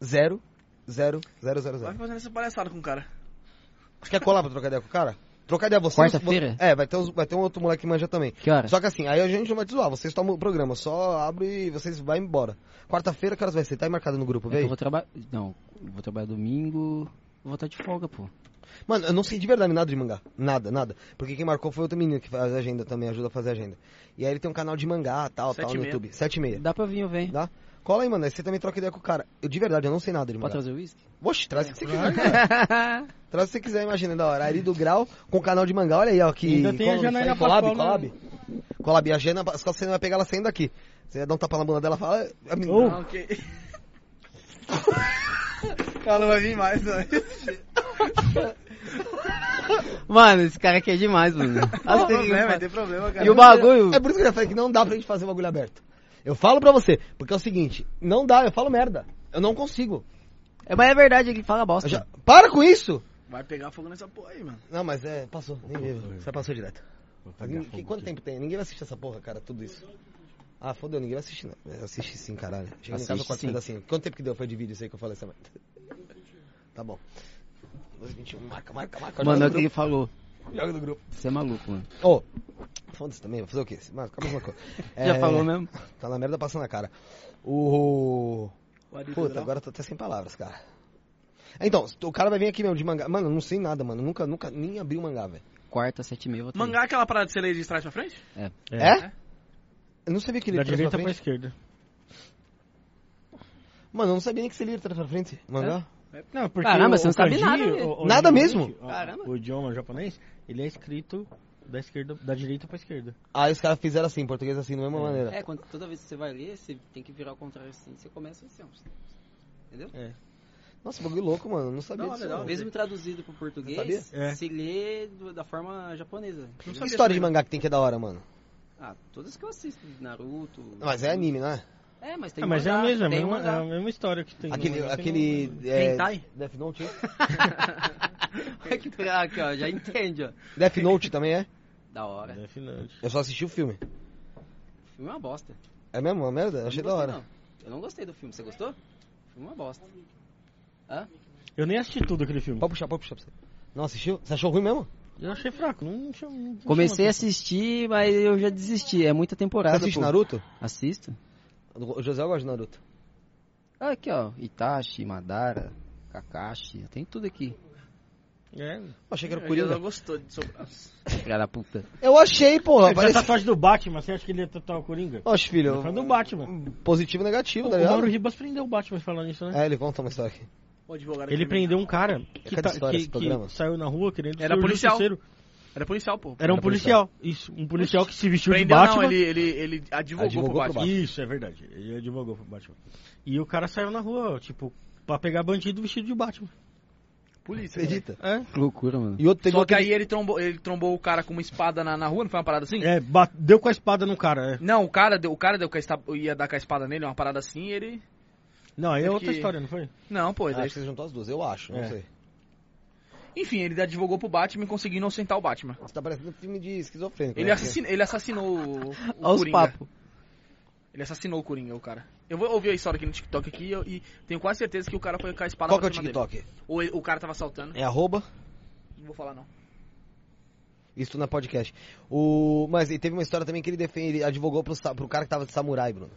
S3: Zero, zero, zero, zero,
S1: Vai
S3: zero.
S1: fazendo essa palhaçada com o cara.
S3: Acho que é colar pra trocar ideia com o cara? Trocar ideia você.
S4: Quarta-feira?
S3: É, vai ter, uns- vai ter um outro moleque que manja também.
S4: Que hora?
S3: Só que assim, aí a gente não vai te zoar, vocês tomam o programa, só abre e vocês vai embora. Quarta-feira, que horas vai ser? Tá aí marcado no grupo,
S4: É que eu
S3: velho?
S4: vou trabalhar. Não, eu vou trabalhar domingo. eu Vou estar de folga, pô.
S3: Mano, eu não sei de verdade nada de mangá. Nada, nada. Porque quem marcou foi outro menino que faz agenda também, ajuda a fazer agenda. E aí ele tem um canal de mangá, tal,
S1: Sete
S3: tal,
S1: e
S3: no
S1: meia.
S3: YouTube. Sete e meia.
S4: Dá pra vir, eu venho.
S3: Dá? Cola aí, mano, aí você também troca ideia com o cara. Eu de verdade, eu não sei nada de
S4: Pode
S3: mangá.
S4: trazer o uísque?
S3: Oxe, traz o que você quiser, cara. Traz o que você quiser, imagina, da hora. Ari do Grau com o canal de mangá, olha aí, ó. Que,
S5: Ainda tem a
S3: qual o nome disso
S5: Janaína
S3: aí? Collab,
S5: Pascoal, né?
S3: collab. Collab, a Jana, só você não vai pegar ela saindo daqui. Você vai dar um tapa na bunda dela e fala... "Ah, menina,
S1: Ah, ok. Ela não vai vir mais,
S5: né?
S1: não.
S4: Mano, esse cara aqui é demais, mano.
S1: Não tem
S4: Nossa, que-
S1: problema, vai ter problema, cara.
S4: E o bagulho?
S3: É por isso que eu já falei que não dá pra gente fazer o bagulho aberto. Eu falo pra você, porque é o seguinte, não dá, eu falo merda. Eu não consigo.
S4: É, mas é verdade, ele fala bosta.
S3: Eu já- Para com isso!
S1: Vai pegar fogo nessa porra aí, mano.
S3: Não, mas é, passou, nem vivo.
S4: né?
S3: Só passou direto. Ninguém- que- quanto tempo tem? Ninguém vai assistir essa porra, cara, tudo isso. Ah, fodeu, ninguém vai assistir, né? É, Assiste sim, caralho. Chega em casa
S4: Assiste
S3: com quatro
S4: sim.
S3: pedacinhos. Quanto tempo que deu foi de vídeo isso aí que eu falei essa merda? Tá bom. 221, marca, marca, marca.
S4: Mano, é
S3: joga
S4: o
S3: no
S4: que ele
S3: grupo,
S4: falou.
S3: Joga no grupo.
S4: Você é maluco, mano.
S3: Ô, foda-se também, vou fazer o quê? Marca a mesma coisa.
S4: Já
S3: É,
S4: falou né? mesmo?
S3: Tá na merda passando a cara. O...
S1: O Ari do
S3: Puta,
S1: Grau.
S3: agora eu tô até sem palavras, cara. Então, o cara vai vir aqui mesmo de mangá. Mano, eu não sei nada, mano. Nunca, nunca, nem abri o mangá, velho.
S4: Quarta, sete e meia, eu vou ter.
S1: Mangá é aquela parada de você ler de trás pra frente?
S3: É? Eu não sabia que ele
S5: Da
S3: ia trás
S5: direita
S3: pra
S5: pra
S3: frente.
S5: esquerda.
S3: Mano, eu não sabia nem que você lia trás pra frente. Mangá?
S5: É, Não, porque
S4: Caramba,
S5: o-
S4: você não
S5: o
S4: sabe
S5: kanji,
S4: nada,
S5: o-
S4: né?
S5: o-
S3: Nada
S5: originalmente,
S3: mesmo?
S5: o-
S4: Caramba.
S5: O idioma japonês, ele é escrito da esquerda, da direita pra esquerda.
S3: Aí os caras fizeram assim, em português assim, da mesma maneira.
S4: É, quando, toda vez que você vai ler, você tem que virar ao contrário assim. Você começa assim, ó. Entendeu?
S3: Nossa, bagulho louco, mano. Eu não sabia
S4: Não,
S3: disso.
S4: não,
S3: não.
S4: Mesmo traduzido pro
S3: Não
S4: português,
S5: sabia? É.
S4: se lê do- da forma japonesa.
S1: Não
S3: Que
S1: sabia
S3: história de
S1: também.
S3: mangá que tem que é da hora, mano?
S4: Ah, todas que eu assisto, Naruto.
S3: Mas é anime, né?
S4: É, mas tem
S5: Ah, mas é a
S4: mangá,
S5: mesma, é a
S4: tem
S5: mesma,
S4: mangá.
S5: é a mesma história que tem.
S3: Aquele.
S5: Não, não tem um
S3: aquele
S5: nenhum-
S3: é,
S1: Hentai?
S3: Death Note? hein?
S4: Olha que pra- Aqui, ó, já entende, ó.
S3: Death Note também é?
S4: Da hora.
S5: Death Note.
S3: Eu só assisti o filme.
S4: O filme é uma bosta.
S3: É mesmo? Uma merda? Eu achei
S4: Eu não
S3: da
S4: gostei,
S3: hora.
S4: não. Eu não gostei do filme, você gostou? O filme é uma bosta.
S5: Eu nem assisti tudo aquele filme.
S3: Pode puxar, pode puxar pra você. Não assistiu? Você achou ruim mesmo?
S5: Eu achei fraco, não, não, chama- não chama
S4: Comecei a
S5: atenção.
S4: assistir, mas eu já desisti. É muita
S3: Você
S4: temporada.
S3: assiste
S4: pô.
S3: Naruto?
S4: Assisto.
S3: O José gosta de Naruto.
S4: Ah, Aqui, ó. Itachi, Madara, Kakashi. Tem tudo aqui.
S5: É.
S3: Eu achei que era o
S1: Ela
S3: Coringa.
S1: É, gostou de Ah, sobrança.
S4: Filha da puta.
S3: Eu achei, porra.
S5: Parece...
S3: Parece...
S5: A tatuagem tá do Batman, você acha que ele ia tatuar o Coringa?
S3: Oxe, filho.
S5: Falando do
S3: um
S5: Batman.
S3: Positivo e negativo,
S5: um O,
S3: tá
S5: o Mauro
S3: ligado?
S5: Ribas prendeu o Batman falando isso, né?
S3: É, ele conta uma história aqui.
S1: O advogado
S5: Ele
S1: aqui, é
S5: prendeu um cara que,
S3: É cada
S5: tá-
S3: história
S5: que-
S3: esse
S5: que
S3: programa.
S5: saiu na rua querendo
S1: Era
S5: ser um
S1: policial.
S5: justiceiro.
S1: Era policial, pô.
S5: Era um
S3: Era
S5: policial. Isso, um policial que se vestiu de
S1: Prendeu
S5: Batman.
S1: não, ele, ele, ele advogou,
S3: Advogou
S1: pro
S3: pro
S1: Batman.
S3: Batman.
S5: Isso, é verdade. Ele advogou pro Batman. E o cara saiu na rua, tipo, pra pegar bandido vestido de Batman.
S1: Polícia. cara.
S3: Acredita?
S5: É,
S4: Que loucura, mano.
S3: E outro
S1: Só
S3: pegou
S1: que
S3: aquele...
S1: aí ele trombou, ele trombou o cara com uma espada na, na rua, não foi uma parada assim?
S5: é ba- deu com a espada no cara, é.
S1: Não, o cara deu, o cara deu com a esta- ia dar com a espada nele, uma parada assim, e ele.
S5: Não, aí é
S1: Porque-
S5: outra história, não foi?
S1: Não, pô,
S3: Acho
S1: ele...
S3: que você juntou as duas, eu acho, não
S5: É.
S3: sei.
S1: Enfim, ele advogou pro Batman e conseguiu inocentar o Batman.
S3: Você tá parecendo um filme de esquizofrênico.
S1: Ele,
S3: né?
S1: assassina, ele assassinou o, o
S4: Olha os
S1: Coringa.
S4: papos.
S1: Ele assassinou o Coringa, o cara. Eu vou ouvir a história aqui no TikTok aqui e eu- e tenho quase certeza que o cara foi com a espada
S3: Qual que é o
S1: pra cima
S3: TikTok?
S1: dele. Ou ele- o cara tava saltando.
S3: É arroba,
S1: Não vou falar não.
S3: isso na podcast. O... Mas ele teve uma história também que ele defende, ele advogou pro, sa- pro cara que tava de samurai, Bruno.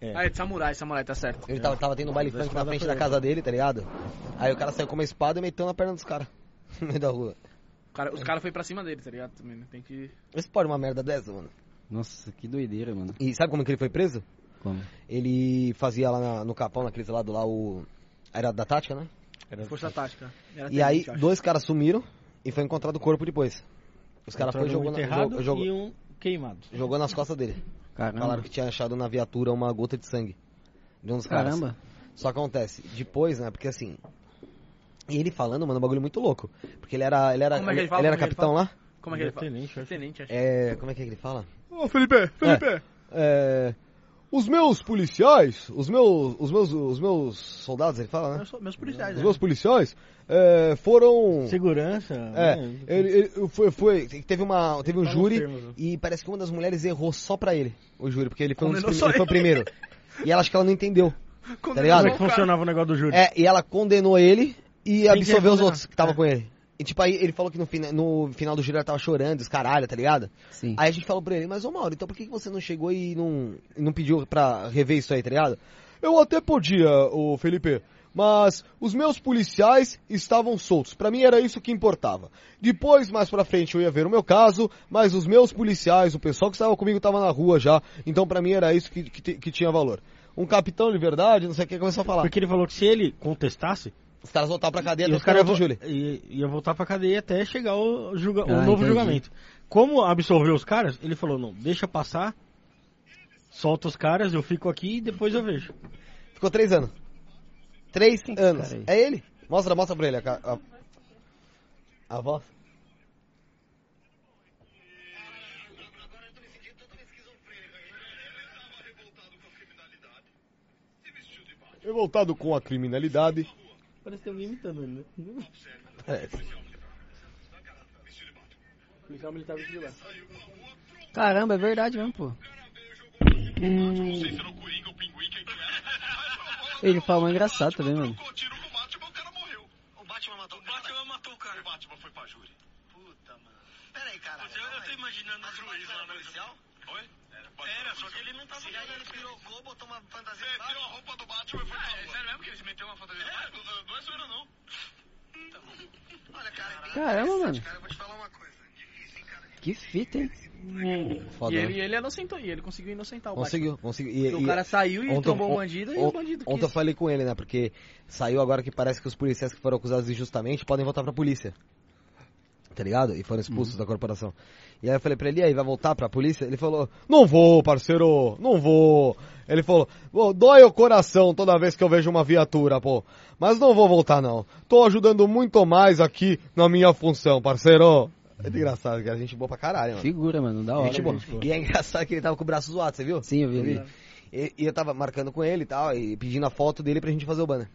S5: É.
S1: Ah, é de samurai, samurai, tá certo.
S3: Ele tava, tava tendo um baile
S5: Mas a
S3: funk na
S5: espada
S3: frente
S5: foi
S3: da
S5: outra.
S3: casa dele, tá ligado? Aí o cara saiu com uma espada e meteu na perna dos caras. No meio da rua.
S1: O cara, os caras foram pra cima dele, tá ligado? Também, né? Tem que.
S3: Esse pode uma merda dessa, mano.
S4: Nossa, que doideira, mano.
S3: E sabe como que ele foi preso?
S4: Como?
S3: Ele fazia lá na- no capão, naquele lado lá, o... Era da tática, né?
S1: Força tática. Era
S3: E aí,
S1: tenente, eu acho.
S3: dois caras sumiram e foi encontrado o corpo depois. Os caras foram
S5: Entraram
S3: jogou,
S5: um
S3: na-
S5: enterrado
S3: jo- jogou-
S5: e um queimado.
S3: jogou nas costas dele. Falaram
S4: Caramba.
S3: que tinha achado na viatura uma gota de sangue de um dos caras.
S4: Caramba.
S3: Só acontece, depois, né, porque assim... E ele falando, mano, um bagulho muito louco. Porque ele era, ele era,
S1: Como é que ele fala?
S3: ele era
S1: Como é que ele
S3: capitão lá.
S1: Como é que ele fala?
S5: Tenente, eu acho.
S1: Tenente, acho.
S3: É, como é que ele fala?
S1: Ô, Felipe,
S3: Felipe. É, Os meus policiais, os meus, os meus, os meus soldados, ele fala, né?
S1: Meus, meus policiais,
S3: Os
S1: né?
S3: meus policiais é, foram.
S5: Segurança.
S3: É,
S5: né?
S3: ele, ele foi, foi, teve uma, teve um
S5: Ele fala os
S3: júri
S5: termos, né?
S3: e parece que uma das mulheres errou só pra ele, o júri, porque ele foi, um dos
S1: Condenou
S3: prim-
S1: só
S3: ele foi o primeiro. E ela acho que ela não entendeu.
S1: Condenou
S3: Tá
S5: Como
S3: ligado?
S5: é que funcionava o negócio do júri?
S3: É, e ela condenou ele e
S5: Quem quer
S3: absolveu os
S5: condenar?
S3: outros que estavam
S5: É.
S3: com ele. E tipo, aí ele falou que no, fina- no final do júri ela tava chorando, os caralho, tá ligado?
S8: Sim.
S3: Aí a gente falou pra ele, mas ô Mauro, então por que que você não chegou e não, e não pediu pra rever isso aí, tá ligado? Eu até podia, ô Felipe, mas os meus policiais estavam soltos. Pra mim era isso que importava. Depois, mais pra frente, eu ia ver o meu caso, mas os meus policiais, o pessoal que estava comigo tava na rua já, então pra mim era isso que, que, te- que tinha valor. Um capitão de verdade, não sei o que, começou a falar.
S5: Porque ele falou que se ele contestasse,
S3: Os caras voltaram pra cadeia,
S5: e
S3: até
S5: os caras
S3: é do
S5: vo-
S3: Júlio.
S5: i- ia voltar pra cadeia até chegar o, julga- o
S8: Ah,
S5: novo
S8: entendi.
S5: julgamento. Como absolveu os caras, ele falou, não, deixa passar, solta os caras, eu fico aqui e depois eu vejo.
S3: Ficou três anos. Três
S8: Quem é esse
S3: anos.
S8: cara aí?
S3: É ele? Mostra, mostra pra ele a, ca- a, a voz. Revoltado com a criminalidade.
S5: Parece que tem alguém imitando ele, né?
S1: É,
S5: Policial militar de lá.
S8: Caramba, é verdade mesmo, pô. Ele falou engraçado também, mano.
S4: É, Então, é
S8: Caramba, mano. Que fita, hein?
S3: Foda,
S1: E
S3: né?
S1: ele, ele inocentou, e ele conseguiu inocentar o Batman.
S3: Conseguiu, conseguiu. E,
S1: Porque
S3: e-
S1: o cara saiu e
S3: ontem-
S1: tombou
S3: on-
S1: o bandido e
S3: on-
S1: o bandido
S3: Ontem eu
S1: quis.
S3: falei com ele, né? Porque saiu agora que parece que os policiais que foram acusados injustamente podem voltar pra polícia. Tá ligado? E foram expulsos
S1: Uhum.
S3: da corporação. E aí eu falei pra ele, e aí, vai voltar pra polícia? Ele falou, não vou, parceiro, não vou. Ele falou, "Pô, dói o coração toda vez que eu vejo uma viatura, pô. Mas não vou voltar não. Tô ajudando muito mais aqui na minha função, parceiro. É
S1: Uhum.
S3: engraçado, que a gente boa pra caralho, mano.
S8: Figura, mano, da hora.
S3: Tá. Gente boa. E é engraçado que ele tava com o braço zoado, você viu?
S8: Sim, eu vi.
S3: Eu vi. E, e eu tava marcando com ele e tal, e pedindo a foto dele pra gente fazer o banner.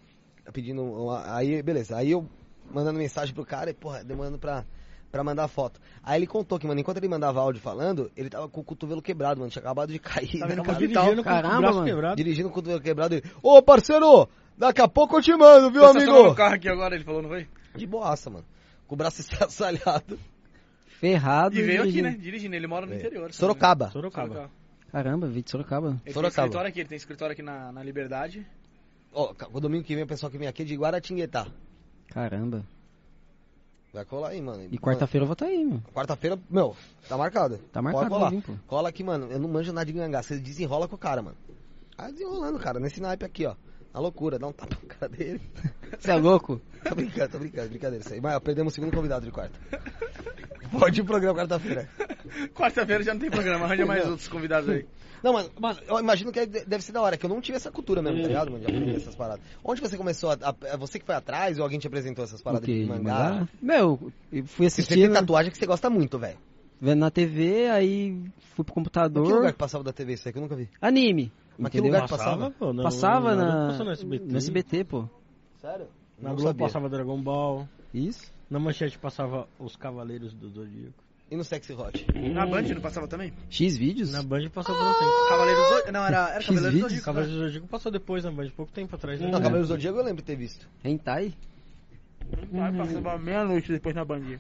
S3: Tá Pedindo. uma- Aí, beleza. Aí eu mandando mensagem pro cara e, porra, demorando pra, pra mandar a foto. Aí ele contou que, mano, enquanto ele mandava áudio falando, ele tava com o cotovelo quebrado, mano. Tinha acabado de cair
S5: Tava
S3: né, no
S5: acabado de
S3: hospital.
S5: dirigindo com o
S8: Caramba,
S5: braço
S8: mano.
S5: quebrado.
S3: Dirigindo com o cotovelo quebrado ele. Ô, parceiro! Daqui a pouco eu te mando, viu,
S1: Estacionou tá no
S3: amigo?
S1: carro aqui agora, ele falou, não foi?
S3: De boaça, mano. Com o braço estraçalhado.
S8: Ferrado.
S1: E veio aqui,
S8: dirigindo.
S1: né? Dirigindo, ele mora no interior.
S3: Tá É. Sorocaba.
S5: Sorocaba.
S3: né?
S8: Caramba, veio de Sorocaba.
S1: Ele tem
S3: Sorocaba.
S1: escritório aqui, ele tem escritório aqui na, na Liberdade.
S3: Ó, o domingo que vem o pessoal que vem aqui é de Guaratinguetá.
S8: Caramba.
S3: Vai colar aí, mano.
S8: E quarta-feira eu vou estar aí, mano.
S3: Quarta-feira, meu, tá marcado.
S8: Tá marcado,
S3: Pode colar.
S8: vou vir, pô.
S3: Cola aqui, mano. Eu não manjo nada de gangá. Você desenrola com o cara, mano. Ah, desenrolando, cara. Nesse naipe aqui, ó. Na loucura. Dá um tapa no cara dele.
S8: Você é louco?
S3: Tô brincando, tô brincando. Brincadeira isso aí. Mas ó, perdemos o segundo convidado de quarta. Pode ir pro programa quarta-feira.
S1: Quarta-feira já não tem programa, arranja mais outros convidados aí.
S3: Não, mano, mano, eu imagino que deve ser da hora, que eu não tive essa cultura mesmo, tá ligado, mano? De aprender essas paradas. Onde você começou? A, a- você que foi atrás ou alguém te apresentou essas
S8: O
S3: paradas
S8: quê?
S3: de
S8: De
S3: mangá?
S8: mangá? Meu, eu fui
S3: Você tem
S8: assistindo,
S3: tatuagem que você gosta muito, velho.
S8: vendo na TV, aí fui pro
S3: Em Que lugar
S8: computador.
S3: que passava da TV isso aí que eu nunca vi?
S8: Anime.
S3: Mas que
S8: entendeu?
S3: lugar que passava?
S5: pô, na-
S8: Passava
S5: na-
S8: na...
S5: passou no SBT.
S8: no SBT, pô.
S3: Sério?
S5: Na
S3: Não
S5: Globo
S3: sabia.
S5: passava Dragon Ball.
S8: Isso.
S5: Na manchete passava Os Cavaleiros do Zodíaco.
S3: E no Sexy Hot?
S1: Na Band não passava também?
S8: X vídeos?
S5: Na Band passou por um tempo.
S1: Cavaleiros do... Não, era, era Cavaleiros do Zodíaco, né?
S5: Cavaleiros do Zodíaco passou depois na Band, pouco tempo atrás. né?
S3: Não, Cavaleiros do Zodíaco eu lembro de ter visto.
S8: Hentai?
S1: Vai,
S3: Hum.
S1: passava meia-noite depois na Band.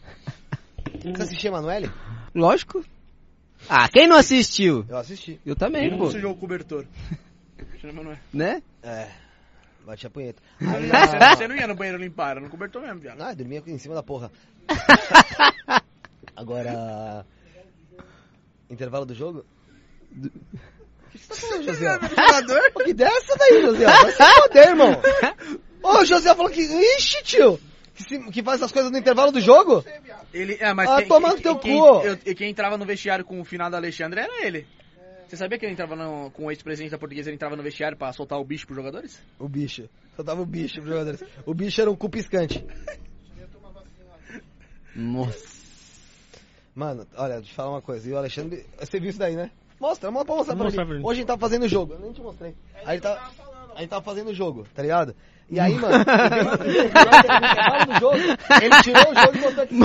S3: Você assistia Emanuele?
S8: Lógico. Ah, quem não assistiu?
S3: Eu assisti.
S8: Eu
S1: Ele
S8: também, pô.
S1: não sujou o cobertor. Chama, não é?
S8: Né?
S3: É. Bati a punheta.
S1: Você
S3: Aí,
S1: não-
S3: na...
S1: Você não ia no banheiro limpar, era no cobertor mesmo, viado.
S3: Ah, eu dormia em cima da porra. Agora. Intervalo do jogo? Ô, José. tá Pô, que dessa daí, José? Vai se foder, irmão. Ô, o José falou que. Ixi, tio! Que, se- que faz as coisas no intervalo do jogo?
S1: Ele, é, mas
S3: Ah,
S1: quem,
S3: toma no
S1: quem-
S3: teu
S1: quem,
S3: cu.
S1: eu- e quem entrava no vestiário com o finado Alexandre era ele. Você sabia que ele entrava no- com o ex-presidente da portuguesa, ele entrava no vestiário pra soltar o bicho pros jogadores?
S3: O bicho. Só tava o bicho pros jogadores. O bicho era um cu piscante.
S8: Nossa.
S3: Mano, olha, deixa eu te falar uma coisa. E o Alexandre. Você viu isso daí, né? Mostra, mostra pra mostrar pra
S5: Mostrar
S3: ele.
S5: pra ele.
S3: Hoje a gente tava fazendo o jogo. Eu nem te mostrei. Aí ele tava, aí ele tava fazendo o jogo, tá ligado? E aí, mano, ele veio no intervalo do jogo, ele tirou o jogo e botou aqui.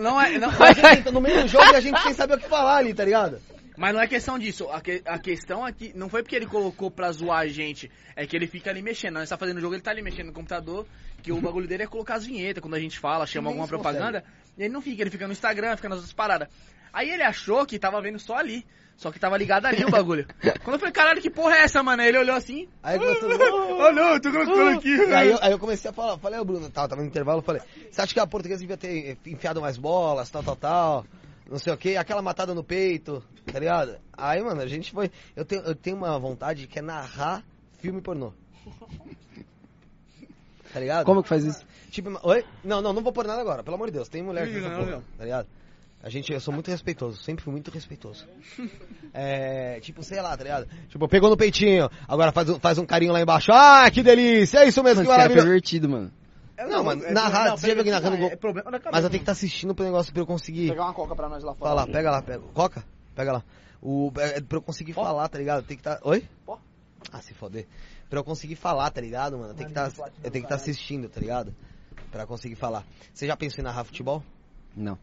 S1: Não, não é. Não,
S3: A gente entra no meio do jogo e a gente sem saber o que falar ali, tá ligado?
S1: Mas não é questão disso. A, que- a questão é que não foi porque ele colocou pra zoar a gente. É que ele fica ali mexendo. Nós tá fazendo o jogo, ele tá ali mexendo no computador. Que o bagulho dele é colocar as vinhetas quando a gente fala, chama
S3: Nem
S1: alguma
S3: isso
S1: propaganda. E ele não fica, ele fica no Instagram, fica nas outras paradas. Aí ele achou que tava vendo só ali. Só que tava ligado ali o bagulho. Quando eu falei, caralho, que porra é essa, mano? Aí ele olhou assim.
S3: Aí começou...
S1: Oh não, eu tô colocando aqui. né?
S3: Aí eu, aí eu comecei a falar, falei, ô Bruno, tal, tava no intervalo, falei, você acha que a portuguesa devia ter enfiado mais bolas, tal, tal, tal, não sei o que, aquela matada no peito, tá ligado? Aí, mano, a gente foi. Eu tenho, eu tenho uma vontade que é narrar filme pornô. Tá ligado?
S8: Como que faz isso?
S3: Tipo, oi? Não, não, não vou pôr nada agora, pelo amor de Deus, tem mulher que
S1: Não,
S3: usa
S1: não,
S3: pornô,
S1: não.
S3: tá ligado? A gente, eu sou muito respeitoso, sempre fui muito respeitoso. É, tipo, sei lá, tá ligado? Tipo, pegou no peitinho, agora faz um, faz um carinho lá embaixo. Ah, que delícia, é isso mesmo,
S8: Mano, esse
S3: que
S8: cara é
S3: maravilha.
S8: pervertido, mano.
S1: É,
S3: Não, mano, narrar, você já viu alguém narrando gol?
S1: É problema da cabeça.
S3: Mas eu tenho que estar assistindo pro negócio pra eu conseguir
S2: Pegar uma coca pra nós lá fora.
S3: falar. Pega lá, pega. Coca? Pega lá. O, é, é pra eu conseguir falar, tá ligado? Tem que estar. Oi?
S2: Pó.
S3: Ah, se foder. Pra eu conseguir falar, tá ligado, mano? Eu tenho que tá...
S2: Mano,
S3: eu tenho que estar assistindo, tá ligado? Pra conseguir falar. Você já pensou em narrar futebol?
S8: Não.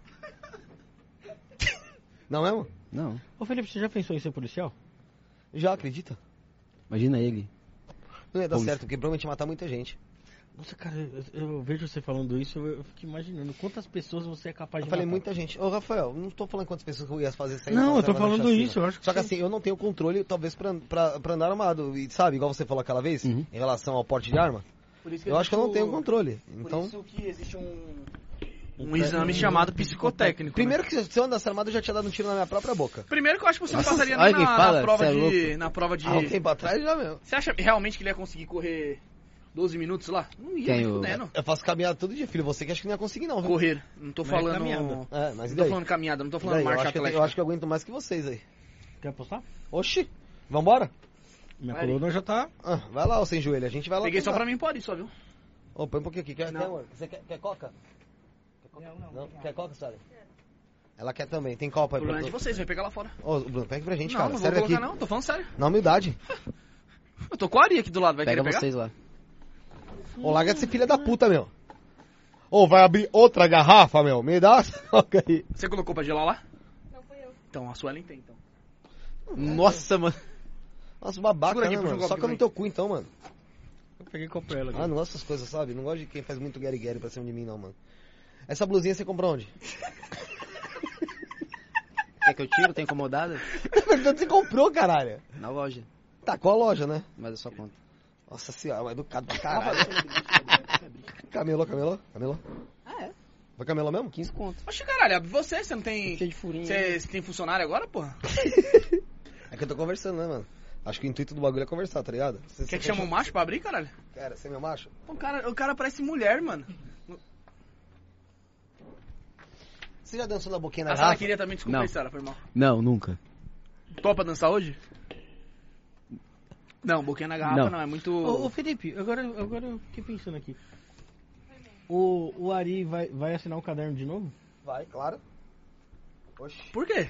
S3: Não mesmo?
S8: Não.
S5: Ô Felipe, você já pensou em ser policial?
S3: Já, acredita?
S8: Imagina ele.
S3: Não ia dar
S8: Poxa.
S3: certo, porque provavelmente ia matar muita gente.
S5: Nossa, cara, eu, eu vejo você falando isso, eu, eu fico imaginando quantas pessoas você é capaz
S3: Eu
S5: de
S3: falei
S5: matar.
S3: muita gente. Ô, Rafael, não tô falando quantas pessoas que eu ia fazer sair
S5: Não,
S3: na
S5: eu tô
S3: favela
S5: falando
S3: da chacina.
S5: isso, eu acho que
S3: Só que assim,
S5: sim.
S3: eu não tenho controle, talvez, pra, pra, pra andar armado. E sabe, igual você falou aquela vez,
S8: Uhum.
S3: em relação ao porte de arma?
S1: Por isso
S3: Eu acho que eu não
S1: existe
S3: tenho
S1: o-
S3: controle.
S1: Por
S3: Então,
S1: isso que existe um. Um exame chamado psicotécnico. né?
S3: primeiro que se eu andasse armado, eu já tinha dado um tiro na minha própria boca.
S1: Primeiro que eu acho que você não
S8: Nossa,
S1: passaria
S8: olha
S1: nem
S8: quem
S1: na,
S8: fala,
S1: na prova
S8: cê é
S1: de.
S8: louco.
S1: Na prova de.
S3: Há um tempo atrás já mesmo.
S1: Você acha realmente que ele ia conseguir correr 12 minutos lá? Não ia,
S8: Quem,
S1: nem
S8: o-
S1: fudendo.
S3: Eu faço caminhada todo dia, filho. Você que acha que não ia conseguir, não, viu?
S1: Correr. Não tô
S5: Mas
S1: falando.
S5: caminhada.
S3: É, mas e
S1: Não tô
S3: daí?
S1: falando caminhada, não tô
S3: E
S1: falando
S3: daí? eu,
S1: marcha
S3: acho que eu,
S1: atlética.
S3: eu acho que eu aguento mais que vocês aí.
S5: Quer apostar?
S3: Oxi, vambora?
S5: Minha
S1: Vai,
S5: coluna já tá.
S3: Ah, vai lá, ô sem joelho, a gente vai lá.
S1: Peguei só
S3: tentar.
S1: pra mim, pode só, viu?
S3: Ô, põe um pouquinho aqui. Quer,
S1: Não.
S3: quer, amor? Você quer, quer coca? Quer coca? Não, Quer coca, Sara? Ela quer também. Tem
S1: O
S3: copa aí
S1: problema
S3: pra
S1: é de vocês, vai pegar lá fora.
S3: Ô, Bruno, pega aqui pra gente,
S1: não,
S3: cara.
S1: não vou
S3: Sério
S1: colocar
S3: aqui.
S1: não, tô falando sério.
S3: Na humildade.
S1: Eu tô com a Ari aqui do lado, vai
S8: Pega
S1: querer
S8: vocês lá.
S3: Ô, larga esse filho da puta, meu.
S7: Ô, vai abrir outra garrafa, meu. Me dá essa coca aí.
S1: pegar? Você colocou pra gelar lá?
S6: Não fui eu.
S1: Então, a Suelen tem, então.
S8: Nossa, mano.
S3: Nossa, babaca,
S1: Segura aqui,
S3: né,
S1: puxa um
S3: mano?
S1: copo
S3: Só
S1: aqui pra
S3: que eu não
S1: mim.
S3: teu cu, então, mano.
S5: Eu peguei com ela aqui.
S3: Ah, não gosto dessas coisas, sabe? Não gosto de quem faz muito Gary Gary pra cima de mim, não, mano. Essa blusinha você comprou onde?
S8: Quer que eu tiro? Tá incomodada?
S3: Perguntando você comprou, caralho.
S8: Na loja.
S3: Tá, qual a loja, né?
S8: Mas eu só conto.
S3: Nossa senhora, mas educado pra caralho. camelô, camelô, camelô.
S8: Ah, é?
S3: Vai camelô mesmo?
S8: 15 conto.
S1: Oxe, caralho, abre você, você não tem.
S8: Cheio de furinho.
S1: Você você tem funcionário agora, porra?
S3: É que eu tô conversando, né, mano? Acho que o intuito do bagulho é conversar, tá ligado? Você,
S1: Quer que chame um macho pra abrir, caralho?
S3: Cara, você é meu macho?
S1: Pô, o cara, o cara parece mulher, mano.
S3: Você já dançou na boquinha na
S1: A Sara
S3: garrafa?
S1: queria também, desculpa
S8: Não.
S1: aí, Sara, foi mal.
S8: Não, nunca.
S1: Topa dançar hoje? Não, boquinha na garrafa não,
S8: Não.
S1: é muito.
S5: Ô, ô, Felipe, agora, agora eu fiquei pensando aqui. O, o Ari vai, vai assinar o caderno de novo?
S3: Vai, claro. Oxi.
S1: Por quê?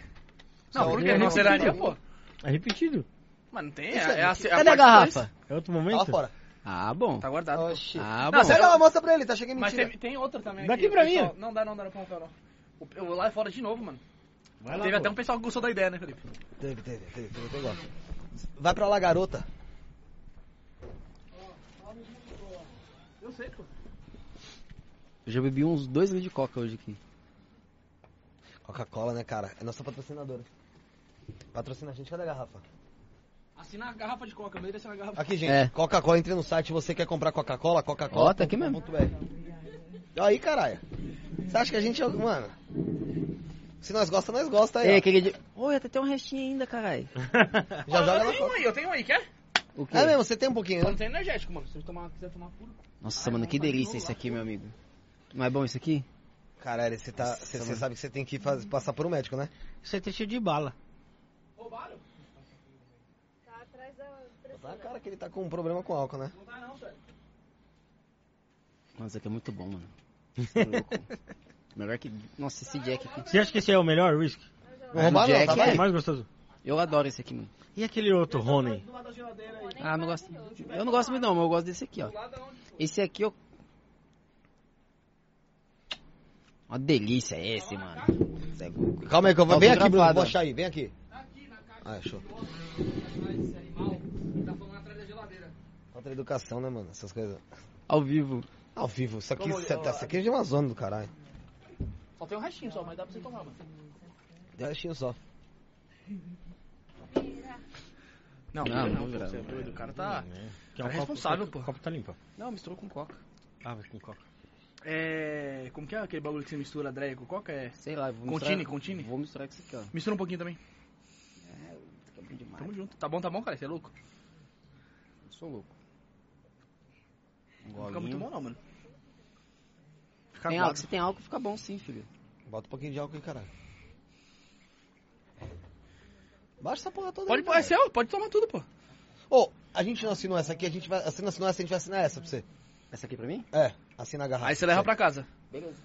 S1: Não,
S3: Só
S1: por
S5: que
S1: quê?
S5: não,
S1: Remiseraria,
S5: não.
S1: pô.
S5: É repetido.
S1: Mas não tem, é,
S3: Isso aí,
S1: é a, é a
S8: Cadê a
S1: parte
S8: garrafa?
S5: É outro
S3: Tá
S5: momento?
S3: lá fora.
S8: Ah, bom.
S1: dois. Tá guardado.
S3: Oxi.
S8: Ah, bom.
S1: Não,
S3: Sério,
S1: eu-
S3: ela mostra pra ele, tá chegando
S1: Mas
S3: mentira.
S1: tem, tem outra também.
S5: Daqui
S1: aqui,
S5: pra
S1: o pessoal-
S5: mim,
S1: Não dá, não dá, não dá, não. O- Eu lá é fora de novo, mano.
S5: Vai lá,
S1: Teve até
S5: pô.
S1: um pessoal que gostou da ideia, né, Felipe?
S3: Teve, teve, teve, teve, teve, agora. Vai pra lá, garota.
S1: Eu sei, pô.
S8: Eu já bebi uns 2 litros de coca hoje aqui.
S3: Coca-Cola, né, cara? É nossa patrocinadora. Patrocina a gente, cadê a garrafa?
S1: Assina a garrafa de coca, meio dessa garrafa.
S3: Aqui, gente,
S8: É.
S3: Coca-Cola, entre no site, você quer comprar Coca-Cola, Coca-Cola.
S8: Ó, tá aqui mesmo.
S3: Aí, caralho. Você acha que a gente é. Mano. Se nós gosta, nós gosta aí. ó.
S8: É, aquele de... Olha, tá até um restinho ainda, caralho.
S3: Já
S1: Ah,
S3: joga
S1: eu
S3: na
S1: tenho um
S3: Coca.
S1: aí, eu tenho um aí, quer?
S8: O quê?
S3: É mesmo, você tem um pouquinho,
S1: Eu
S3: né?
S1: não tenho energético, mano. Se você tomar, quiser tomar puro.
S8: Nossa, mano, que delícia isso aqui, meu amigo. Não é bom isso aqui?
S3: Caralho, você tá. Você você sabe que você tem que faz- passar por um médico, né?
S5: Você tem cheio de bala.
S1: Roubaram?
S6: Tá atrás da
S3: Tá na
S6: impressora.
S3: cara que ele tá com um problema com álcool, né?
S1: Não dá não, sério.
S8: Mano, isso aqui é muito bom, mano. Você é louco. Melhor que... Nossa, esse Jack aqui.
S5: Você acha que esse é o melhor whisky?
S3: Não roubaram, não,
S8: Jack
S3: tá
S8: é-
S5: É
S3: bem.
S5: mais gostoso.
S4: Eu adoro esse aqui, mano.
S5: E aquele
S1: É,
S5: outro, Rony?
S1: tá
S4: Ah, não gosto. Eu não gosto muito não, mas eu gosto desse aqui, ó. Esse aqui, ó. Uma delícia é esse, mano. é
S3: Calma aí, que eu vou.
S4: Tá
S3: Vem
S4: tudo
S3: aqui, Bruno,
S4: gravado,
S3: vou
S4: ó.
S3: achar aí, vem aqui.
S1: Tá
S3: Ah, show.
S1: tá
S3: Falta de educação, né, mano? Essas coisas.
S4: Ao vivo.
S3: Ao vivo, isso aqui,
S1: Como-
S3: isso, isso aqui é de uma zona do caralho.
S1: Só tem um restinho só, mas dá pra você tomar, mano.
S3: Deixinho só.
S1: Não,
S4: Não,
S1: não,
S4: não,
S1: não, pô,
S4: não.
S1: você é doido. O cara tá.
S5: Que um
S1: Cara, é responsável,
S5: copo,
S1: pô.
S5: O copo tá limpo.
S4: Não, misturou com coca.
S5: Ah, vai com coca.
S1: É. Como que é aquele bagulho que você mistura Dreia com coca? É.
S4: Sei lá, vou
S1: Contine,
S4: misturar...
S1: contine.
S4: Vou misturar com isso aqui, ó.
S1: Mistura um pouquinho também.
S4: Tá bom demais.
S1: Tamo junto. Tá bom, tá bom, cara? Você é louco?
S4: Eu sou louco. Um
S1: Não fica
S4: golinho.
S1: muito bom, não, mano. Fica
S4: Tem
S1: aguado.
S4: álcool, se tem álcool, fica bom sim, filho.
S3: Bota um pouquinho de álcool aí, caralho. Baixa essa porra toda
S1: Pode,
S3: aí,
S1: pô, é
S3: cara.
S1: seu, pode tomar tudo, pô.
S3: Ô, a gente não assinou essa aqui, a gente vai. Assina, assinou essa, a gente vai assinar essa pra você.
S4: Essa aqui pra mim?
S3: É, assina a garrafa.
S1: Aí você leva pra casa.
S4: Beleza.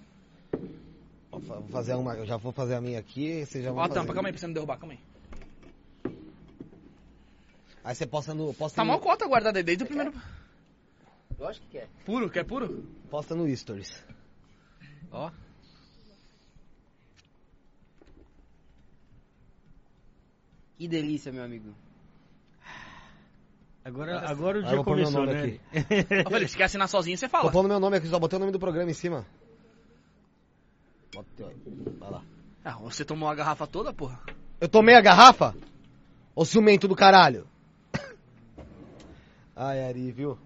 S3: Vou fa- vou fazer uma, eu já vou fazer a minha aqui, você já
S1: Ó
S3: vai
S1: a
S3: fazer.
S1: tampa, calma aí, pra você não derrubar, calma aí.
S3: Aí você posta no, posta
S1: Tá
S3: no,
S1: mal cota guardada aí desde o primeiro.
S4: Lógico que quer.
S1: Puro, quer puro?
S3: posta no stories.
S4: Ó. Que delícia, meu amigo.
S5: Agora, agora o
S3: Aí eu
S5: dia
S3: vou pôr meu
S5: começou,
S3: nome
S5: né?
S1: Ó, Felipe, se quer assinar sozinho, você fala.
S3: Tô pondo meu nome aqui, só botei o nome do programa em cima. Bota o teu aí. Vai lá.
S1: Ah, você tomou a garrafa toda, porra.
S3: Eu tomei a garrafa? Ô ciumento do caralho. Ai, Ari, viu?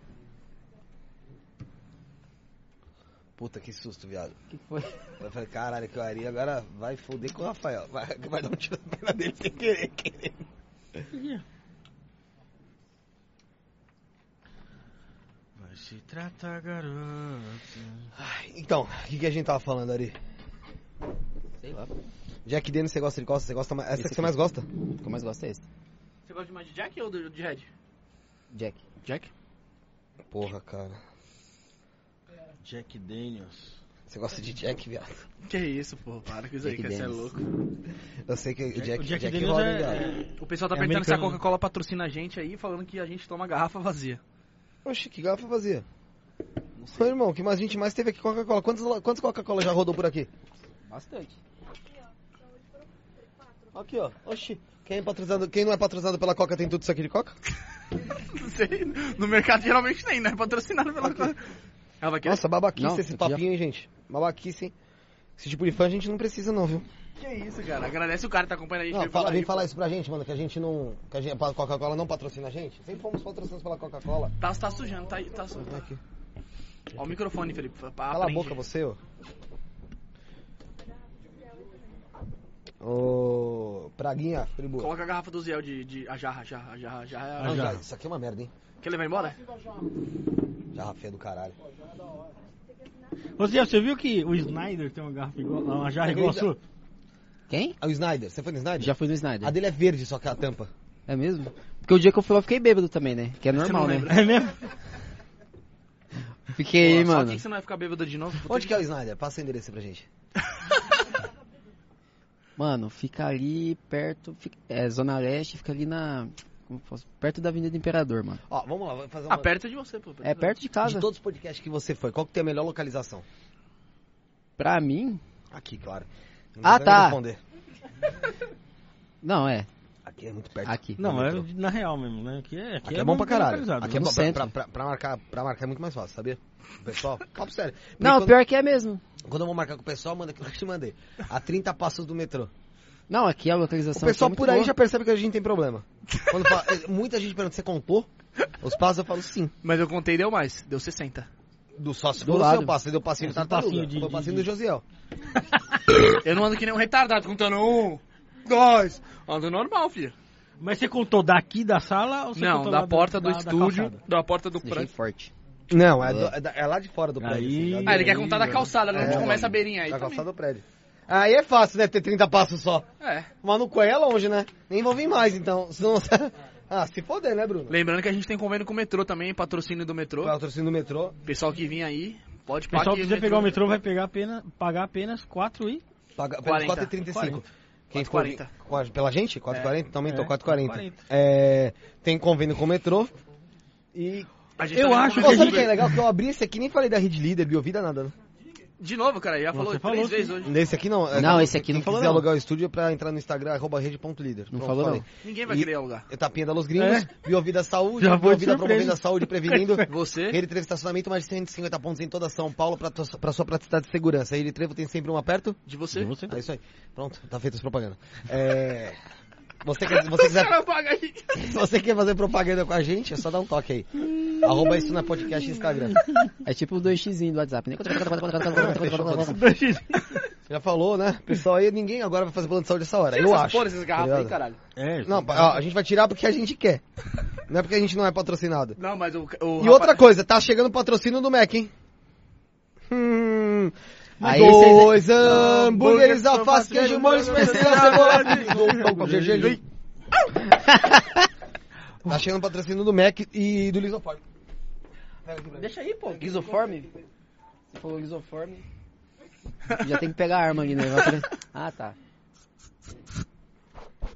S3: Puta, que susto, viado.
S4: Que foi?
S3: Eu falei, caralho, que o Ari agora vai foder com o Rafael. Vai, vai dar um tiro na perna dele sem querer, querer.
S5: Mas se trata, garoto.
S3: Ai, Então, o que, que a gente tava falando, Ari?
S4: Sei lá.
S3: Jack Dennis, você gosta de costa? Você gosta mais... Essa que você mais gosta?
S4: O que eu mais gosto é esse.
S1: Você gosta de mais de Jack ou de Red?
S4: Jack. Jack?
S3: Porra, cara.
S5: Jack Daniels.
S3: Você gosta de Jack, viado?
S1: Que isso, porra, para com isso aí,
S4: Jack
S1: que você é
S4: Daniels.
S1: louco.
S3: Eu sei que o Jack,
S5: o Jack
S3: Jack
S5: Daniels
S3: rola,
S5: é-
S3: hein, viado?
S1: O pessoal tá
S5: É
S1: perguntando se a
S5: americano.
S1: Coca-Cola patrocina a gente aí, falando que a gente toma garrafa vazia.
S3: Oxi, que garrafa vazia. Ô, irmão, que mais gente mais teve aqui Coca-Cola? Quantos, quantos Coca-Cola já rodou por aqui?
S4: Bastante.
S3: Aqui, ó. Oxi. Quem, é patrocinado, quem não é patrocinado pela Coca tem tudo isso aqui de Coca?
S1: Não sei, no mercado geralmente tem, né? Patrocinado pela Coca. Ela vai querer?
S3: Nossa, babaquice
S4: Não,
S3: esse
S4: eu
S3: papinho, hein, gente? Babaquice, hein? Esse tipo de fã a gente não precisa não, viu?
S1: Que isso, cara. Agradece o cara que tá acompanhando a gente.
S3: Não,
S1: veio
S3: fala,
S1: falar
S3: vem
S1: aí,
S3: falar isso pra gente, mano, que a gente não... Que a, gente, a Coca-Cola não patrocina a gente. Sempre fomos patrocinados pela Coca-Cola.
S1: pô. Tá, tá sujando, tá, tá sujando.
S3: Tá aqui.
S1: Ó o microfone, Felipe. pra- pra-
S3: Cala a
S1: aprende.
S3: boca, você, ô. Ô... Praguinha, Friburgo.
S1: Coloca a garrafa do Ziel de, de... A jarra, jarra, a jarra, a jarra. é a-
S5: Ah,
S3: Não,
S5: já.
S3: já, isso aqui é uma merda, hein?
S1: Quer levar embora?
S3: Jarra feia do caralho.
S5: Ô, Zé, você viu que o Snyder tem uma garrafa igual, uma jarra igual a sua?
S4: Quem?
S3: Ah, o Snyder. Você foi no Snyder?
S4: Já fui no
S3: A
S4: Snyder.
S3: dele é verde, só que a tampa.
S4: É mesmo? Porque o dia que eu fui lá, eu fiquei bêbado também, né? Que é normal,
S1: não
S4: né?
S1: lembra?
S5: É mesmo?
S4: Fiquei,
S1: Pô, só
S4: mano.
S1: que você não vai ficar bêbado de novo? Puta
S3: Onde que é o Snyder? Passa o endereço pra gente.
S4: Mano, fica ali perto... fica- é, Zona Leste, fica ali na... Como eu posso... Perto da Avenida Imperador, mano.
S3: Ó, vamos lá, vamos fazer uma...
S1: Ah, perto de você, pô.
S4: É perto de casa.
S3: De todos os podcasts que você foi, qual que tem a melhor localização?
S4: Pra mim...
S3: Aqui, claro. Não
S4: Ah,
S3: precisa nem
S4: tá.
S3: responder.
S4: Não, é.
S3: Aqui é muito perto.
S4: Aqui.
S5: Não,
S3: é...
S5: é na real mesmo, né? Aqui é,
S3: Aqui é, bom pra caralho.
S5: localizado, né?
S3: Aqui é
S4: no
S3: bom pra,
S4: centro.
S3: pra, pra- pra marcar, pra marcar é muito mais fácil, sabia? O Pessoal, papo sério. Porque
S4: Não,
S3: quando,
S4: pior que é mesmo.
S3: quando eu vou marcar com o pessoal, manda aquilo que eu te mandei. A 30 passos do metrô.
S4: Não, aqui a
S3: O
S4: localização aqui é
S3: pessoal
S4: muito
S3: por aí
S4: boa.
S3: já percebe que a gente tem problema. Quando fala- eh, muita gente pergunta, você contou? Os passos eu falo sim.
S1: Mas eu contei, deu mais. Deu 60.
S3: Do sócio
S4: Do
S3: do lado. tá
S4: lado.
S3: Seu passo, deu passinho do
S5: Esse
S3: tartaruga.
S5: passinho de-
S3: Foi o
S5: de-
S3: passinho
S5: de-
S3: do Josiel.
S1: Eu não ando que nem um retardado, contando um, dois. Ando normal, filho.
S5: Mas você contou daqui da sala ou você
S1: Não,
S5: contou
S1: da
S5: lá
S1: porta do
S5: da- da
S1: estúdio,
S5: calçada?
S1: da porta do
S4: Deixei
S1: prédio.
S4: forte.
S3: Não, é, do- é da- é lá de fora do prédio.
S5: Aí-
S3: assim, lá
S1: Ah, ele
S3: do-
S1: quer contar da calçada, né?
S3: É,
S1: A gente começa
S3: mano.
S1: a beirinha aí
S3: da
S1: também.
S3: calçada do prédio. Aí é fácil, né? Ter 30 passos só.
S1: É.
S3: Mas no Coé é longe, né? Nem vou vir mais, então. Senão... ah, se foder, né, Bruno?
S1: Lembrando que a gente tem convênio com o metrô também, patrocínio do metrô.
S3: Patrocínio do metrô.
S1: Pessoal que vinha aí, pode
S5: O pessoal
S1: pagar.
S5: que quiser pegar o metrô vai pegar apenas, pagar apenas 4 e...
S3: Paga,
S1: 40,
S3: 4,35. Quem for-
S1: 4,40.
S3: com a- pela gente? 4,40? Então aumentou,
S5: É,
S3: 4,40.
S5: 4,40.
S3: É, tem convênio com o metrô.
S5: E
S1: A gente
S5: Eu
S1: tá
S5: acho
S1: com-
S3: Pô,
S5: que-
S3: sabe o que é legal? Que eu abri esse aqui nem falei da Rede Líder, Biovida, nada. né?
S1: De novo, cara, já falou
S5: Você
S1: três
S5: falou,
S1: vezes hoje.
S3: Nesse aqui não. é-
S8: Não, esse aqui
S3: quem
S8: não falou
S3: quiser
S8: não.
S3: alugar o estúdio é pra entrar no Instagram, arroba rede.líder.
S8: Não
S3: Pronto,
S8: falou
S3: falei.
S1: Ninguém vai
S3: E-
S1: querer alugar.
S3: Etapinha da Los Gringos, Biovida Saúde,
S5: Já vou de
S3: Biovida
S5: surpresa.
S3: promovendo a saúde, e prevenindo.
S1: Você.
S3: Rede Trevo Estacionamento, mais de 150 pontos em toda São Paulo pra, tua- pra sua praticidade de segurança. Rede Trevo tem sempre um aperto.
S1: De você?
S5: você?
S3: É isso aí. Pronto, tá feita as propaganda. É, Você, quer, você quiser
S1: Cara, paga aí.
S3: Se você quer fazer propaganda com a gente, é só dar um toque aí. Arroba isso na podcast e Instagram.
S8: É tipo o 2xzinho do WhatsApp, né?
S3: Já falou, né? Pessoal, aí ninguém agora vai fazer plano de saúde essa hora. Eu acho.
S1: Porra, essas garrafas
S3: tá
S1: aí,
S3: ligado?
S1: caralho.
S5: É,
S3: Não, ó, a gente vai tirar porque a gente quer. Não é porque a gente não é patrocinado.
S1: Não, mas o. o
S3: E outra coisa, tá chegando patrocínio do Mac, hein? Hum.
S8: Aí
S3: dois
S1: Hambúrgueres,
S3: hambúrgueres, alface, queijo, molho, especial, cebola, fritos, pão com gergelim. Tá chegando patrocínio do Mac e do Lisoform.
S8: Deixa aí, pô. Guisoforme? Você falou guisoforme. Já tem que pegar a arma ali, né? Vai pra- Ah, tá.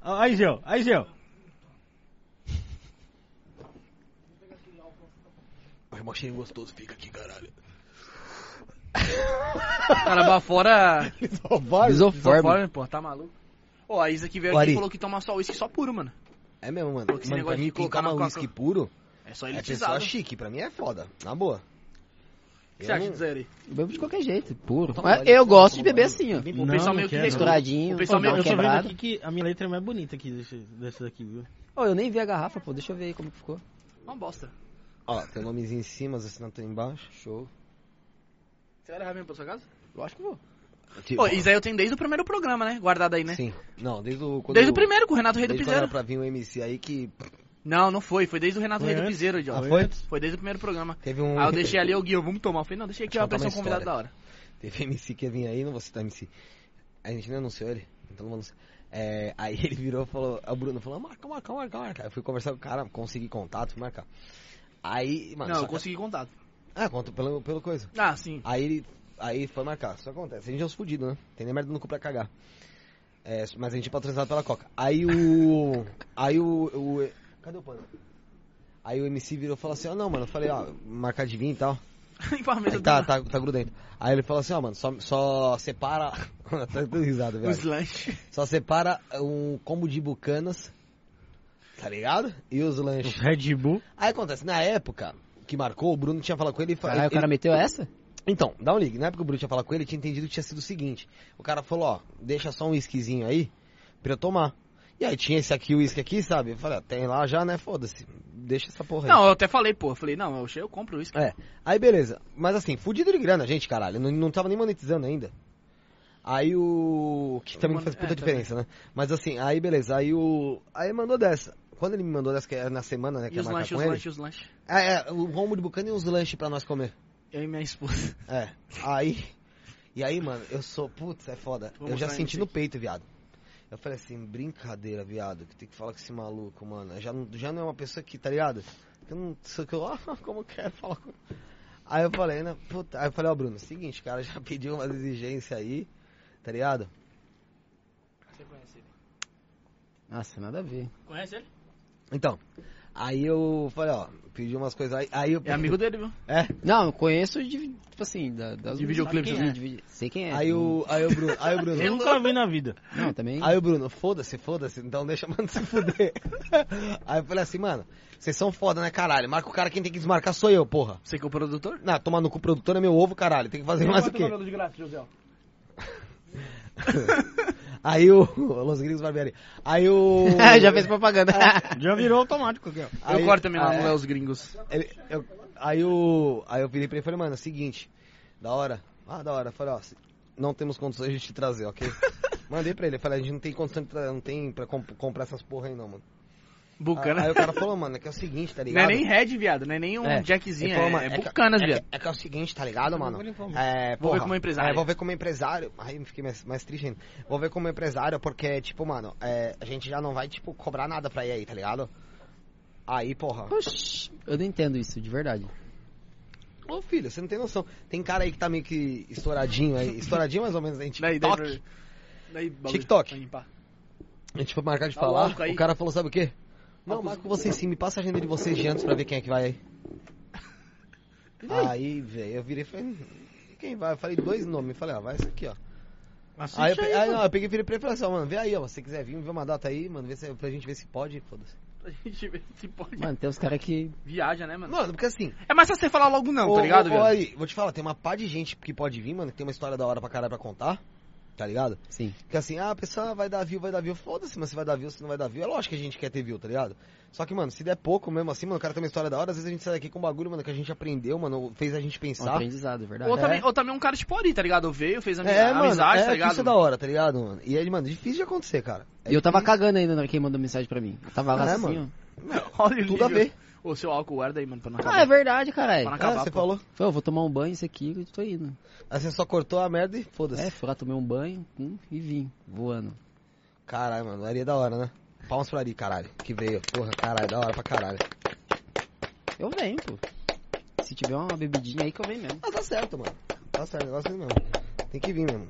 S5: Ah, Aí, Gel, aí, Gel.
S9: Ai, mó cheirinho gostoso, fica aqui, caralho.
S1: Cara, pra fora.
S3: Lisoform?
S1: Fora, pô, tá maluco. Ó, a Isa que veio
S3: Ô,
S1: aqui
S3: Ari.
S1: falou que toma só uísque só puro, mano.
S3: É mesmo, mano.
S1: Pô, esse
S3: mano pra
S1: negócio
S3: mim,
S1: de
S3: quem
S1: colocar
S3: toma
S1: uma
S3: uísque puro
S1: É só
S3: é
S1: elitizado.
S3: pessoa chique. Pra mim é foda. Na boa.
S1: O que você acha
S3: não-
S1: de Zé Ari?
S8: Eu bebo de qualquer jeito, puro.
S3: Toma,
S8: Mas
S3: vale,
S8: eu
S3: toma,
S8: gosto de
S3: toma,
S8: beber
S3: vale.
S8: assim, ó.
S1: O pessoal meio que
S5: quero.
S1: reclama.
S8: Misturadinho,
S1: O pessoal
S8: dá
S1: meio-
S8: uma
S5: Eu tô vendo
S8: quebrada.
S5: aqui que a minha letra é mais bonita aqui desse, dessa daqui, viu?
S8: Ô, eu nem vi a garrafa, pô. Deixa eu ver aí como que ficou.
S1: Uma bosta.
S3: Ó, tem o nomezinho em cima, as assinaturas embaixo. Show.
S1: Você vai levar mesmo pra sua casa?
S8: Lógico que vou.
S1: Pô, Isa eu tenho desde o primeiro programa, né? Guardado aí, né?
S3: Sim. Não, desde o... Quando,
S1: Desde o primeiro, com o Renato Rei do
S3: Desde quando era
S1: Piseiro.
S3: pra vir o MC aí que...
S1: Não, não foi. Foi desde o Renato
S5: Foi
S1: Rei do
S5: antes?
S1: Piseiro, idiota.
S3: Ah, foi?
S1: Foi desde o primeiro programa.
S3: Teve um...
S1: Aí Ah, eu deixei ali o Guinho, vamos tomar. Eu falei, não, deixei aqui,
S3: Deixa eu
S1: ó, vai ser um
S3: contar uma
S1: convidado da hora.
S3: Teve MC que ia vir aí, não vou citar MC. A gente nem anunciou ele, então não vou anunciar. É, aí ele virou e falou, o Bruno falou, marca, marca, marca, marca. Eu fui conversar com o cara, consegui contato, fui marcar. Aí, mano,
S1: não,
S3: só
S1: eu
S3: que-
S1: consegui contato.
S3: Ah, conta pelo, pelo coisa.
S1: Ah, sim.
S3: Aí ele. Aí foi marcar. Isso acontece. A gente é uns fudidos, né? Tem nem merda no cu pra cagar. É, mas a gente é patrocinado pela Coca. Aí o. Aí o. o- cadê o pano? Aí o MC virou e falou assim, ó, não, mano, eu falei, ó, marcar de vinho e tal.
S1: Informação
S3: Aí tá, tá, tá grudento. Aí ele falou assim, ó, mano, só, só separa. tá dando risada,
S1: Os
S3: velho.
S1: lanches.
S3: Só separa um combo de bucanas, tá ligado? E os
S5: Os
S3: lanches.
S5: Red Bull.
S3: Aí acontece, na época que marcou, o Bruno tinha falado com ele e falou.
S8: Caralho, o cara meteu essa?
S3: Então, dá um ligue. Na época que o Bruno tinha falado com ele, ele tinha entendido que tinha sido o seguinte. O cara falou, ó, deixa só um whiskyzinho aí pra eu tomar. E aí tinha esse aqui, o uísque aqui, sabe? Eu falei, ah, tem lá já, né? Foda-se. Deixa essa porra aí.
S1: Não, eu até falei, pô. Eu falei, não, eu, eu compro isso.
S3: É. Aí beleza. Mas assim, fudido de grana, gente, caralho. Não, não tava nem monetizando ainda. Aí o. Que também não faz
S1: É,
S3: puta
S1: também.
S3: diferença, né? Mas assim, aí beleza. Aí o. Aí mandou dessa. Quando ele me mandou dessa, que era na semana, né? Que
S1: E
S3: ia
S1: os
S3: marcar
S1: lanches,
S3: com
S1: os
S3: ele.
S1: lanches, os lanches.
S3: É, é, o rombo de bucana e uns lanches pra nós comer.
S1: Eu e minha esposa.
S3: É. Aí. E aí, mano, eu sou. Putz, é foda.
S1: Vou
S3: eu já
S1: mostrar
S3: senti
S1: aí,
S3: no peito, viado. Eu falei assim, brincadeira, viado, que tem que falar com esse maluco, mano. Eu Já não, já não é uma pessoa que, tá ligado? Eu não sei o que eu. Ah, como eu quero falar com. Aí eu falei, né? Puta. Aí eu falei, ó, Bruno, seguinte, cara, já pediu umas exigências aí, tá ligado?
S1: Você conhece ele?
S8: Nossa, nada a ver.
S1: Conhece ele?
S3: Então. Aí eu falei, ó, pedi umas coisas aí. Aí eu.
S1: É amigo dele, viu?
S3: É.
S8: Não, eu conheço de, tipo assim, da, das...
S1: De videoclipe,
S8: sabe
S1: né?
S8: quem é, de vide- Sei quem é.
S3: assim? Aí o. Aí o Bruno. Aí o Bruno.
S5: Eu nunca vi na vida.
S8: Não, também...
S3: Aí o Bruno, foda-se, foda-se, então deixa, mano, se fuder. Aí eu falei assim, mano, vocês são foda, né, caralho? Marca o cara, quem tem que desmarcar sou eu, porra.
S1: Você que é o produtor?
S3: Não, tomar no cu o produtor é meu ovo, caralho, tem que fazer
S1: é
S3: mais o quê?
S5: de graça, José.
S3: Aí o... Los Gringos Barbieri. Aí o... É.
S8: Já fez propaganda.
S5: Já virou automático aqui, ó.
S1: eu
S3: Aí-
S1: corto também lá
S3: Ah,
S1: no
S3: é.
S1: Léo os Gringos.
S3: Ele- eu- aí o. Aí eu virei pra ele e falei, mano, é o seguinte, da hora. Ah, da hora. Eu falei, ó, se- não temos condições de te trazer, ok? Mandei pra ele, eu falei, a gente não tem condição de trazer, não tem pra comp- comprar essas porra aí não, mano.
S1: Bucana.
S3: Aí o cara falou, mano, é que é o seguinte, tá
S1: né? Não é
S3: ligado?
S1: nem Red, viado. Não é nem um
S3: É.
S1: Jackzinho.
S3: Ele falou, mano,
S1: é, é,
S3: é que-
S1: Bucanas,
S3: É
S1: viado.
S3: que, é que é o seguinte, tá ligado, mano?
S5: informar.
S3: É,
S1: Vou ver
S3: porra,
S1: como empresário.
S3: É, vou ver como empresário. Aí eu fiquei mais, mais triste ainda. Vou ver como empresário, porque, tipo, mano, é, a gente já não vai, tipo, cobrar nada pra ir aí, tá ligado? Aí, porra.
S8: Oxi, eu não entendo isso, de verdade.
S3: Ô, filho, você não tem noção. Tem cara aí que tá meio que estouradinho aí. Estouradinho mais ou menos, né?
S1: Daí,
S3: TikTok.
S1: daí, pra- daí, bagulho.
S3: TikTok.
S1: Pra limpar.
S3: A gente foi marcar de
S1: Tá
S3: falar,
S1: louco aí.
S3: o cara falou, sabe o quê? Não,
S1: Vamos.
S3: marco vocês sim, me passa a agenda de vocês de antes pra ver quem é que vai aí. Aí, velho, eu virei e falei, "Hum, quem vai? Eu falei dois nomes, falei, ah, vai esse aqui, ó.
S5: Assiste
S3: Aí, eu, pe-
S5: aí, ah,
S3: aí,
S5: mano.
S3: não, eu peguei e virei pra ele e falei assim, ó, mano, vê aí, ó, se você quiser vir, vê uma data aí, mano, vê se, pra gente ver se pode, foda-se.
S1: Pra gente ver se pode.
S8: Mano, tem uns caras que.
S1: Viaja, né, mano?
S3: Mano, porque assim,
S1: É mais fácil você falar logo não,
S3: Ô,
S1: tá ligado,
S3: ô,
S1: viado?
S3: ô, aí, vou te falar, tem uma pá de gente que pode vir, mano, que tem uma história da hora pra caralho pra contar, tá ligado?
S8: Sim.
S3: Que assim, ah, a pessoa vai dar view, vai dar view, foda-se, mas se vai dar view, se não vai dar view, é lógico que a gente quer ter view, tá ligado? Só que, mano, se der pouco mesmo assim, mano, o cara tem uma história da hora, às vezes a gente sai daqui com um bagulho, mano, que a gente aprendeu, mano, fez a gente
S8: É um
S3: pensar.
S8: aprendizado, é verdade.
S1: Ou,
S3: É.
S1: também, ou também um cara tipo Ori, tá ligado? Veio, fez ami-
S3: É, mano,
S1: amizade,
S3: é,
S1: tá
S3: que
S1: ligado?
S3: isso é da hora, tá ligado, mano? E aí, mano, difícil de acontecer, cara. É
S8: E eu tava
S3: difícil,
S8: cagando ainda na hora que ele mandou mensagem pra mim. Eu tava lá
S3: É,
S8: assim,
S3: mano.
S1: Olha o
S3: tudo a
S1: nível.
S3: ver.
S1: Ô, seu álcool guarda aí, mano, pra não
S8: ó. Ah, é
S1: acabar.
S8: verdade, caralho.
S1: Pra não
S3: Ah,
S1: acabar,
S3: você
S1: Tá pô.
S3: falou.
S8: Falei, eu vou tomar um banho, isso aqui, e tô indo.
S3: Aí você só cortou a merda e foda-se.
S8: É, fui lá, tomei um banho hum, e vim, voando.
S3: Caralho, mano, Ari é da hora, né? Palmas pro Ari, caralho, que veio. Porra, caralho, da hora pra caralho.
S8: Eu venho, pô. Se tiver uma bebidinha aí que eu venho mesmo.
S3: Ah, tá certo, mano. Tá certo, o negócio é isso mesmo. Tem que vir mesmo.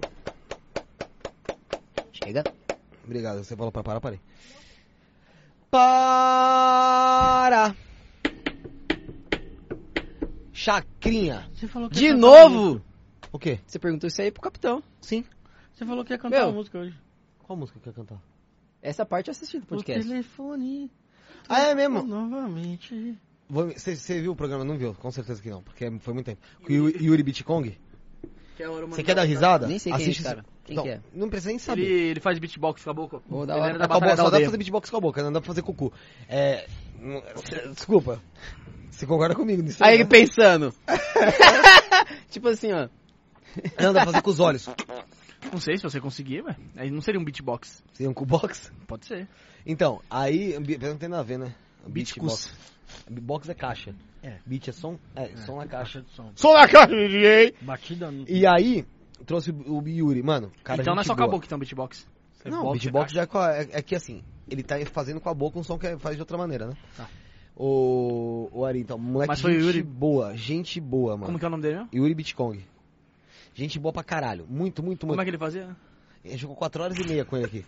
S8: Chega.
S3: Obrigado, você falou pra parar, parei.
S10: Para!
S3: Chacrinha.
S5: Você falou que
S8: De
S5: ia cantar uma música.
S8: novo!
S3: O quê?
S8: Você perguntou isso aí pro capitão.
S5: Você falou que ia cantar
S8: Meu.
S5: uma música hoje.
S3: Qual música que eu ia cantar?
S8: Essa parte eu assisti do
S5: O
S8: podcast.
S5: telefone
S3: Ah, é mesmo?
S5: novamente.
S3: Você viu o programa? Não viu, com certeza que não, porque foi muito tempo. Com o Yuri, Yuri Bitcong?
S1: Que é o Oro, mano,
S3: Você quer
S1: da-
S3: dar risada?
S8: Nem sei quem é
S3: Assiste Então,
S8: esse cara.
S3: esse-
S8: Quem
S3: não,
S8: que é?
S3: Não precisa nem
S1: Ele,
S3: saber.
S1: ele faz beatbox com a boca.
S8: Ô, da
S1: Ele
S8: hora.
S1: era
S3: É
S1: da
S3: com a
S1: Batalha da
S3: boca, só dá pra
S1: Aldeia.
S3: fazer beatbox com a boca, né? não dá pra fazer com o cu. É. não- Desculpa. Você concorda comigo nisso?
S8: Aí
S3: né?
S8: ele pensando. tipo assim, ó.
S3: Não, dá pra fazer com os olhos.
S1: Não sei se você conseguir, velho. Aí não seria um beatbox.
S3: Seria um cu box?
S1: Pode ser.
S3: Então, aí. bi- Não tem nada a ver, né?
S1: Beatbox.
S3: Beatbox é caixa.
S5: É.
S3: Beat é som? É, som na caixa.
S5: de som.
S7: Sou na caixa de DJ.
S5: Batida no...
S3: E aí, trouxe o Yuri, mano. Cara,
S1: então não é
S3: gente
S1: só com a
S3: boa.
S1: boca, então, beatbox.
S3: Não, o beatbox já é, com a- é, é que assim, ele tá fazendo com a boca um som que faz de outra maneira, né?
S1: Tá.
S3: O, o Ari, então, moleque,
S1: Mas foi o
S3: gente
S1: Yuri.
S3: boa, gente boa, mano.
S1: Como que é o nome dele mesmo?
S3: Yuri Bitcong. Gente boa pra caralho. Muito, muito,
S1: Como
S3: muito.
S1: é que ele fazia?
S3: A gente jogou 4 horas e meia com ele aqui.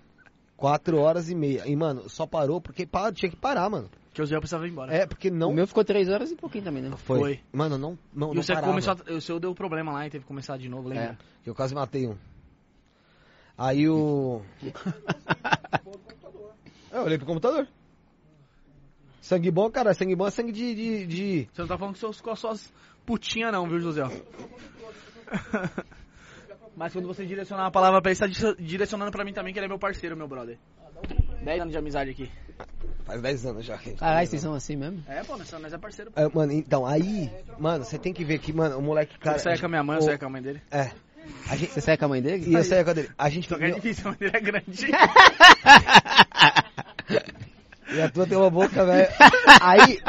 S3: 4 horas e meia. E, mano, só parou porque pa- tinha que parar, mano.
S1: Que o Zé precisava ir embora.
S3: É, porque não.
S8: O meu ficou três horas e pouquinho também, né?
S3: Foi.
S1: Foi.
S3: Mano, não, não,
S1: E
S3: não
S1: o seu,
S3: parava.
S1: começou a- o seu deu problema lá e teve que começar de novo, lembra?
S3: Que eu quase matei um. Aí o. É, eu olhei pro computador. Sangue bom, cara. Sangue bom é sangue de. de, de-
S1: Você não tá falando que seus, com as suas putinhas não, viu, José? Mas quando você direcionar a palavra pra ele, você tá di- direcionando pra mim também, que ele é meu parceiro, meu brother. 10 anos de amizade aqui.
S3: Faz 10 anos já. que a gente tá
S8: Caralho,
S3: jogando.
S8: vocês são assim mesmo?
S1: É, pô, nós nós é parceiro. Pô.
S3: É, mano, então, aí. Mano, você tem que ver que, mano, o moleque, cara.
S1: eu saia é com a minha mãe, eu
S3: o-
S1: saia com a mãe dele.
S3: É. A gente.
S8: Você sai com a mãe dele?
S3: E eu saia com a dele. A gente.
S1: Só que é difícil, a mãe dele é grande.
S3: E a tua tem uma boca, velho. Aí.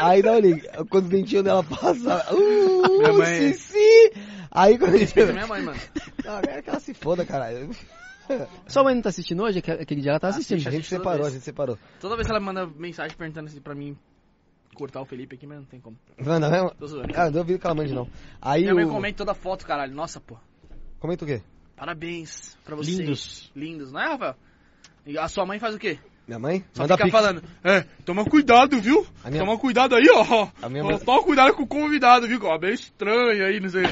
S3: Aí dá um liga. Quando o dentinho dela passa.
S1: Minha
S3: Uh,
S1: mãe- é.
S3: Sissi! Aí quando a gente.
S1: Respeita minha é mãe, mano.
S3: Não, agora que ela se foda, caralho.
S8: Sua mãe não tá assistindo hoje? Aquele aquele dia ela tá assistindo.
S3: A gente separou, a gente separou.
S1: Toda vez que ela manda mensagem perguntando se pra mim cortar o Felipe aqui, mas não tem como.
S3: Manda mesmo?
S1: Tô zoando.
S3: Ah, não duvido que ela mande, não. Aí
S1: Minha mãe
S3: o...
S1: comenta toda a foto, caralho. Nossa, pô.
S3: Comenta o quê?
S1: Parabéns pra vocês.
S5: Lindos.
S1: Lindos, não é, Rafael? E a sua mãe faz o quê?
S3: Minha mãe?
S1: Só
S3: Manda
S1: fica
S3: pix.
S1: falando, é, toma cuidado, viu?
S3: A minha-
S1: Toma cuidado aí, ó.
S3: A minha
S1: Ó,
S3: mãe-
S1: Toma cuidado com o convidado, viu? Que ó, bem estranho aí, não sei.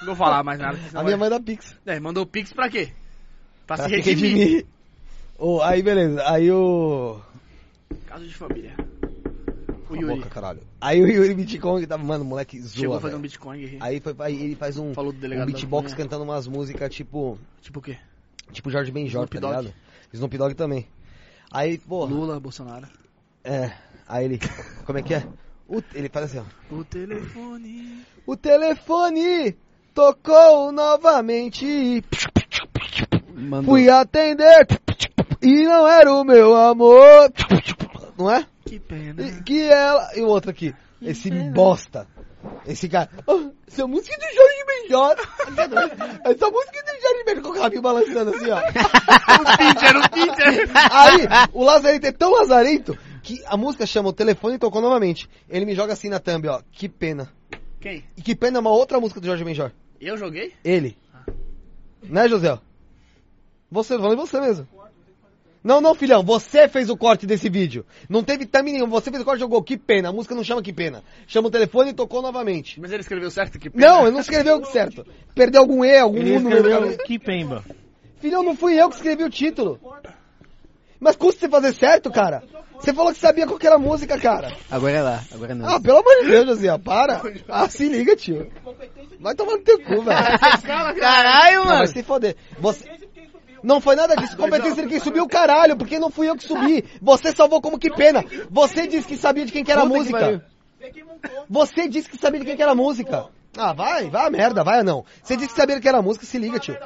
S1: não vou falar mais nada. senão
S3: A minha
S1: vai-
S3: mãe dá pix.
S1: É, mandou pix pra quê? Pra,
S3: Pra
S1: se
S3: se
S1: redimir.
S3: redimir. Ô, aí, beleza. Aí o...
S1: Caso de família. O
S3: Cala a
S1: Yuri
S3: boca, caralho. Aí o Yuri Bitcoin tava... tá, Mano, o moleque
S1: chegou
S3: zoa,
S1: a fazer um
S3: velho.
S1: Bitcoin aqui.
S3: Aí foi, aí ele faz um,
S1: Falou do
S3: um
S1: delegado da
S3: beatbox
S1: maconha.
S3: cantando umas músicas tipo...
S1: Tipo o quê?
S3: Tipo Jorge Benjor,
S1: Snoop
S3: tá
S1: Dogg.
S3: ligado? Snoop Dogg também. Aí, porra...
S1: Lula, Bolsonaro.
S3: É. Aí ele... Como é que é? O- Ele faz assim, ó.
S1: O telefone.
S3: O telefone tocou novamente.
S8: Mandou.
S3: Fui atender e não era o meu amor. Não é?
S1: Que pena.
S3: E- Que ela. E o outro aqui. Esse bosta. Esse cara. "Ah, Essa é a música do Jorge Benjor. Essa música do Jorge Benjor com o rabinho balançando assim, ó.
S1: O Peter, o Peter.
S3: Aí, o Lazarento é tão lazarento que a música chama o telefone e tocou novamente. Ele me joga assim na thumb, ó. Que pena.
S1: Quem?
S3: E que pena é uma outra música do Jorge Benjor.
S1: Eu joguei?
S3: Ele. Né, José? Você, falando em você mesmo. Não, não, filhão, você fez o corte desse vídeo. Não teve time nenhum. Você fez o corte e jogou que pena. A música não chama que pena. Chama o telefone e tocou novamente.
S1: Mas ele escreveu certo que
S3: Não, ele não escreveu o certo. Perdeu algum E, algum
S5: Ele
S3: U no meio da
S5: escreveu
S3: cabeça.
S5: que pemba.
S3: Filhão, não fui eu que escrevi o título. Mas custa você fazer certo, cara? Você falou que sabia qual que era a música, cara.
S8: Agora é lá, agora é nós.
S3: Ah, pelo amor de Deus, Josiah, para. Ah, se liga, tio. Vai tomar no teu cu, velho.
S8: Caralho,
S3: Ah, Não,
S8: mano!
S3: vai se foder. Você... Não foi nada disso. Competência de quem subiu, caralho, porque não fui eu que subi. Você salvou como que pena. Você disse que sabia de quem que era a
S8: Puta que
S3: música.
S8: pariu.
S3: Você disse que sabia de quem que era a música. Ah, vai, vai a merda, vai ou não. Você disse que sabia de quem era a música, se liga, tio.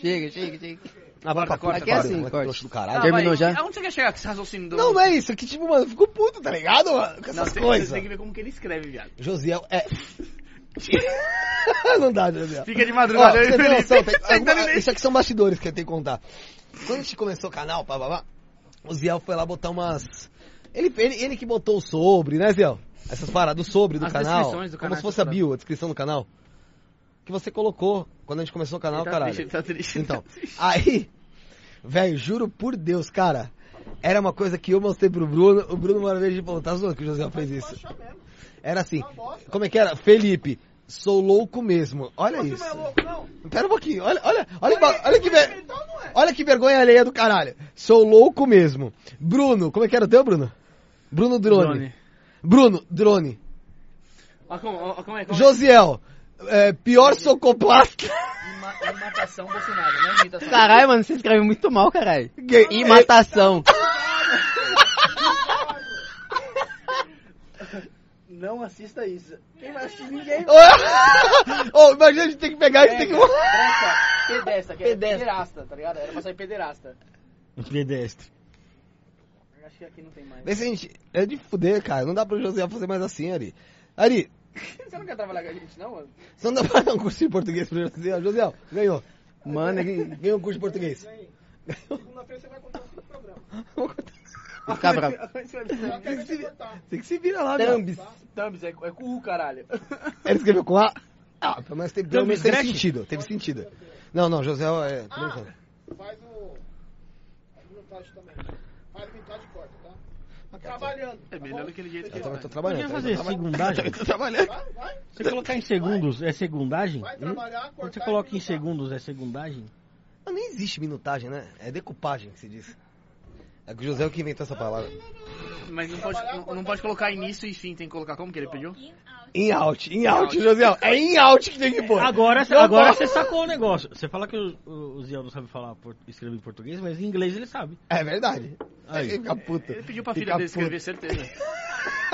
S8: Chega, chega, chega.
S3: Ah, vai pra puta,
S8: Aqui é
S3: pariu,
S8: assim,
S3: moleque
S8: corta.
S3: trouxa do caralho.
S1: Ah,
S8: Terminou
S1: vai,
S8: já?
S1: Aonde você quer chegar com esse raciocínio do...
S3: Não, não é isso. Que tipo, mano, eu fico puto, tá ligado, mano? Com
S1: Não,
S3: essas
S1: você-
S3: coisas.
S1: Você tem que ver como que ele escreve, viado.
S3: Josiel é. não dá, Josiel.
S1: Fica de
S3: Ó,
S1: madrugada.
S3: pra você
S1: ele-
S3: tem noção, tem-
S1: Sentando
S3: alguma-
S1: nele.
S3: isso aqui são bastidores que eu tenho que contar. Quando a gente começou o canal, pá, pá, pá, o Ziel foi lá botar umas... Ele, ele, ele que botou o sobre, né, Ziel? Essas paradas, o sobre do
S1: As
S3: canal.
S1: descrições do
S3: como
S1: canal
S3: se
S1: que
S3: fosse a
S1: você
S3: bio, a descrição do canal. Que você colocou quando a gente começou o canal,
S1: Ele tá
S3: caralho.
S1: triste, ele tá triste.
S3: Então, aí, velho, juro por Deus, cara. Era uma coisa que eu mostrei pro Bruno. O Bruno uma vez falou, tá zoando que o José fez isso. Era assim, como é que era? Felipe, sou louco mesmo. Olha isso. Pera um pouquinho, olha, olha, olha, olha, olha que tá, ver... Olha que vergonha alheia do caralho. Sou louco mesmo. Bruno, como é que era o teu, Bruno? Bruno Drone.
S1: Drone.
S3: Bruno, Drone.
S1: Ó, como, ó, como é, como
S3: Josiel, é, pior socoplasta.
S1: é? Ima- Imitação Bolsonaro, né? Imitação.
S8: Caralho, mano, você escreve muito mal, caralho.
S3: Gay-
S8: Imatação.
S2: Não assista isso. Quem vai assistir ninguém.
S3: oh, imagina a gente tem que pegar isso tem que.
S2: Essa, pedestra, que é
S8: Pedestra.
S2: pederasta, tá ligado? Era pra sair pederasta.
S5: Pedestre.
S2: Acho que aqui não tem mais.
S3: Vê se a gente. É de fuder, cara. Não dá pro José fazer mais assim, Ari. Ari,
S2: Você não quer trabalhar com a gente, não, mano?
S3: você não dá pra dar um curso de português pro José. José, ganhou.
S8: Mano, ele
S3: Ganhou um curso de português.
S2: Segunda-feira você vai contar o programa.
S8: fica bravo.
S3: Tem que se vira lá, velho.
S8: Thumbs.
S2: Thumbs, é, é cu, caralho.
S3: Ele escreveu com A. Ah, pelo menos teve, pelo menos teve
S5: Drag?
S3: sentido. Teve sentido. Não, não, José é. tô brincando.
S2: Faz o. Faz minutagem também. Faz minutagem e corta, tá? Trabalhando.
S1: É melhor daquele jeito que
S3: Eu também tô
S5: Podia
S3: trabalhando. tá?
S5: fazer segundagem.
S3: Eu tô trabalhando.
S5: Você colocar em segundos é segundagem?
S2: trabalhar,
S5: Quando você coloca em segundos é segundagem?
S3: Não, nem existe minutagem, né? É decupagem que se diz. É que o José é o que inventou essa palavra.
S1: Mas não pode, não, não pode colocar início e fim, tem que colocar como que ele pediu?
S6: In, out.
S3: In out, in out, José. É in out que tem que pôr.
S5: Agora,
S3: Eu
S5: agora
S3: posso.
S5: você sacou o negócio. Você fala que o, o, o Ziel não sabe falar por- escrever em português, mas em inglês ele sabe.
S3: É verdade.
S5: Aí.
S3: Ele fica puto.
S1: Ele pediu pra
S3: Fica
S1: filha dele escrever, certeza.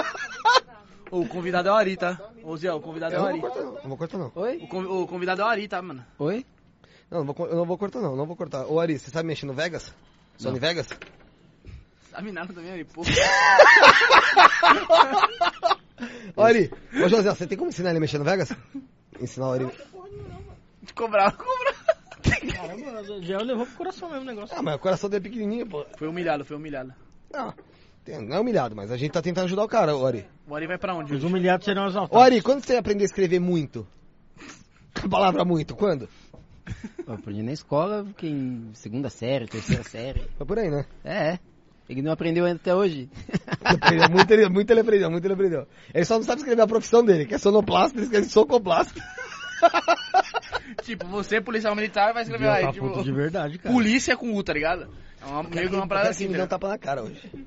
S1: o convidado é o Ari, tá? Ô Zé, o convidado é
S3: Eu
S1: o
S3: não
S1: Ari.
S3: vou cortar, não. Não vou cortar, não.
S8: Oi?
S1: O, convi- o convidado é o Ari, tá, mano?
S8: Oi?
S3: Não, não vou, co- eu não vou cortar, não. Não vou cortar. Ô, Ari, você sabe mexer no Vegas? Sony Vegas?
S1: Sabe nada também, é Ari, pô.
S3: Ô, Ari. Ô, José, você tem como ensinar ele a mexer no Vegas? Ensinar o Ari.
S1: Cobrar, cobrar.
S5: Caramba, o Ziel levou pro coração mesmo o negócio.
S3: Ah, mas o coração dele é pequenininho, pô.
S1: Foi humilhado, foi humilhado.
S3: Não, tem- não é humilhado, mas a gente tá tentando ajudar o cara, ô, Ari.
S1: O Ari vai pra onde?
S5: Os humilhados serão
S3: Ô,
S5: exaltados.
S3: Ari, quando você aprendeu a escrever muito? A palavra muito, quando?
S8: Eu aprendi na escola, que em segunda série, terceira série.
S3: Foi por aí, né?
S8: É, é. Ele não aprendeu ainda até hoje.
S3: Ele aprendeu muito, ele, muito ele aprendeu, muito ele aprendeu. Ele só não sabe escrever a profissão dele, que é sonoplasta, ele escreve socoplasta.
S1: Tipo, você, policial militar, vai escrever
S5: Ziel
S1: aí,
S5: tá puto de
S1: tipo...
S5: verdade, cara.
S1: Polícia com U, tá ligado? É uma, meio que uma parada assim,
S3: me
S1: tá
S3: deu um
S1: ligado?
S3: tapa na cara hoje.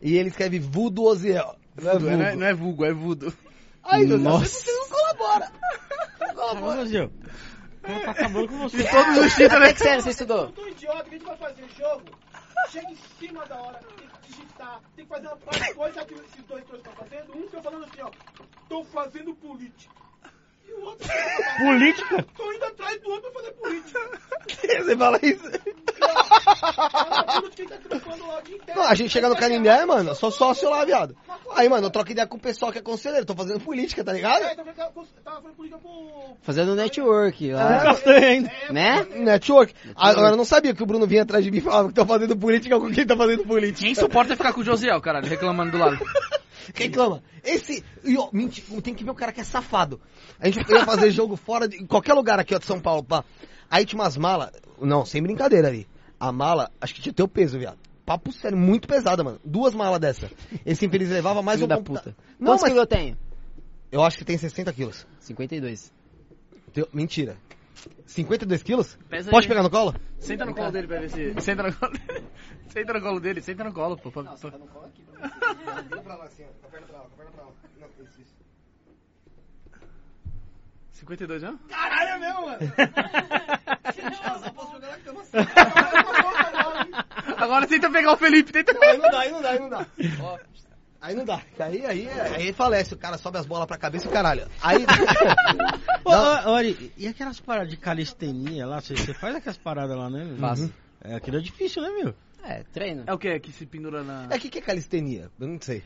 S3: E ele escreve Vudo Oziel. Não é
S1: Não é- não é,
S3: Vudo.
S1: não é vulgo, é vudo.
S3: Ai, José,
S8: Nossa.
S3: você não colabora. Não colabora.
S5: Caramba, Ziel. O cara tá acabando com você.
S1: Todos os títulos,
S8: Até
S1: né?
S8: tá que série você estudou?
S2: Tô idiota, o que a gente vai fazer? Jogo? Chega em cima da hora, tem que digitar, tem que fazer uma parte de coisa que esses dois trouxas estão fazendo. Um tá falando assim, ó, tô fazendo política. E o outro, tá
S5: Política?
S2: tô indo atrás do outro pra fazer política.
S3: Você fala isso.
S2: Fala tudo de quem tá trocando lá o dia inteiro.
S3: Não, a gente chega no Canindé, mano, eu sou sócio lá, viado. Aí, mano, eu troco ideia com o pessoal que é conselheiro, tô fazendo política, tá ligado?
S2: É, tava tava- tava fazendo política pro...
S8: Fazendo network
S5: Eu
S8: lá,
S5: gastei ainda.
S4: É?
S8: né?
S3: Network. Agora eu não sabia que o Bruno vinha atrás de mim e falava que tô fazendo política com quem tá fazendo política.
S1: Quem suporta ficar com o Josiel, caralho, reclamando do lado.
S3: Quem clama? Esse. E, ó, menti- tem que ver o cara que é safado. A gente ia fazer jogo fora de. em qualquer lugar aqui, ó, de São Paulo, pá. Aí tinha umas malas. Não, sem brincadeira ali. A mala, acho que tinha teu peso, viado. Papo sério, muito pesada, mano. Duas malas dessa. Esse infeliz levava mais
S4: Filho
S3: um
S4: da
S3: computa-
S4: puta.
S3: Não,
S4: Quantos
S3: mas
S4: quilos eu tenho?
S3: eu acho que tem 60 quilos.
S4: 52.
S3: Teu- Mentira. 52 quilos?
S1: Pesa
S3: Pode
S1: aí.
S3: pegar no colo?
S1: Senta no colo dele pra ver se. Senta no colo dele. Senta no colo dele, senta no colo, pô. Pra- pra-
S3: pra lá, assim, ó. Com a perna pra lá, com a perna pra lá. Não, isso, isso.
S1: 52 mesmo?
S2: Caralho, é mesmo, mano. Gente, eu só posso jogar na cama assim. Agora
S1: Agora tenta pegar o Felipe, tenta
S3: Aí não dá, aí não dá, aí não dá. Ó, Aí não dá. Aí, aí, é- aí falece. O cara sobe as bolas pra cabeça e caralho. Aí.
S5: Ô, ô, Ori, e aquelas paradas de calistenia lá? Você, você faz aquelas paradas lá, né? meu?
S4: Faço.
S5: É, aquilo é difícil, né, meu?
S4: É, treino.
S1: É o que? Que se pendura na.
S3: É o que, que é calistenia? Eu não sei.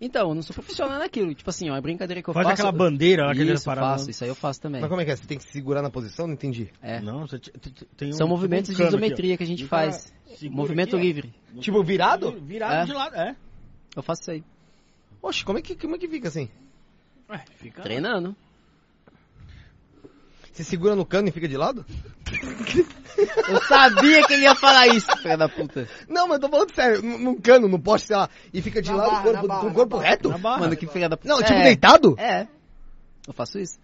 S4: Então, eu não sou profissional naquilo. Tipo assim, ó, é brincadeira que eu
S5: Faz
S4: faço.
S5: aquela bandeira lá, aquele
S4: Isso,
S5: parado.
S4: faço. Isso aí eu faço também.
S3: Mas como é que é? Você tem que se segurar na posição? Não entendi.
S4: É.
S5: Não, você te- te- te- tem um-
S4: São movimentos
S5: tipo
S4: de
S5: um cano aqui,
S4: isometria
S5: ó.
S4: que a gente
S5: Um cara
S4: faz.
S5: segura
S4: Movimento
S5: aqui, ó.
S4: livre.
S3: Tipo, virado?
S5: Virado
S4: É.
S5: de lado, é.
S4: Eu faço isso aí.
S3: Oxe, como é que, como é que fica assim?
S1: Ué, fica.
S4: Treinando.
S3: Você segura no cano e fica de lado?
S4: Eu sabia que ele ia falar isso, filha da puta.
S3: Não, mas eu tô falando sério. Num num cano, num poste, sei lá, e fica de
S2: Na
S3: lado
S2: barra,
S3: o corpo,
S2: na barra,
S3: com o corpo
S2: na barra.
S3: reto?
S5: Na barra.
S4: Mano, que filha da puta.
S3: Não, tipo
S4: é.
S3: deitado?
S4: É. Eu faço isso.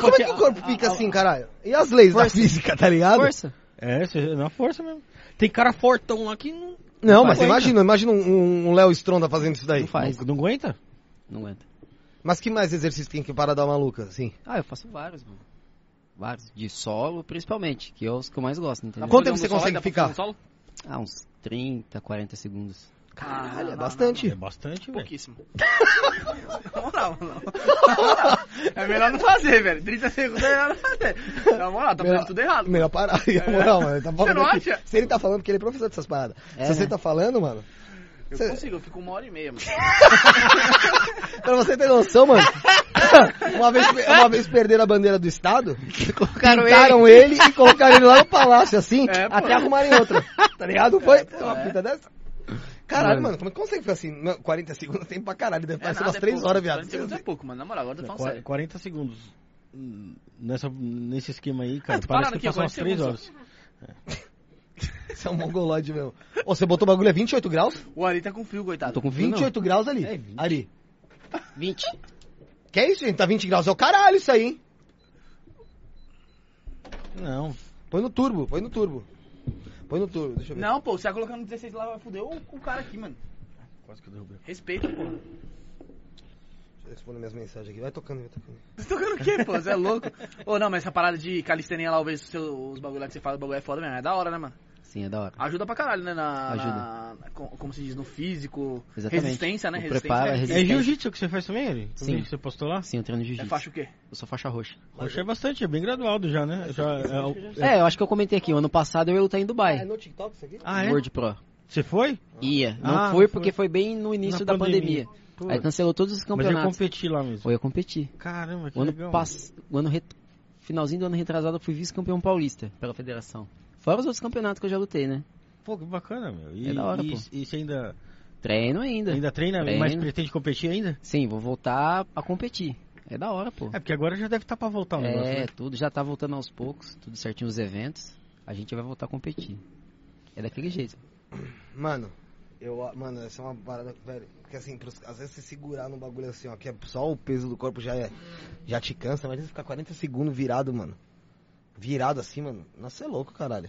S3: mas como é que o corpo fica assim, caralho? E as leis da física, tá ligado?
S4: Força.
S5: É, você- na força mesmo. Tem cara fortão lá que não,
S3: Não,
S5: Não
S3: mas
S5: aguenta.
S3: imagina, imagina um, um Léo Stronda fazendo isso daí.
S4: Não faz.
S5: não aguenta.
S4: Não aguenta.
S3: Mas que mais exercício tem que parar da maluca, assim?
S4: Ah, eu faço vários, mano. Vários. De solo, principalmente. Que é os que eu mais gosto, entendeu?
S3: Quanto tempo você consegue ficar?
S4: Ah, uns 30, 40 segundos. Ah,
S3: Caralho, é
S1: não,
S3: bastante.
S5: É bastante, velho.
S1: Pouquíssimo. Na moral, não. É melhor não fazer, velho. 30 segundos é melhor não fazer. Na moral, tá fazendo tudo errado.
S3: Melhor parar. E a moral, mano, ele tá falando
S1: Você não
S3: aqui-
S1: acha?
S3: Se ele tá falando, porque ele é professor dessas paradas.
S4: É,
S3: Se você
S4: né?
S3: tá falando, mano.
S1: Eu
S3: Cê-
S1: consigo, eu fico uma hora e meia, mano.
S3: Pra você ter noção, mano. uma, vez, uma vez perderam a bandeira do Estado,
S5: é
S4: Colocaram
S3: pintaram ele e colocaram ele lá no palácio, assim,
S1: É, pô. É,
S3: até arrumarem outra. Tá ligado? Foi uma fita dessa. Caralho,
S4: Mano.
S3: mano, como é que consegue ficar assim? Não, 40 segundos tem pra caralho, deve parecer
S1: É nada,
S3: É, umas 3
S1: pouco.
S3: horas, viado.
S1: 40 segundos é pouco, mano. Na moral, agora eu tô falando
S5: Qua-
S1: sério.
S5: 40 segundos. Hum, Nessa, nesse esquema aí, cara,
S1: tu
S5: parece
S1: parado aqui,
S5: que passou umas 3
S1: 40
S5: horas.
S3: Você é um mongoloide mesmo. Ô, você botou o bagulho é a 28 graus?
S1: O Ari tá com frio,
S4: Eu
S1: coitado.
S4: tô com frio, não.
S3: 28 graus ali.
S5: É, 20.
S3: Ali.
S4: 20.
S3: Que é isso, gente? Tá 20 graus. É o caralho isso aí, hein?
S5: Não,
S3: Põe no turbo, põe no turbo. Põe no turbo, deixa eu ver.
S1: Não, pô, você vai colocando 16 lá, vai foder o, o cara aqui, mano.
S5: quase que eu derrubei.
S1: Respeita, pô.
S3: Deixa eu responder minhas mensagens aqui. Vai tocando, vai tocando.
S1: Você tá tocando o quê, pô? Você é louco? Ô, não, mas essa parada de calistenia lá, os, os bagulho lá que você fala, o bagulho é foda mesmo. É da hora, né, mano?
S4: Sim, é da hora.
S1: Ajuda pra caralho, né? Na,
S4: Ajuda.
S1: na- na- com- como se diz, no físico.
S4: Exatamente.
S1: Resistência, né?
S4: O
S1: Resistência.
S4: preparo,
S1: é,
S4: a
S5: É
S4: resistência.
S5: jiu-jitsu que você faz também, Eli?
S4: Sim.
S5: Também que você postou lá?
S4: Sim, eu treino
S1: é
S4: jiu-jitsu.
S1: faixa o quê?
S4: Eu sou faixa roxa.
S5: Eu achei bastante, é bem graduado já, né? Já, é, o-
S4: É, eu acho que eu comentei aqui. o Ano passado eu ia lutar em Dubai.
S3: É no TikTok isso aqui?
S5: Ah, é?
S4: World Pro.
S5: Você foi?
S4: Ia. Não
S5: Ah,
S4: foi
S5: não foi.
S4: porque foi bem no início
S5: Na
S4: da pandemia.
S5: Pô,
S4: Aí cancelou todos os
S5: mas eu
S4: campeonatos.
S5: competi lá mesmo.
S4: Foi, eu competi.
S5: Caramba, que
S4: O ano
S5: legal.
S4: pass... o ano ret- finalzinho do ano retrasado eu fui vice-campeão paulista pela federação. Fora os outros campeonatos que eu já lutei, né?
S5: Pô, que bacana, meu. E,
S4: É da hora,
S5: e,
S4: pô.
S5: e você ainda,
S4: Treino ainda.
S5: ainda treina,
S4: Treino.
S5: mas pretende competir ainda?
S4: Sim, vou voltar a competir. É da hora, pô.
S5: É, porque agora já deve estar pra voltar o negócio,
S4: É,
S5: né?
S4: tudo já tá voltando aos poucos, tudo certinho os eventos. A gente vai voltar a competir. É daquele jeito.
S3: Mano, eu, mano, essa é uma parada, velho. Porque assim, pros- às vezes você segurar num bagulho assim, ó, que é só o peso do corpo já é, já te cansa. Imagina você ficar 40 segundos virado, mano. Virado assim, mano. Nossa, você é louco, caralho.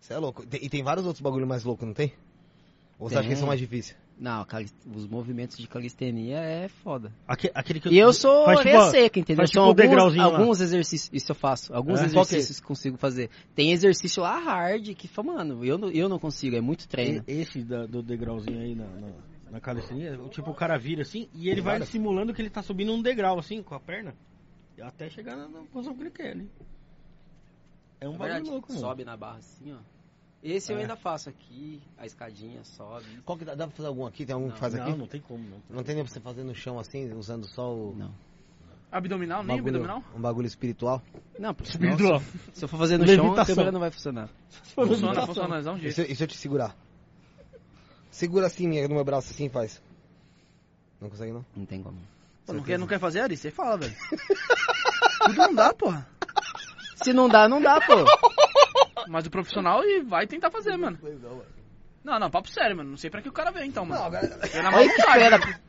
S3: Você é louco. Tem- E tem vários outros bagulhos mais loucos, não tem? Ou você acha que
S4: Tem.
S3: são mais difíceis?
S4: Não, calis- os movimentos de calistenia é foda.
S5: Aque- Aquele que
S4: E eu sou
S5: faz
S4: orelha
S5: tipo-
S4: seca, entendeu?
S5: faz
S4: São
S5: tipo um
S4: alguns,
S5: degrauzinho lá.
S4: alguns exercícios, isso eu faço. Alguns
S5: É?
S4: exercícios consigo fazer. Tem exercício lá hard que, fala, mano, eu não, eu não consigo, é muito treino.
S5: E- Esse da- do degrauzinho aí na, na, na calistenia, o tipo, o cara vira assim e ele vai simulando que ele tá subindo um degrau assim com a perna até chegar na, na posição que ele quer, né? É um
S4: Na
S5: bagulho
S4: verdade,
S5: louco, mano.
S4: sobe na barra assim, ó. Esse eu
S5: É.
S4: ainda faço aqui, a escadinha sobe.
S3: Qual que dá, dá pra fazer algum aqui? Tem algum que
S4: Não,
S3: faz
S5: não,
S3: aqui?
S5: não tem como, não.
S3: Não tem nem pra você fazer no chão assim, usando só o.
S4: Não.
S1: Abdominal?
S3: um
S1: Nem
S3: bagulho-
S1: abdominal?
S3: um bagulho espiritual.
S4: Não, porque
S5: Espiritual.
S4: senão, se eu for fazer no chão, a
S5: Levitação.
S4: câmera não vai funcionar.
S1: Funciona, funciona, dá um
S3: E
S1: jeito.
S3: se, e se eu te segurar? Segura assim, minha, no meu braço assim faz. Não consegue não?
S4: Não tem como.
S1: Pô, não, quer, não quer fazer, Ari? Você fala, velho. Tudo não dá, porra.
S4: Se não dá, não dá, pô.
S1: Mas o profissional e vai tentar fazer, mano.
S2: Pois não, mano.
S1: Não, não, papo sério, mano. Não sei pra que o cara veio então, mano.
S2: Não, agora.
S1: Eu na
S3: Olha que
S1: vontade.
S3: espera.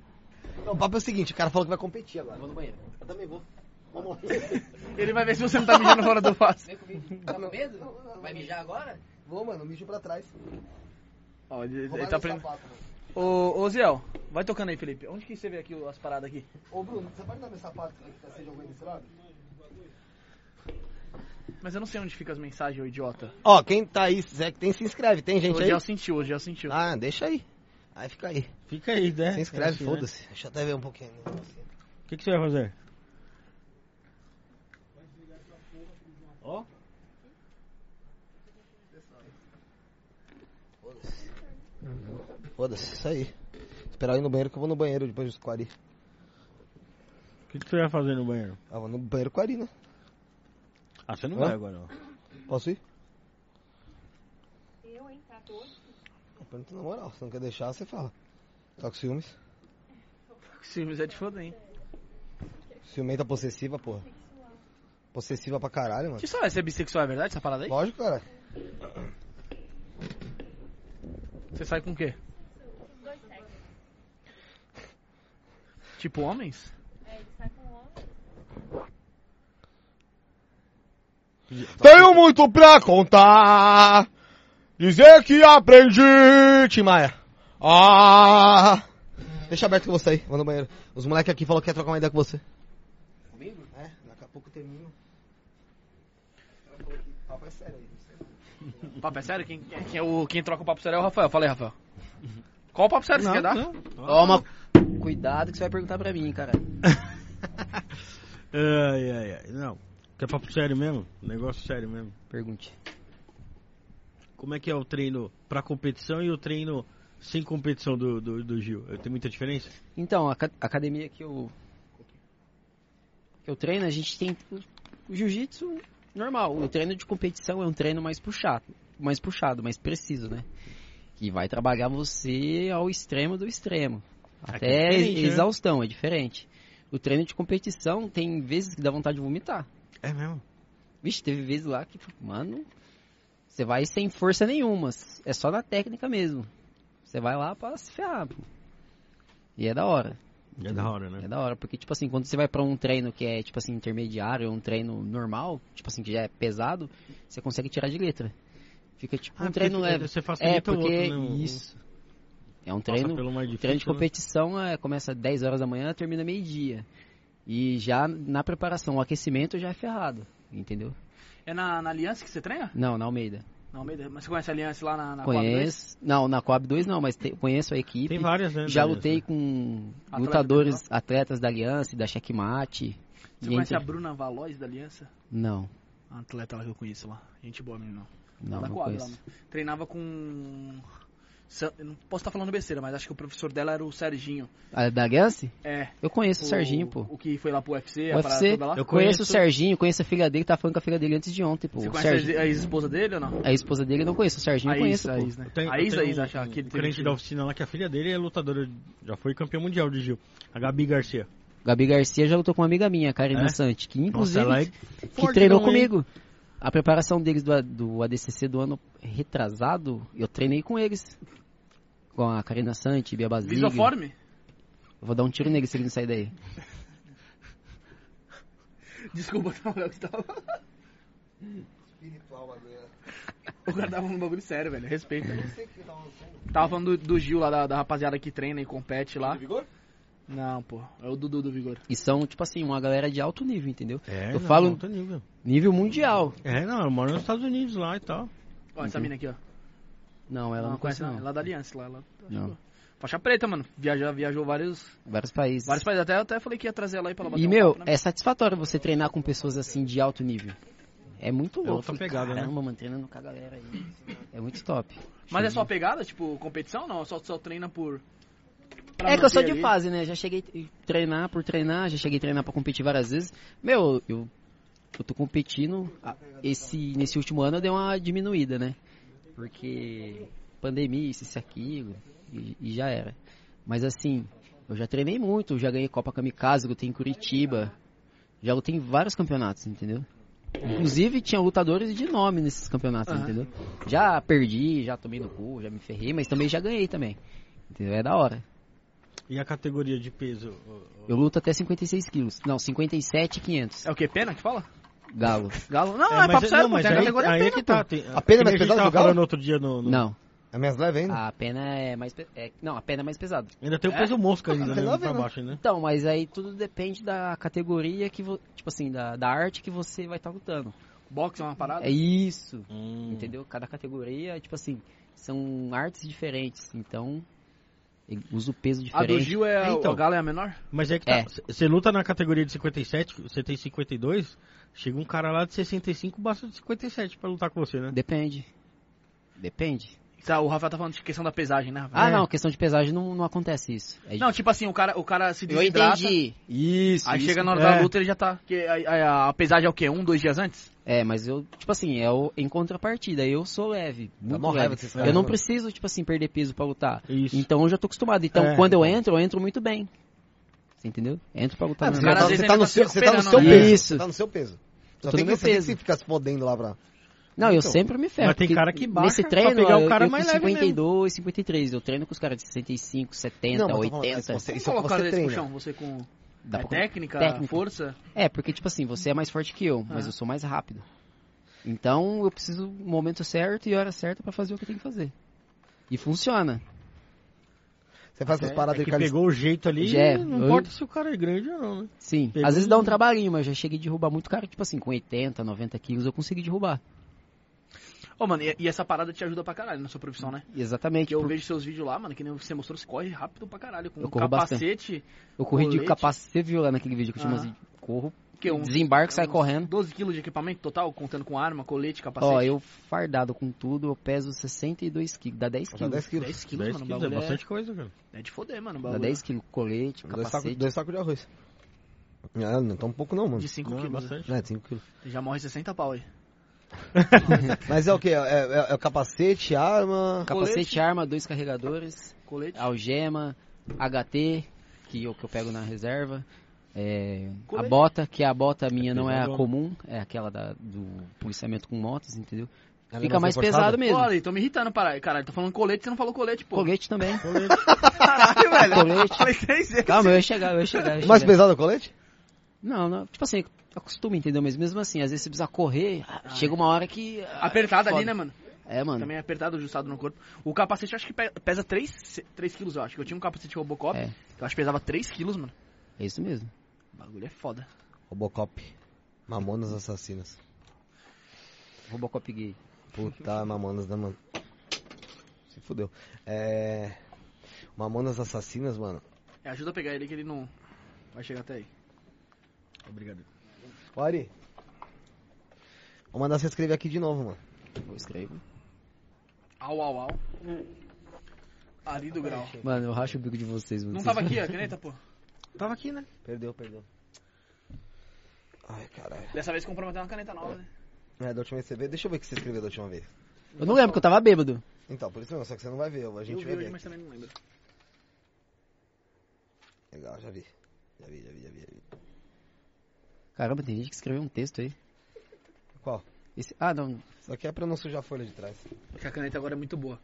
S3: Não, o papo é o seguinte, o cara falou que vai competir agora.
S4: Vou no banheiro.
S3: Eu também vou. Vamos lá.
S1: Ele vai ver se você não tá mijando fora do vaso.
S4: Vem comigo. Tá com medo? Vai mijar agora?
S2: Vou, mano, mijo pra trás.
S1: Ó, ele, ele
S2: Vou mais
S1: tá
S2: no
S1: aprendendo.
S2: sapato, né? mano.
S1: Ô, ô, Ziel, vai tocando aí, Felipe. Onde que você vê aqui o- as paradas aqui?
S2: Ô, Bruno, você pode dar meu sapato que você jogou desse lado?
S1: Mas eu não sei onde fica as mensagens, ô idiota.
S3: Ó, quem tá aí, se é que tem, se inscreve. Tem gente
S1: o
S3: aí?
S1: Ziel sentiu, o Ziel sentiu.
S3: Ah, deixa aí. Aí fica aí.
S5: Fica aí, né?
S3: Se inscreve,
S5: Assim, né?
S3: foda-se. Deixa eu até ver um pouquinho.
S5: O que, que você vai fazer? Ó.
S3: Foda-se, isso aí. Esperar eu ir no banheiro que eu vou no banheiro depois do Quari.
S5: O que, que você vai fazer no banheiro?
S3: Ah, vou no banheiro Quari, né?
S5: Ah, você não
S3: Hã?
S5: vai agora, não.
S3: Posso ir?
S11: Eu, hein, tá doido.
S3: Eu pergunto na moral, se não quer deixar, você fala. Tá com ciúmes?
S1: Silvio, é de foda, hein?
S3: Ciumenta possessiva, porra. Possessiva pra caralho, mano.
S1: Que só vai ser bissexual, é verdade, essa parada aí?
S3: Lógico, cara.
S1: Você sai com o quê?
S11: Os dois sexos.
S1: Tipo homens?
S11: É, ele sai com o homem.
S9: Tenho muito pra contar. Dizer que aprendi.
S3: Tim Maia.
S9: Ah.
S3: Deixa aberto que eu vou sair, vou no banheiro. Os moleques aqui falaram que quer trocar uma ideia com você. Comigo? É, daqui a pouco eu termino.
S2: Papo é sério aí.
S1: Papo é sério? Quem, quem, quem é o, quem troca o papo sério é o Rafael. Fala aí, Rafael. Qual papo sério você quer dar?
S12: Toma.
S4: Cuidado que você vai perguntar pra mim, cara.
S5: Ai, ai, ai. Não. Quer papo sério mesmo? Negócio sério mesmo.
S4: Pergunte.
S5: Como é que é o treino pra competição e o treino sem competição do, do, do Gil? Tem muita diferença?
S4: Então, a aca- academia que eu, que eu treino, a gente tem o, o jiu-jitsu normal. O treino de competição é um treino mais puxado, mais puxado, mais preciso, né? Que vai trabalhar você ao extremo do extremo.
S5: Aqui é
S4: Até
S5: diferente, né?
S4: exaustão, é diferente. O treino de competição tem vezes que dá vontade de vomitar.
S5: É mesmo?
S4: Vixe, teve vezes lá que, mano, você vai sem força nenhuma. É só na técnica mesmo. Você vai lá pra se ferrar. pô. E é da hora.
S5: É da hora, né?
S4: É da hora, porque, tipo assim, quando você vai pra um treino que é, tipo assim, intermediário, um treino normal, tipo assim, que já é pesado, você consegue tirar de letra. Fica, tipo, um
S5: Ah, porque
S4: treino leve.
S5: Você facilita
S4: É, porque...
S5: o outro, né?
S4: Isso. É um
S5: Um passa
S4: treino...
S5: pelo mais
S4: O
S5: difícil,
S4: treino de
S5: né?
S4: competição é, começa às 10 horas da manhã, termina meio-dia. E já na preparação, o aquecimento já é ferrado, entendeu?
S1: É na, na Aliança que você treina?
S4: Não, na Almeida.
S1: Não, Almeida, mas você conhece a Aliança lá na, na quadra dois?
S4: conheço... Não, na Coab 2 não, mas te- conheço a equipe.
S5: Tem várias, né?
S4: já
S5: Darius,
S4: lutei
S5: né?
S4: com
S1: Atleta
S4: lutadores, atletas da Aliança, e da Checkmate.
S1: Você
S4: e
S1: conhece
S4: entre-
S1: a Bruna Valois da Aliança?
S4: Não,
S1: A atleta lá que eu conheço lá. Gente boa, menino.
S4: não,
S1: da
S4: não
S1: Coab né?
S4: conheço.
S1: lá, mano. Treinava com. Sa- eu Não posso estar falando besteira, mas acho que o professor dela era o Serginho.
S4: A da Gance?
S1: É.
S4: Eu conheço o Serginho, pô.
S1: O que foi lá pro UFC, a parada
S4: UFC,
S1: toda lá.
S5: Eu
S4: eu
S5: conheço-
S4: conheço o Serginho, conheço a filha dele, tá falando com a filha dele antes de ontem, pô.
S1: Você
S4: O
S1: conhece
S4: Serginho,
S1: a ex-esposa dele ou não?
S4: a esposa dele eu não conheço, o Serginho eu conheço,
S1: a
S4: pô.
S1: ex, né?
S5: Eu tenho-
S1: a
S5: eu
S1: ex,
S5: tenho
S1: a ex,
S5: um-
S1: acho que
S5: um
S1: ele teve
S5: crente
S1: um
S5: da oficina lá que a filha dele é lutadora, já foi campeã mundial de Gil. A Gabi Garcia.
S4: Gabi Garcia já lutou com uma amiga minha, a Karina
S5: É?
S4: Sante, que
S5: Nossa,
S4: inclusive
S5: ela é
S4: que
S5: fortão,
S4: treinou
S5: hein?
S4: comigo. A preparação deles do, A- do ADCC do ano retrasado, eu treinei com eles. Com a Karina Sante, Bia Basílio.
S1: Visoforme?
S4: Vou dar um tiro nele se ele não sair daí.
S1: Desculpa, tá, Léo, que tava...
S2: Espiritual, bagulho.
S1: O cara tava falando um bagulho sério, velho. Respeita.
S2: Não sei o que tá acontecendo.
S1: Tava falando do, do Gil lá, da, da rapaziada que treina e compete lá.
S2: Vigor?
S1: Não, pô. É o Dudu do Vigor.
S4: E são, tipo assim, uma galera de alto nível, entendeu?
S5: É,
S4: Eu
S5: não,
S4: falo-
S5: alto nível.
S4: Nível mundial.
S5: É, não, eu moro nos Estados Unidos lá e tal.
S1: Ó, essa mina aqui, ó.
S4: Não, ela Uhum. não, conhece não.
S1: Lá da Aliança, lá. Ela...
S4: Não.
S1: Faixa preta, mano. Viajou, viajou vários,
S4: Vários países.
S1: vários países. Até, até falei que ia trazer ela aí pra ela bater
S4: E,
S1: um
S4: meu,
S1: papo, né?
S4: é satisfatório você treinar com pessoas assim de alto nível. É muito louco.
S5: outra
S4: Falei,
S5: pegada, né?
S4: Caramba, mano, treinando com a galera aí. É muito top.
S1: Mas é só pegada, tipo, competição? Não, só, só treina por... pra
S4: é que eu sou
S1: manter
S4: de
S1: ali.
S4: fase, né? Já cheguei a treinar por treinar, já cheguei a treinar pra competir várias vezes. Meu, eu, eu tô competindo. ah, Esse, nesse último ano eu dei uma diminuída, né? Porque pandemia, isso, isso aquilo, e, e já era. Mas assim, eu já treinei muito, eu já ganhei Copa Kamikaze, eu tenho em Curitiba. Já lutei em vários campeonatos, entendeu? Inclusive, tinha lutadores de nome nesses campeonatos, entendeu? Já perdi, já tomei no cu, já me ferrei, mas também já ganhei também. Entendeu? É da hora.
S5: E a categoria de peso? ô, ô?
S4: Eu luto até 56 quilos. Não, 57 500.
S1: É o que? Pena que fala?
S4: Galo.
S1: Galo? Não,
S5: É,
S1: é,
S5: mas
S1: papo
S5: é-
S1: sério,
S5: não,
S1: pô.
S5: mas
S1: Tem a
S5: aí-
S1: categoria
S5: aí
S1: pena,
S5: é que
S1: pô.
S5: tá. Tem,
S3: A pena é mais
S5: que nem gente
S3: pesada
S5: tava
S3: do Galo?
S5: falando outro dia no... no-
S4: Não,
S3: É minhas live ainda?
S4: a pena é mais... pe- É, não, a pena é mais pesada.
S5: Ainda tem o peso mosca ainda,
S3: Ah,
S5: né?
S3: não,
S5: Pra
S3: não.
S5: baixo, né?
S4: Então, mas aí tudo depende da categoria que... vo- Tipo assim, da, da arte que você vai estar lutando.
S1: Boxe é uma parada?
S4: É isso.
S5: Hum.
S4: entendeu? Cada categoria, tipo assim, são artes diferentes, então ele usa o peso
S1: A do
S4: diferente.
S1: Gil é...
S5: Então.
S1: O Galo é a menor?
S5: Mas é que
S4: É.
S5: tá. Você luta na categoria de 57, você tem 52, chega um cara lá de 65, basta de 57 pra lutar com você, né?
S4: Depende. Depende.
S1: Tá, o Rafael tá falando de questão da pesagem, né? Rafael?
S4: Ah, não, questão de pesagem não, não acontece isso. É
S1: Não, tipo assim, o cara, o cara se
S4: eu
S1: desidrata,
S4: entendi. Isso.
S1: aí
S4: isso.
S1: chega na hora
S5: É.
S1: da luta ele já tá... Que, a, a- a pesagem é o quê? Um, dois dias antes?
S4: É, mas eu, tipo assim, é o, em contrapartida, eu sou leve. Muito
S3: Tá mó raiva
S4: leve.
S3: desses caras,
S4: Eu não
S3: mano.
S4: preciso, tipo assim, perder peso pra lutar.
S5: Isso.
S4: Então eu já tô acostumado. Então
S5: É.
S4: quando eu entro, eu entro muito bem. Você entendeu? Entro pra lutar.
S3: Ah, você,
S1: cara,
S4: normal.
S3: tá,
S1: às vezes,
S3: você
S1: ele
S3: tá no
S1: tá se
S3: seu, você tá no seu
S4: recuperando, né?
S3: peso.
S4: Isso.
S3: Você tá no seu peso.
S4: Tô
S3: Só tem
S4: no
S3: que,
S4: meu
S3: você tem que
S4: peso.
S3: se ficar se fodendo lá pra...
S4: Não, eu
S3: Então,
S4: sempre me ferro.
S5: mas tem
S4: porque
S5: cara que baixa
S4: Nesse
S5: pra
S4: treino,
S5: pegar o
S4: eu-
S5: cara
S4: eu,
S5: mais
S4: com
S5: leve mesmo.
S4: 52, 53. Eu treino com os caras de 65,
S3: Não, mas
S4: 70,
S3: eu tô falando,
S4: 80.
S3: você-
S1: Como
S3: Isso é o que
S1: colocar
S3: você
S1: esse
S3: treina.
S1: puxão? Você com
S4: Dá
S1: é
S4: pra-
S1: técnica,
S4: técnica.
S1: força?
S4: É, porque, tipo assim, você é mais forte que eu, mas
S1: Ah.
S4: eu sou mais rápido. Então, eu preciso do momento certo e hora certa pra fazer o que eu tenho que fazer. E funciona.
S3: Você faz essas paradas
S5: É
S3: de
S5: que
S3: calist-
S5: pegou o jeito ali,
S4: Já é.
S5: não importa se o cara é grande ou não, né?
S4: Sim.
S5: Pegou
S4: Às vezes
S5: e-
S4: dá um trabalhinho, mas já cheguei a derrubar muito cara. Tipo assim, com 80, 90 quilos, eu consegui derrubar.
S1: Ô, mano, e, e essa parada te ajuda pra caralho na sua profissão, né?
S4: Exatamente.
S1: Que eu
S4: por-
S1: vejo seus vídeos lá, mano, que nem você mostrou, você corre rápido pra caralho, com
S4: Eu
S1: um
S4: corro
S1: capacete,
S4: eu corri de
S1: colete.
S4: capacete, você viu lá naquele vídeo que eu tinha
S1: Aham.
S4: umas... Corro,
S1: que é um...
S4: desembarco, sai
S1: uns
S4: correndo.
S1: 12 quilos de equipamento total, contando com arma, colete, capacete.
S4: Ó, eu fardado com tudo, eu peso 62 quilos, dá 10
S3: Dá
S4: quilos.
S3: 10 quilos.
S1: 10 quilos,
S5: 10
S1: mano, o
S5: quilos é
S1: bagulho é-
S5: bastante coisa, cara.
S1: é... de foder, mano, o
S4: Dá
S1: bagulho. é
S4: 10 quilos, colete,
S3: Dois sacos,
S4: capacete.
S3: dois sacos de arroz. Ah, não tá um pouco não, mano.
S1: De 5
S5: Não, é
S1: quilos, né?
S5: bastante.
S3: É, 5 quilos.
S1: já morre 60 pau aí.
S3: Mas é o quê? É, é- é o capacete, arma...
S4: Capacete,
S1: Colete.
S4: arma, dois carregadores,
S1: Colete,
S4: algema, HT, que eu, que eu pego na reserva. é, a
S1: Colete.
S4: bota, que a bota minha não é a
S5: pesadona.
S4: comum, é aquela da- do policiamento com motos, entendeu?
S3: Ela é
S4: Fica mais
S3: reforçada?
S4: pesado mesmo.
S1: Olha aí, tô me irritando, para- caralho. Tô falando colete, você não falou colete, pô.
S4: Colete também.
S1: Caralho, velho.
S4: Colete.
S1: Falei três vezes.
S4: Calma, eu ia chegar, eu ia chegar. eu ia
S3: Mais
S4: chegar.
S3: pesado é o colete?
S4: Não, não, tipo assim, acostuma, entendeu? Mas mesmo assim, às vezes você precisa correr, chega uma hora que. ah,
S1: Apertado ali,
S4: foda.
S1: né, mano?
S4: É, mano.
S1: Também é apertado, ajustado no corpo. O capacete eu acho que pe- pesa 3, três quilos, eu acho. que Eu tinha um capacete Robocop,
S4: É.
S1: que eu acho que pesava 3 quilos, mano.
S4: É isso mesmo.
S1: O bagulho é foda.
S3: Robocop. Mamonas assassinas.
S4: Robocop gay.
S3: Puta, Mamonas da mano. Se fudeu. É... Mamonas assassinas, mano.
S1: É, ajuda a pegar ele que ele não vai chegar até aí.
S5: Obrigado.
S3: Ô, Ari. Vou mandar você escrever aqui de novo, mano.
S4: Eu escrevo.
S1: Au, au, au. Ali do grau.
S4: Mano, eu racho o bico de vocês, mano.
S1: Não
S4: Vocês-
S1: tava aqui a caneta, pô?
S5: Tava aqui, né?
S3: Perdeu, perdeu. Ai, caralho.
S1: Dessa vez comprometeu uma caneta nova, né?
S3: É, da última vez que você veio. Deixa eu ver o que você escreveu da última vez.
S4: Eu não lembro que eu tava bêbado.
S3: Então, por isso mesmo, só que você não vai ver, eu- a
S1: Eu
S3: gente
S1: vi
S3: vai
S1: hoje,
S3: ver.
S1: mas também não lembro.
S3: Legal, já vi. Já vi, já vi, já vi. já vi.
S4: Caramba, tem gente que escreveu um texto aí.
S3: Qual?
S4: Esse... Ah, não.
S3: Só que é pra não sujar a folha de trás.
S1: Porque a caneta agora é muito boa.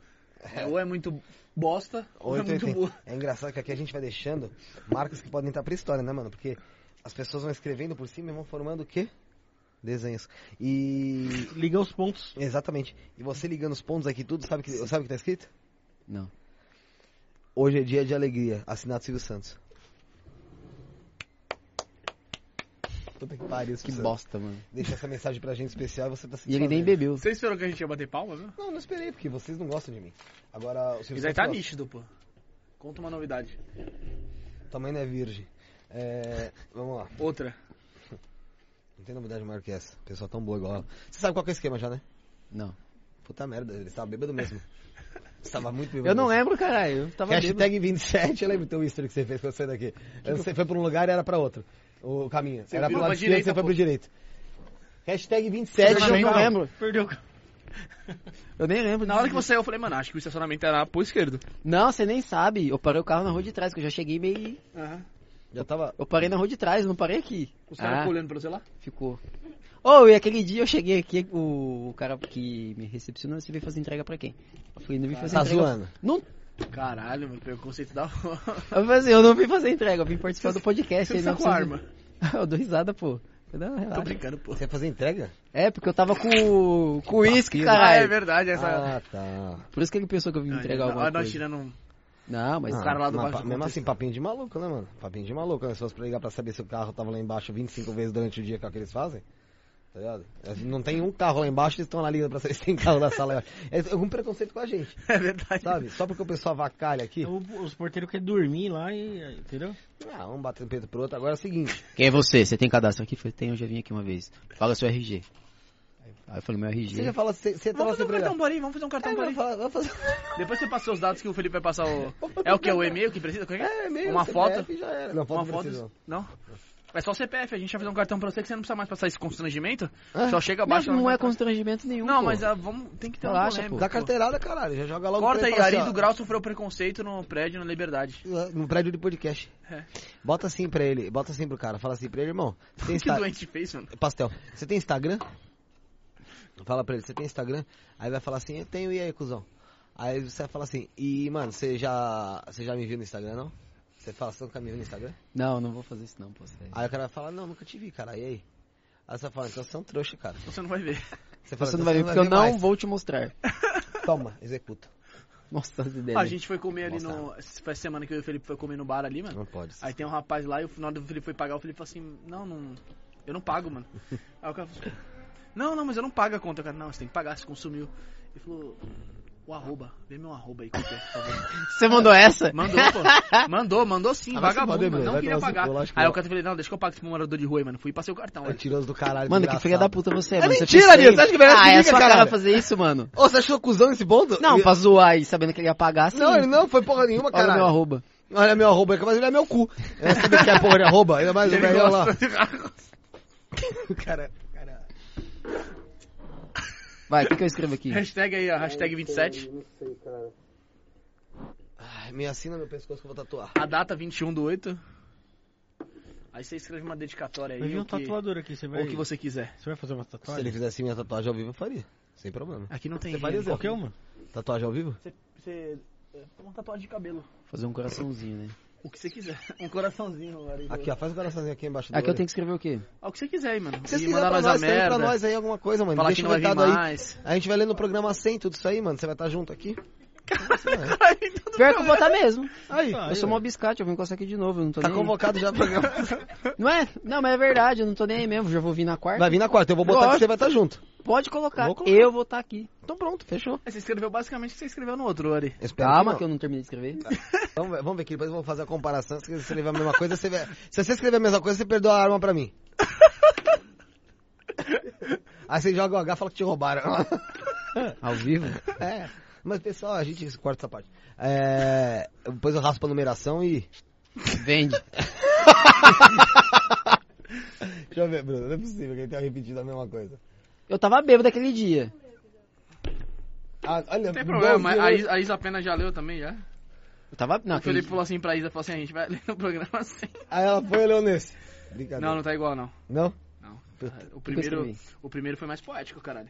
S1: É, ou é muito bosta, ou, é muito
S3: 880.
S1: boa.
S3: É engraçado que aqui a gente vai deixando marcas que podem entrar pra história, né, mano? Porque as pessoas vão escrevendo por cima e vão formando o quê? Desenhos. E.
S5: Liga os pontos.
S3: Exatamente. E você ligando os pontos aqui tudo, sabe o que, sabe o que tá escrito?
S4: Não.
S3: Hoje é dia de alegria. Assinado Silvio Santos. Puta que pariu,
S4: Que
S3: Silvio
S1: é-
S3: Santos.
S4: bosta, mano.
S3: Deixa essa mensagem pra gente especial e você tá se
S4: E ele nem
S3: desfazendo.
S4: bebeu.
S1: Vocês esperam que a gente ia bater palma, viu?
S3: Não, não esperei, porque vocês não gostam de mim. Agora, o Silvio
S1: Isso aí
S3: Santos
S1: tá
S3: gosta.
S1: nítido, pô. Conta uma novidade.
S3: Também não é virgem. É, vamos lá.
S1: Outra.
S3: Não tem novidade maior que essa. Pessoa tão boa igual ela. Você sabe qual que é o esquema já, né?
S4: Não.
S3: Puta merda, ele estava bêbado mesmo. Estava muito bêbado.
S4: Eu não
S3: mesmo.
S4: lembro, caralho. Eu tava bêbado.
S3: Hashtag 27, eu lembro do teu history que você fez quando eu saí daqui. você foi pra um lugar e era pra outro. O caminho.
S1: Você
S3: era pro
S1: virou
S3: lado
S1: pra
S3: esquerdo e você
S1: direita,
S3: foi
S1: pô.
S3: pro direito. Hashtag 27,
S4: Eu não É, lembro.
S5: Perdeu.
S4: Eu nem lembro.
S1: Na hora que você saiu, eu falei, mano, acho que o estacionamento era pro esquerdo.
S4: Não, você nem sabe. Eu parei o carro na rua de trás, que eu já cheguei meio.
S1: Aham.
S3: Já tava.
S4: Eu parei na rua de trás, não parei aqui.
S1: Os caras
S4: Ah.
S1: ficam olhando pra você lá?
S4: Ficou. Oh, e aquele dia eu cheguei aqui, o, o cara que me recepcionou, você veio fazer entrega pra quem? Eu falei, não vim fazer
S3: Tá
S4: entrega.
S3: zoando.
S4: Não,
S1: Caralho, mano, preconceito da hora.
S4: eu falei assim, eu não vim fazer entrega, eu vim participar do podcast.
S1: Você
S4: aí
S1: não
S4: É, não
S1: tá com arma.
S4: precisa- eu dou risada, pô. Eu dou-
S1: Tô
S4: relaxa.
S1: brincando, pô.
S3: Você ia fazer entrega?
S4: É, porque eu tava com com uísque,
S1: Ah, é
S4: caralho.
S1: verdade, essa.
S3: Ah, tá.
S4: Por isso que ele pensou que eu vim entregar
S1: Olha
S4: alguma
S1: nós
S4: coisa.
S1: tirando um.
S4: Não, mas...
S3: Ah,
S1: cara lá do
S3: mas
S1: baixo
S3: pa-
S1: do
S3: Mesmo
S1: contexto.
S3: assim, papinho de maluco, né, mano? Papinho de maluco, né? Se fosse pra ligar pra saber se o carro tava lá embaixo 25 vezes durante o dia, que é o que eles fazem. Tá ligado? Assim, Não tem um carro lá embaixo, eles estão lá ligando pra saber se tem carro na sala. É algum preconceito com a gente,
S1: É verdade.
S3: sabe? Só porque o pessoal avacalha aqui.
S5: O- os porteiros querem dormir lá e. é, Entendeu?
S3: Ah, um batendo peito pro outro. Agora é o seguinte.
S4: Quem é você? Você tem cadastro aqui? Eu falei, tem, eu já vim aqui uma vez. Fala seu RG. Aí eu falei, meu
S3: Você já
S4: RG...
S3: fala, você, É, você tá lá
S1: Vamos fazer um
S3: sempre
S1: cartão bolinho, vamos fazer um cartão bolinho.
S3: um-
S1: Depois você passa os dados que o Felipe vai passar o. É o que? O e-mail que precisa? Como é que é?
S3: É, meio
S1: Uma
S3: CPF
S1: foto?
S3: já era. Não, foto
S1: Uma
S3: não
S1: foto?
S3: precisa, não.
S1: Não? É só o CPF, a gente vai fazer um cartão pra você que você não precisa mais passar esse constrangimento.
S3: Ah.
S1: Só chega
S4: Não,
S1: abaixo.
S4: não é
S1: constrangimento.
S4: constrangimento nenhum,
S1: Não,
S4: pô.
S1: mas ah, vamos... tem que ter
S4: Relaxa,
S1: um
S3: Dá carteirada, caralho. Já joga logo
S1: Corta
S3: pra
S1: aí,
S3: ele e fala assim,
S1: Ari
S3: ó,
S1: do Grau sofreu preconceito no prédio na Liberdade.
S3: No prédio de podcast.
S1: É.
S3: Bota assim pra ele, bota assim pro cara. Fala assim pra ele, irmão. Você tem
S1: Que
S3: Insta...
S1: doente fez, mano.
S3: Pastel, você tem Instagram? Fala pra ele, você tem Instagram? Aí vai falar assim, eu tenho, e aí, cuzão? Aí você vai falar assim, e mano, você já, você já me viu no Instagram, não? Você fala, você nunca me viu no Instagram?
S4: Não, não vou fazer isso não, pô. sério.
S3: Aí o cara vai falar, não, nunca te vi, cara, e aí? Aí você vai falar, então você é um trouxa, cara.
S1: Você não vai ver.
S3: fala,
S4: Você
S3: "Então
S4: não vai ver, porque eu não
S3: mais."
S4: vou te mostrar.
S3: Toma, executa.
S4: Nossa, as ideias.
S1: A
S4: né?
S1: gente foi comer ali
S3: Mostra.
S1: no. Essa foi a semana que eu e o Felipe foi comer no bar ali, mano.
S3: Não pode.
S1: Aí tem um rapaz lá e o- na hora do Felipe foi pagar, o Felipe falou assim, não, não. Eu não pago, mano. Aí o cara falou assim, não, não, mas eu não pago a conta, cara. Não, você tem que pagar, você consumiu. Ele falou, o arroba, vê meu arroba aí, qual que é, por favor.
S4: Você mandou essa?
S1: Mandou, pô. Mandou, mandou sim,
S3: Ah, vai se
S1: vagabundo,
S3: foder,
S1: mano.
S3: meu.
S1: Não
S3: Vai
S1: queria
S3: tomar no
S1: pagar.
S3: cu, lógico que
S1: Aí o
S3: não.
S1: cara falou, não, deixa que eu pago esse morador de rua, aí, mano. Fui e passei o cartão. Aí.
S3: Mentiroso do caralho.
S4: Mano, que filha da
S3: desgraçado.
S4: puta você é,
S3: É
S4: mano. Você
S3: mentira,
S4: feio.
S3: Nilson, acho que merece
S4: Ah,
S3: que
S4: é
S3: liga,
S4: sua cara
S3: caralho.
S4: fazer isso, mano.
S3: Ô, você achou cuzão esse bonde?
S4: Não, pra zoar aí, sabendo que ele ia pagar, sim.
S3: Não, é ele não foi porra nenhuma,
S4: Olha o meu
S3: caralho.
S4: arroba.
S3: Olha meu arroba, mas ele é meu cu. Eu sabia que é porra de arroba, ainda mais o
S1: Ele
S3: melhor lá.
S1: gosta de-
S3: Cara,
S4: Vai, o que, que eu escrevo aqui?
S1: Hashtag aí, ó, hashtag 27.
S3: ai, me assina meu pescoço que eu vou tatuar.
S1: A data 21 do 8. Aí você escreve uma dedicatória
S5: Eu
S1: aí,
S5: vi um
S1: o que,
S5: tatuador aqui, você vai.
S1: ou o que você quiser.
S5: Você vai fazer uma
S3: Se ele
S5: tatuagem?
S3: fizesse minha tatuagem ao vivo, eu faria. Sem problema.
S1: Aqui não tem... um.
S3: faria,
S1: gênero.
S5: Qualquer uma.
S3: Tatuagem ao
S1: Uhum.
S3: vivo?
S1: Você... é, Uma tatuagem de cabelo.
S4: Fazer um coraçãozinho, né?
S1: O que você quiser. Um coraçãozinho, Ari.
S3: Aqui, ó, faz um coraçãozinho aqui embaixo do
S4: Aqui eu
S3: olho.
S4: tenho É que escrever o quê?
S1: Ah, o que você quiser aí, mano.
S3: Se você
S1: E
S3: quiser
S1: mandar
S3: pra
S1: nós
S3: nós,
S1: a
S3: escreve pra
S1: merda.
S3: nós aí alguma coisa, mano.
S1: falar que
S3: Deixa
S1: não vai vir
S3: vetado aí.
S1: mais.
S3: A gente vai ler no programa 100 tudo isso aí, mano. Você vai estar junto aqui.
S4: Pior que eu vou botar mesmo.
S3: Aí,
S5: Ah,
S4: Eu sou mó biscate, eu vim com essa aqui de novo, eu não tô
S3: Ah, é. Tá
S4: nem...
S3: convocado já pro programa.
S4: Não é? Não, mas é verdade, eu não tô nem aí mesmo, já vou vir na quarta.
S3: Vai vir na quarta, eu vou botar que
S4: Lógico.
S3: você vai estar junto.
S4: Pode colocar.
S3: Vou colocar.
S4: eu vou estar aqui.
S3: Então pronto, fechou.
S1: Você escreveu basicamente o que você escreveu no outro, Ari.
S3: Espero
S4: Calma
S3: não.
S4: que eu não terminei de escrever.
S3: Vamos ver, vamos ver aqui, depois eu vou fazer a comparação. Se você escrever a mesma coisa, você vê- se você escrever a mesma coisa, você perdoa a arma pra mim. Aí você joga o H e fala que te roubaram.
S4: Ao vivo?
S3: É. Mas pessoal, a gente corta essa parte. É, depois eu raspo a numeração e.
S4: Vende.
S3: Deixa eu ver, Bruno, não é possível que ele tenha repetido a mesma coisa.
S4: Eu tava bêbado aquele dia.
S3: Ah, olha,
S1: Não tem problema, mas a Isa, a Isa Pena já leu também, já.
S4: Eu tava... Não,
S1: o Felipe
S4: aquele...
S1: falou assim pra Isa, falou assim, a gente vai ler no programa assim.
S3: Aí ela foi olhou nesse. Brincadeira.
S1: Não, não tá igual, não.
S3: Não?
S1: Não.
S3: Puta,
S1: O primeiro,
S4: escrevi.
S1: o primeiro foi mais poético, caralho.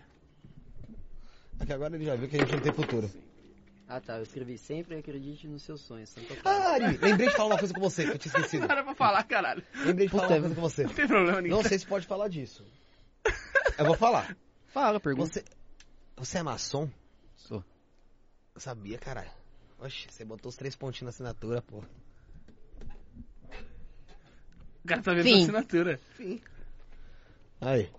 S3: É que agora ele já viu que a gente não tem futuro.
S4: Ah tá, eu escrevi sempre acredite nos seus sonhos. Santo Claus.
S3: Ah, Ari, lembrei de falar uma coisa com você, que eu tinha esquecido.
S1: Não era pra falar, caralho.
S3: Lembrei de falar
S4: Puta,
S3: uma coisa com você.
S1: Não tem problema nenhum.
S3: Não sei se pode falar disso. Eu vou falar.
S4: Fala, pergunta.
S3: Você, você é maçom?
S4: Sou.
S3: Eu sabia, caralho. Oxe, você botou os três pontinhos na assinatura, pô.
S1: O cara tá vendo
S4: Fim.
S1: a assinatura.
S3: Aí.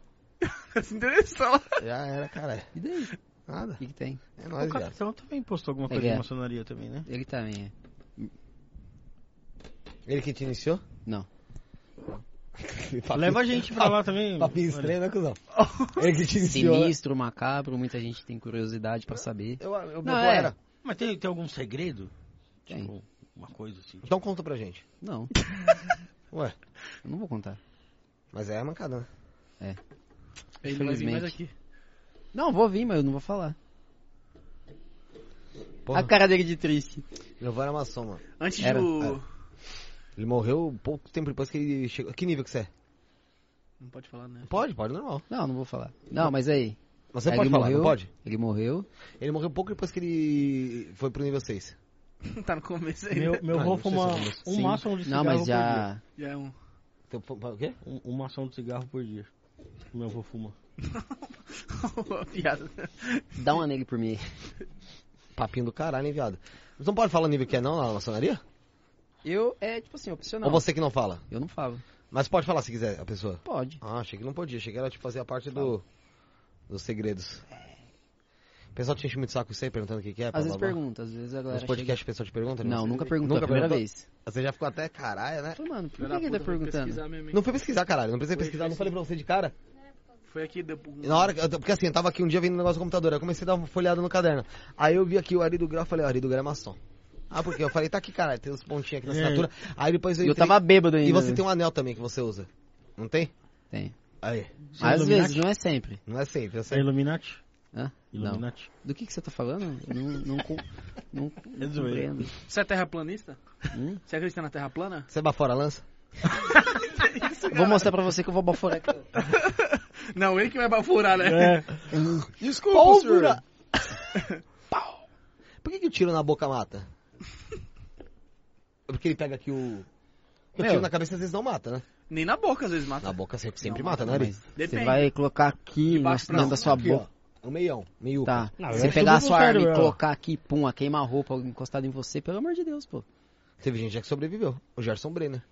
S1: Se interessou.
S3: Já era, caralho.
S4: E daí? O
S3: Nada.
S4: que, que tem?
S3: É nóis,
S5: o
S3: viado.
S5: capitão também postou alguma
S4: É
S5: coisa
S4: que
S5: de
S4: é.
S5: maçonaria também, né?
S4: Ele também é.
S3: Ele que te iniciou?
S4: Não.
S5: Leva a gente pra lá também.
S3: Papinho estranho, né, cuzão? Ele que te iniciou. né?
S4: Sinistro, macabro, muita gente tem curiosidade pra saber.
S3: Eu, eu, eu
S4: Não,
S3: eu
S4: é.
S3: era.
S5: Mas tem, tem algum segredo?
S4: Tem.
S5: Tipo, uma coisa assim.
S3: Então conta pra gente.
S4: Não,
S3: Ué,
S4: eu não vou contar.
S3: mas é mancada, né?
S1: Ele vai vir mais
S4: Infelizmente.
S1: aqui.
S4: Não, vou vir, mas eu não vou falar.
S3: Porra,
S4: A cara dele de triste.
S3: Giovanna é maçom, mano.
S1: Antes
S4: Era.
S1: do.
S3: Ele morreu pouco tempo depois que ele chegou. Que nível que você é?
S1: Não pode falar, né?
S3: Pode, pode, normal.
S4: Não, não vou falar. Não, mas aí.
S3: Mas você
S4: aí
S3: pode
S4: É, ele
S3: falar,
S4: morreu,
S3: não pode?
S4: Ele morreu.
S3: Ele morreu pouco depois que ele foi pro nível 6.
S1: tá no começo ainda.
S5: Meu, meu
S3: Ah,
S5: avô
S3: não sei se
S5: fuma
S3: eu conheço.
S5: um
S4: Sim.
S5: maçom de
S4: Não,
S5: cigarro
S4: mas
S5: por dia.
S4: já.
S1: Já é um.
S3: Então, pô, pô, o quê?
S5: Um, um maçom de cigarro por dia. Meu avô fuma.
S1: Uma piada.
S4: Dá uma nele por mim.
S3: Papinho do caralho, hein, viado? Você não pode falar o nível que é não na maçonaria?
S4: Eu, é tipo assim, opcional.
S3: Ou você que não fala?
S4: Eu não falo.
S3: Mas pode falar se quiser, a pessoa.
S4: Pode.
S3: Ah, achei que não podia. Achei que era tipo fazer a parte do. dos segredos. O pessoal te enche muito de saco isso aí, perguntando o que, que é. blá,
S4: Às vezes
S3: blá, blá.
S4: pergunta, às vezes a galera.
S3: Nos podcasts o pessoal te pergunta? né?
S4: chega- Não,
S3: Você-
S4: nunca perguntou,
S3: é Nunca
S4: a primeira
S3: perguntou?
S4: vez.
S3: Você já ficou até caralho, né?
S4: Eu Falei, mano, por
S1: Filha
S4: que
S1: da
S4: que ele
S1: puta,
S4: tá
S1: vou
S4: perguntando?
S1: pesquisar né? mesmo, hein?
S3: Não fui pesquisar, caralho. Não precisei
S1: Foi,
S3: pesquisar,
S1: foi
S3: não
S1: sim.
S3: falei pra você de cara.
S1: Foi aqui, deu pro-
S3: E Na hora, que- eu- porque assim, eu tava aqui um dia vendo um negócio no computador, aí eu comecei a dar uma folhada no caderno. Aí eu vi aqui o Ari do Grau, eu falei, ó, Ari do Grau é maçom. Ah, porque eu falei, tá aqui, caralho, tem uns pontinhos aqui na assinatura. Aí depois eu
S4: Eu
S3: entrei-
S4: tava bêbado ainda. né?
S3: E você tem um anel também que você usa. Não tem?
S4: Tem.
S3: Aí,
S4: Mas às
S5: Illuminati?
S4: vezes, não é sempre.
S3: não é sempre, eu
S5: Você é
S3: sei.
S5: Illuminati?
S4: Hã? Não.
S5: Illuminati.
S4: Do que, que você tá falando? Eu Não, não, com- não, não
S5: É zoeira.
S4: compreendo.
S1: Você é terraplanista?
S4: Hum?
S1: Você acredita na terra plana?
S3: Você bafora a lança?
S4: Vou mostrar pra você que eu vou baforar aqui.
S1: Não, ele que vai bafurar, né?
S5: É.
S1: Desculpa,
S3: Pólvora! Pau! Por que, que o tiro na boca mata? É Porque ele pega aqui o. O tiro na cabeça às vezes não mata, né?
S1: Nem na boca, às vezes, mata.
S3: Na boca sempre, sempre
S1: Não,
S3: mata, né,
S4: Mas
S3: Ari?
S1: Depende.
S4: Você vai colocar aqui na,
S1: Embaixo,
S4: dentro
S1: não,
S4: da
S5: Tá
S4: sua
S3: Aqui,
S4: boca.
S3: ó. O meião, meio.
S4: Tá.
S5: Não, eu
S4: você
S5: acho
S4: pegar a
S5: tudo
S4: sua arma e
S5: voluntário,
S4: colocar aqui, pum, a queima-roupa encostada em você, pelo amor de Deus, pô.
S3: Teve gente já que sobreviveu. O Gerson Brenner.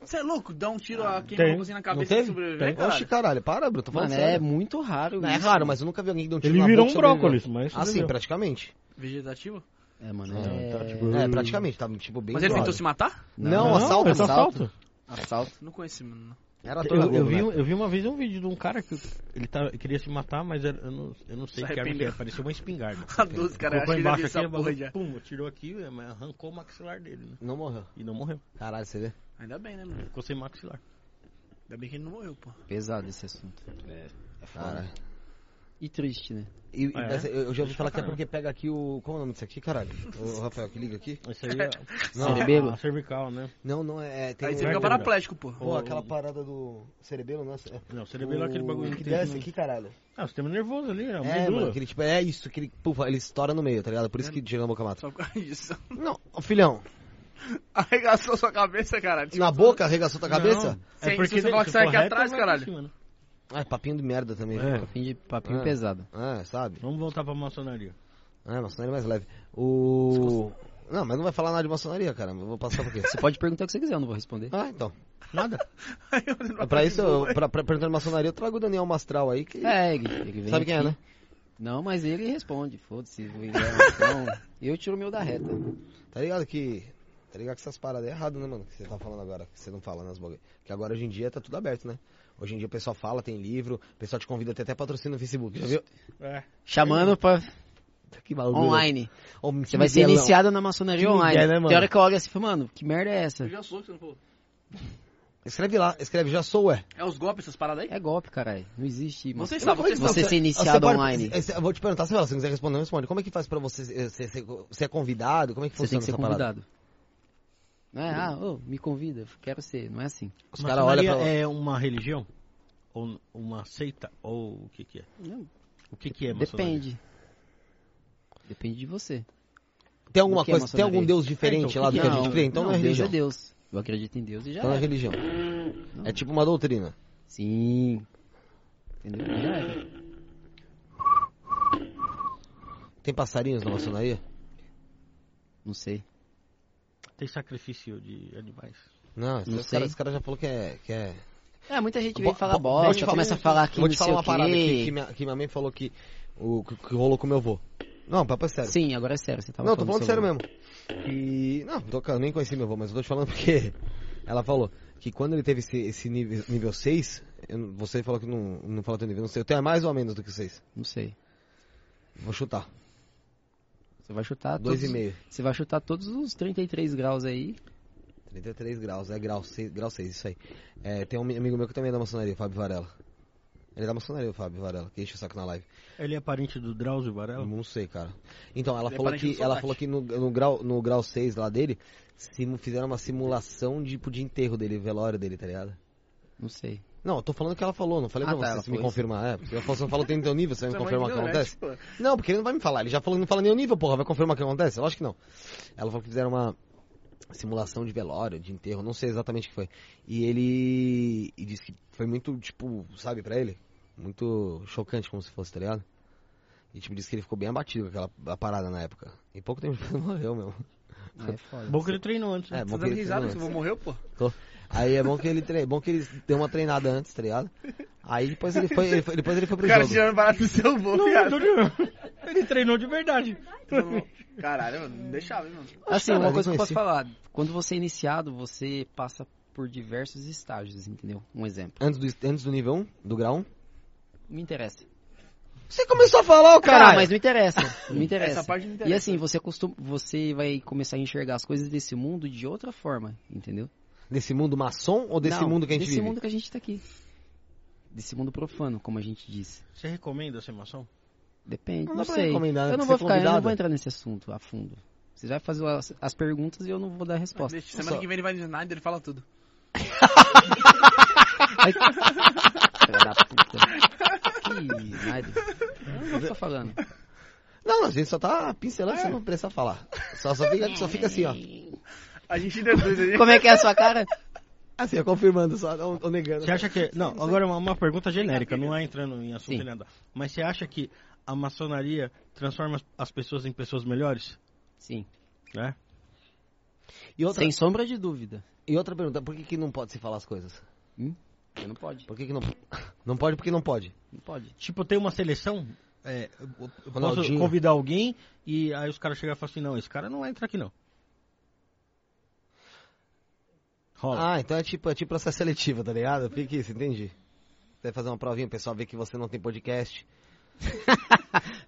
S1: Você é louco? Dá um tiro a quem
S5: tem.
S1: roubou assim na cabeça
S3: teve?
S1: e sobreviver, cara.
S3: Oxe, caralho, para, Bruno. Tô falando
S4: Mano, é
S3: sério.
S4: muito raro
S3: Não, é
S4: isso.
S3: raro, mas eu nunca vi alguém que deu um tiro
S5: Ele
S3: na
S5: virou
S3: boca
S5: um
S3: e sobreviveu.
S5: brócolis, mas
S3: Ah, sim,
S5: sobreviveu.
S3: praticativo.
S1: Vegetativo?
S4: É, mano,
S5: É,
S4: é...
S5: tá, tipo-
S3: É, praticamente. Tava, tipo, bem
S1: Mas ele
S3: zoado.
S1: tentou se matar?
S3: Não,
S4: Não,
S3: assalto,
S5: é só
S3: assalto.
S5: assalto.
S4: assalto.
S1: Não conheci, mano.
S3: Era ator na
S5: Eu, eu
S3: Globo,
S5: vi,
S3: né?
S5: eu vi uma vez um vídeo de um cara que ele tava- queria se matar, mas era- eu, não, eu não
S1: Se
S5: sei que arma que
S1: arrependeu.
S5: era, parecia uma espingarda.
S1: A 12, Tá cara, acho
S5: Colocou
S1: que ele
S5: embaixo
S1: viu essa
S5: aqui,
S1: porra já.
S5: pum, tirou aqui, é, mas arrancou o maxilar dele, né?
S3: Não morreu.
S5: E não morreu.
S3: Caralho, você vê?
S1: Ainda bem, né, mano?
S5: Ficou sem maxilar.
S1: Ainda bem que ele não morreu, pô.
S4: Pesado esse assunto.
S3: Caralho.
S4: E triste, né?
S3: E, e
S5: Ah, é?
S3: dessa- eu, eu já ouvi
S5: Deixa
S3: falar
S5: pra
S3: que é
S5: caralho.
S3: porque pega aqui o. Como é o nome disso aqui, caralho? O Rafael, que liga aqui?
S5: Isso aí é
S3: Não.
S4: Cerebelo?
S5: a cervical, né?
S3: Não, não, é. é, tem
S1: Aí
S3: um-
S1: você fica
S5: Vai,
S1: paraplégico, pô.
S3: Pô, aquela parada do cerebelo, né?
S5: Não, o cerebelo é aquele
S3: O-
S5: bagulho
S3: que
S5: que tem
S3: desce
S5: no-
S3: aqui, caralho.
S5: Ah, o sistema nervoso ali, é,
S3: É,
S5: medula.
S3: mano, aquele tipo, é isso, aquele, pufa, ele estoura no meio, tá ligado? Por
S5: É.
S3: isso que tira na boca mata.
S1: Só por causa disso.
S3: Não, ô, filhão,
S1: Arregaçou sua cabeça, cara. Tipo,
S3: na boca arregaçou tua
S5: Não,
S3: cabeça?
S1: Sem-
S5: É
S1: se
S5: porque
S1: você falar que
S5: se
S1: sai
S5: for
S1: aqui
S5: reto,
S1: atrás,
S5: vai pra
S1: caralho.
S5: cima, né?
S3: Ah, papinho de merda também.
S5: É.
S4: Fim de papinho
S3: Ah.
S4: pesado.
S3: É, sabe?
S5: Vamos voltar pra maçonaria.
S3: É, maçonaria mais leve. O... Não, mas não vai falar nada de maçonaria, cara, eu vou passar por quê?
S4: Você pode perguntar o que você quiser, eu não vou responder.
S3: Ah, então.
S5: Nada.
S3: É pra isso, eu, pra, pra perguntar de maçonaria, eu trago o Daniel Mastral aí, que
S4: É, ele, ele vem
S3: sabe quem é,
S4: aqui.
S3: né?
S4: Não, mas ele responde, foda-se, vou- então, eu tiro o meu da reta.
S3: Tá ligado que... Tá ligado que essas paradas é errado, né, mano? Que você tá falando agora, que você não fala nas bagulho. Que agora, hoje em dia, tá tudo aberto, né? Hoje em dia o pessoal fala, tem livro, o pessoal te convida, tem até patrocínio no Facebook, já viu?
S5: É.
S4: Chamando pra
S3: Que maluco.
S4: online.
S3: Ô,
S4: Você vai ser
S3: Miguelão.
S4: iniciado na maçonaria
S3: Que
S4: online.
S3: migué, né, mano?
S4: Tem hora que eu olho assim, falo, mano, que merda é essa?
S1: Eu já sou, que você não falou.
S3: Escreve lá, escreve já sou, ué.
S1: É os golpes, essas paradas aí?
S4: É golpe, caralho. Não existe.
S1: Vocês
S4: maçonaria.
S1: sabem o que vocês
S4: Você ser
S3: Você
S4: iniciado
S3: pode-
S4: online.
S3: eh, cê- Eu vou te perguntar, se você não quiser responder, não responde. Como é que faz pra você eh, ser, ser, ser convidado? Como é que
S4: Você
S3: funciona
S4: tem que ser
S3: essa parada?
S4: convidado. Não é, ah, ô, me convida, quero ser. Não é assim.
S3: Os caras olham pra...
S5: é uma religião? Ou uma seita? Ou o que que é?
S4: Não.
S5: O que que é maçonaria?
S4: Depende. Depende de você.
S3: Tem alguma
S4: o que é
S3: coisa, tem algum
S4: maçonaria?
S3: deus diferente
S5: É, então,
S3: lá
S5: o
S3: do
S5: que
S3: que, a gente crê? Então não, é
S4: Deus
S3: religião.
S4: é Deus. Eu acredito em Deus e já
S3: Então não é
S4: era.
S3: religião. É tipo uma doutrina.
S4: Sim. Entendeu? Já é. era.
S3: Tem passarinhos na maçonaria?
S4: Não sei.
S5: Tem sacrifício de animais.
S3: Não,
S4: Não
S3: os
S4: sei.
S3: caras cara já falou que é... Que é...
S4: É, muita gente
S3: Bo-
S4: vem falar
S3: bo- deixa eu
S4: bosta,
S3: te falar-
S4: começa a falar que
S3: Vou
S4: não
S3: te falar
S4: sei
S3: uma
S4: o
S3: parada aqui, que
S4: quê.
S3: minha, que minha mãe falou que, o, que, que rolou com meu avô. Não, papo é sério.
S4: Sim, agora é sério, você tava
S3: não, tô falando
S4: sobre-
S3: sério mesmo. Que. Não, tô, eu nem conheci meu avô, mas eu tô te falando porque. Ela falou que quando ele teve esse, esse nível, nível 6, eu não- você falou que não, não fala teu nível, não sei. Eu tenho mais ou a menos do que 6.
S4: Não sei.
S3: Vou chutar.
S4: Você vai chutar todos,
S3: 2,5.
S4: Você vai chutar todos os 33 graus aí.
S3: 33 graus, é grau 6, grau 6, isso aí. É, tem um ami- amigo meu que também é da maçonaria, Fábio Varela. Ele tá maçonaria, o Fábio Varela, que enche o saco na live.
S5: Ele é parente do Drauzio Varela?
S3: Eu não sei, cara. Então, ela
S1: Ele é
S3: falou
S1: parente
S3: que,
S1: do
S3: ela
S1: Socrates.
S3: falou que no, no grau, no grau 6 lá dele, simu- fizeram uma simulação de, tipo, de enterro dele, velório dele, tá ligado?
S4: Não sei.
S3: Não, eu tô falando o que ela falou, não falei
S4: Ah,
S3: pra
S4: tá,
S3: você
S4: ela
S3: se me
S4: falou
S3: confirmar. É, porque eu falo, se eu falo tem teu nível, você vai me
S1: Sua é mãe
S3: confirmar o que
S1: ignorante,
S3: acontece?
S1: pô. tá
S3: Não, porque ele não vai me falar. Ele já falou que não fala nem o nível, porra. Vai confirmar o que acontece? Eu acho que não. Ela falou que fizeram uma simulação de velório, de enterro, não sei exatamente o que foi. E ele e disse que foi muito, tipo, sabe, pra ele? Muito chocante, como se fosse, tá ligado? E, tipo, disse que ele ficou bem abatido com aquela a parada na época. E pouco tempo depois ele morreu, meu.
S4: É foda.
S5: Bom que ele treinou antes. né?
S3: É,
S1: Tá
S3: bom que
S1: dando
S3: ele
S1: risada,
S3: treinou
S1: você
S3: antes.
S1: morreu, pô.
S3: Aí é bom que ele tre... bom que ele deu uma treinada antes, tá ligado? Aí depois ele foi, ele foi- depois ele foi
S1: O
S3: pro
S1: cara
S3: jogo.
S1: tirando barato do seu voo,
S5: Não,
S1: viado.
S5: não, não. Ele treinou de verdade.
S1: Caralho, mano, não deixava, hein, mano.
S4: Assim,
S3: Cara,
S4: uma
S3: eu
S4: coisa que eu posso
S3: conheci.
S4: falar. Quando você é iniciado, você passa por diversos estágios, entendeu? Um exemplo.
S3: Antes do, antes do nível 1, do grau 1.
S4: Não interessa.
S13: Você começou a falar, o
S4: Cara,
S13: caralho.
S4: mas não interessa. Não interessa.
S1: Essa parte não interessa.
S4: E assim, você costuma, você vai começar a enxergar as coisas desse mundo de outra forma, entendeu?
S3: Desse mundo maçom ou desse
S4: Não,
S3: mundo que a gente
S4: desse
S3: vive?
S4: mundo que a gente tá aqui. Desse mundo profano, como a gente diz.
S5: Você recomenda essa emoção?
S4: Depende,
S3: Não
S4: não,
S3: dá pra
S4: sei.
S3: recomendar, né?
S4: Eu não
S3: Ser
S4: vou ficar, eu não
S3: convidado.
S4: vou entrar nesse assunto a fundo. Você vai fazer as, as perguntas e eu não vou dar a resposta.
S1: Deixa, semana que vem ele vai no Snyder e fala tudo.
S4: Filha da puta. Que nada. Eu não vou ficar falando.
S3: Não, a gente só tá pincelando,
S4: É.
S3: você não precisa falar. Só, só, fica, só fica assim, ó.
S1: A gente deduz ali.
S4: Como é que é a sua cara?
S3: Assim, ó, confirmando só, ou, ou negando.
S5: Você acha que. Não, agora uma, uma pergunta genérica, não é entrando em assunto
S4: Sim.
S5: nem nada. Mas você acha que a maçonaria transforma as- as pessoas em pessoas melhores?
S4: Sim.
S5: Né?
S3: E outra,
S4: Sem sombra de dúvida.
S3: e outra pergunta, por que, que não pode se falar as coisas?
S4: Você não pode.
S3: Por que, que não. Não pode porque não pode.
S4: Não pode.
S5: Tipo, tem uma seleção. É, eu- eu posso
S3: Ronaldinho.
S5: convidar alguém e aí os caras chegam e falam assim: não, esse cara não vai entrar aqui não. Rola.
S3: Ah, então é tipo, é tipo processo seletivo, tá ligado? Fica isso, entendi. Você vai fazer uma provinha, o pessoal vê que você não tem podcast.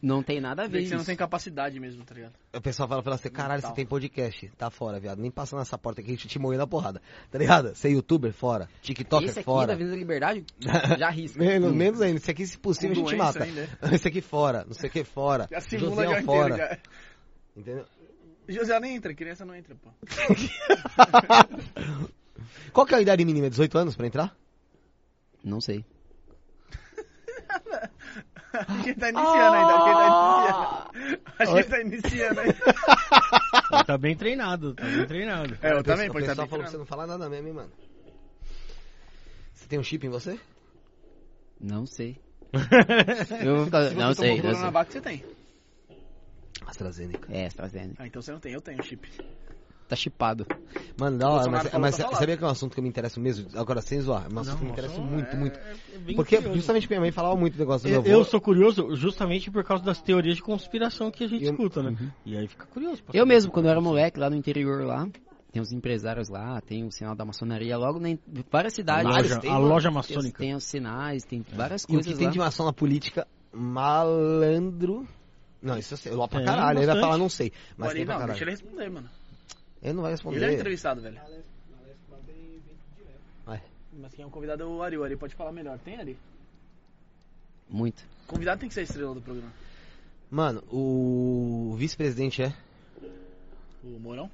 S4: Não tem nada a
S1: Vê
S4: ver
S1: que você não
S4: isso.
S1: tem capacidade mesmo, tá ligado?
S3: O pessoal fala pra você, caralho,
S1: Mental.
S4: Então.
S3: você tem podcast. Tá fora, viado. Nem passa nessa porta que a gente te moeu na porrada. Tá ligado? Você é youtuber, fora. TikToker,
S4: Esse aqui
S3: fora.
S4: da Avenida da Liberdade já risca.
S3: Menos, menos ainda. Isso aqui, se possível,
S1: Hum. Com
S3: a gente
S1: doença
S3: mata.
S1: ainda, né?
S3: Esse aqui fora, não sei o que fora.
S1: Já simula já
S3: José
S1: inteiro,
S3: fora.
S1: é já.
S3: Entendeu?
S1: José nem entra, criança não entra, pô.
S3: Qual que é a idade mínima? 18 anos pra entrar?
S4: Não sei.
S1: Acho que ele tá iniciando ainda, acho que ele tá iniciando. Acho que ele tá iniciando ainda.
S5: Ele Tá bem treinado, tá bem treinado.
S1: É, eu
S3: O pessoal-
S1: também,
S3: O
S1: pode
S3: pessoal
S1: estar
S3: falou que você não fala nada mesmo, hein, mano. Você tem um chip em você?
S4: Não sei. Eu vou ficar...
S1: Se você tomou
S4: Não sei. Não sei.
S1: Coronavac, você tem.
S3: AstraZeneca.
S4: É, AstraZeneca.
S1: Ah, então você não tem, eu tenho chip.
S4: Tá chipado.
S3: Mano, da hora,
S1: Bolsonaro
S3: mas,
S1: falou
S3: mas
S1: pra falar.
S3: sabia que é um assunto que eu me interesso mesmo? Agora, sem zoar, é um assunto que me interessa muito, muito.
S5: É bem
S3: Porque
S5: curioso.
S3: justamente minha mãe falava muito do negócio do meu
S5: Eu,
S3: avô.
S5: eu sou curioso justamente por causa das teorias de conspiração que a gente
S3: Eu-
S5: escuta, né? E aí fica curioso. pra
S4: Eu
S5: saber.
S4: mesmo, quando eu era moleque, lá no interior lá, tem os empresários lá, tem o sinal da maçonaria logo na... Várias
S5: A
S4: cidades.
S5: loja,
S3: tem,
S5: a
S3: mano.
S5: loja
S4: Tem os-
S5: maçônica.
S4: Tem os sinais, tem várias
S3: É. E o
S4: coisas
S3: que tem
S4: lá.
S3: de maçom na política, malandro... Não, isso eu sei, eu lá pra
S5: É,
S3: caralho, ele vai
S5: bastante.
S3: falar, não sei, mas
S1: Porém,
S3: tem pra
S1: não, deixa
S3: caralho.
S1: ele responder, mano.
S3: Ele não vai
S1: Ele é um
S3: responder.
S1: entrevistado, velho.
S3: Vai.
S1: Mas quem é o convidado é o Ari, o Ari pode falar melhor. Tem Ari?
S4: Muito.
S1: Convidado tem que ser a estrela do programa.
S3: Mano, o vice-presidente é.
S1: O Mourão?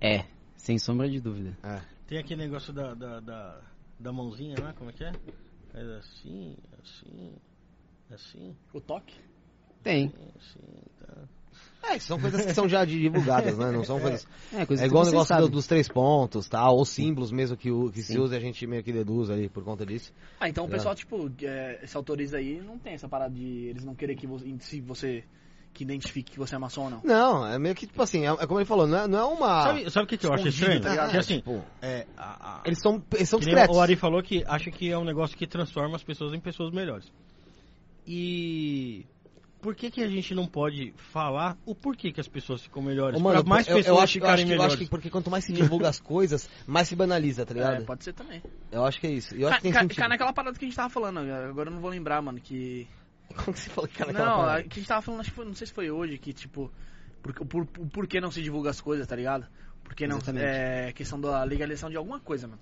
S4: É, sem sombra de dúvida.
S5: Tem aquele negócio da, da, da, da mãozinha lá, como é que é? Faz assim, assim, assim,
S1: O Toque?
S4: Tem.
S5: assim.
S3: É, são coisas que são já divulgadas, né? Não são coisas.
S4: É, coisa
S3: É
S4: que
S3: igual o
S4: vocês
S3: negócio do-
S4: sabem.
S3: dos três pontos, tá? Ou símbolos mesmo que, o, que se
S4: Sim.
S3: usa e a gente meio que deduz ali por conta disso.
S1: Ah, então o
S3: Claro.
S1: pessoal, tipo, é, se autoriza aí, não tem essa parada de eles não querer que você, se você que identifique que você é maçom ou não.
S3: Não, é meio que tipo assim, é, é como ele falou, não é, não é uma.
S5: Sabe, sabe o que, que eu acho
S1: Escondido,
S5: estranho?
S1: tá ligado?
S5: que assim,
S3: tipo,
S5: é, a, a-
S3: eles são, eles são
S5: que nem
S3: discretos.
S5: o Ari falou que acha que é um negócio que transforma as pessoas em pessoas melhores. E por que que a gente não pode falar o porquê que as pessoas ficam melhores?
S3: Ô, mano,
S5: pra mais
S3: eu, eu
S5: pessoas
S3: acho, eu, acho
S5: ficarem
S3: que, eu
S5: melhores.
S3: acho que porque quanto mais se divulga as coisas, mais se banaliza, tá ligado?
S1: É, pode ser também.
S3: Eu acho que é isso. Eu acho que tem
S1: Ca- ca-
S3: sentido.
S1: Cai naquela parada que a gente tava falando, agora eu não vou lembrar, mano, que...
S3: Como que você falou que cai naquela
S1: não, a-
S3: parada?
S1: que a gente tava falando, acho que foi, não sei se foi hoje, que tipo, por, por, por, por que não se divulga as coisas, tá ligado? Porque não,
S4: Exatamente.
S1: é questão da legalização de alguma coisa, mano.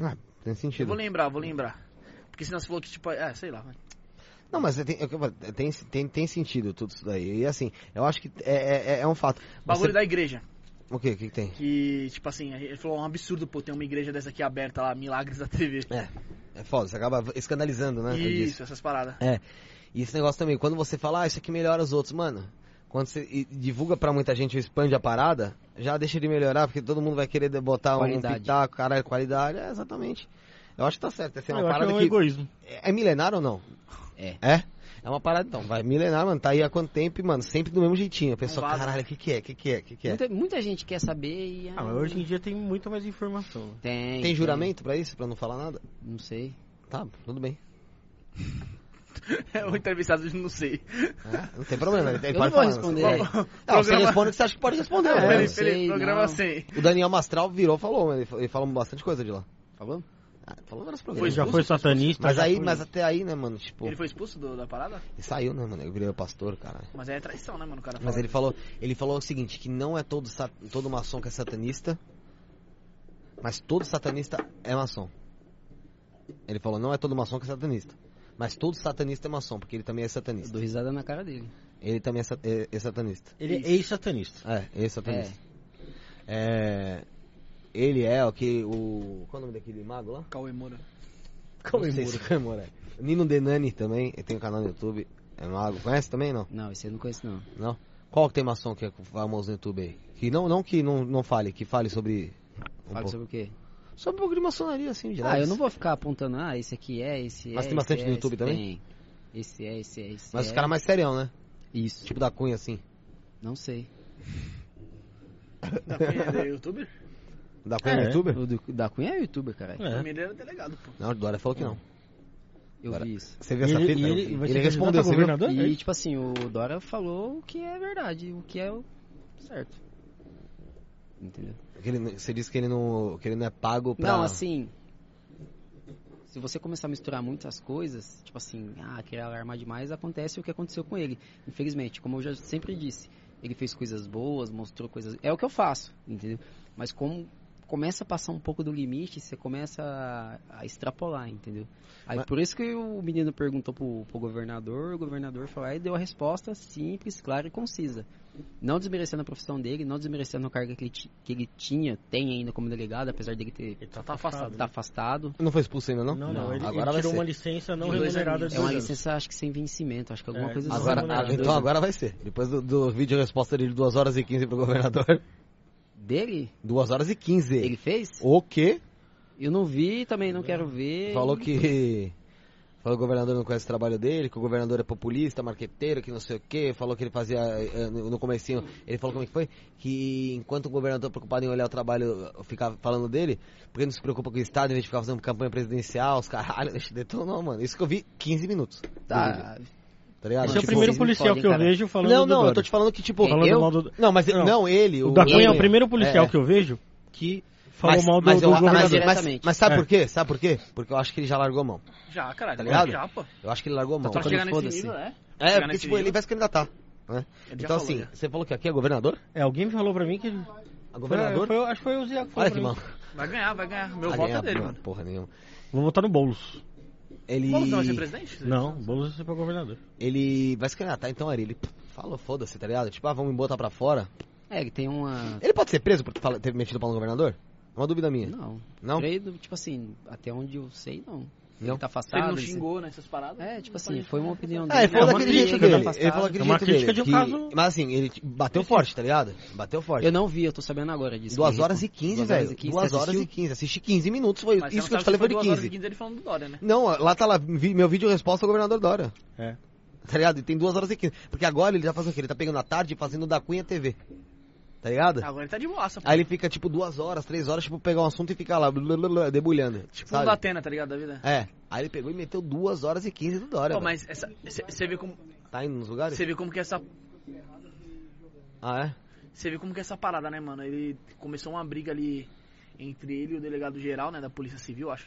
S3: Ah, tem
S1: Eu
S3: sentido.
S1: vou lembrar, vou lembrar. Porque senão você falou que, tipo, é, sei lá. vai.
S3: Não, mas tem, é o que eu falei, tem, tem, tem sentido tudo isso daí. E assim, eu acho que é, é, é um fato.
S1: Bagulho
S3: Você-
S1: da igreja.
S3: O que? O que, que tem?
S1: Que, tipo assim, ele falou, é um absurdo, pô, ter uma igreja dessa aqui aberta lá, Milagres da TV.
S3: É, é foda, você acaba escandalizando, né? Eu disse.
S1: Isso, essas paradas.
S3: É. E esse negócio também, quando você fala, ah, isso aqui melhora os outros, mano. Quando você e- divulga pra muita gente ou expande a parada, já deixa de melhorar, porque todo mundo vai querer de- botar um
S4: Qualidade.
S3: pitaco, caralho, qualidade. É, exatamente. Eu acho que tá certo. Essa é uma
S5: eu acho
S3: parada
S5: que é um
S3: que.
S5: egoísmo.
S3: É é milenar ou não?
S4: É.
S3: É? É uma parada, então, vai milenar, mano, tá aí há quanto tempo, e, mano, sempre do mesmo jeitinho. A pessoa,
S1: Não vaza.
S3: caralho, o que que é, o que que é, o que que é?
S4: Muita, muita gente quer saber e...
S5: Ah, mas hoje em dia tem muita mais informação. né?
S4: Tem.
S3: Tem juramento pra isso, pra não falar nada?
S4: Não sei.
S3: Tá, tudo bem.
S1: É, o entrevistado, não sei.
S3: É, não tem problema, ele ele
S4: Eu
S3: pode
S4: não vou
S3: falar, não
S4: responder.
S3: sei.
S4: É.
S3: Não, você
S1: Programa-
S3: responde o que você acha que pode responder,
S4: É,
S3: né?
S1: Peraí,
S4: eu
S1: peraí,
S4: sei,
S1: programa
S4: não.
S1: sem.
S3: O Daniel Mastral virou, falou, ele, ele fala bastante coisa de lá.
S4: Falou?
S3: Ah, falou vários
S1: Foi
S3: programas.
S5: já
S1: expulso?
S5: foi satanista.
S3: mas
S5: já
S3: aí,
S5: foi-
S3: mas até aí, né, mano, tipo,
S1: Ele foi expulso do- da parada?
S3: ele saiu, né, mano, ele virou pastor, cara.
S1: Mas aí é traição, né, mano, o cara?
S3: Mas
S1: fala.
S3: ele falou, ele falou o seguinte, que não é todo, sa- todo maçom que é satanista, mas todo satanista é maçom. Ele falou, não é todo maçom que é satanista, mas todo satanista é maçom, porque ele também é
S4: Eu
S3: satanista.
S4: dou risada na cara dele.
S3: Ele também é, sa- é- é satanista.
S5: Ele é ex-satanista.
S3: É, ele é satanista. É, ele é o que o... Qual é o nome daquele mago lá?
S1: Cauê Moura.
S3: Não sei se é Moré. Nino Denani também, ele tem um canal no YouTube. É mago. Conhece também, não?
S4: Não, esse eu não conheço, não.
S3: Não? Qual que tem maçom que é famoso no YouTube aí? Que não, não que não, não fale, que fale sobre... Um
S4: Fala
S3: pouco.
S4: sobre o quê?
S3: Sobre um pouco de maçonaria, assim, de
S4: Ah, eu não vou ficar apontando, ah, esse aqui é, esse
S3: Mas
S4: é.
S3: tem bastante
S4: esse
S3: no
S4: é,
S3: YouTube
S4: esse
S3: também?
S4: Tem. Esse é, esse é, esse
S3: Mas
S4: é.
S3: os caras mais serião, né?
S4: Isso,
S3: Tipo da cunha, assim.
S4: não sei.
S1: Da Cunha é youtuber?
S3: Da cunha
S5: É,
S3: no
S5: é.
S3: YouTube?
S4: O do- da Cunha é youtuber, caralho.
S5: É.
S1: Também ele era delegado, pô.
S3: Não, o Dória falou que não.
S4: Eu
S3: Agora-
S4: vi isso.
S3: Você viu
S5: E
S3: essa
S5: ele-
S3: fita?
S5: e
S3: não?
S5: ele vai ser
S3: ele
S5: candidato
S3: respondeu,
S5: a
S3: você viu?
S5: governador? É
S4: E,
S5: isso?
S4: tipo assim, o Dora falou o que é verdade, o que é o certo. Entendeu?
S3: Que ele não- você disse que ele não, que ele não é pago pra...
S4: Não, assim. Se você começar a misturar muitas coisas, tipo assim, ah, querer alarmar demais, acontece o que aconteceu com ele. Infelizmente, como eu já sempre disse, ele fez coisas boas, mostrou coisas. É o que eu faço, entendeu? Mas como começa a passar um pouco do limite, você começa a, a extrapolar, entendeu? Aí
S3: Mas-
S4: por isso que o menino perguntou pro, pro governador, o governador falou e deu a resposta simples, clara e concisa não desmerecendo a profissão dele, não desmerecendo a carga que ele, ti- que ele tinha, tem ainda como delegado, apesar dele ter
S5: Ele
S1: Tá afastado.
S4: tá afastado.
S3: Não foi expulso ainda, não?
S5: Não, não,
S4: Não,
S5: ele,
S3: agora
S5: ele
S3: vai
S5: tirou
S3: ser.
S5: uma licença não
S1: De dois
S5: remunerada
S1: aninhos.
S5: de
S4: É uma
S5: dois anos.
S4: licença, acho que sem vencimento, acho que alguma
S5: É,
S4: coisa assim.
S5: não
S3: Agora,
S5: remunerado.
S3: ah, então agora vai ser. Depois do, do vídeo resposta de 2 horas e 15 pro governador.
S4: Dele?
S3: 2 horas e 15.
S4: Ele fez?
S3: O quê?
S4: Eu não vi, também não quero ver.
S3: Falou que. Falou que o governador não conhece o trabalho dele, que o governador é populista, marqueteiro, que não sei o quê. Falou que ele fazia. eh, No no comecinho, ele falou como é que foi? Que enquanto o governador preocupado em olhar o trabalho, ficava falando dele, porque não se preocupa com o Estado, em vez de ficar fazendo campanha presidencial, os caralho, deixa detonou, mano. Isso que eu vi 15 minutos. do vídeo,
S4: Tá,
S3: tá ligado?
S5: Esse é o
S4: Tipo,
S5: primeiro
S4: vocês não
S5: policial
S4: podem,
S5: que eu
S4: cara.
S5: vejo falando
S3: Não,
S5: do
S3: não, eu tô
S5: Dória.
S3: te falando que, tipo.
S4: Falando
S3: eu-
S5: mal do-
S3: Não, mas
S5: Não.
S3: não, ele.
S5: O da Cunha é o
S3: ele-
S5: primeiro policial
S3: é.
S5: que eu vejo que falou
S3: Mas-
S5: mal do,
S3: mas eu-
S5: do
S3: mas-
S5: governador.
S3: mas, mas,
S4: Diretamente.
S3: sabe
S5: É.
S3: por quê? Sabe por quê? Porque eu acho que ele já largou a mão.
S1: Já, caralho.
S3: Tá ligado?
S1: Já, pô.
S3: Eu acho que ele largou a mão.
S1: Pra
S4: quando
S1: chegar nesse
S4: foda-se.
S1: nível, é.
S3: É,
S1: chegar
S3: porque
S1: nesse
S3: tipo, ele
S1: nível.
S3: vai se candidatar. Né?
S1: Ele já
S3: Então
S1: falou,
S3: assim,
S1: já.
S3: você falou que aqui é governador?
S5: É, alguém falou pra mim que ele...
S3: A governador?
S5: Foi- foi- acho que foi o Zé que falou
S3: Olha
S5: pra
S3: que
S5: mim.
S3: mano.
S1: Vai ganhar, vai ganhar. Meu
S3: Ah,
S1: voto
S3: ganhar,
S1: é dele,
S3: não,
S1: mano.
S3: Porra nenhuma.
S5: Vou votar no Boulos.
S3: Ele.
S1: Vamos não vai ser presidente?
S5: Não, o Boulos vai ser pra governador.
S3: Ele vai se candidatar, então era ele. pff, Falou, foda-se, tá ligado? Tipo, ah, vamos me botar pra fora.
S4: É, ele tem uma.
S3: Ele pode ser preso por fala- ter metido o pau no governador? É Uma dúvida minha.
S4: Não.
S3: Não? Então,
S4: Credo, tipo assim, até onde eu sei, não.
S3: Não?
S4: Ele
S1: Se
S4: tá
S1: ele
S4: afastado.
S1: não
S4: ele-
S1: xingou nessas paradas.
S4: É, tipo assim, foi uma opinião dele.
S3: Ah, ele falou
S5: É uma
S3: daquele
S5: crítica,
S3: jeito
S5: né?
S3: dele. Ele falou daquele
S5: É uma
S3: jeito
S5: crítica
S3: dele.
S5: de um caso-
S3: Mas assim, ele t- bateu forte, tá ligado? Bateu forte.
S4: Eu não vi, eu tô sabendo agora disso.
S1: é
S3: Duas
S4: Quem
S3: horas e
S4: respondeu.
S3: 15,
S4: Duas horas
S3: velho.
S4: e 15,
S3: Duas
S4: você
S3: horas e
S4: assistiu?
S3: 15. Assisti 15 minutos, foi
S1: Mas
S3: isso
S1: você
S3: que eu
S1: não
S3: te
S1: sabe
S3: falei
S1: se
S3: foi de
S1: duas horas e
S3: 15.
S1: 15 ele falando do Dória, né?
S3: Não, lá tá lá, vi- meu vídeo resposta ao governador Dória.
S5: É.
S3: Tá ligado? E tem duas horas e 15. Porque agora ele tá fazendo o quê? Ele tá pegando a tarde e fazendo da Cunha TV. Tá ligado?
S1: Agora ele tá de boaça, pô.
S3: Aí ele fica tipo duas horas, três horas, tipo, pegar um assunto e ficar lá, blá, blá, blá, debulhando.
S1: Tipo um
S3: sabe?
S1: da Atena, tá ligado? Da vida.
S3: É. Aí ele pegou e meteu duas horas e 15 do Dória.
S1: Pô,
S3: velho.
S1: mas você vê como.
S3: Tá indo nos lugares?
S1: Você vê como que essa
S3: Ah, é?
S1: Você vê como que é essa parada, né, mano? Ele começou uma briga ali entre ele e o delegado geral, né, da Polícia Civil, acho.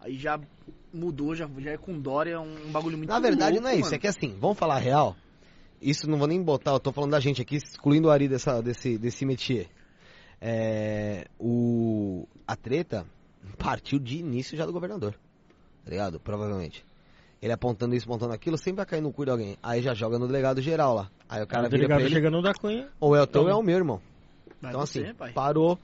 S1: Aí já mudou, já, já é com Dória, um, um bagulho muito
S3: Na verdade
S1: louco,
S3: não é isso,
S1: mano.
S3: é que assim, vamos falar a real. Isso não vou nem botar, eu tô falando da gente aqui, excluindo o Ari dessa, desse, desse métier. É, o, a treta partiu de início já do governador. tá ligado? Provavelmente. Ele apontando isso, apontando aquilo, sempre vai cair no cu de alguém. Aí já joga no delegado geral lá. Aí o cara
S5: Ah, o
S3: vira pra
S5: delegado Então,
S3: ele,
S5: chegando da Cunha.
S3: ou é o teu ou é o meu, irmão.
S1: Vai
S3: então
S1: você,
S3: assim,
S1: pai.
S3: parou.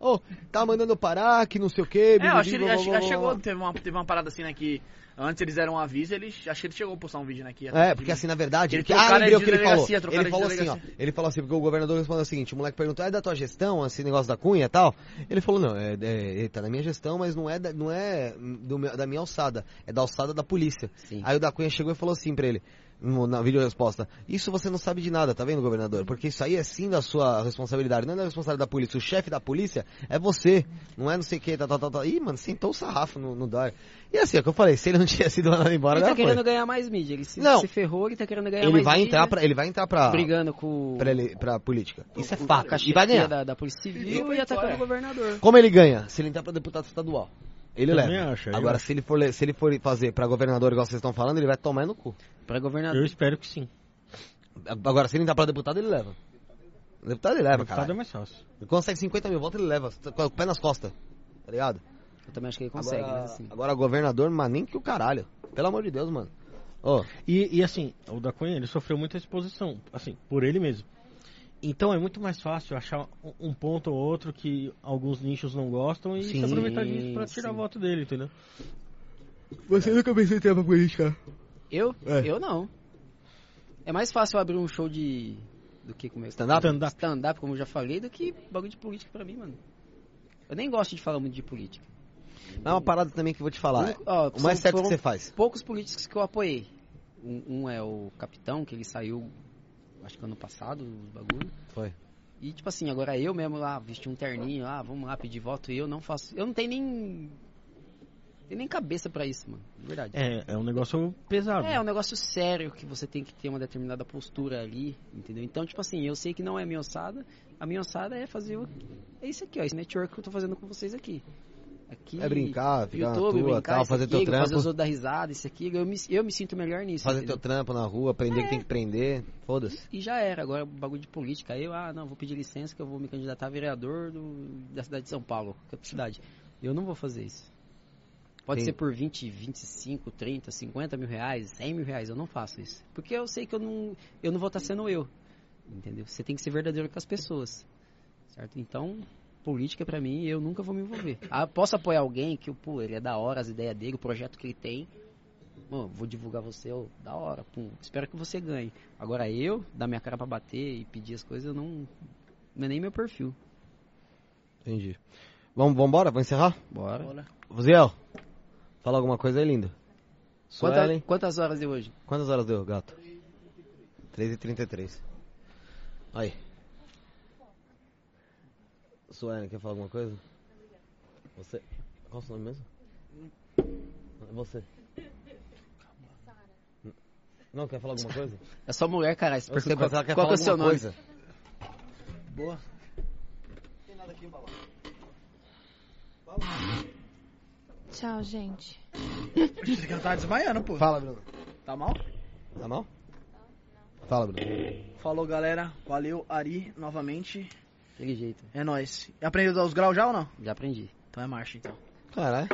S3: Ô, tá mandando parar, que não sei o quê.
S1: É, eu acho que ele,
S3: blá,
S1: acho,
S3: blá,
S1: acho que
S3: blá, blá.
S1: chegou, teve uma, teve uma parada assim, né, que antes eles deram um aviso, ele, acho que ele chegou a postar um vídeo, né, que ia
S3: É, porque assim, na verdade,
S1: Ele
S3: que,
S1: trocaram
S3: ah, lembrei o
S1: de
S3: que ele falou.
S1: delegacia, trocaram
S3: Ele
S1: de
S3: falou assim, ó.
S1: delegacia.
S3: Ele falou assim, porque o governador respondeu o seguinte, o moleque perguntou, é da tua gestão, esse negócio da cunha e tal? Ele falou, não, é, é, é, tá na minha gestão, mas não é, da, não é do meu- da minha alçada, é da alçada da polícia.
S4: Sim.
S3: Aí o da cunha chegou e falou assim pra ele, no, na vídeo resposta, isso você não sabe de nada, tá vendo, governador? Porque isso aí é sim da sua responsabilidade, não é da responsabilidade da polícia. O chefe da polícia é você, não é não sei o que, tá, tá, tá, tá. Ih, mano, sentou o sarrafo no, no Dória. E assim, é o que eu falei, se ele não tivesse sido mandado embora,
S4: Ele
S3: já
S4: tá
S3: foi.
S4: querendo ganhar mais mídia. Ele se,
S3: Não.
S4: se ferrou, ele tá querendo ganhar
S3: Ele
S4: mais
S3: vai
S4: mídia,
S3: entrar pra, ele vai entrar pra,
S4: brigando com
S3: pra, ele, pra política. Isso é
S4: o-
S3: faca.
S4: com a
S3: E vai
S4: chefia
S3: ganhar.
S4: da, da Polícia Civil
S14: Ele
S4: e atacando
S14: foi.
S4: o governador.
S3: Como ele ganha? Se ele entrar pra deputado estadual. Ele
S5: Também
S3: leva.
S5: acho, eu
S3: Agora,
S5: acho.
S3: se ele, for, le- se ele for fazer pra governador, igual vocês estão falando, ele vai tomar no cu.
S4: Pra governador.
S5: Eu espero que sim.
S3: Agora, se ele entrar pra deputado, ele leva. Deputado ele leva,
S5: Deputado é
S3: cara.
S5: mais fácil.
S3: Consegue 50 mil votos, ele leva. Com o pé nas costas. Tá ligado?
S4: Eu, também acho que ele consegue,
S3: agora,
S4: mas assim.
S3: agora, governador, mas nem que o caralho. Pelo amor de Deus, mano. Ô,
S5: E, e, assim, o da Cunha, ele sofreu muita exposição, assim, por ele mesmo. Então é muito mais fácil achar um- um ponto ou outro que alguns nichos não gostam e
S3: Sim,
S5: se aproveitar disso pra tirar
S4: sim.
S5: voto dele, entendeu?
S15: Você nunca pensou em entrar pra política?
S4: Eu?
S15: É.
S4: Eu não. É mais fácil eu abrir um show de. do que comer.
S3: Stand-up?
S5: Stand-up.
S4: Stand-up, como eu já falei, do que bagulho de política pra mim, mano. Eu nem gosto de falar muito de política.
S3: é uma parada também que eu vou te falar.
S4: único- ó,
S3: O mais certo
S4: são-
S3: que
S4: foram
S3: você faz.
S4: poucos políticos que eu apoiei. Um, um é o Capitão, que ele saiu, acho que ano passado, os bagulho.
S3: Foi.
S4: E tipo assim, agora eu mesmo lá, vesti um terninho, ah, vamos lá pedir voto, e eu não faço. Eu não tenho nem. Tenho nem cabeça pra isso, mano. De verdade.
S5: É, é um negócio pesado.
S4: É, é um negócio sério que você tem que ter uma determinada postura ali, entendeu? Então, tipo assim, eu sei que não é a minha ossada, a minha ossada é fazer o... É isso aqui, ó, esse network que eu tô fazendo com vocês aqui. aqui
S3: É brincar, ficar na
S4: YouTube,
S3: tua,
S4: brincar,
S3: tal,
S4: isso
S3: fazer
S4: aqui,
S3: teu
S4: Fazer
S3: trampo.
S4: os outros dar risada, isso aqui, eu me, eu me sinto melhor nisso.
S3: Fazer
S4: entendeu? É.
S3: teu trampo na rua, aprender o que tem que prender. Foda-se.
S4: E já era, agora bagulho de política. Aí eu, ah, não, vou pedir licença que eu vou me candidatar a vereador do- da cidade de São Paulo, qualquer cidade. Eu não vou fazer isso. Pode
S3: Sim.
S4: ser por 20, 25, 30, 50 mil reais, 100 mil reais, eu não faço isso. Porque eu sei que eu não, eu não vou estar sendo eu, entendeu? Você tem que ser verdadeiro com as pessoas, certo? Então, política pra mim, eu nunca vou me envolver. Ah, posso apoiar alguém que, pô, ele é da hora, as ideias dele, o projeto que ele tem. Mano, vou divulgar você, ó, da hora, pum, espero que você ganhe. Agora eu, dar minha cara pra bater e pedir as coisas, eu não. Não é nem meu perfil.
S3: Entendi. Vamos embora? Vamos encerrar?
S4: Bora.
S3: Ziel, fala alguma coisa aí, lindo.
S4: Quanta-
S3: Suelen,
S4: quantas horas deu hoje?
S3: quantas horas deu, gato? 3h33. Aí. Suelen, quer falar alguma coisa? Você. Qual o seu nome mesmo? É Você. Não, quer falar alguma coisa?
S4: É só mulher, caralho. se
S3: Eu sei,
S4: pergunta
S3: mas ela quer
S4: qual que
S3: falar
S4: é o seu
S3: alguma
S4: nome?
S3: coisa.
S1: Boa.
S6: Tchau, gente.
S1: Achei que ela tava desmaiando, pô.
S3: Fala, Bruno.
S1: Tá mal?
S3: Tá mal? Fala, Bruno.
S1: Falou, galera. Valeu, Ari, novamente.
S4: Aquele jeito.
S1: É nóis. E Aprendeu a dar os graus já ou não?
S4: Já aprendi.
S1: Então é marcha, então.
S3: Caralho.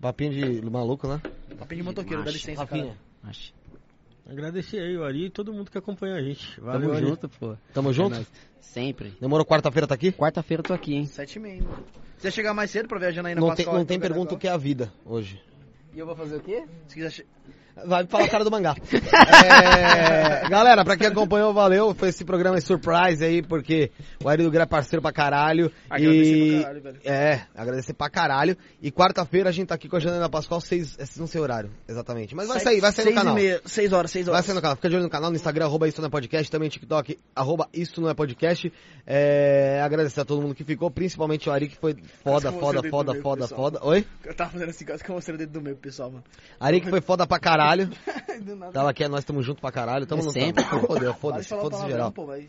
S3: Papinho de maluco, né?
S1: Papinho de motoqueiro, dá
S4: Marcha.
S1: licença,
S3: Papinho.
S1: cara.
S4: Acho.
S5: Agradecer aí o Ari e todo mundo que acompanha a gente.
S4: Tamo
S5: Valeu, Ari.
S4: junto, pô.
S3: Tamo junto?
S4: É nóis. Sempre.
S3: Demorou quarta-feira, tá aqui?
S4: Quarta-feira eu tô aqui, hein?
S1: Sete e meia. mano. Se você chegar mais cedo pra ver a Janaína
S3: Não tem,
S1: Pascoal...
S3: não tem pergunta o que é a vida hoje.
S1: E eu vou fazer o quê? Se quiser... che-
S3: Vai falar a cara do mangá. É, galera, pra quem acompanhou, valeu. Foi esse programa é surprise aí, porque o Ari do Gra é parceiro pra caralho.
S1: Agradecer
S3: e...
S1: pra caralho, velho.
S3: É, agradecer pra caralho. E quarta-feira a gente tá aqui com a Janaina Pascoal, seis, é, não sei o horário, exatamente. Mas vai
S1: Sete-
S3: sair, vai sair no
S1: seis
S3: canal.
S1: E meia, seis horas, seis
S3: Vai
S1: horas.
S3: sair no canal, fica de olho no canal, no Instagram, arroba isso não é podcast, também TikTok, arroba isso não é podcast. É, agradecer a todo mundo que ficou, principalmente o Ari, que foi foda,
S1: Quase que eu
S3: foda,
S1: mostrei o
S3: foda,
S1: dedo
S3: foda,
S1: meu, pessoal.
S3: foda. Oi?
S1: Eu tava fazendo assim, quase que eu mostrei o dedo do meio pro pessoal, mano.
S3: Ari que foi foda pra caralho.
S1: Do nada.
S3: Tava aqui, é nós estamos junto pra caralho, tamo
S4: É
S3: no
S4: sempre,
S3: tamo. Fodeu,
S1: Para de
S3: foda-se,
S1: falar
S3: foda-se
S1: palavrão,
S3: geral.
S1: pô, vai.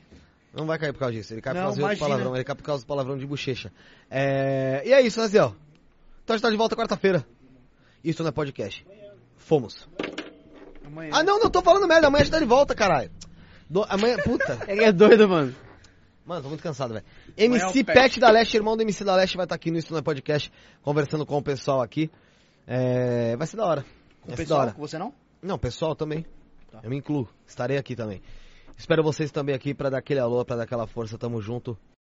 S3: Não vai cair por causa disso, ele cai por
S1: Não,
S3: causa de outro
S1: imagina.
S3: palavrão, ele cai por causa do palavrão de bochecha. É... E é isso, Naziel. Então a gente tá de volta quarta-feira. Isso não é podcast. Fomos.
S1: Amanhã.
S3: Ah, não, não tô falando merda, amanhã a gente tá de volta, caralho. Do- Amanhã, puta.
S4: Ele é doido, mano.
S3: Mano, tô muito cansado, velho.
S1: Amanhã é
S3: MC
S1: o
S3: Pet.
S1: Pet.
S3: tá da Leste, irmão do MC da Leste, vai estar aqui no Isso Não é Podcast, conversando com o pessoal aqui. É, vai ser da hora.
S1: Com o
S3: Vai ser da hora.
S1: pessoal, com Tá. você não?
S3: Não, pessoal também. Eu me incluo. Estarei aqui também. Espero vocês também aqui pra dar aquele alô, pra dar aquela força. Tamo junto.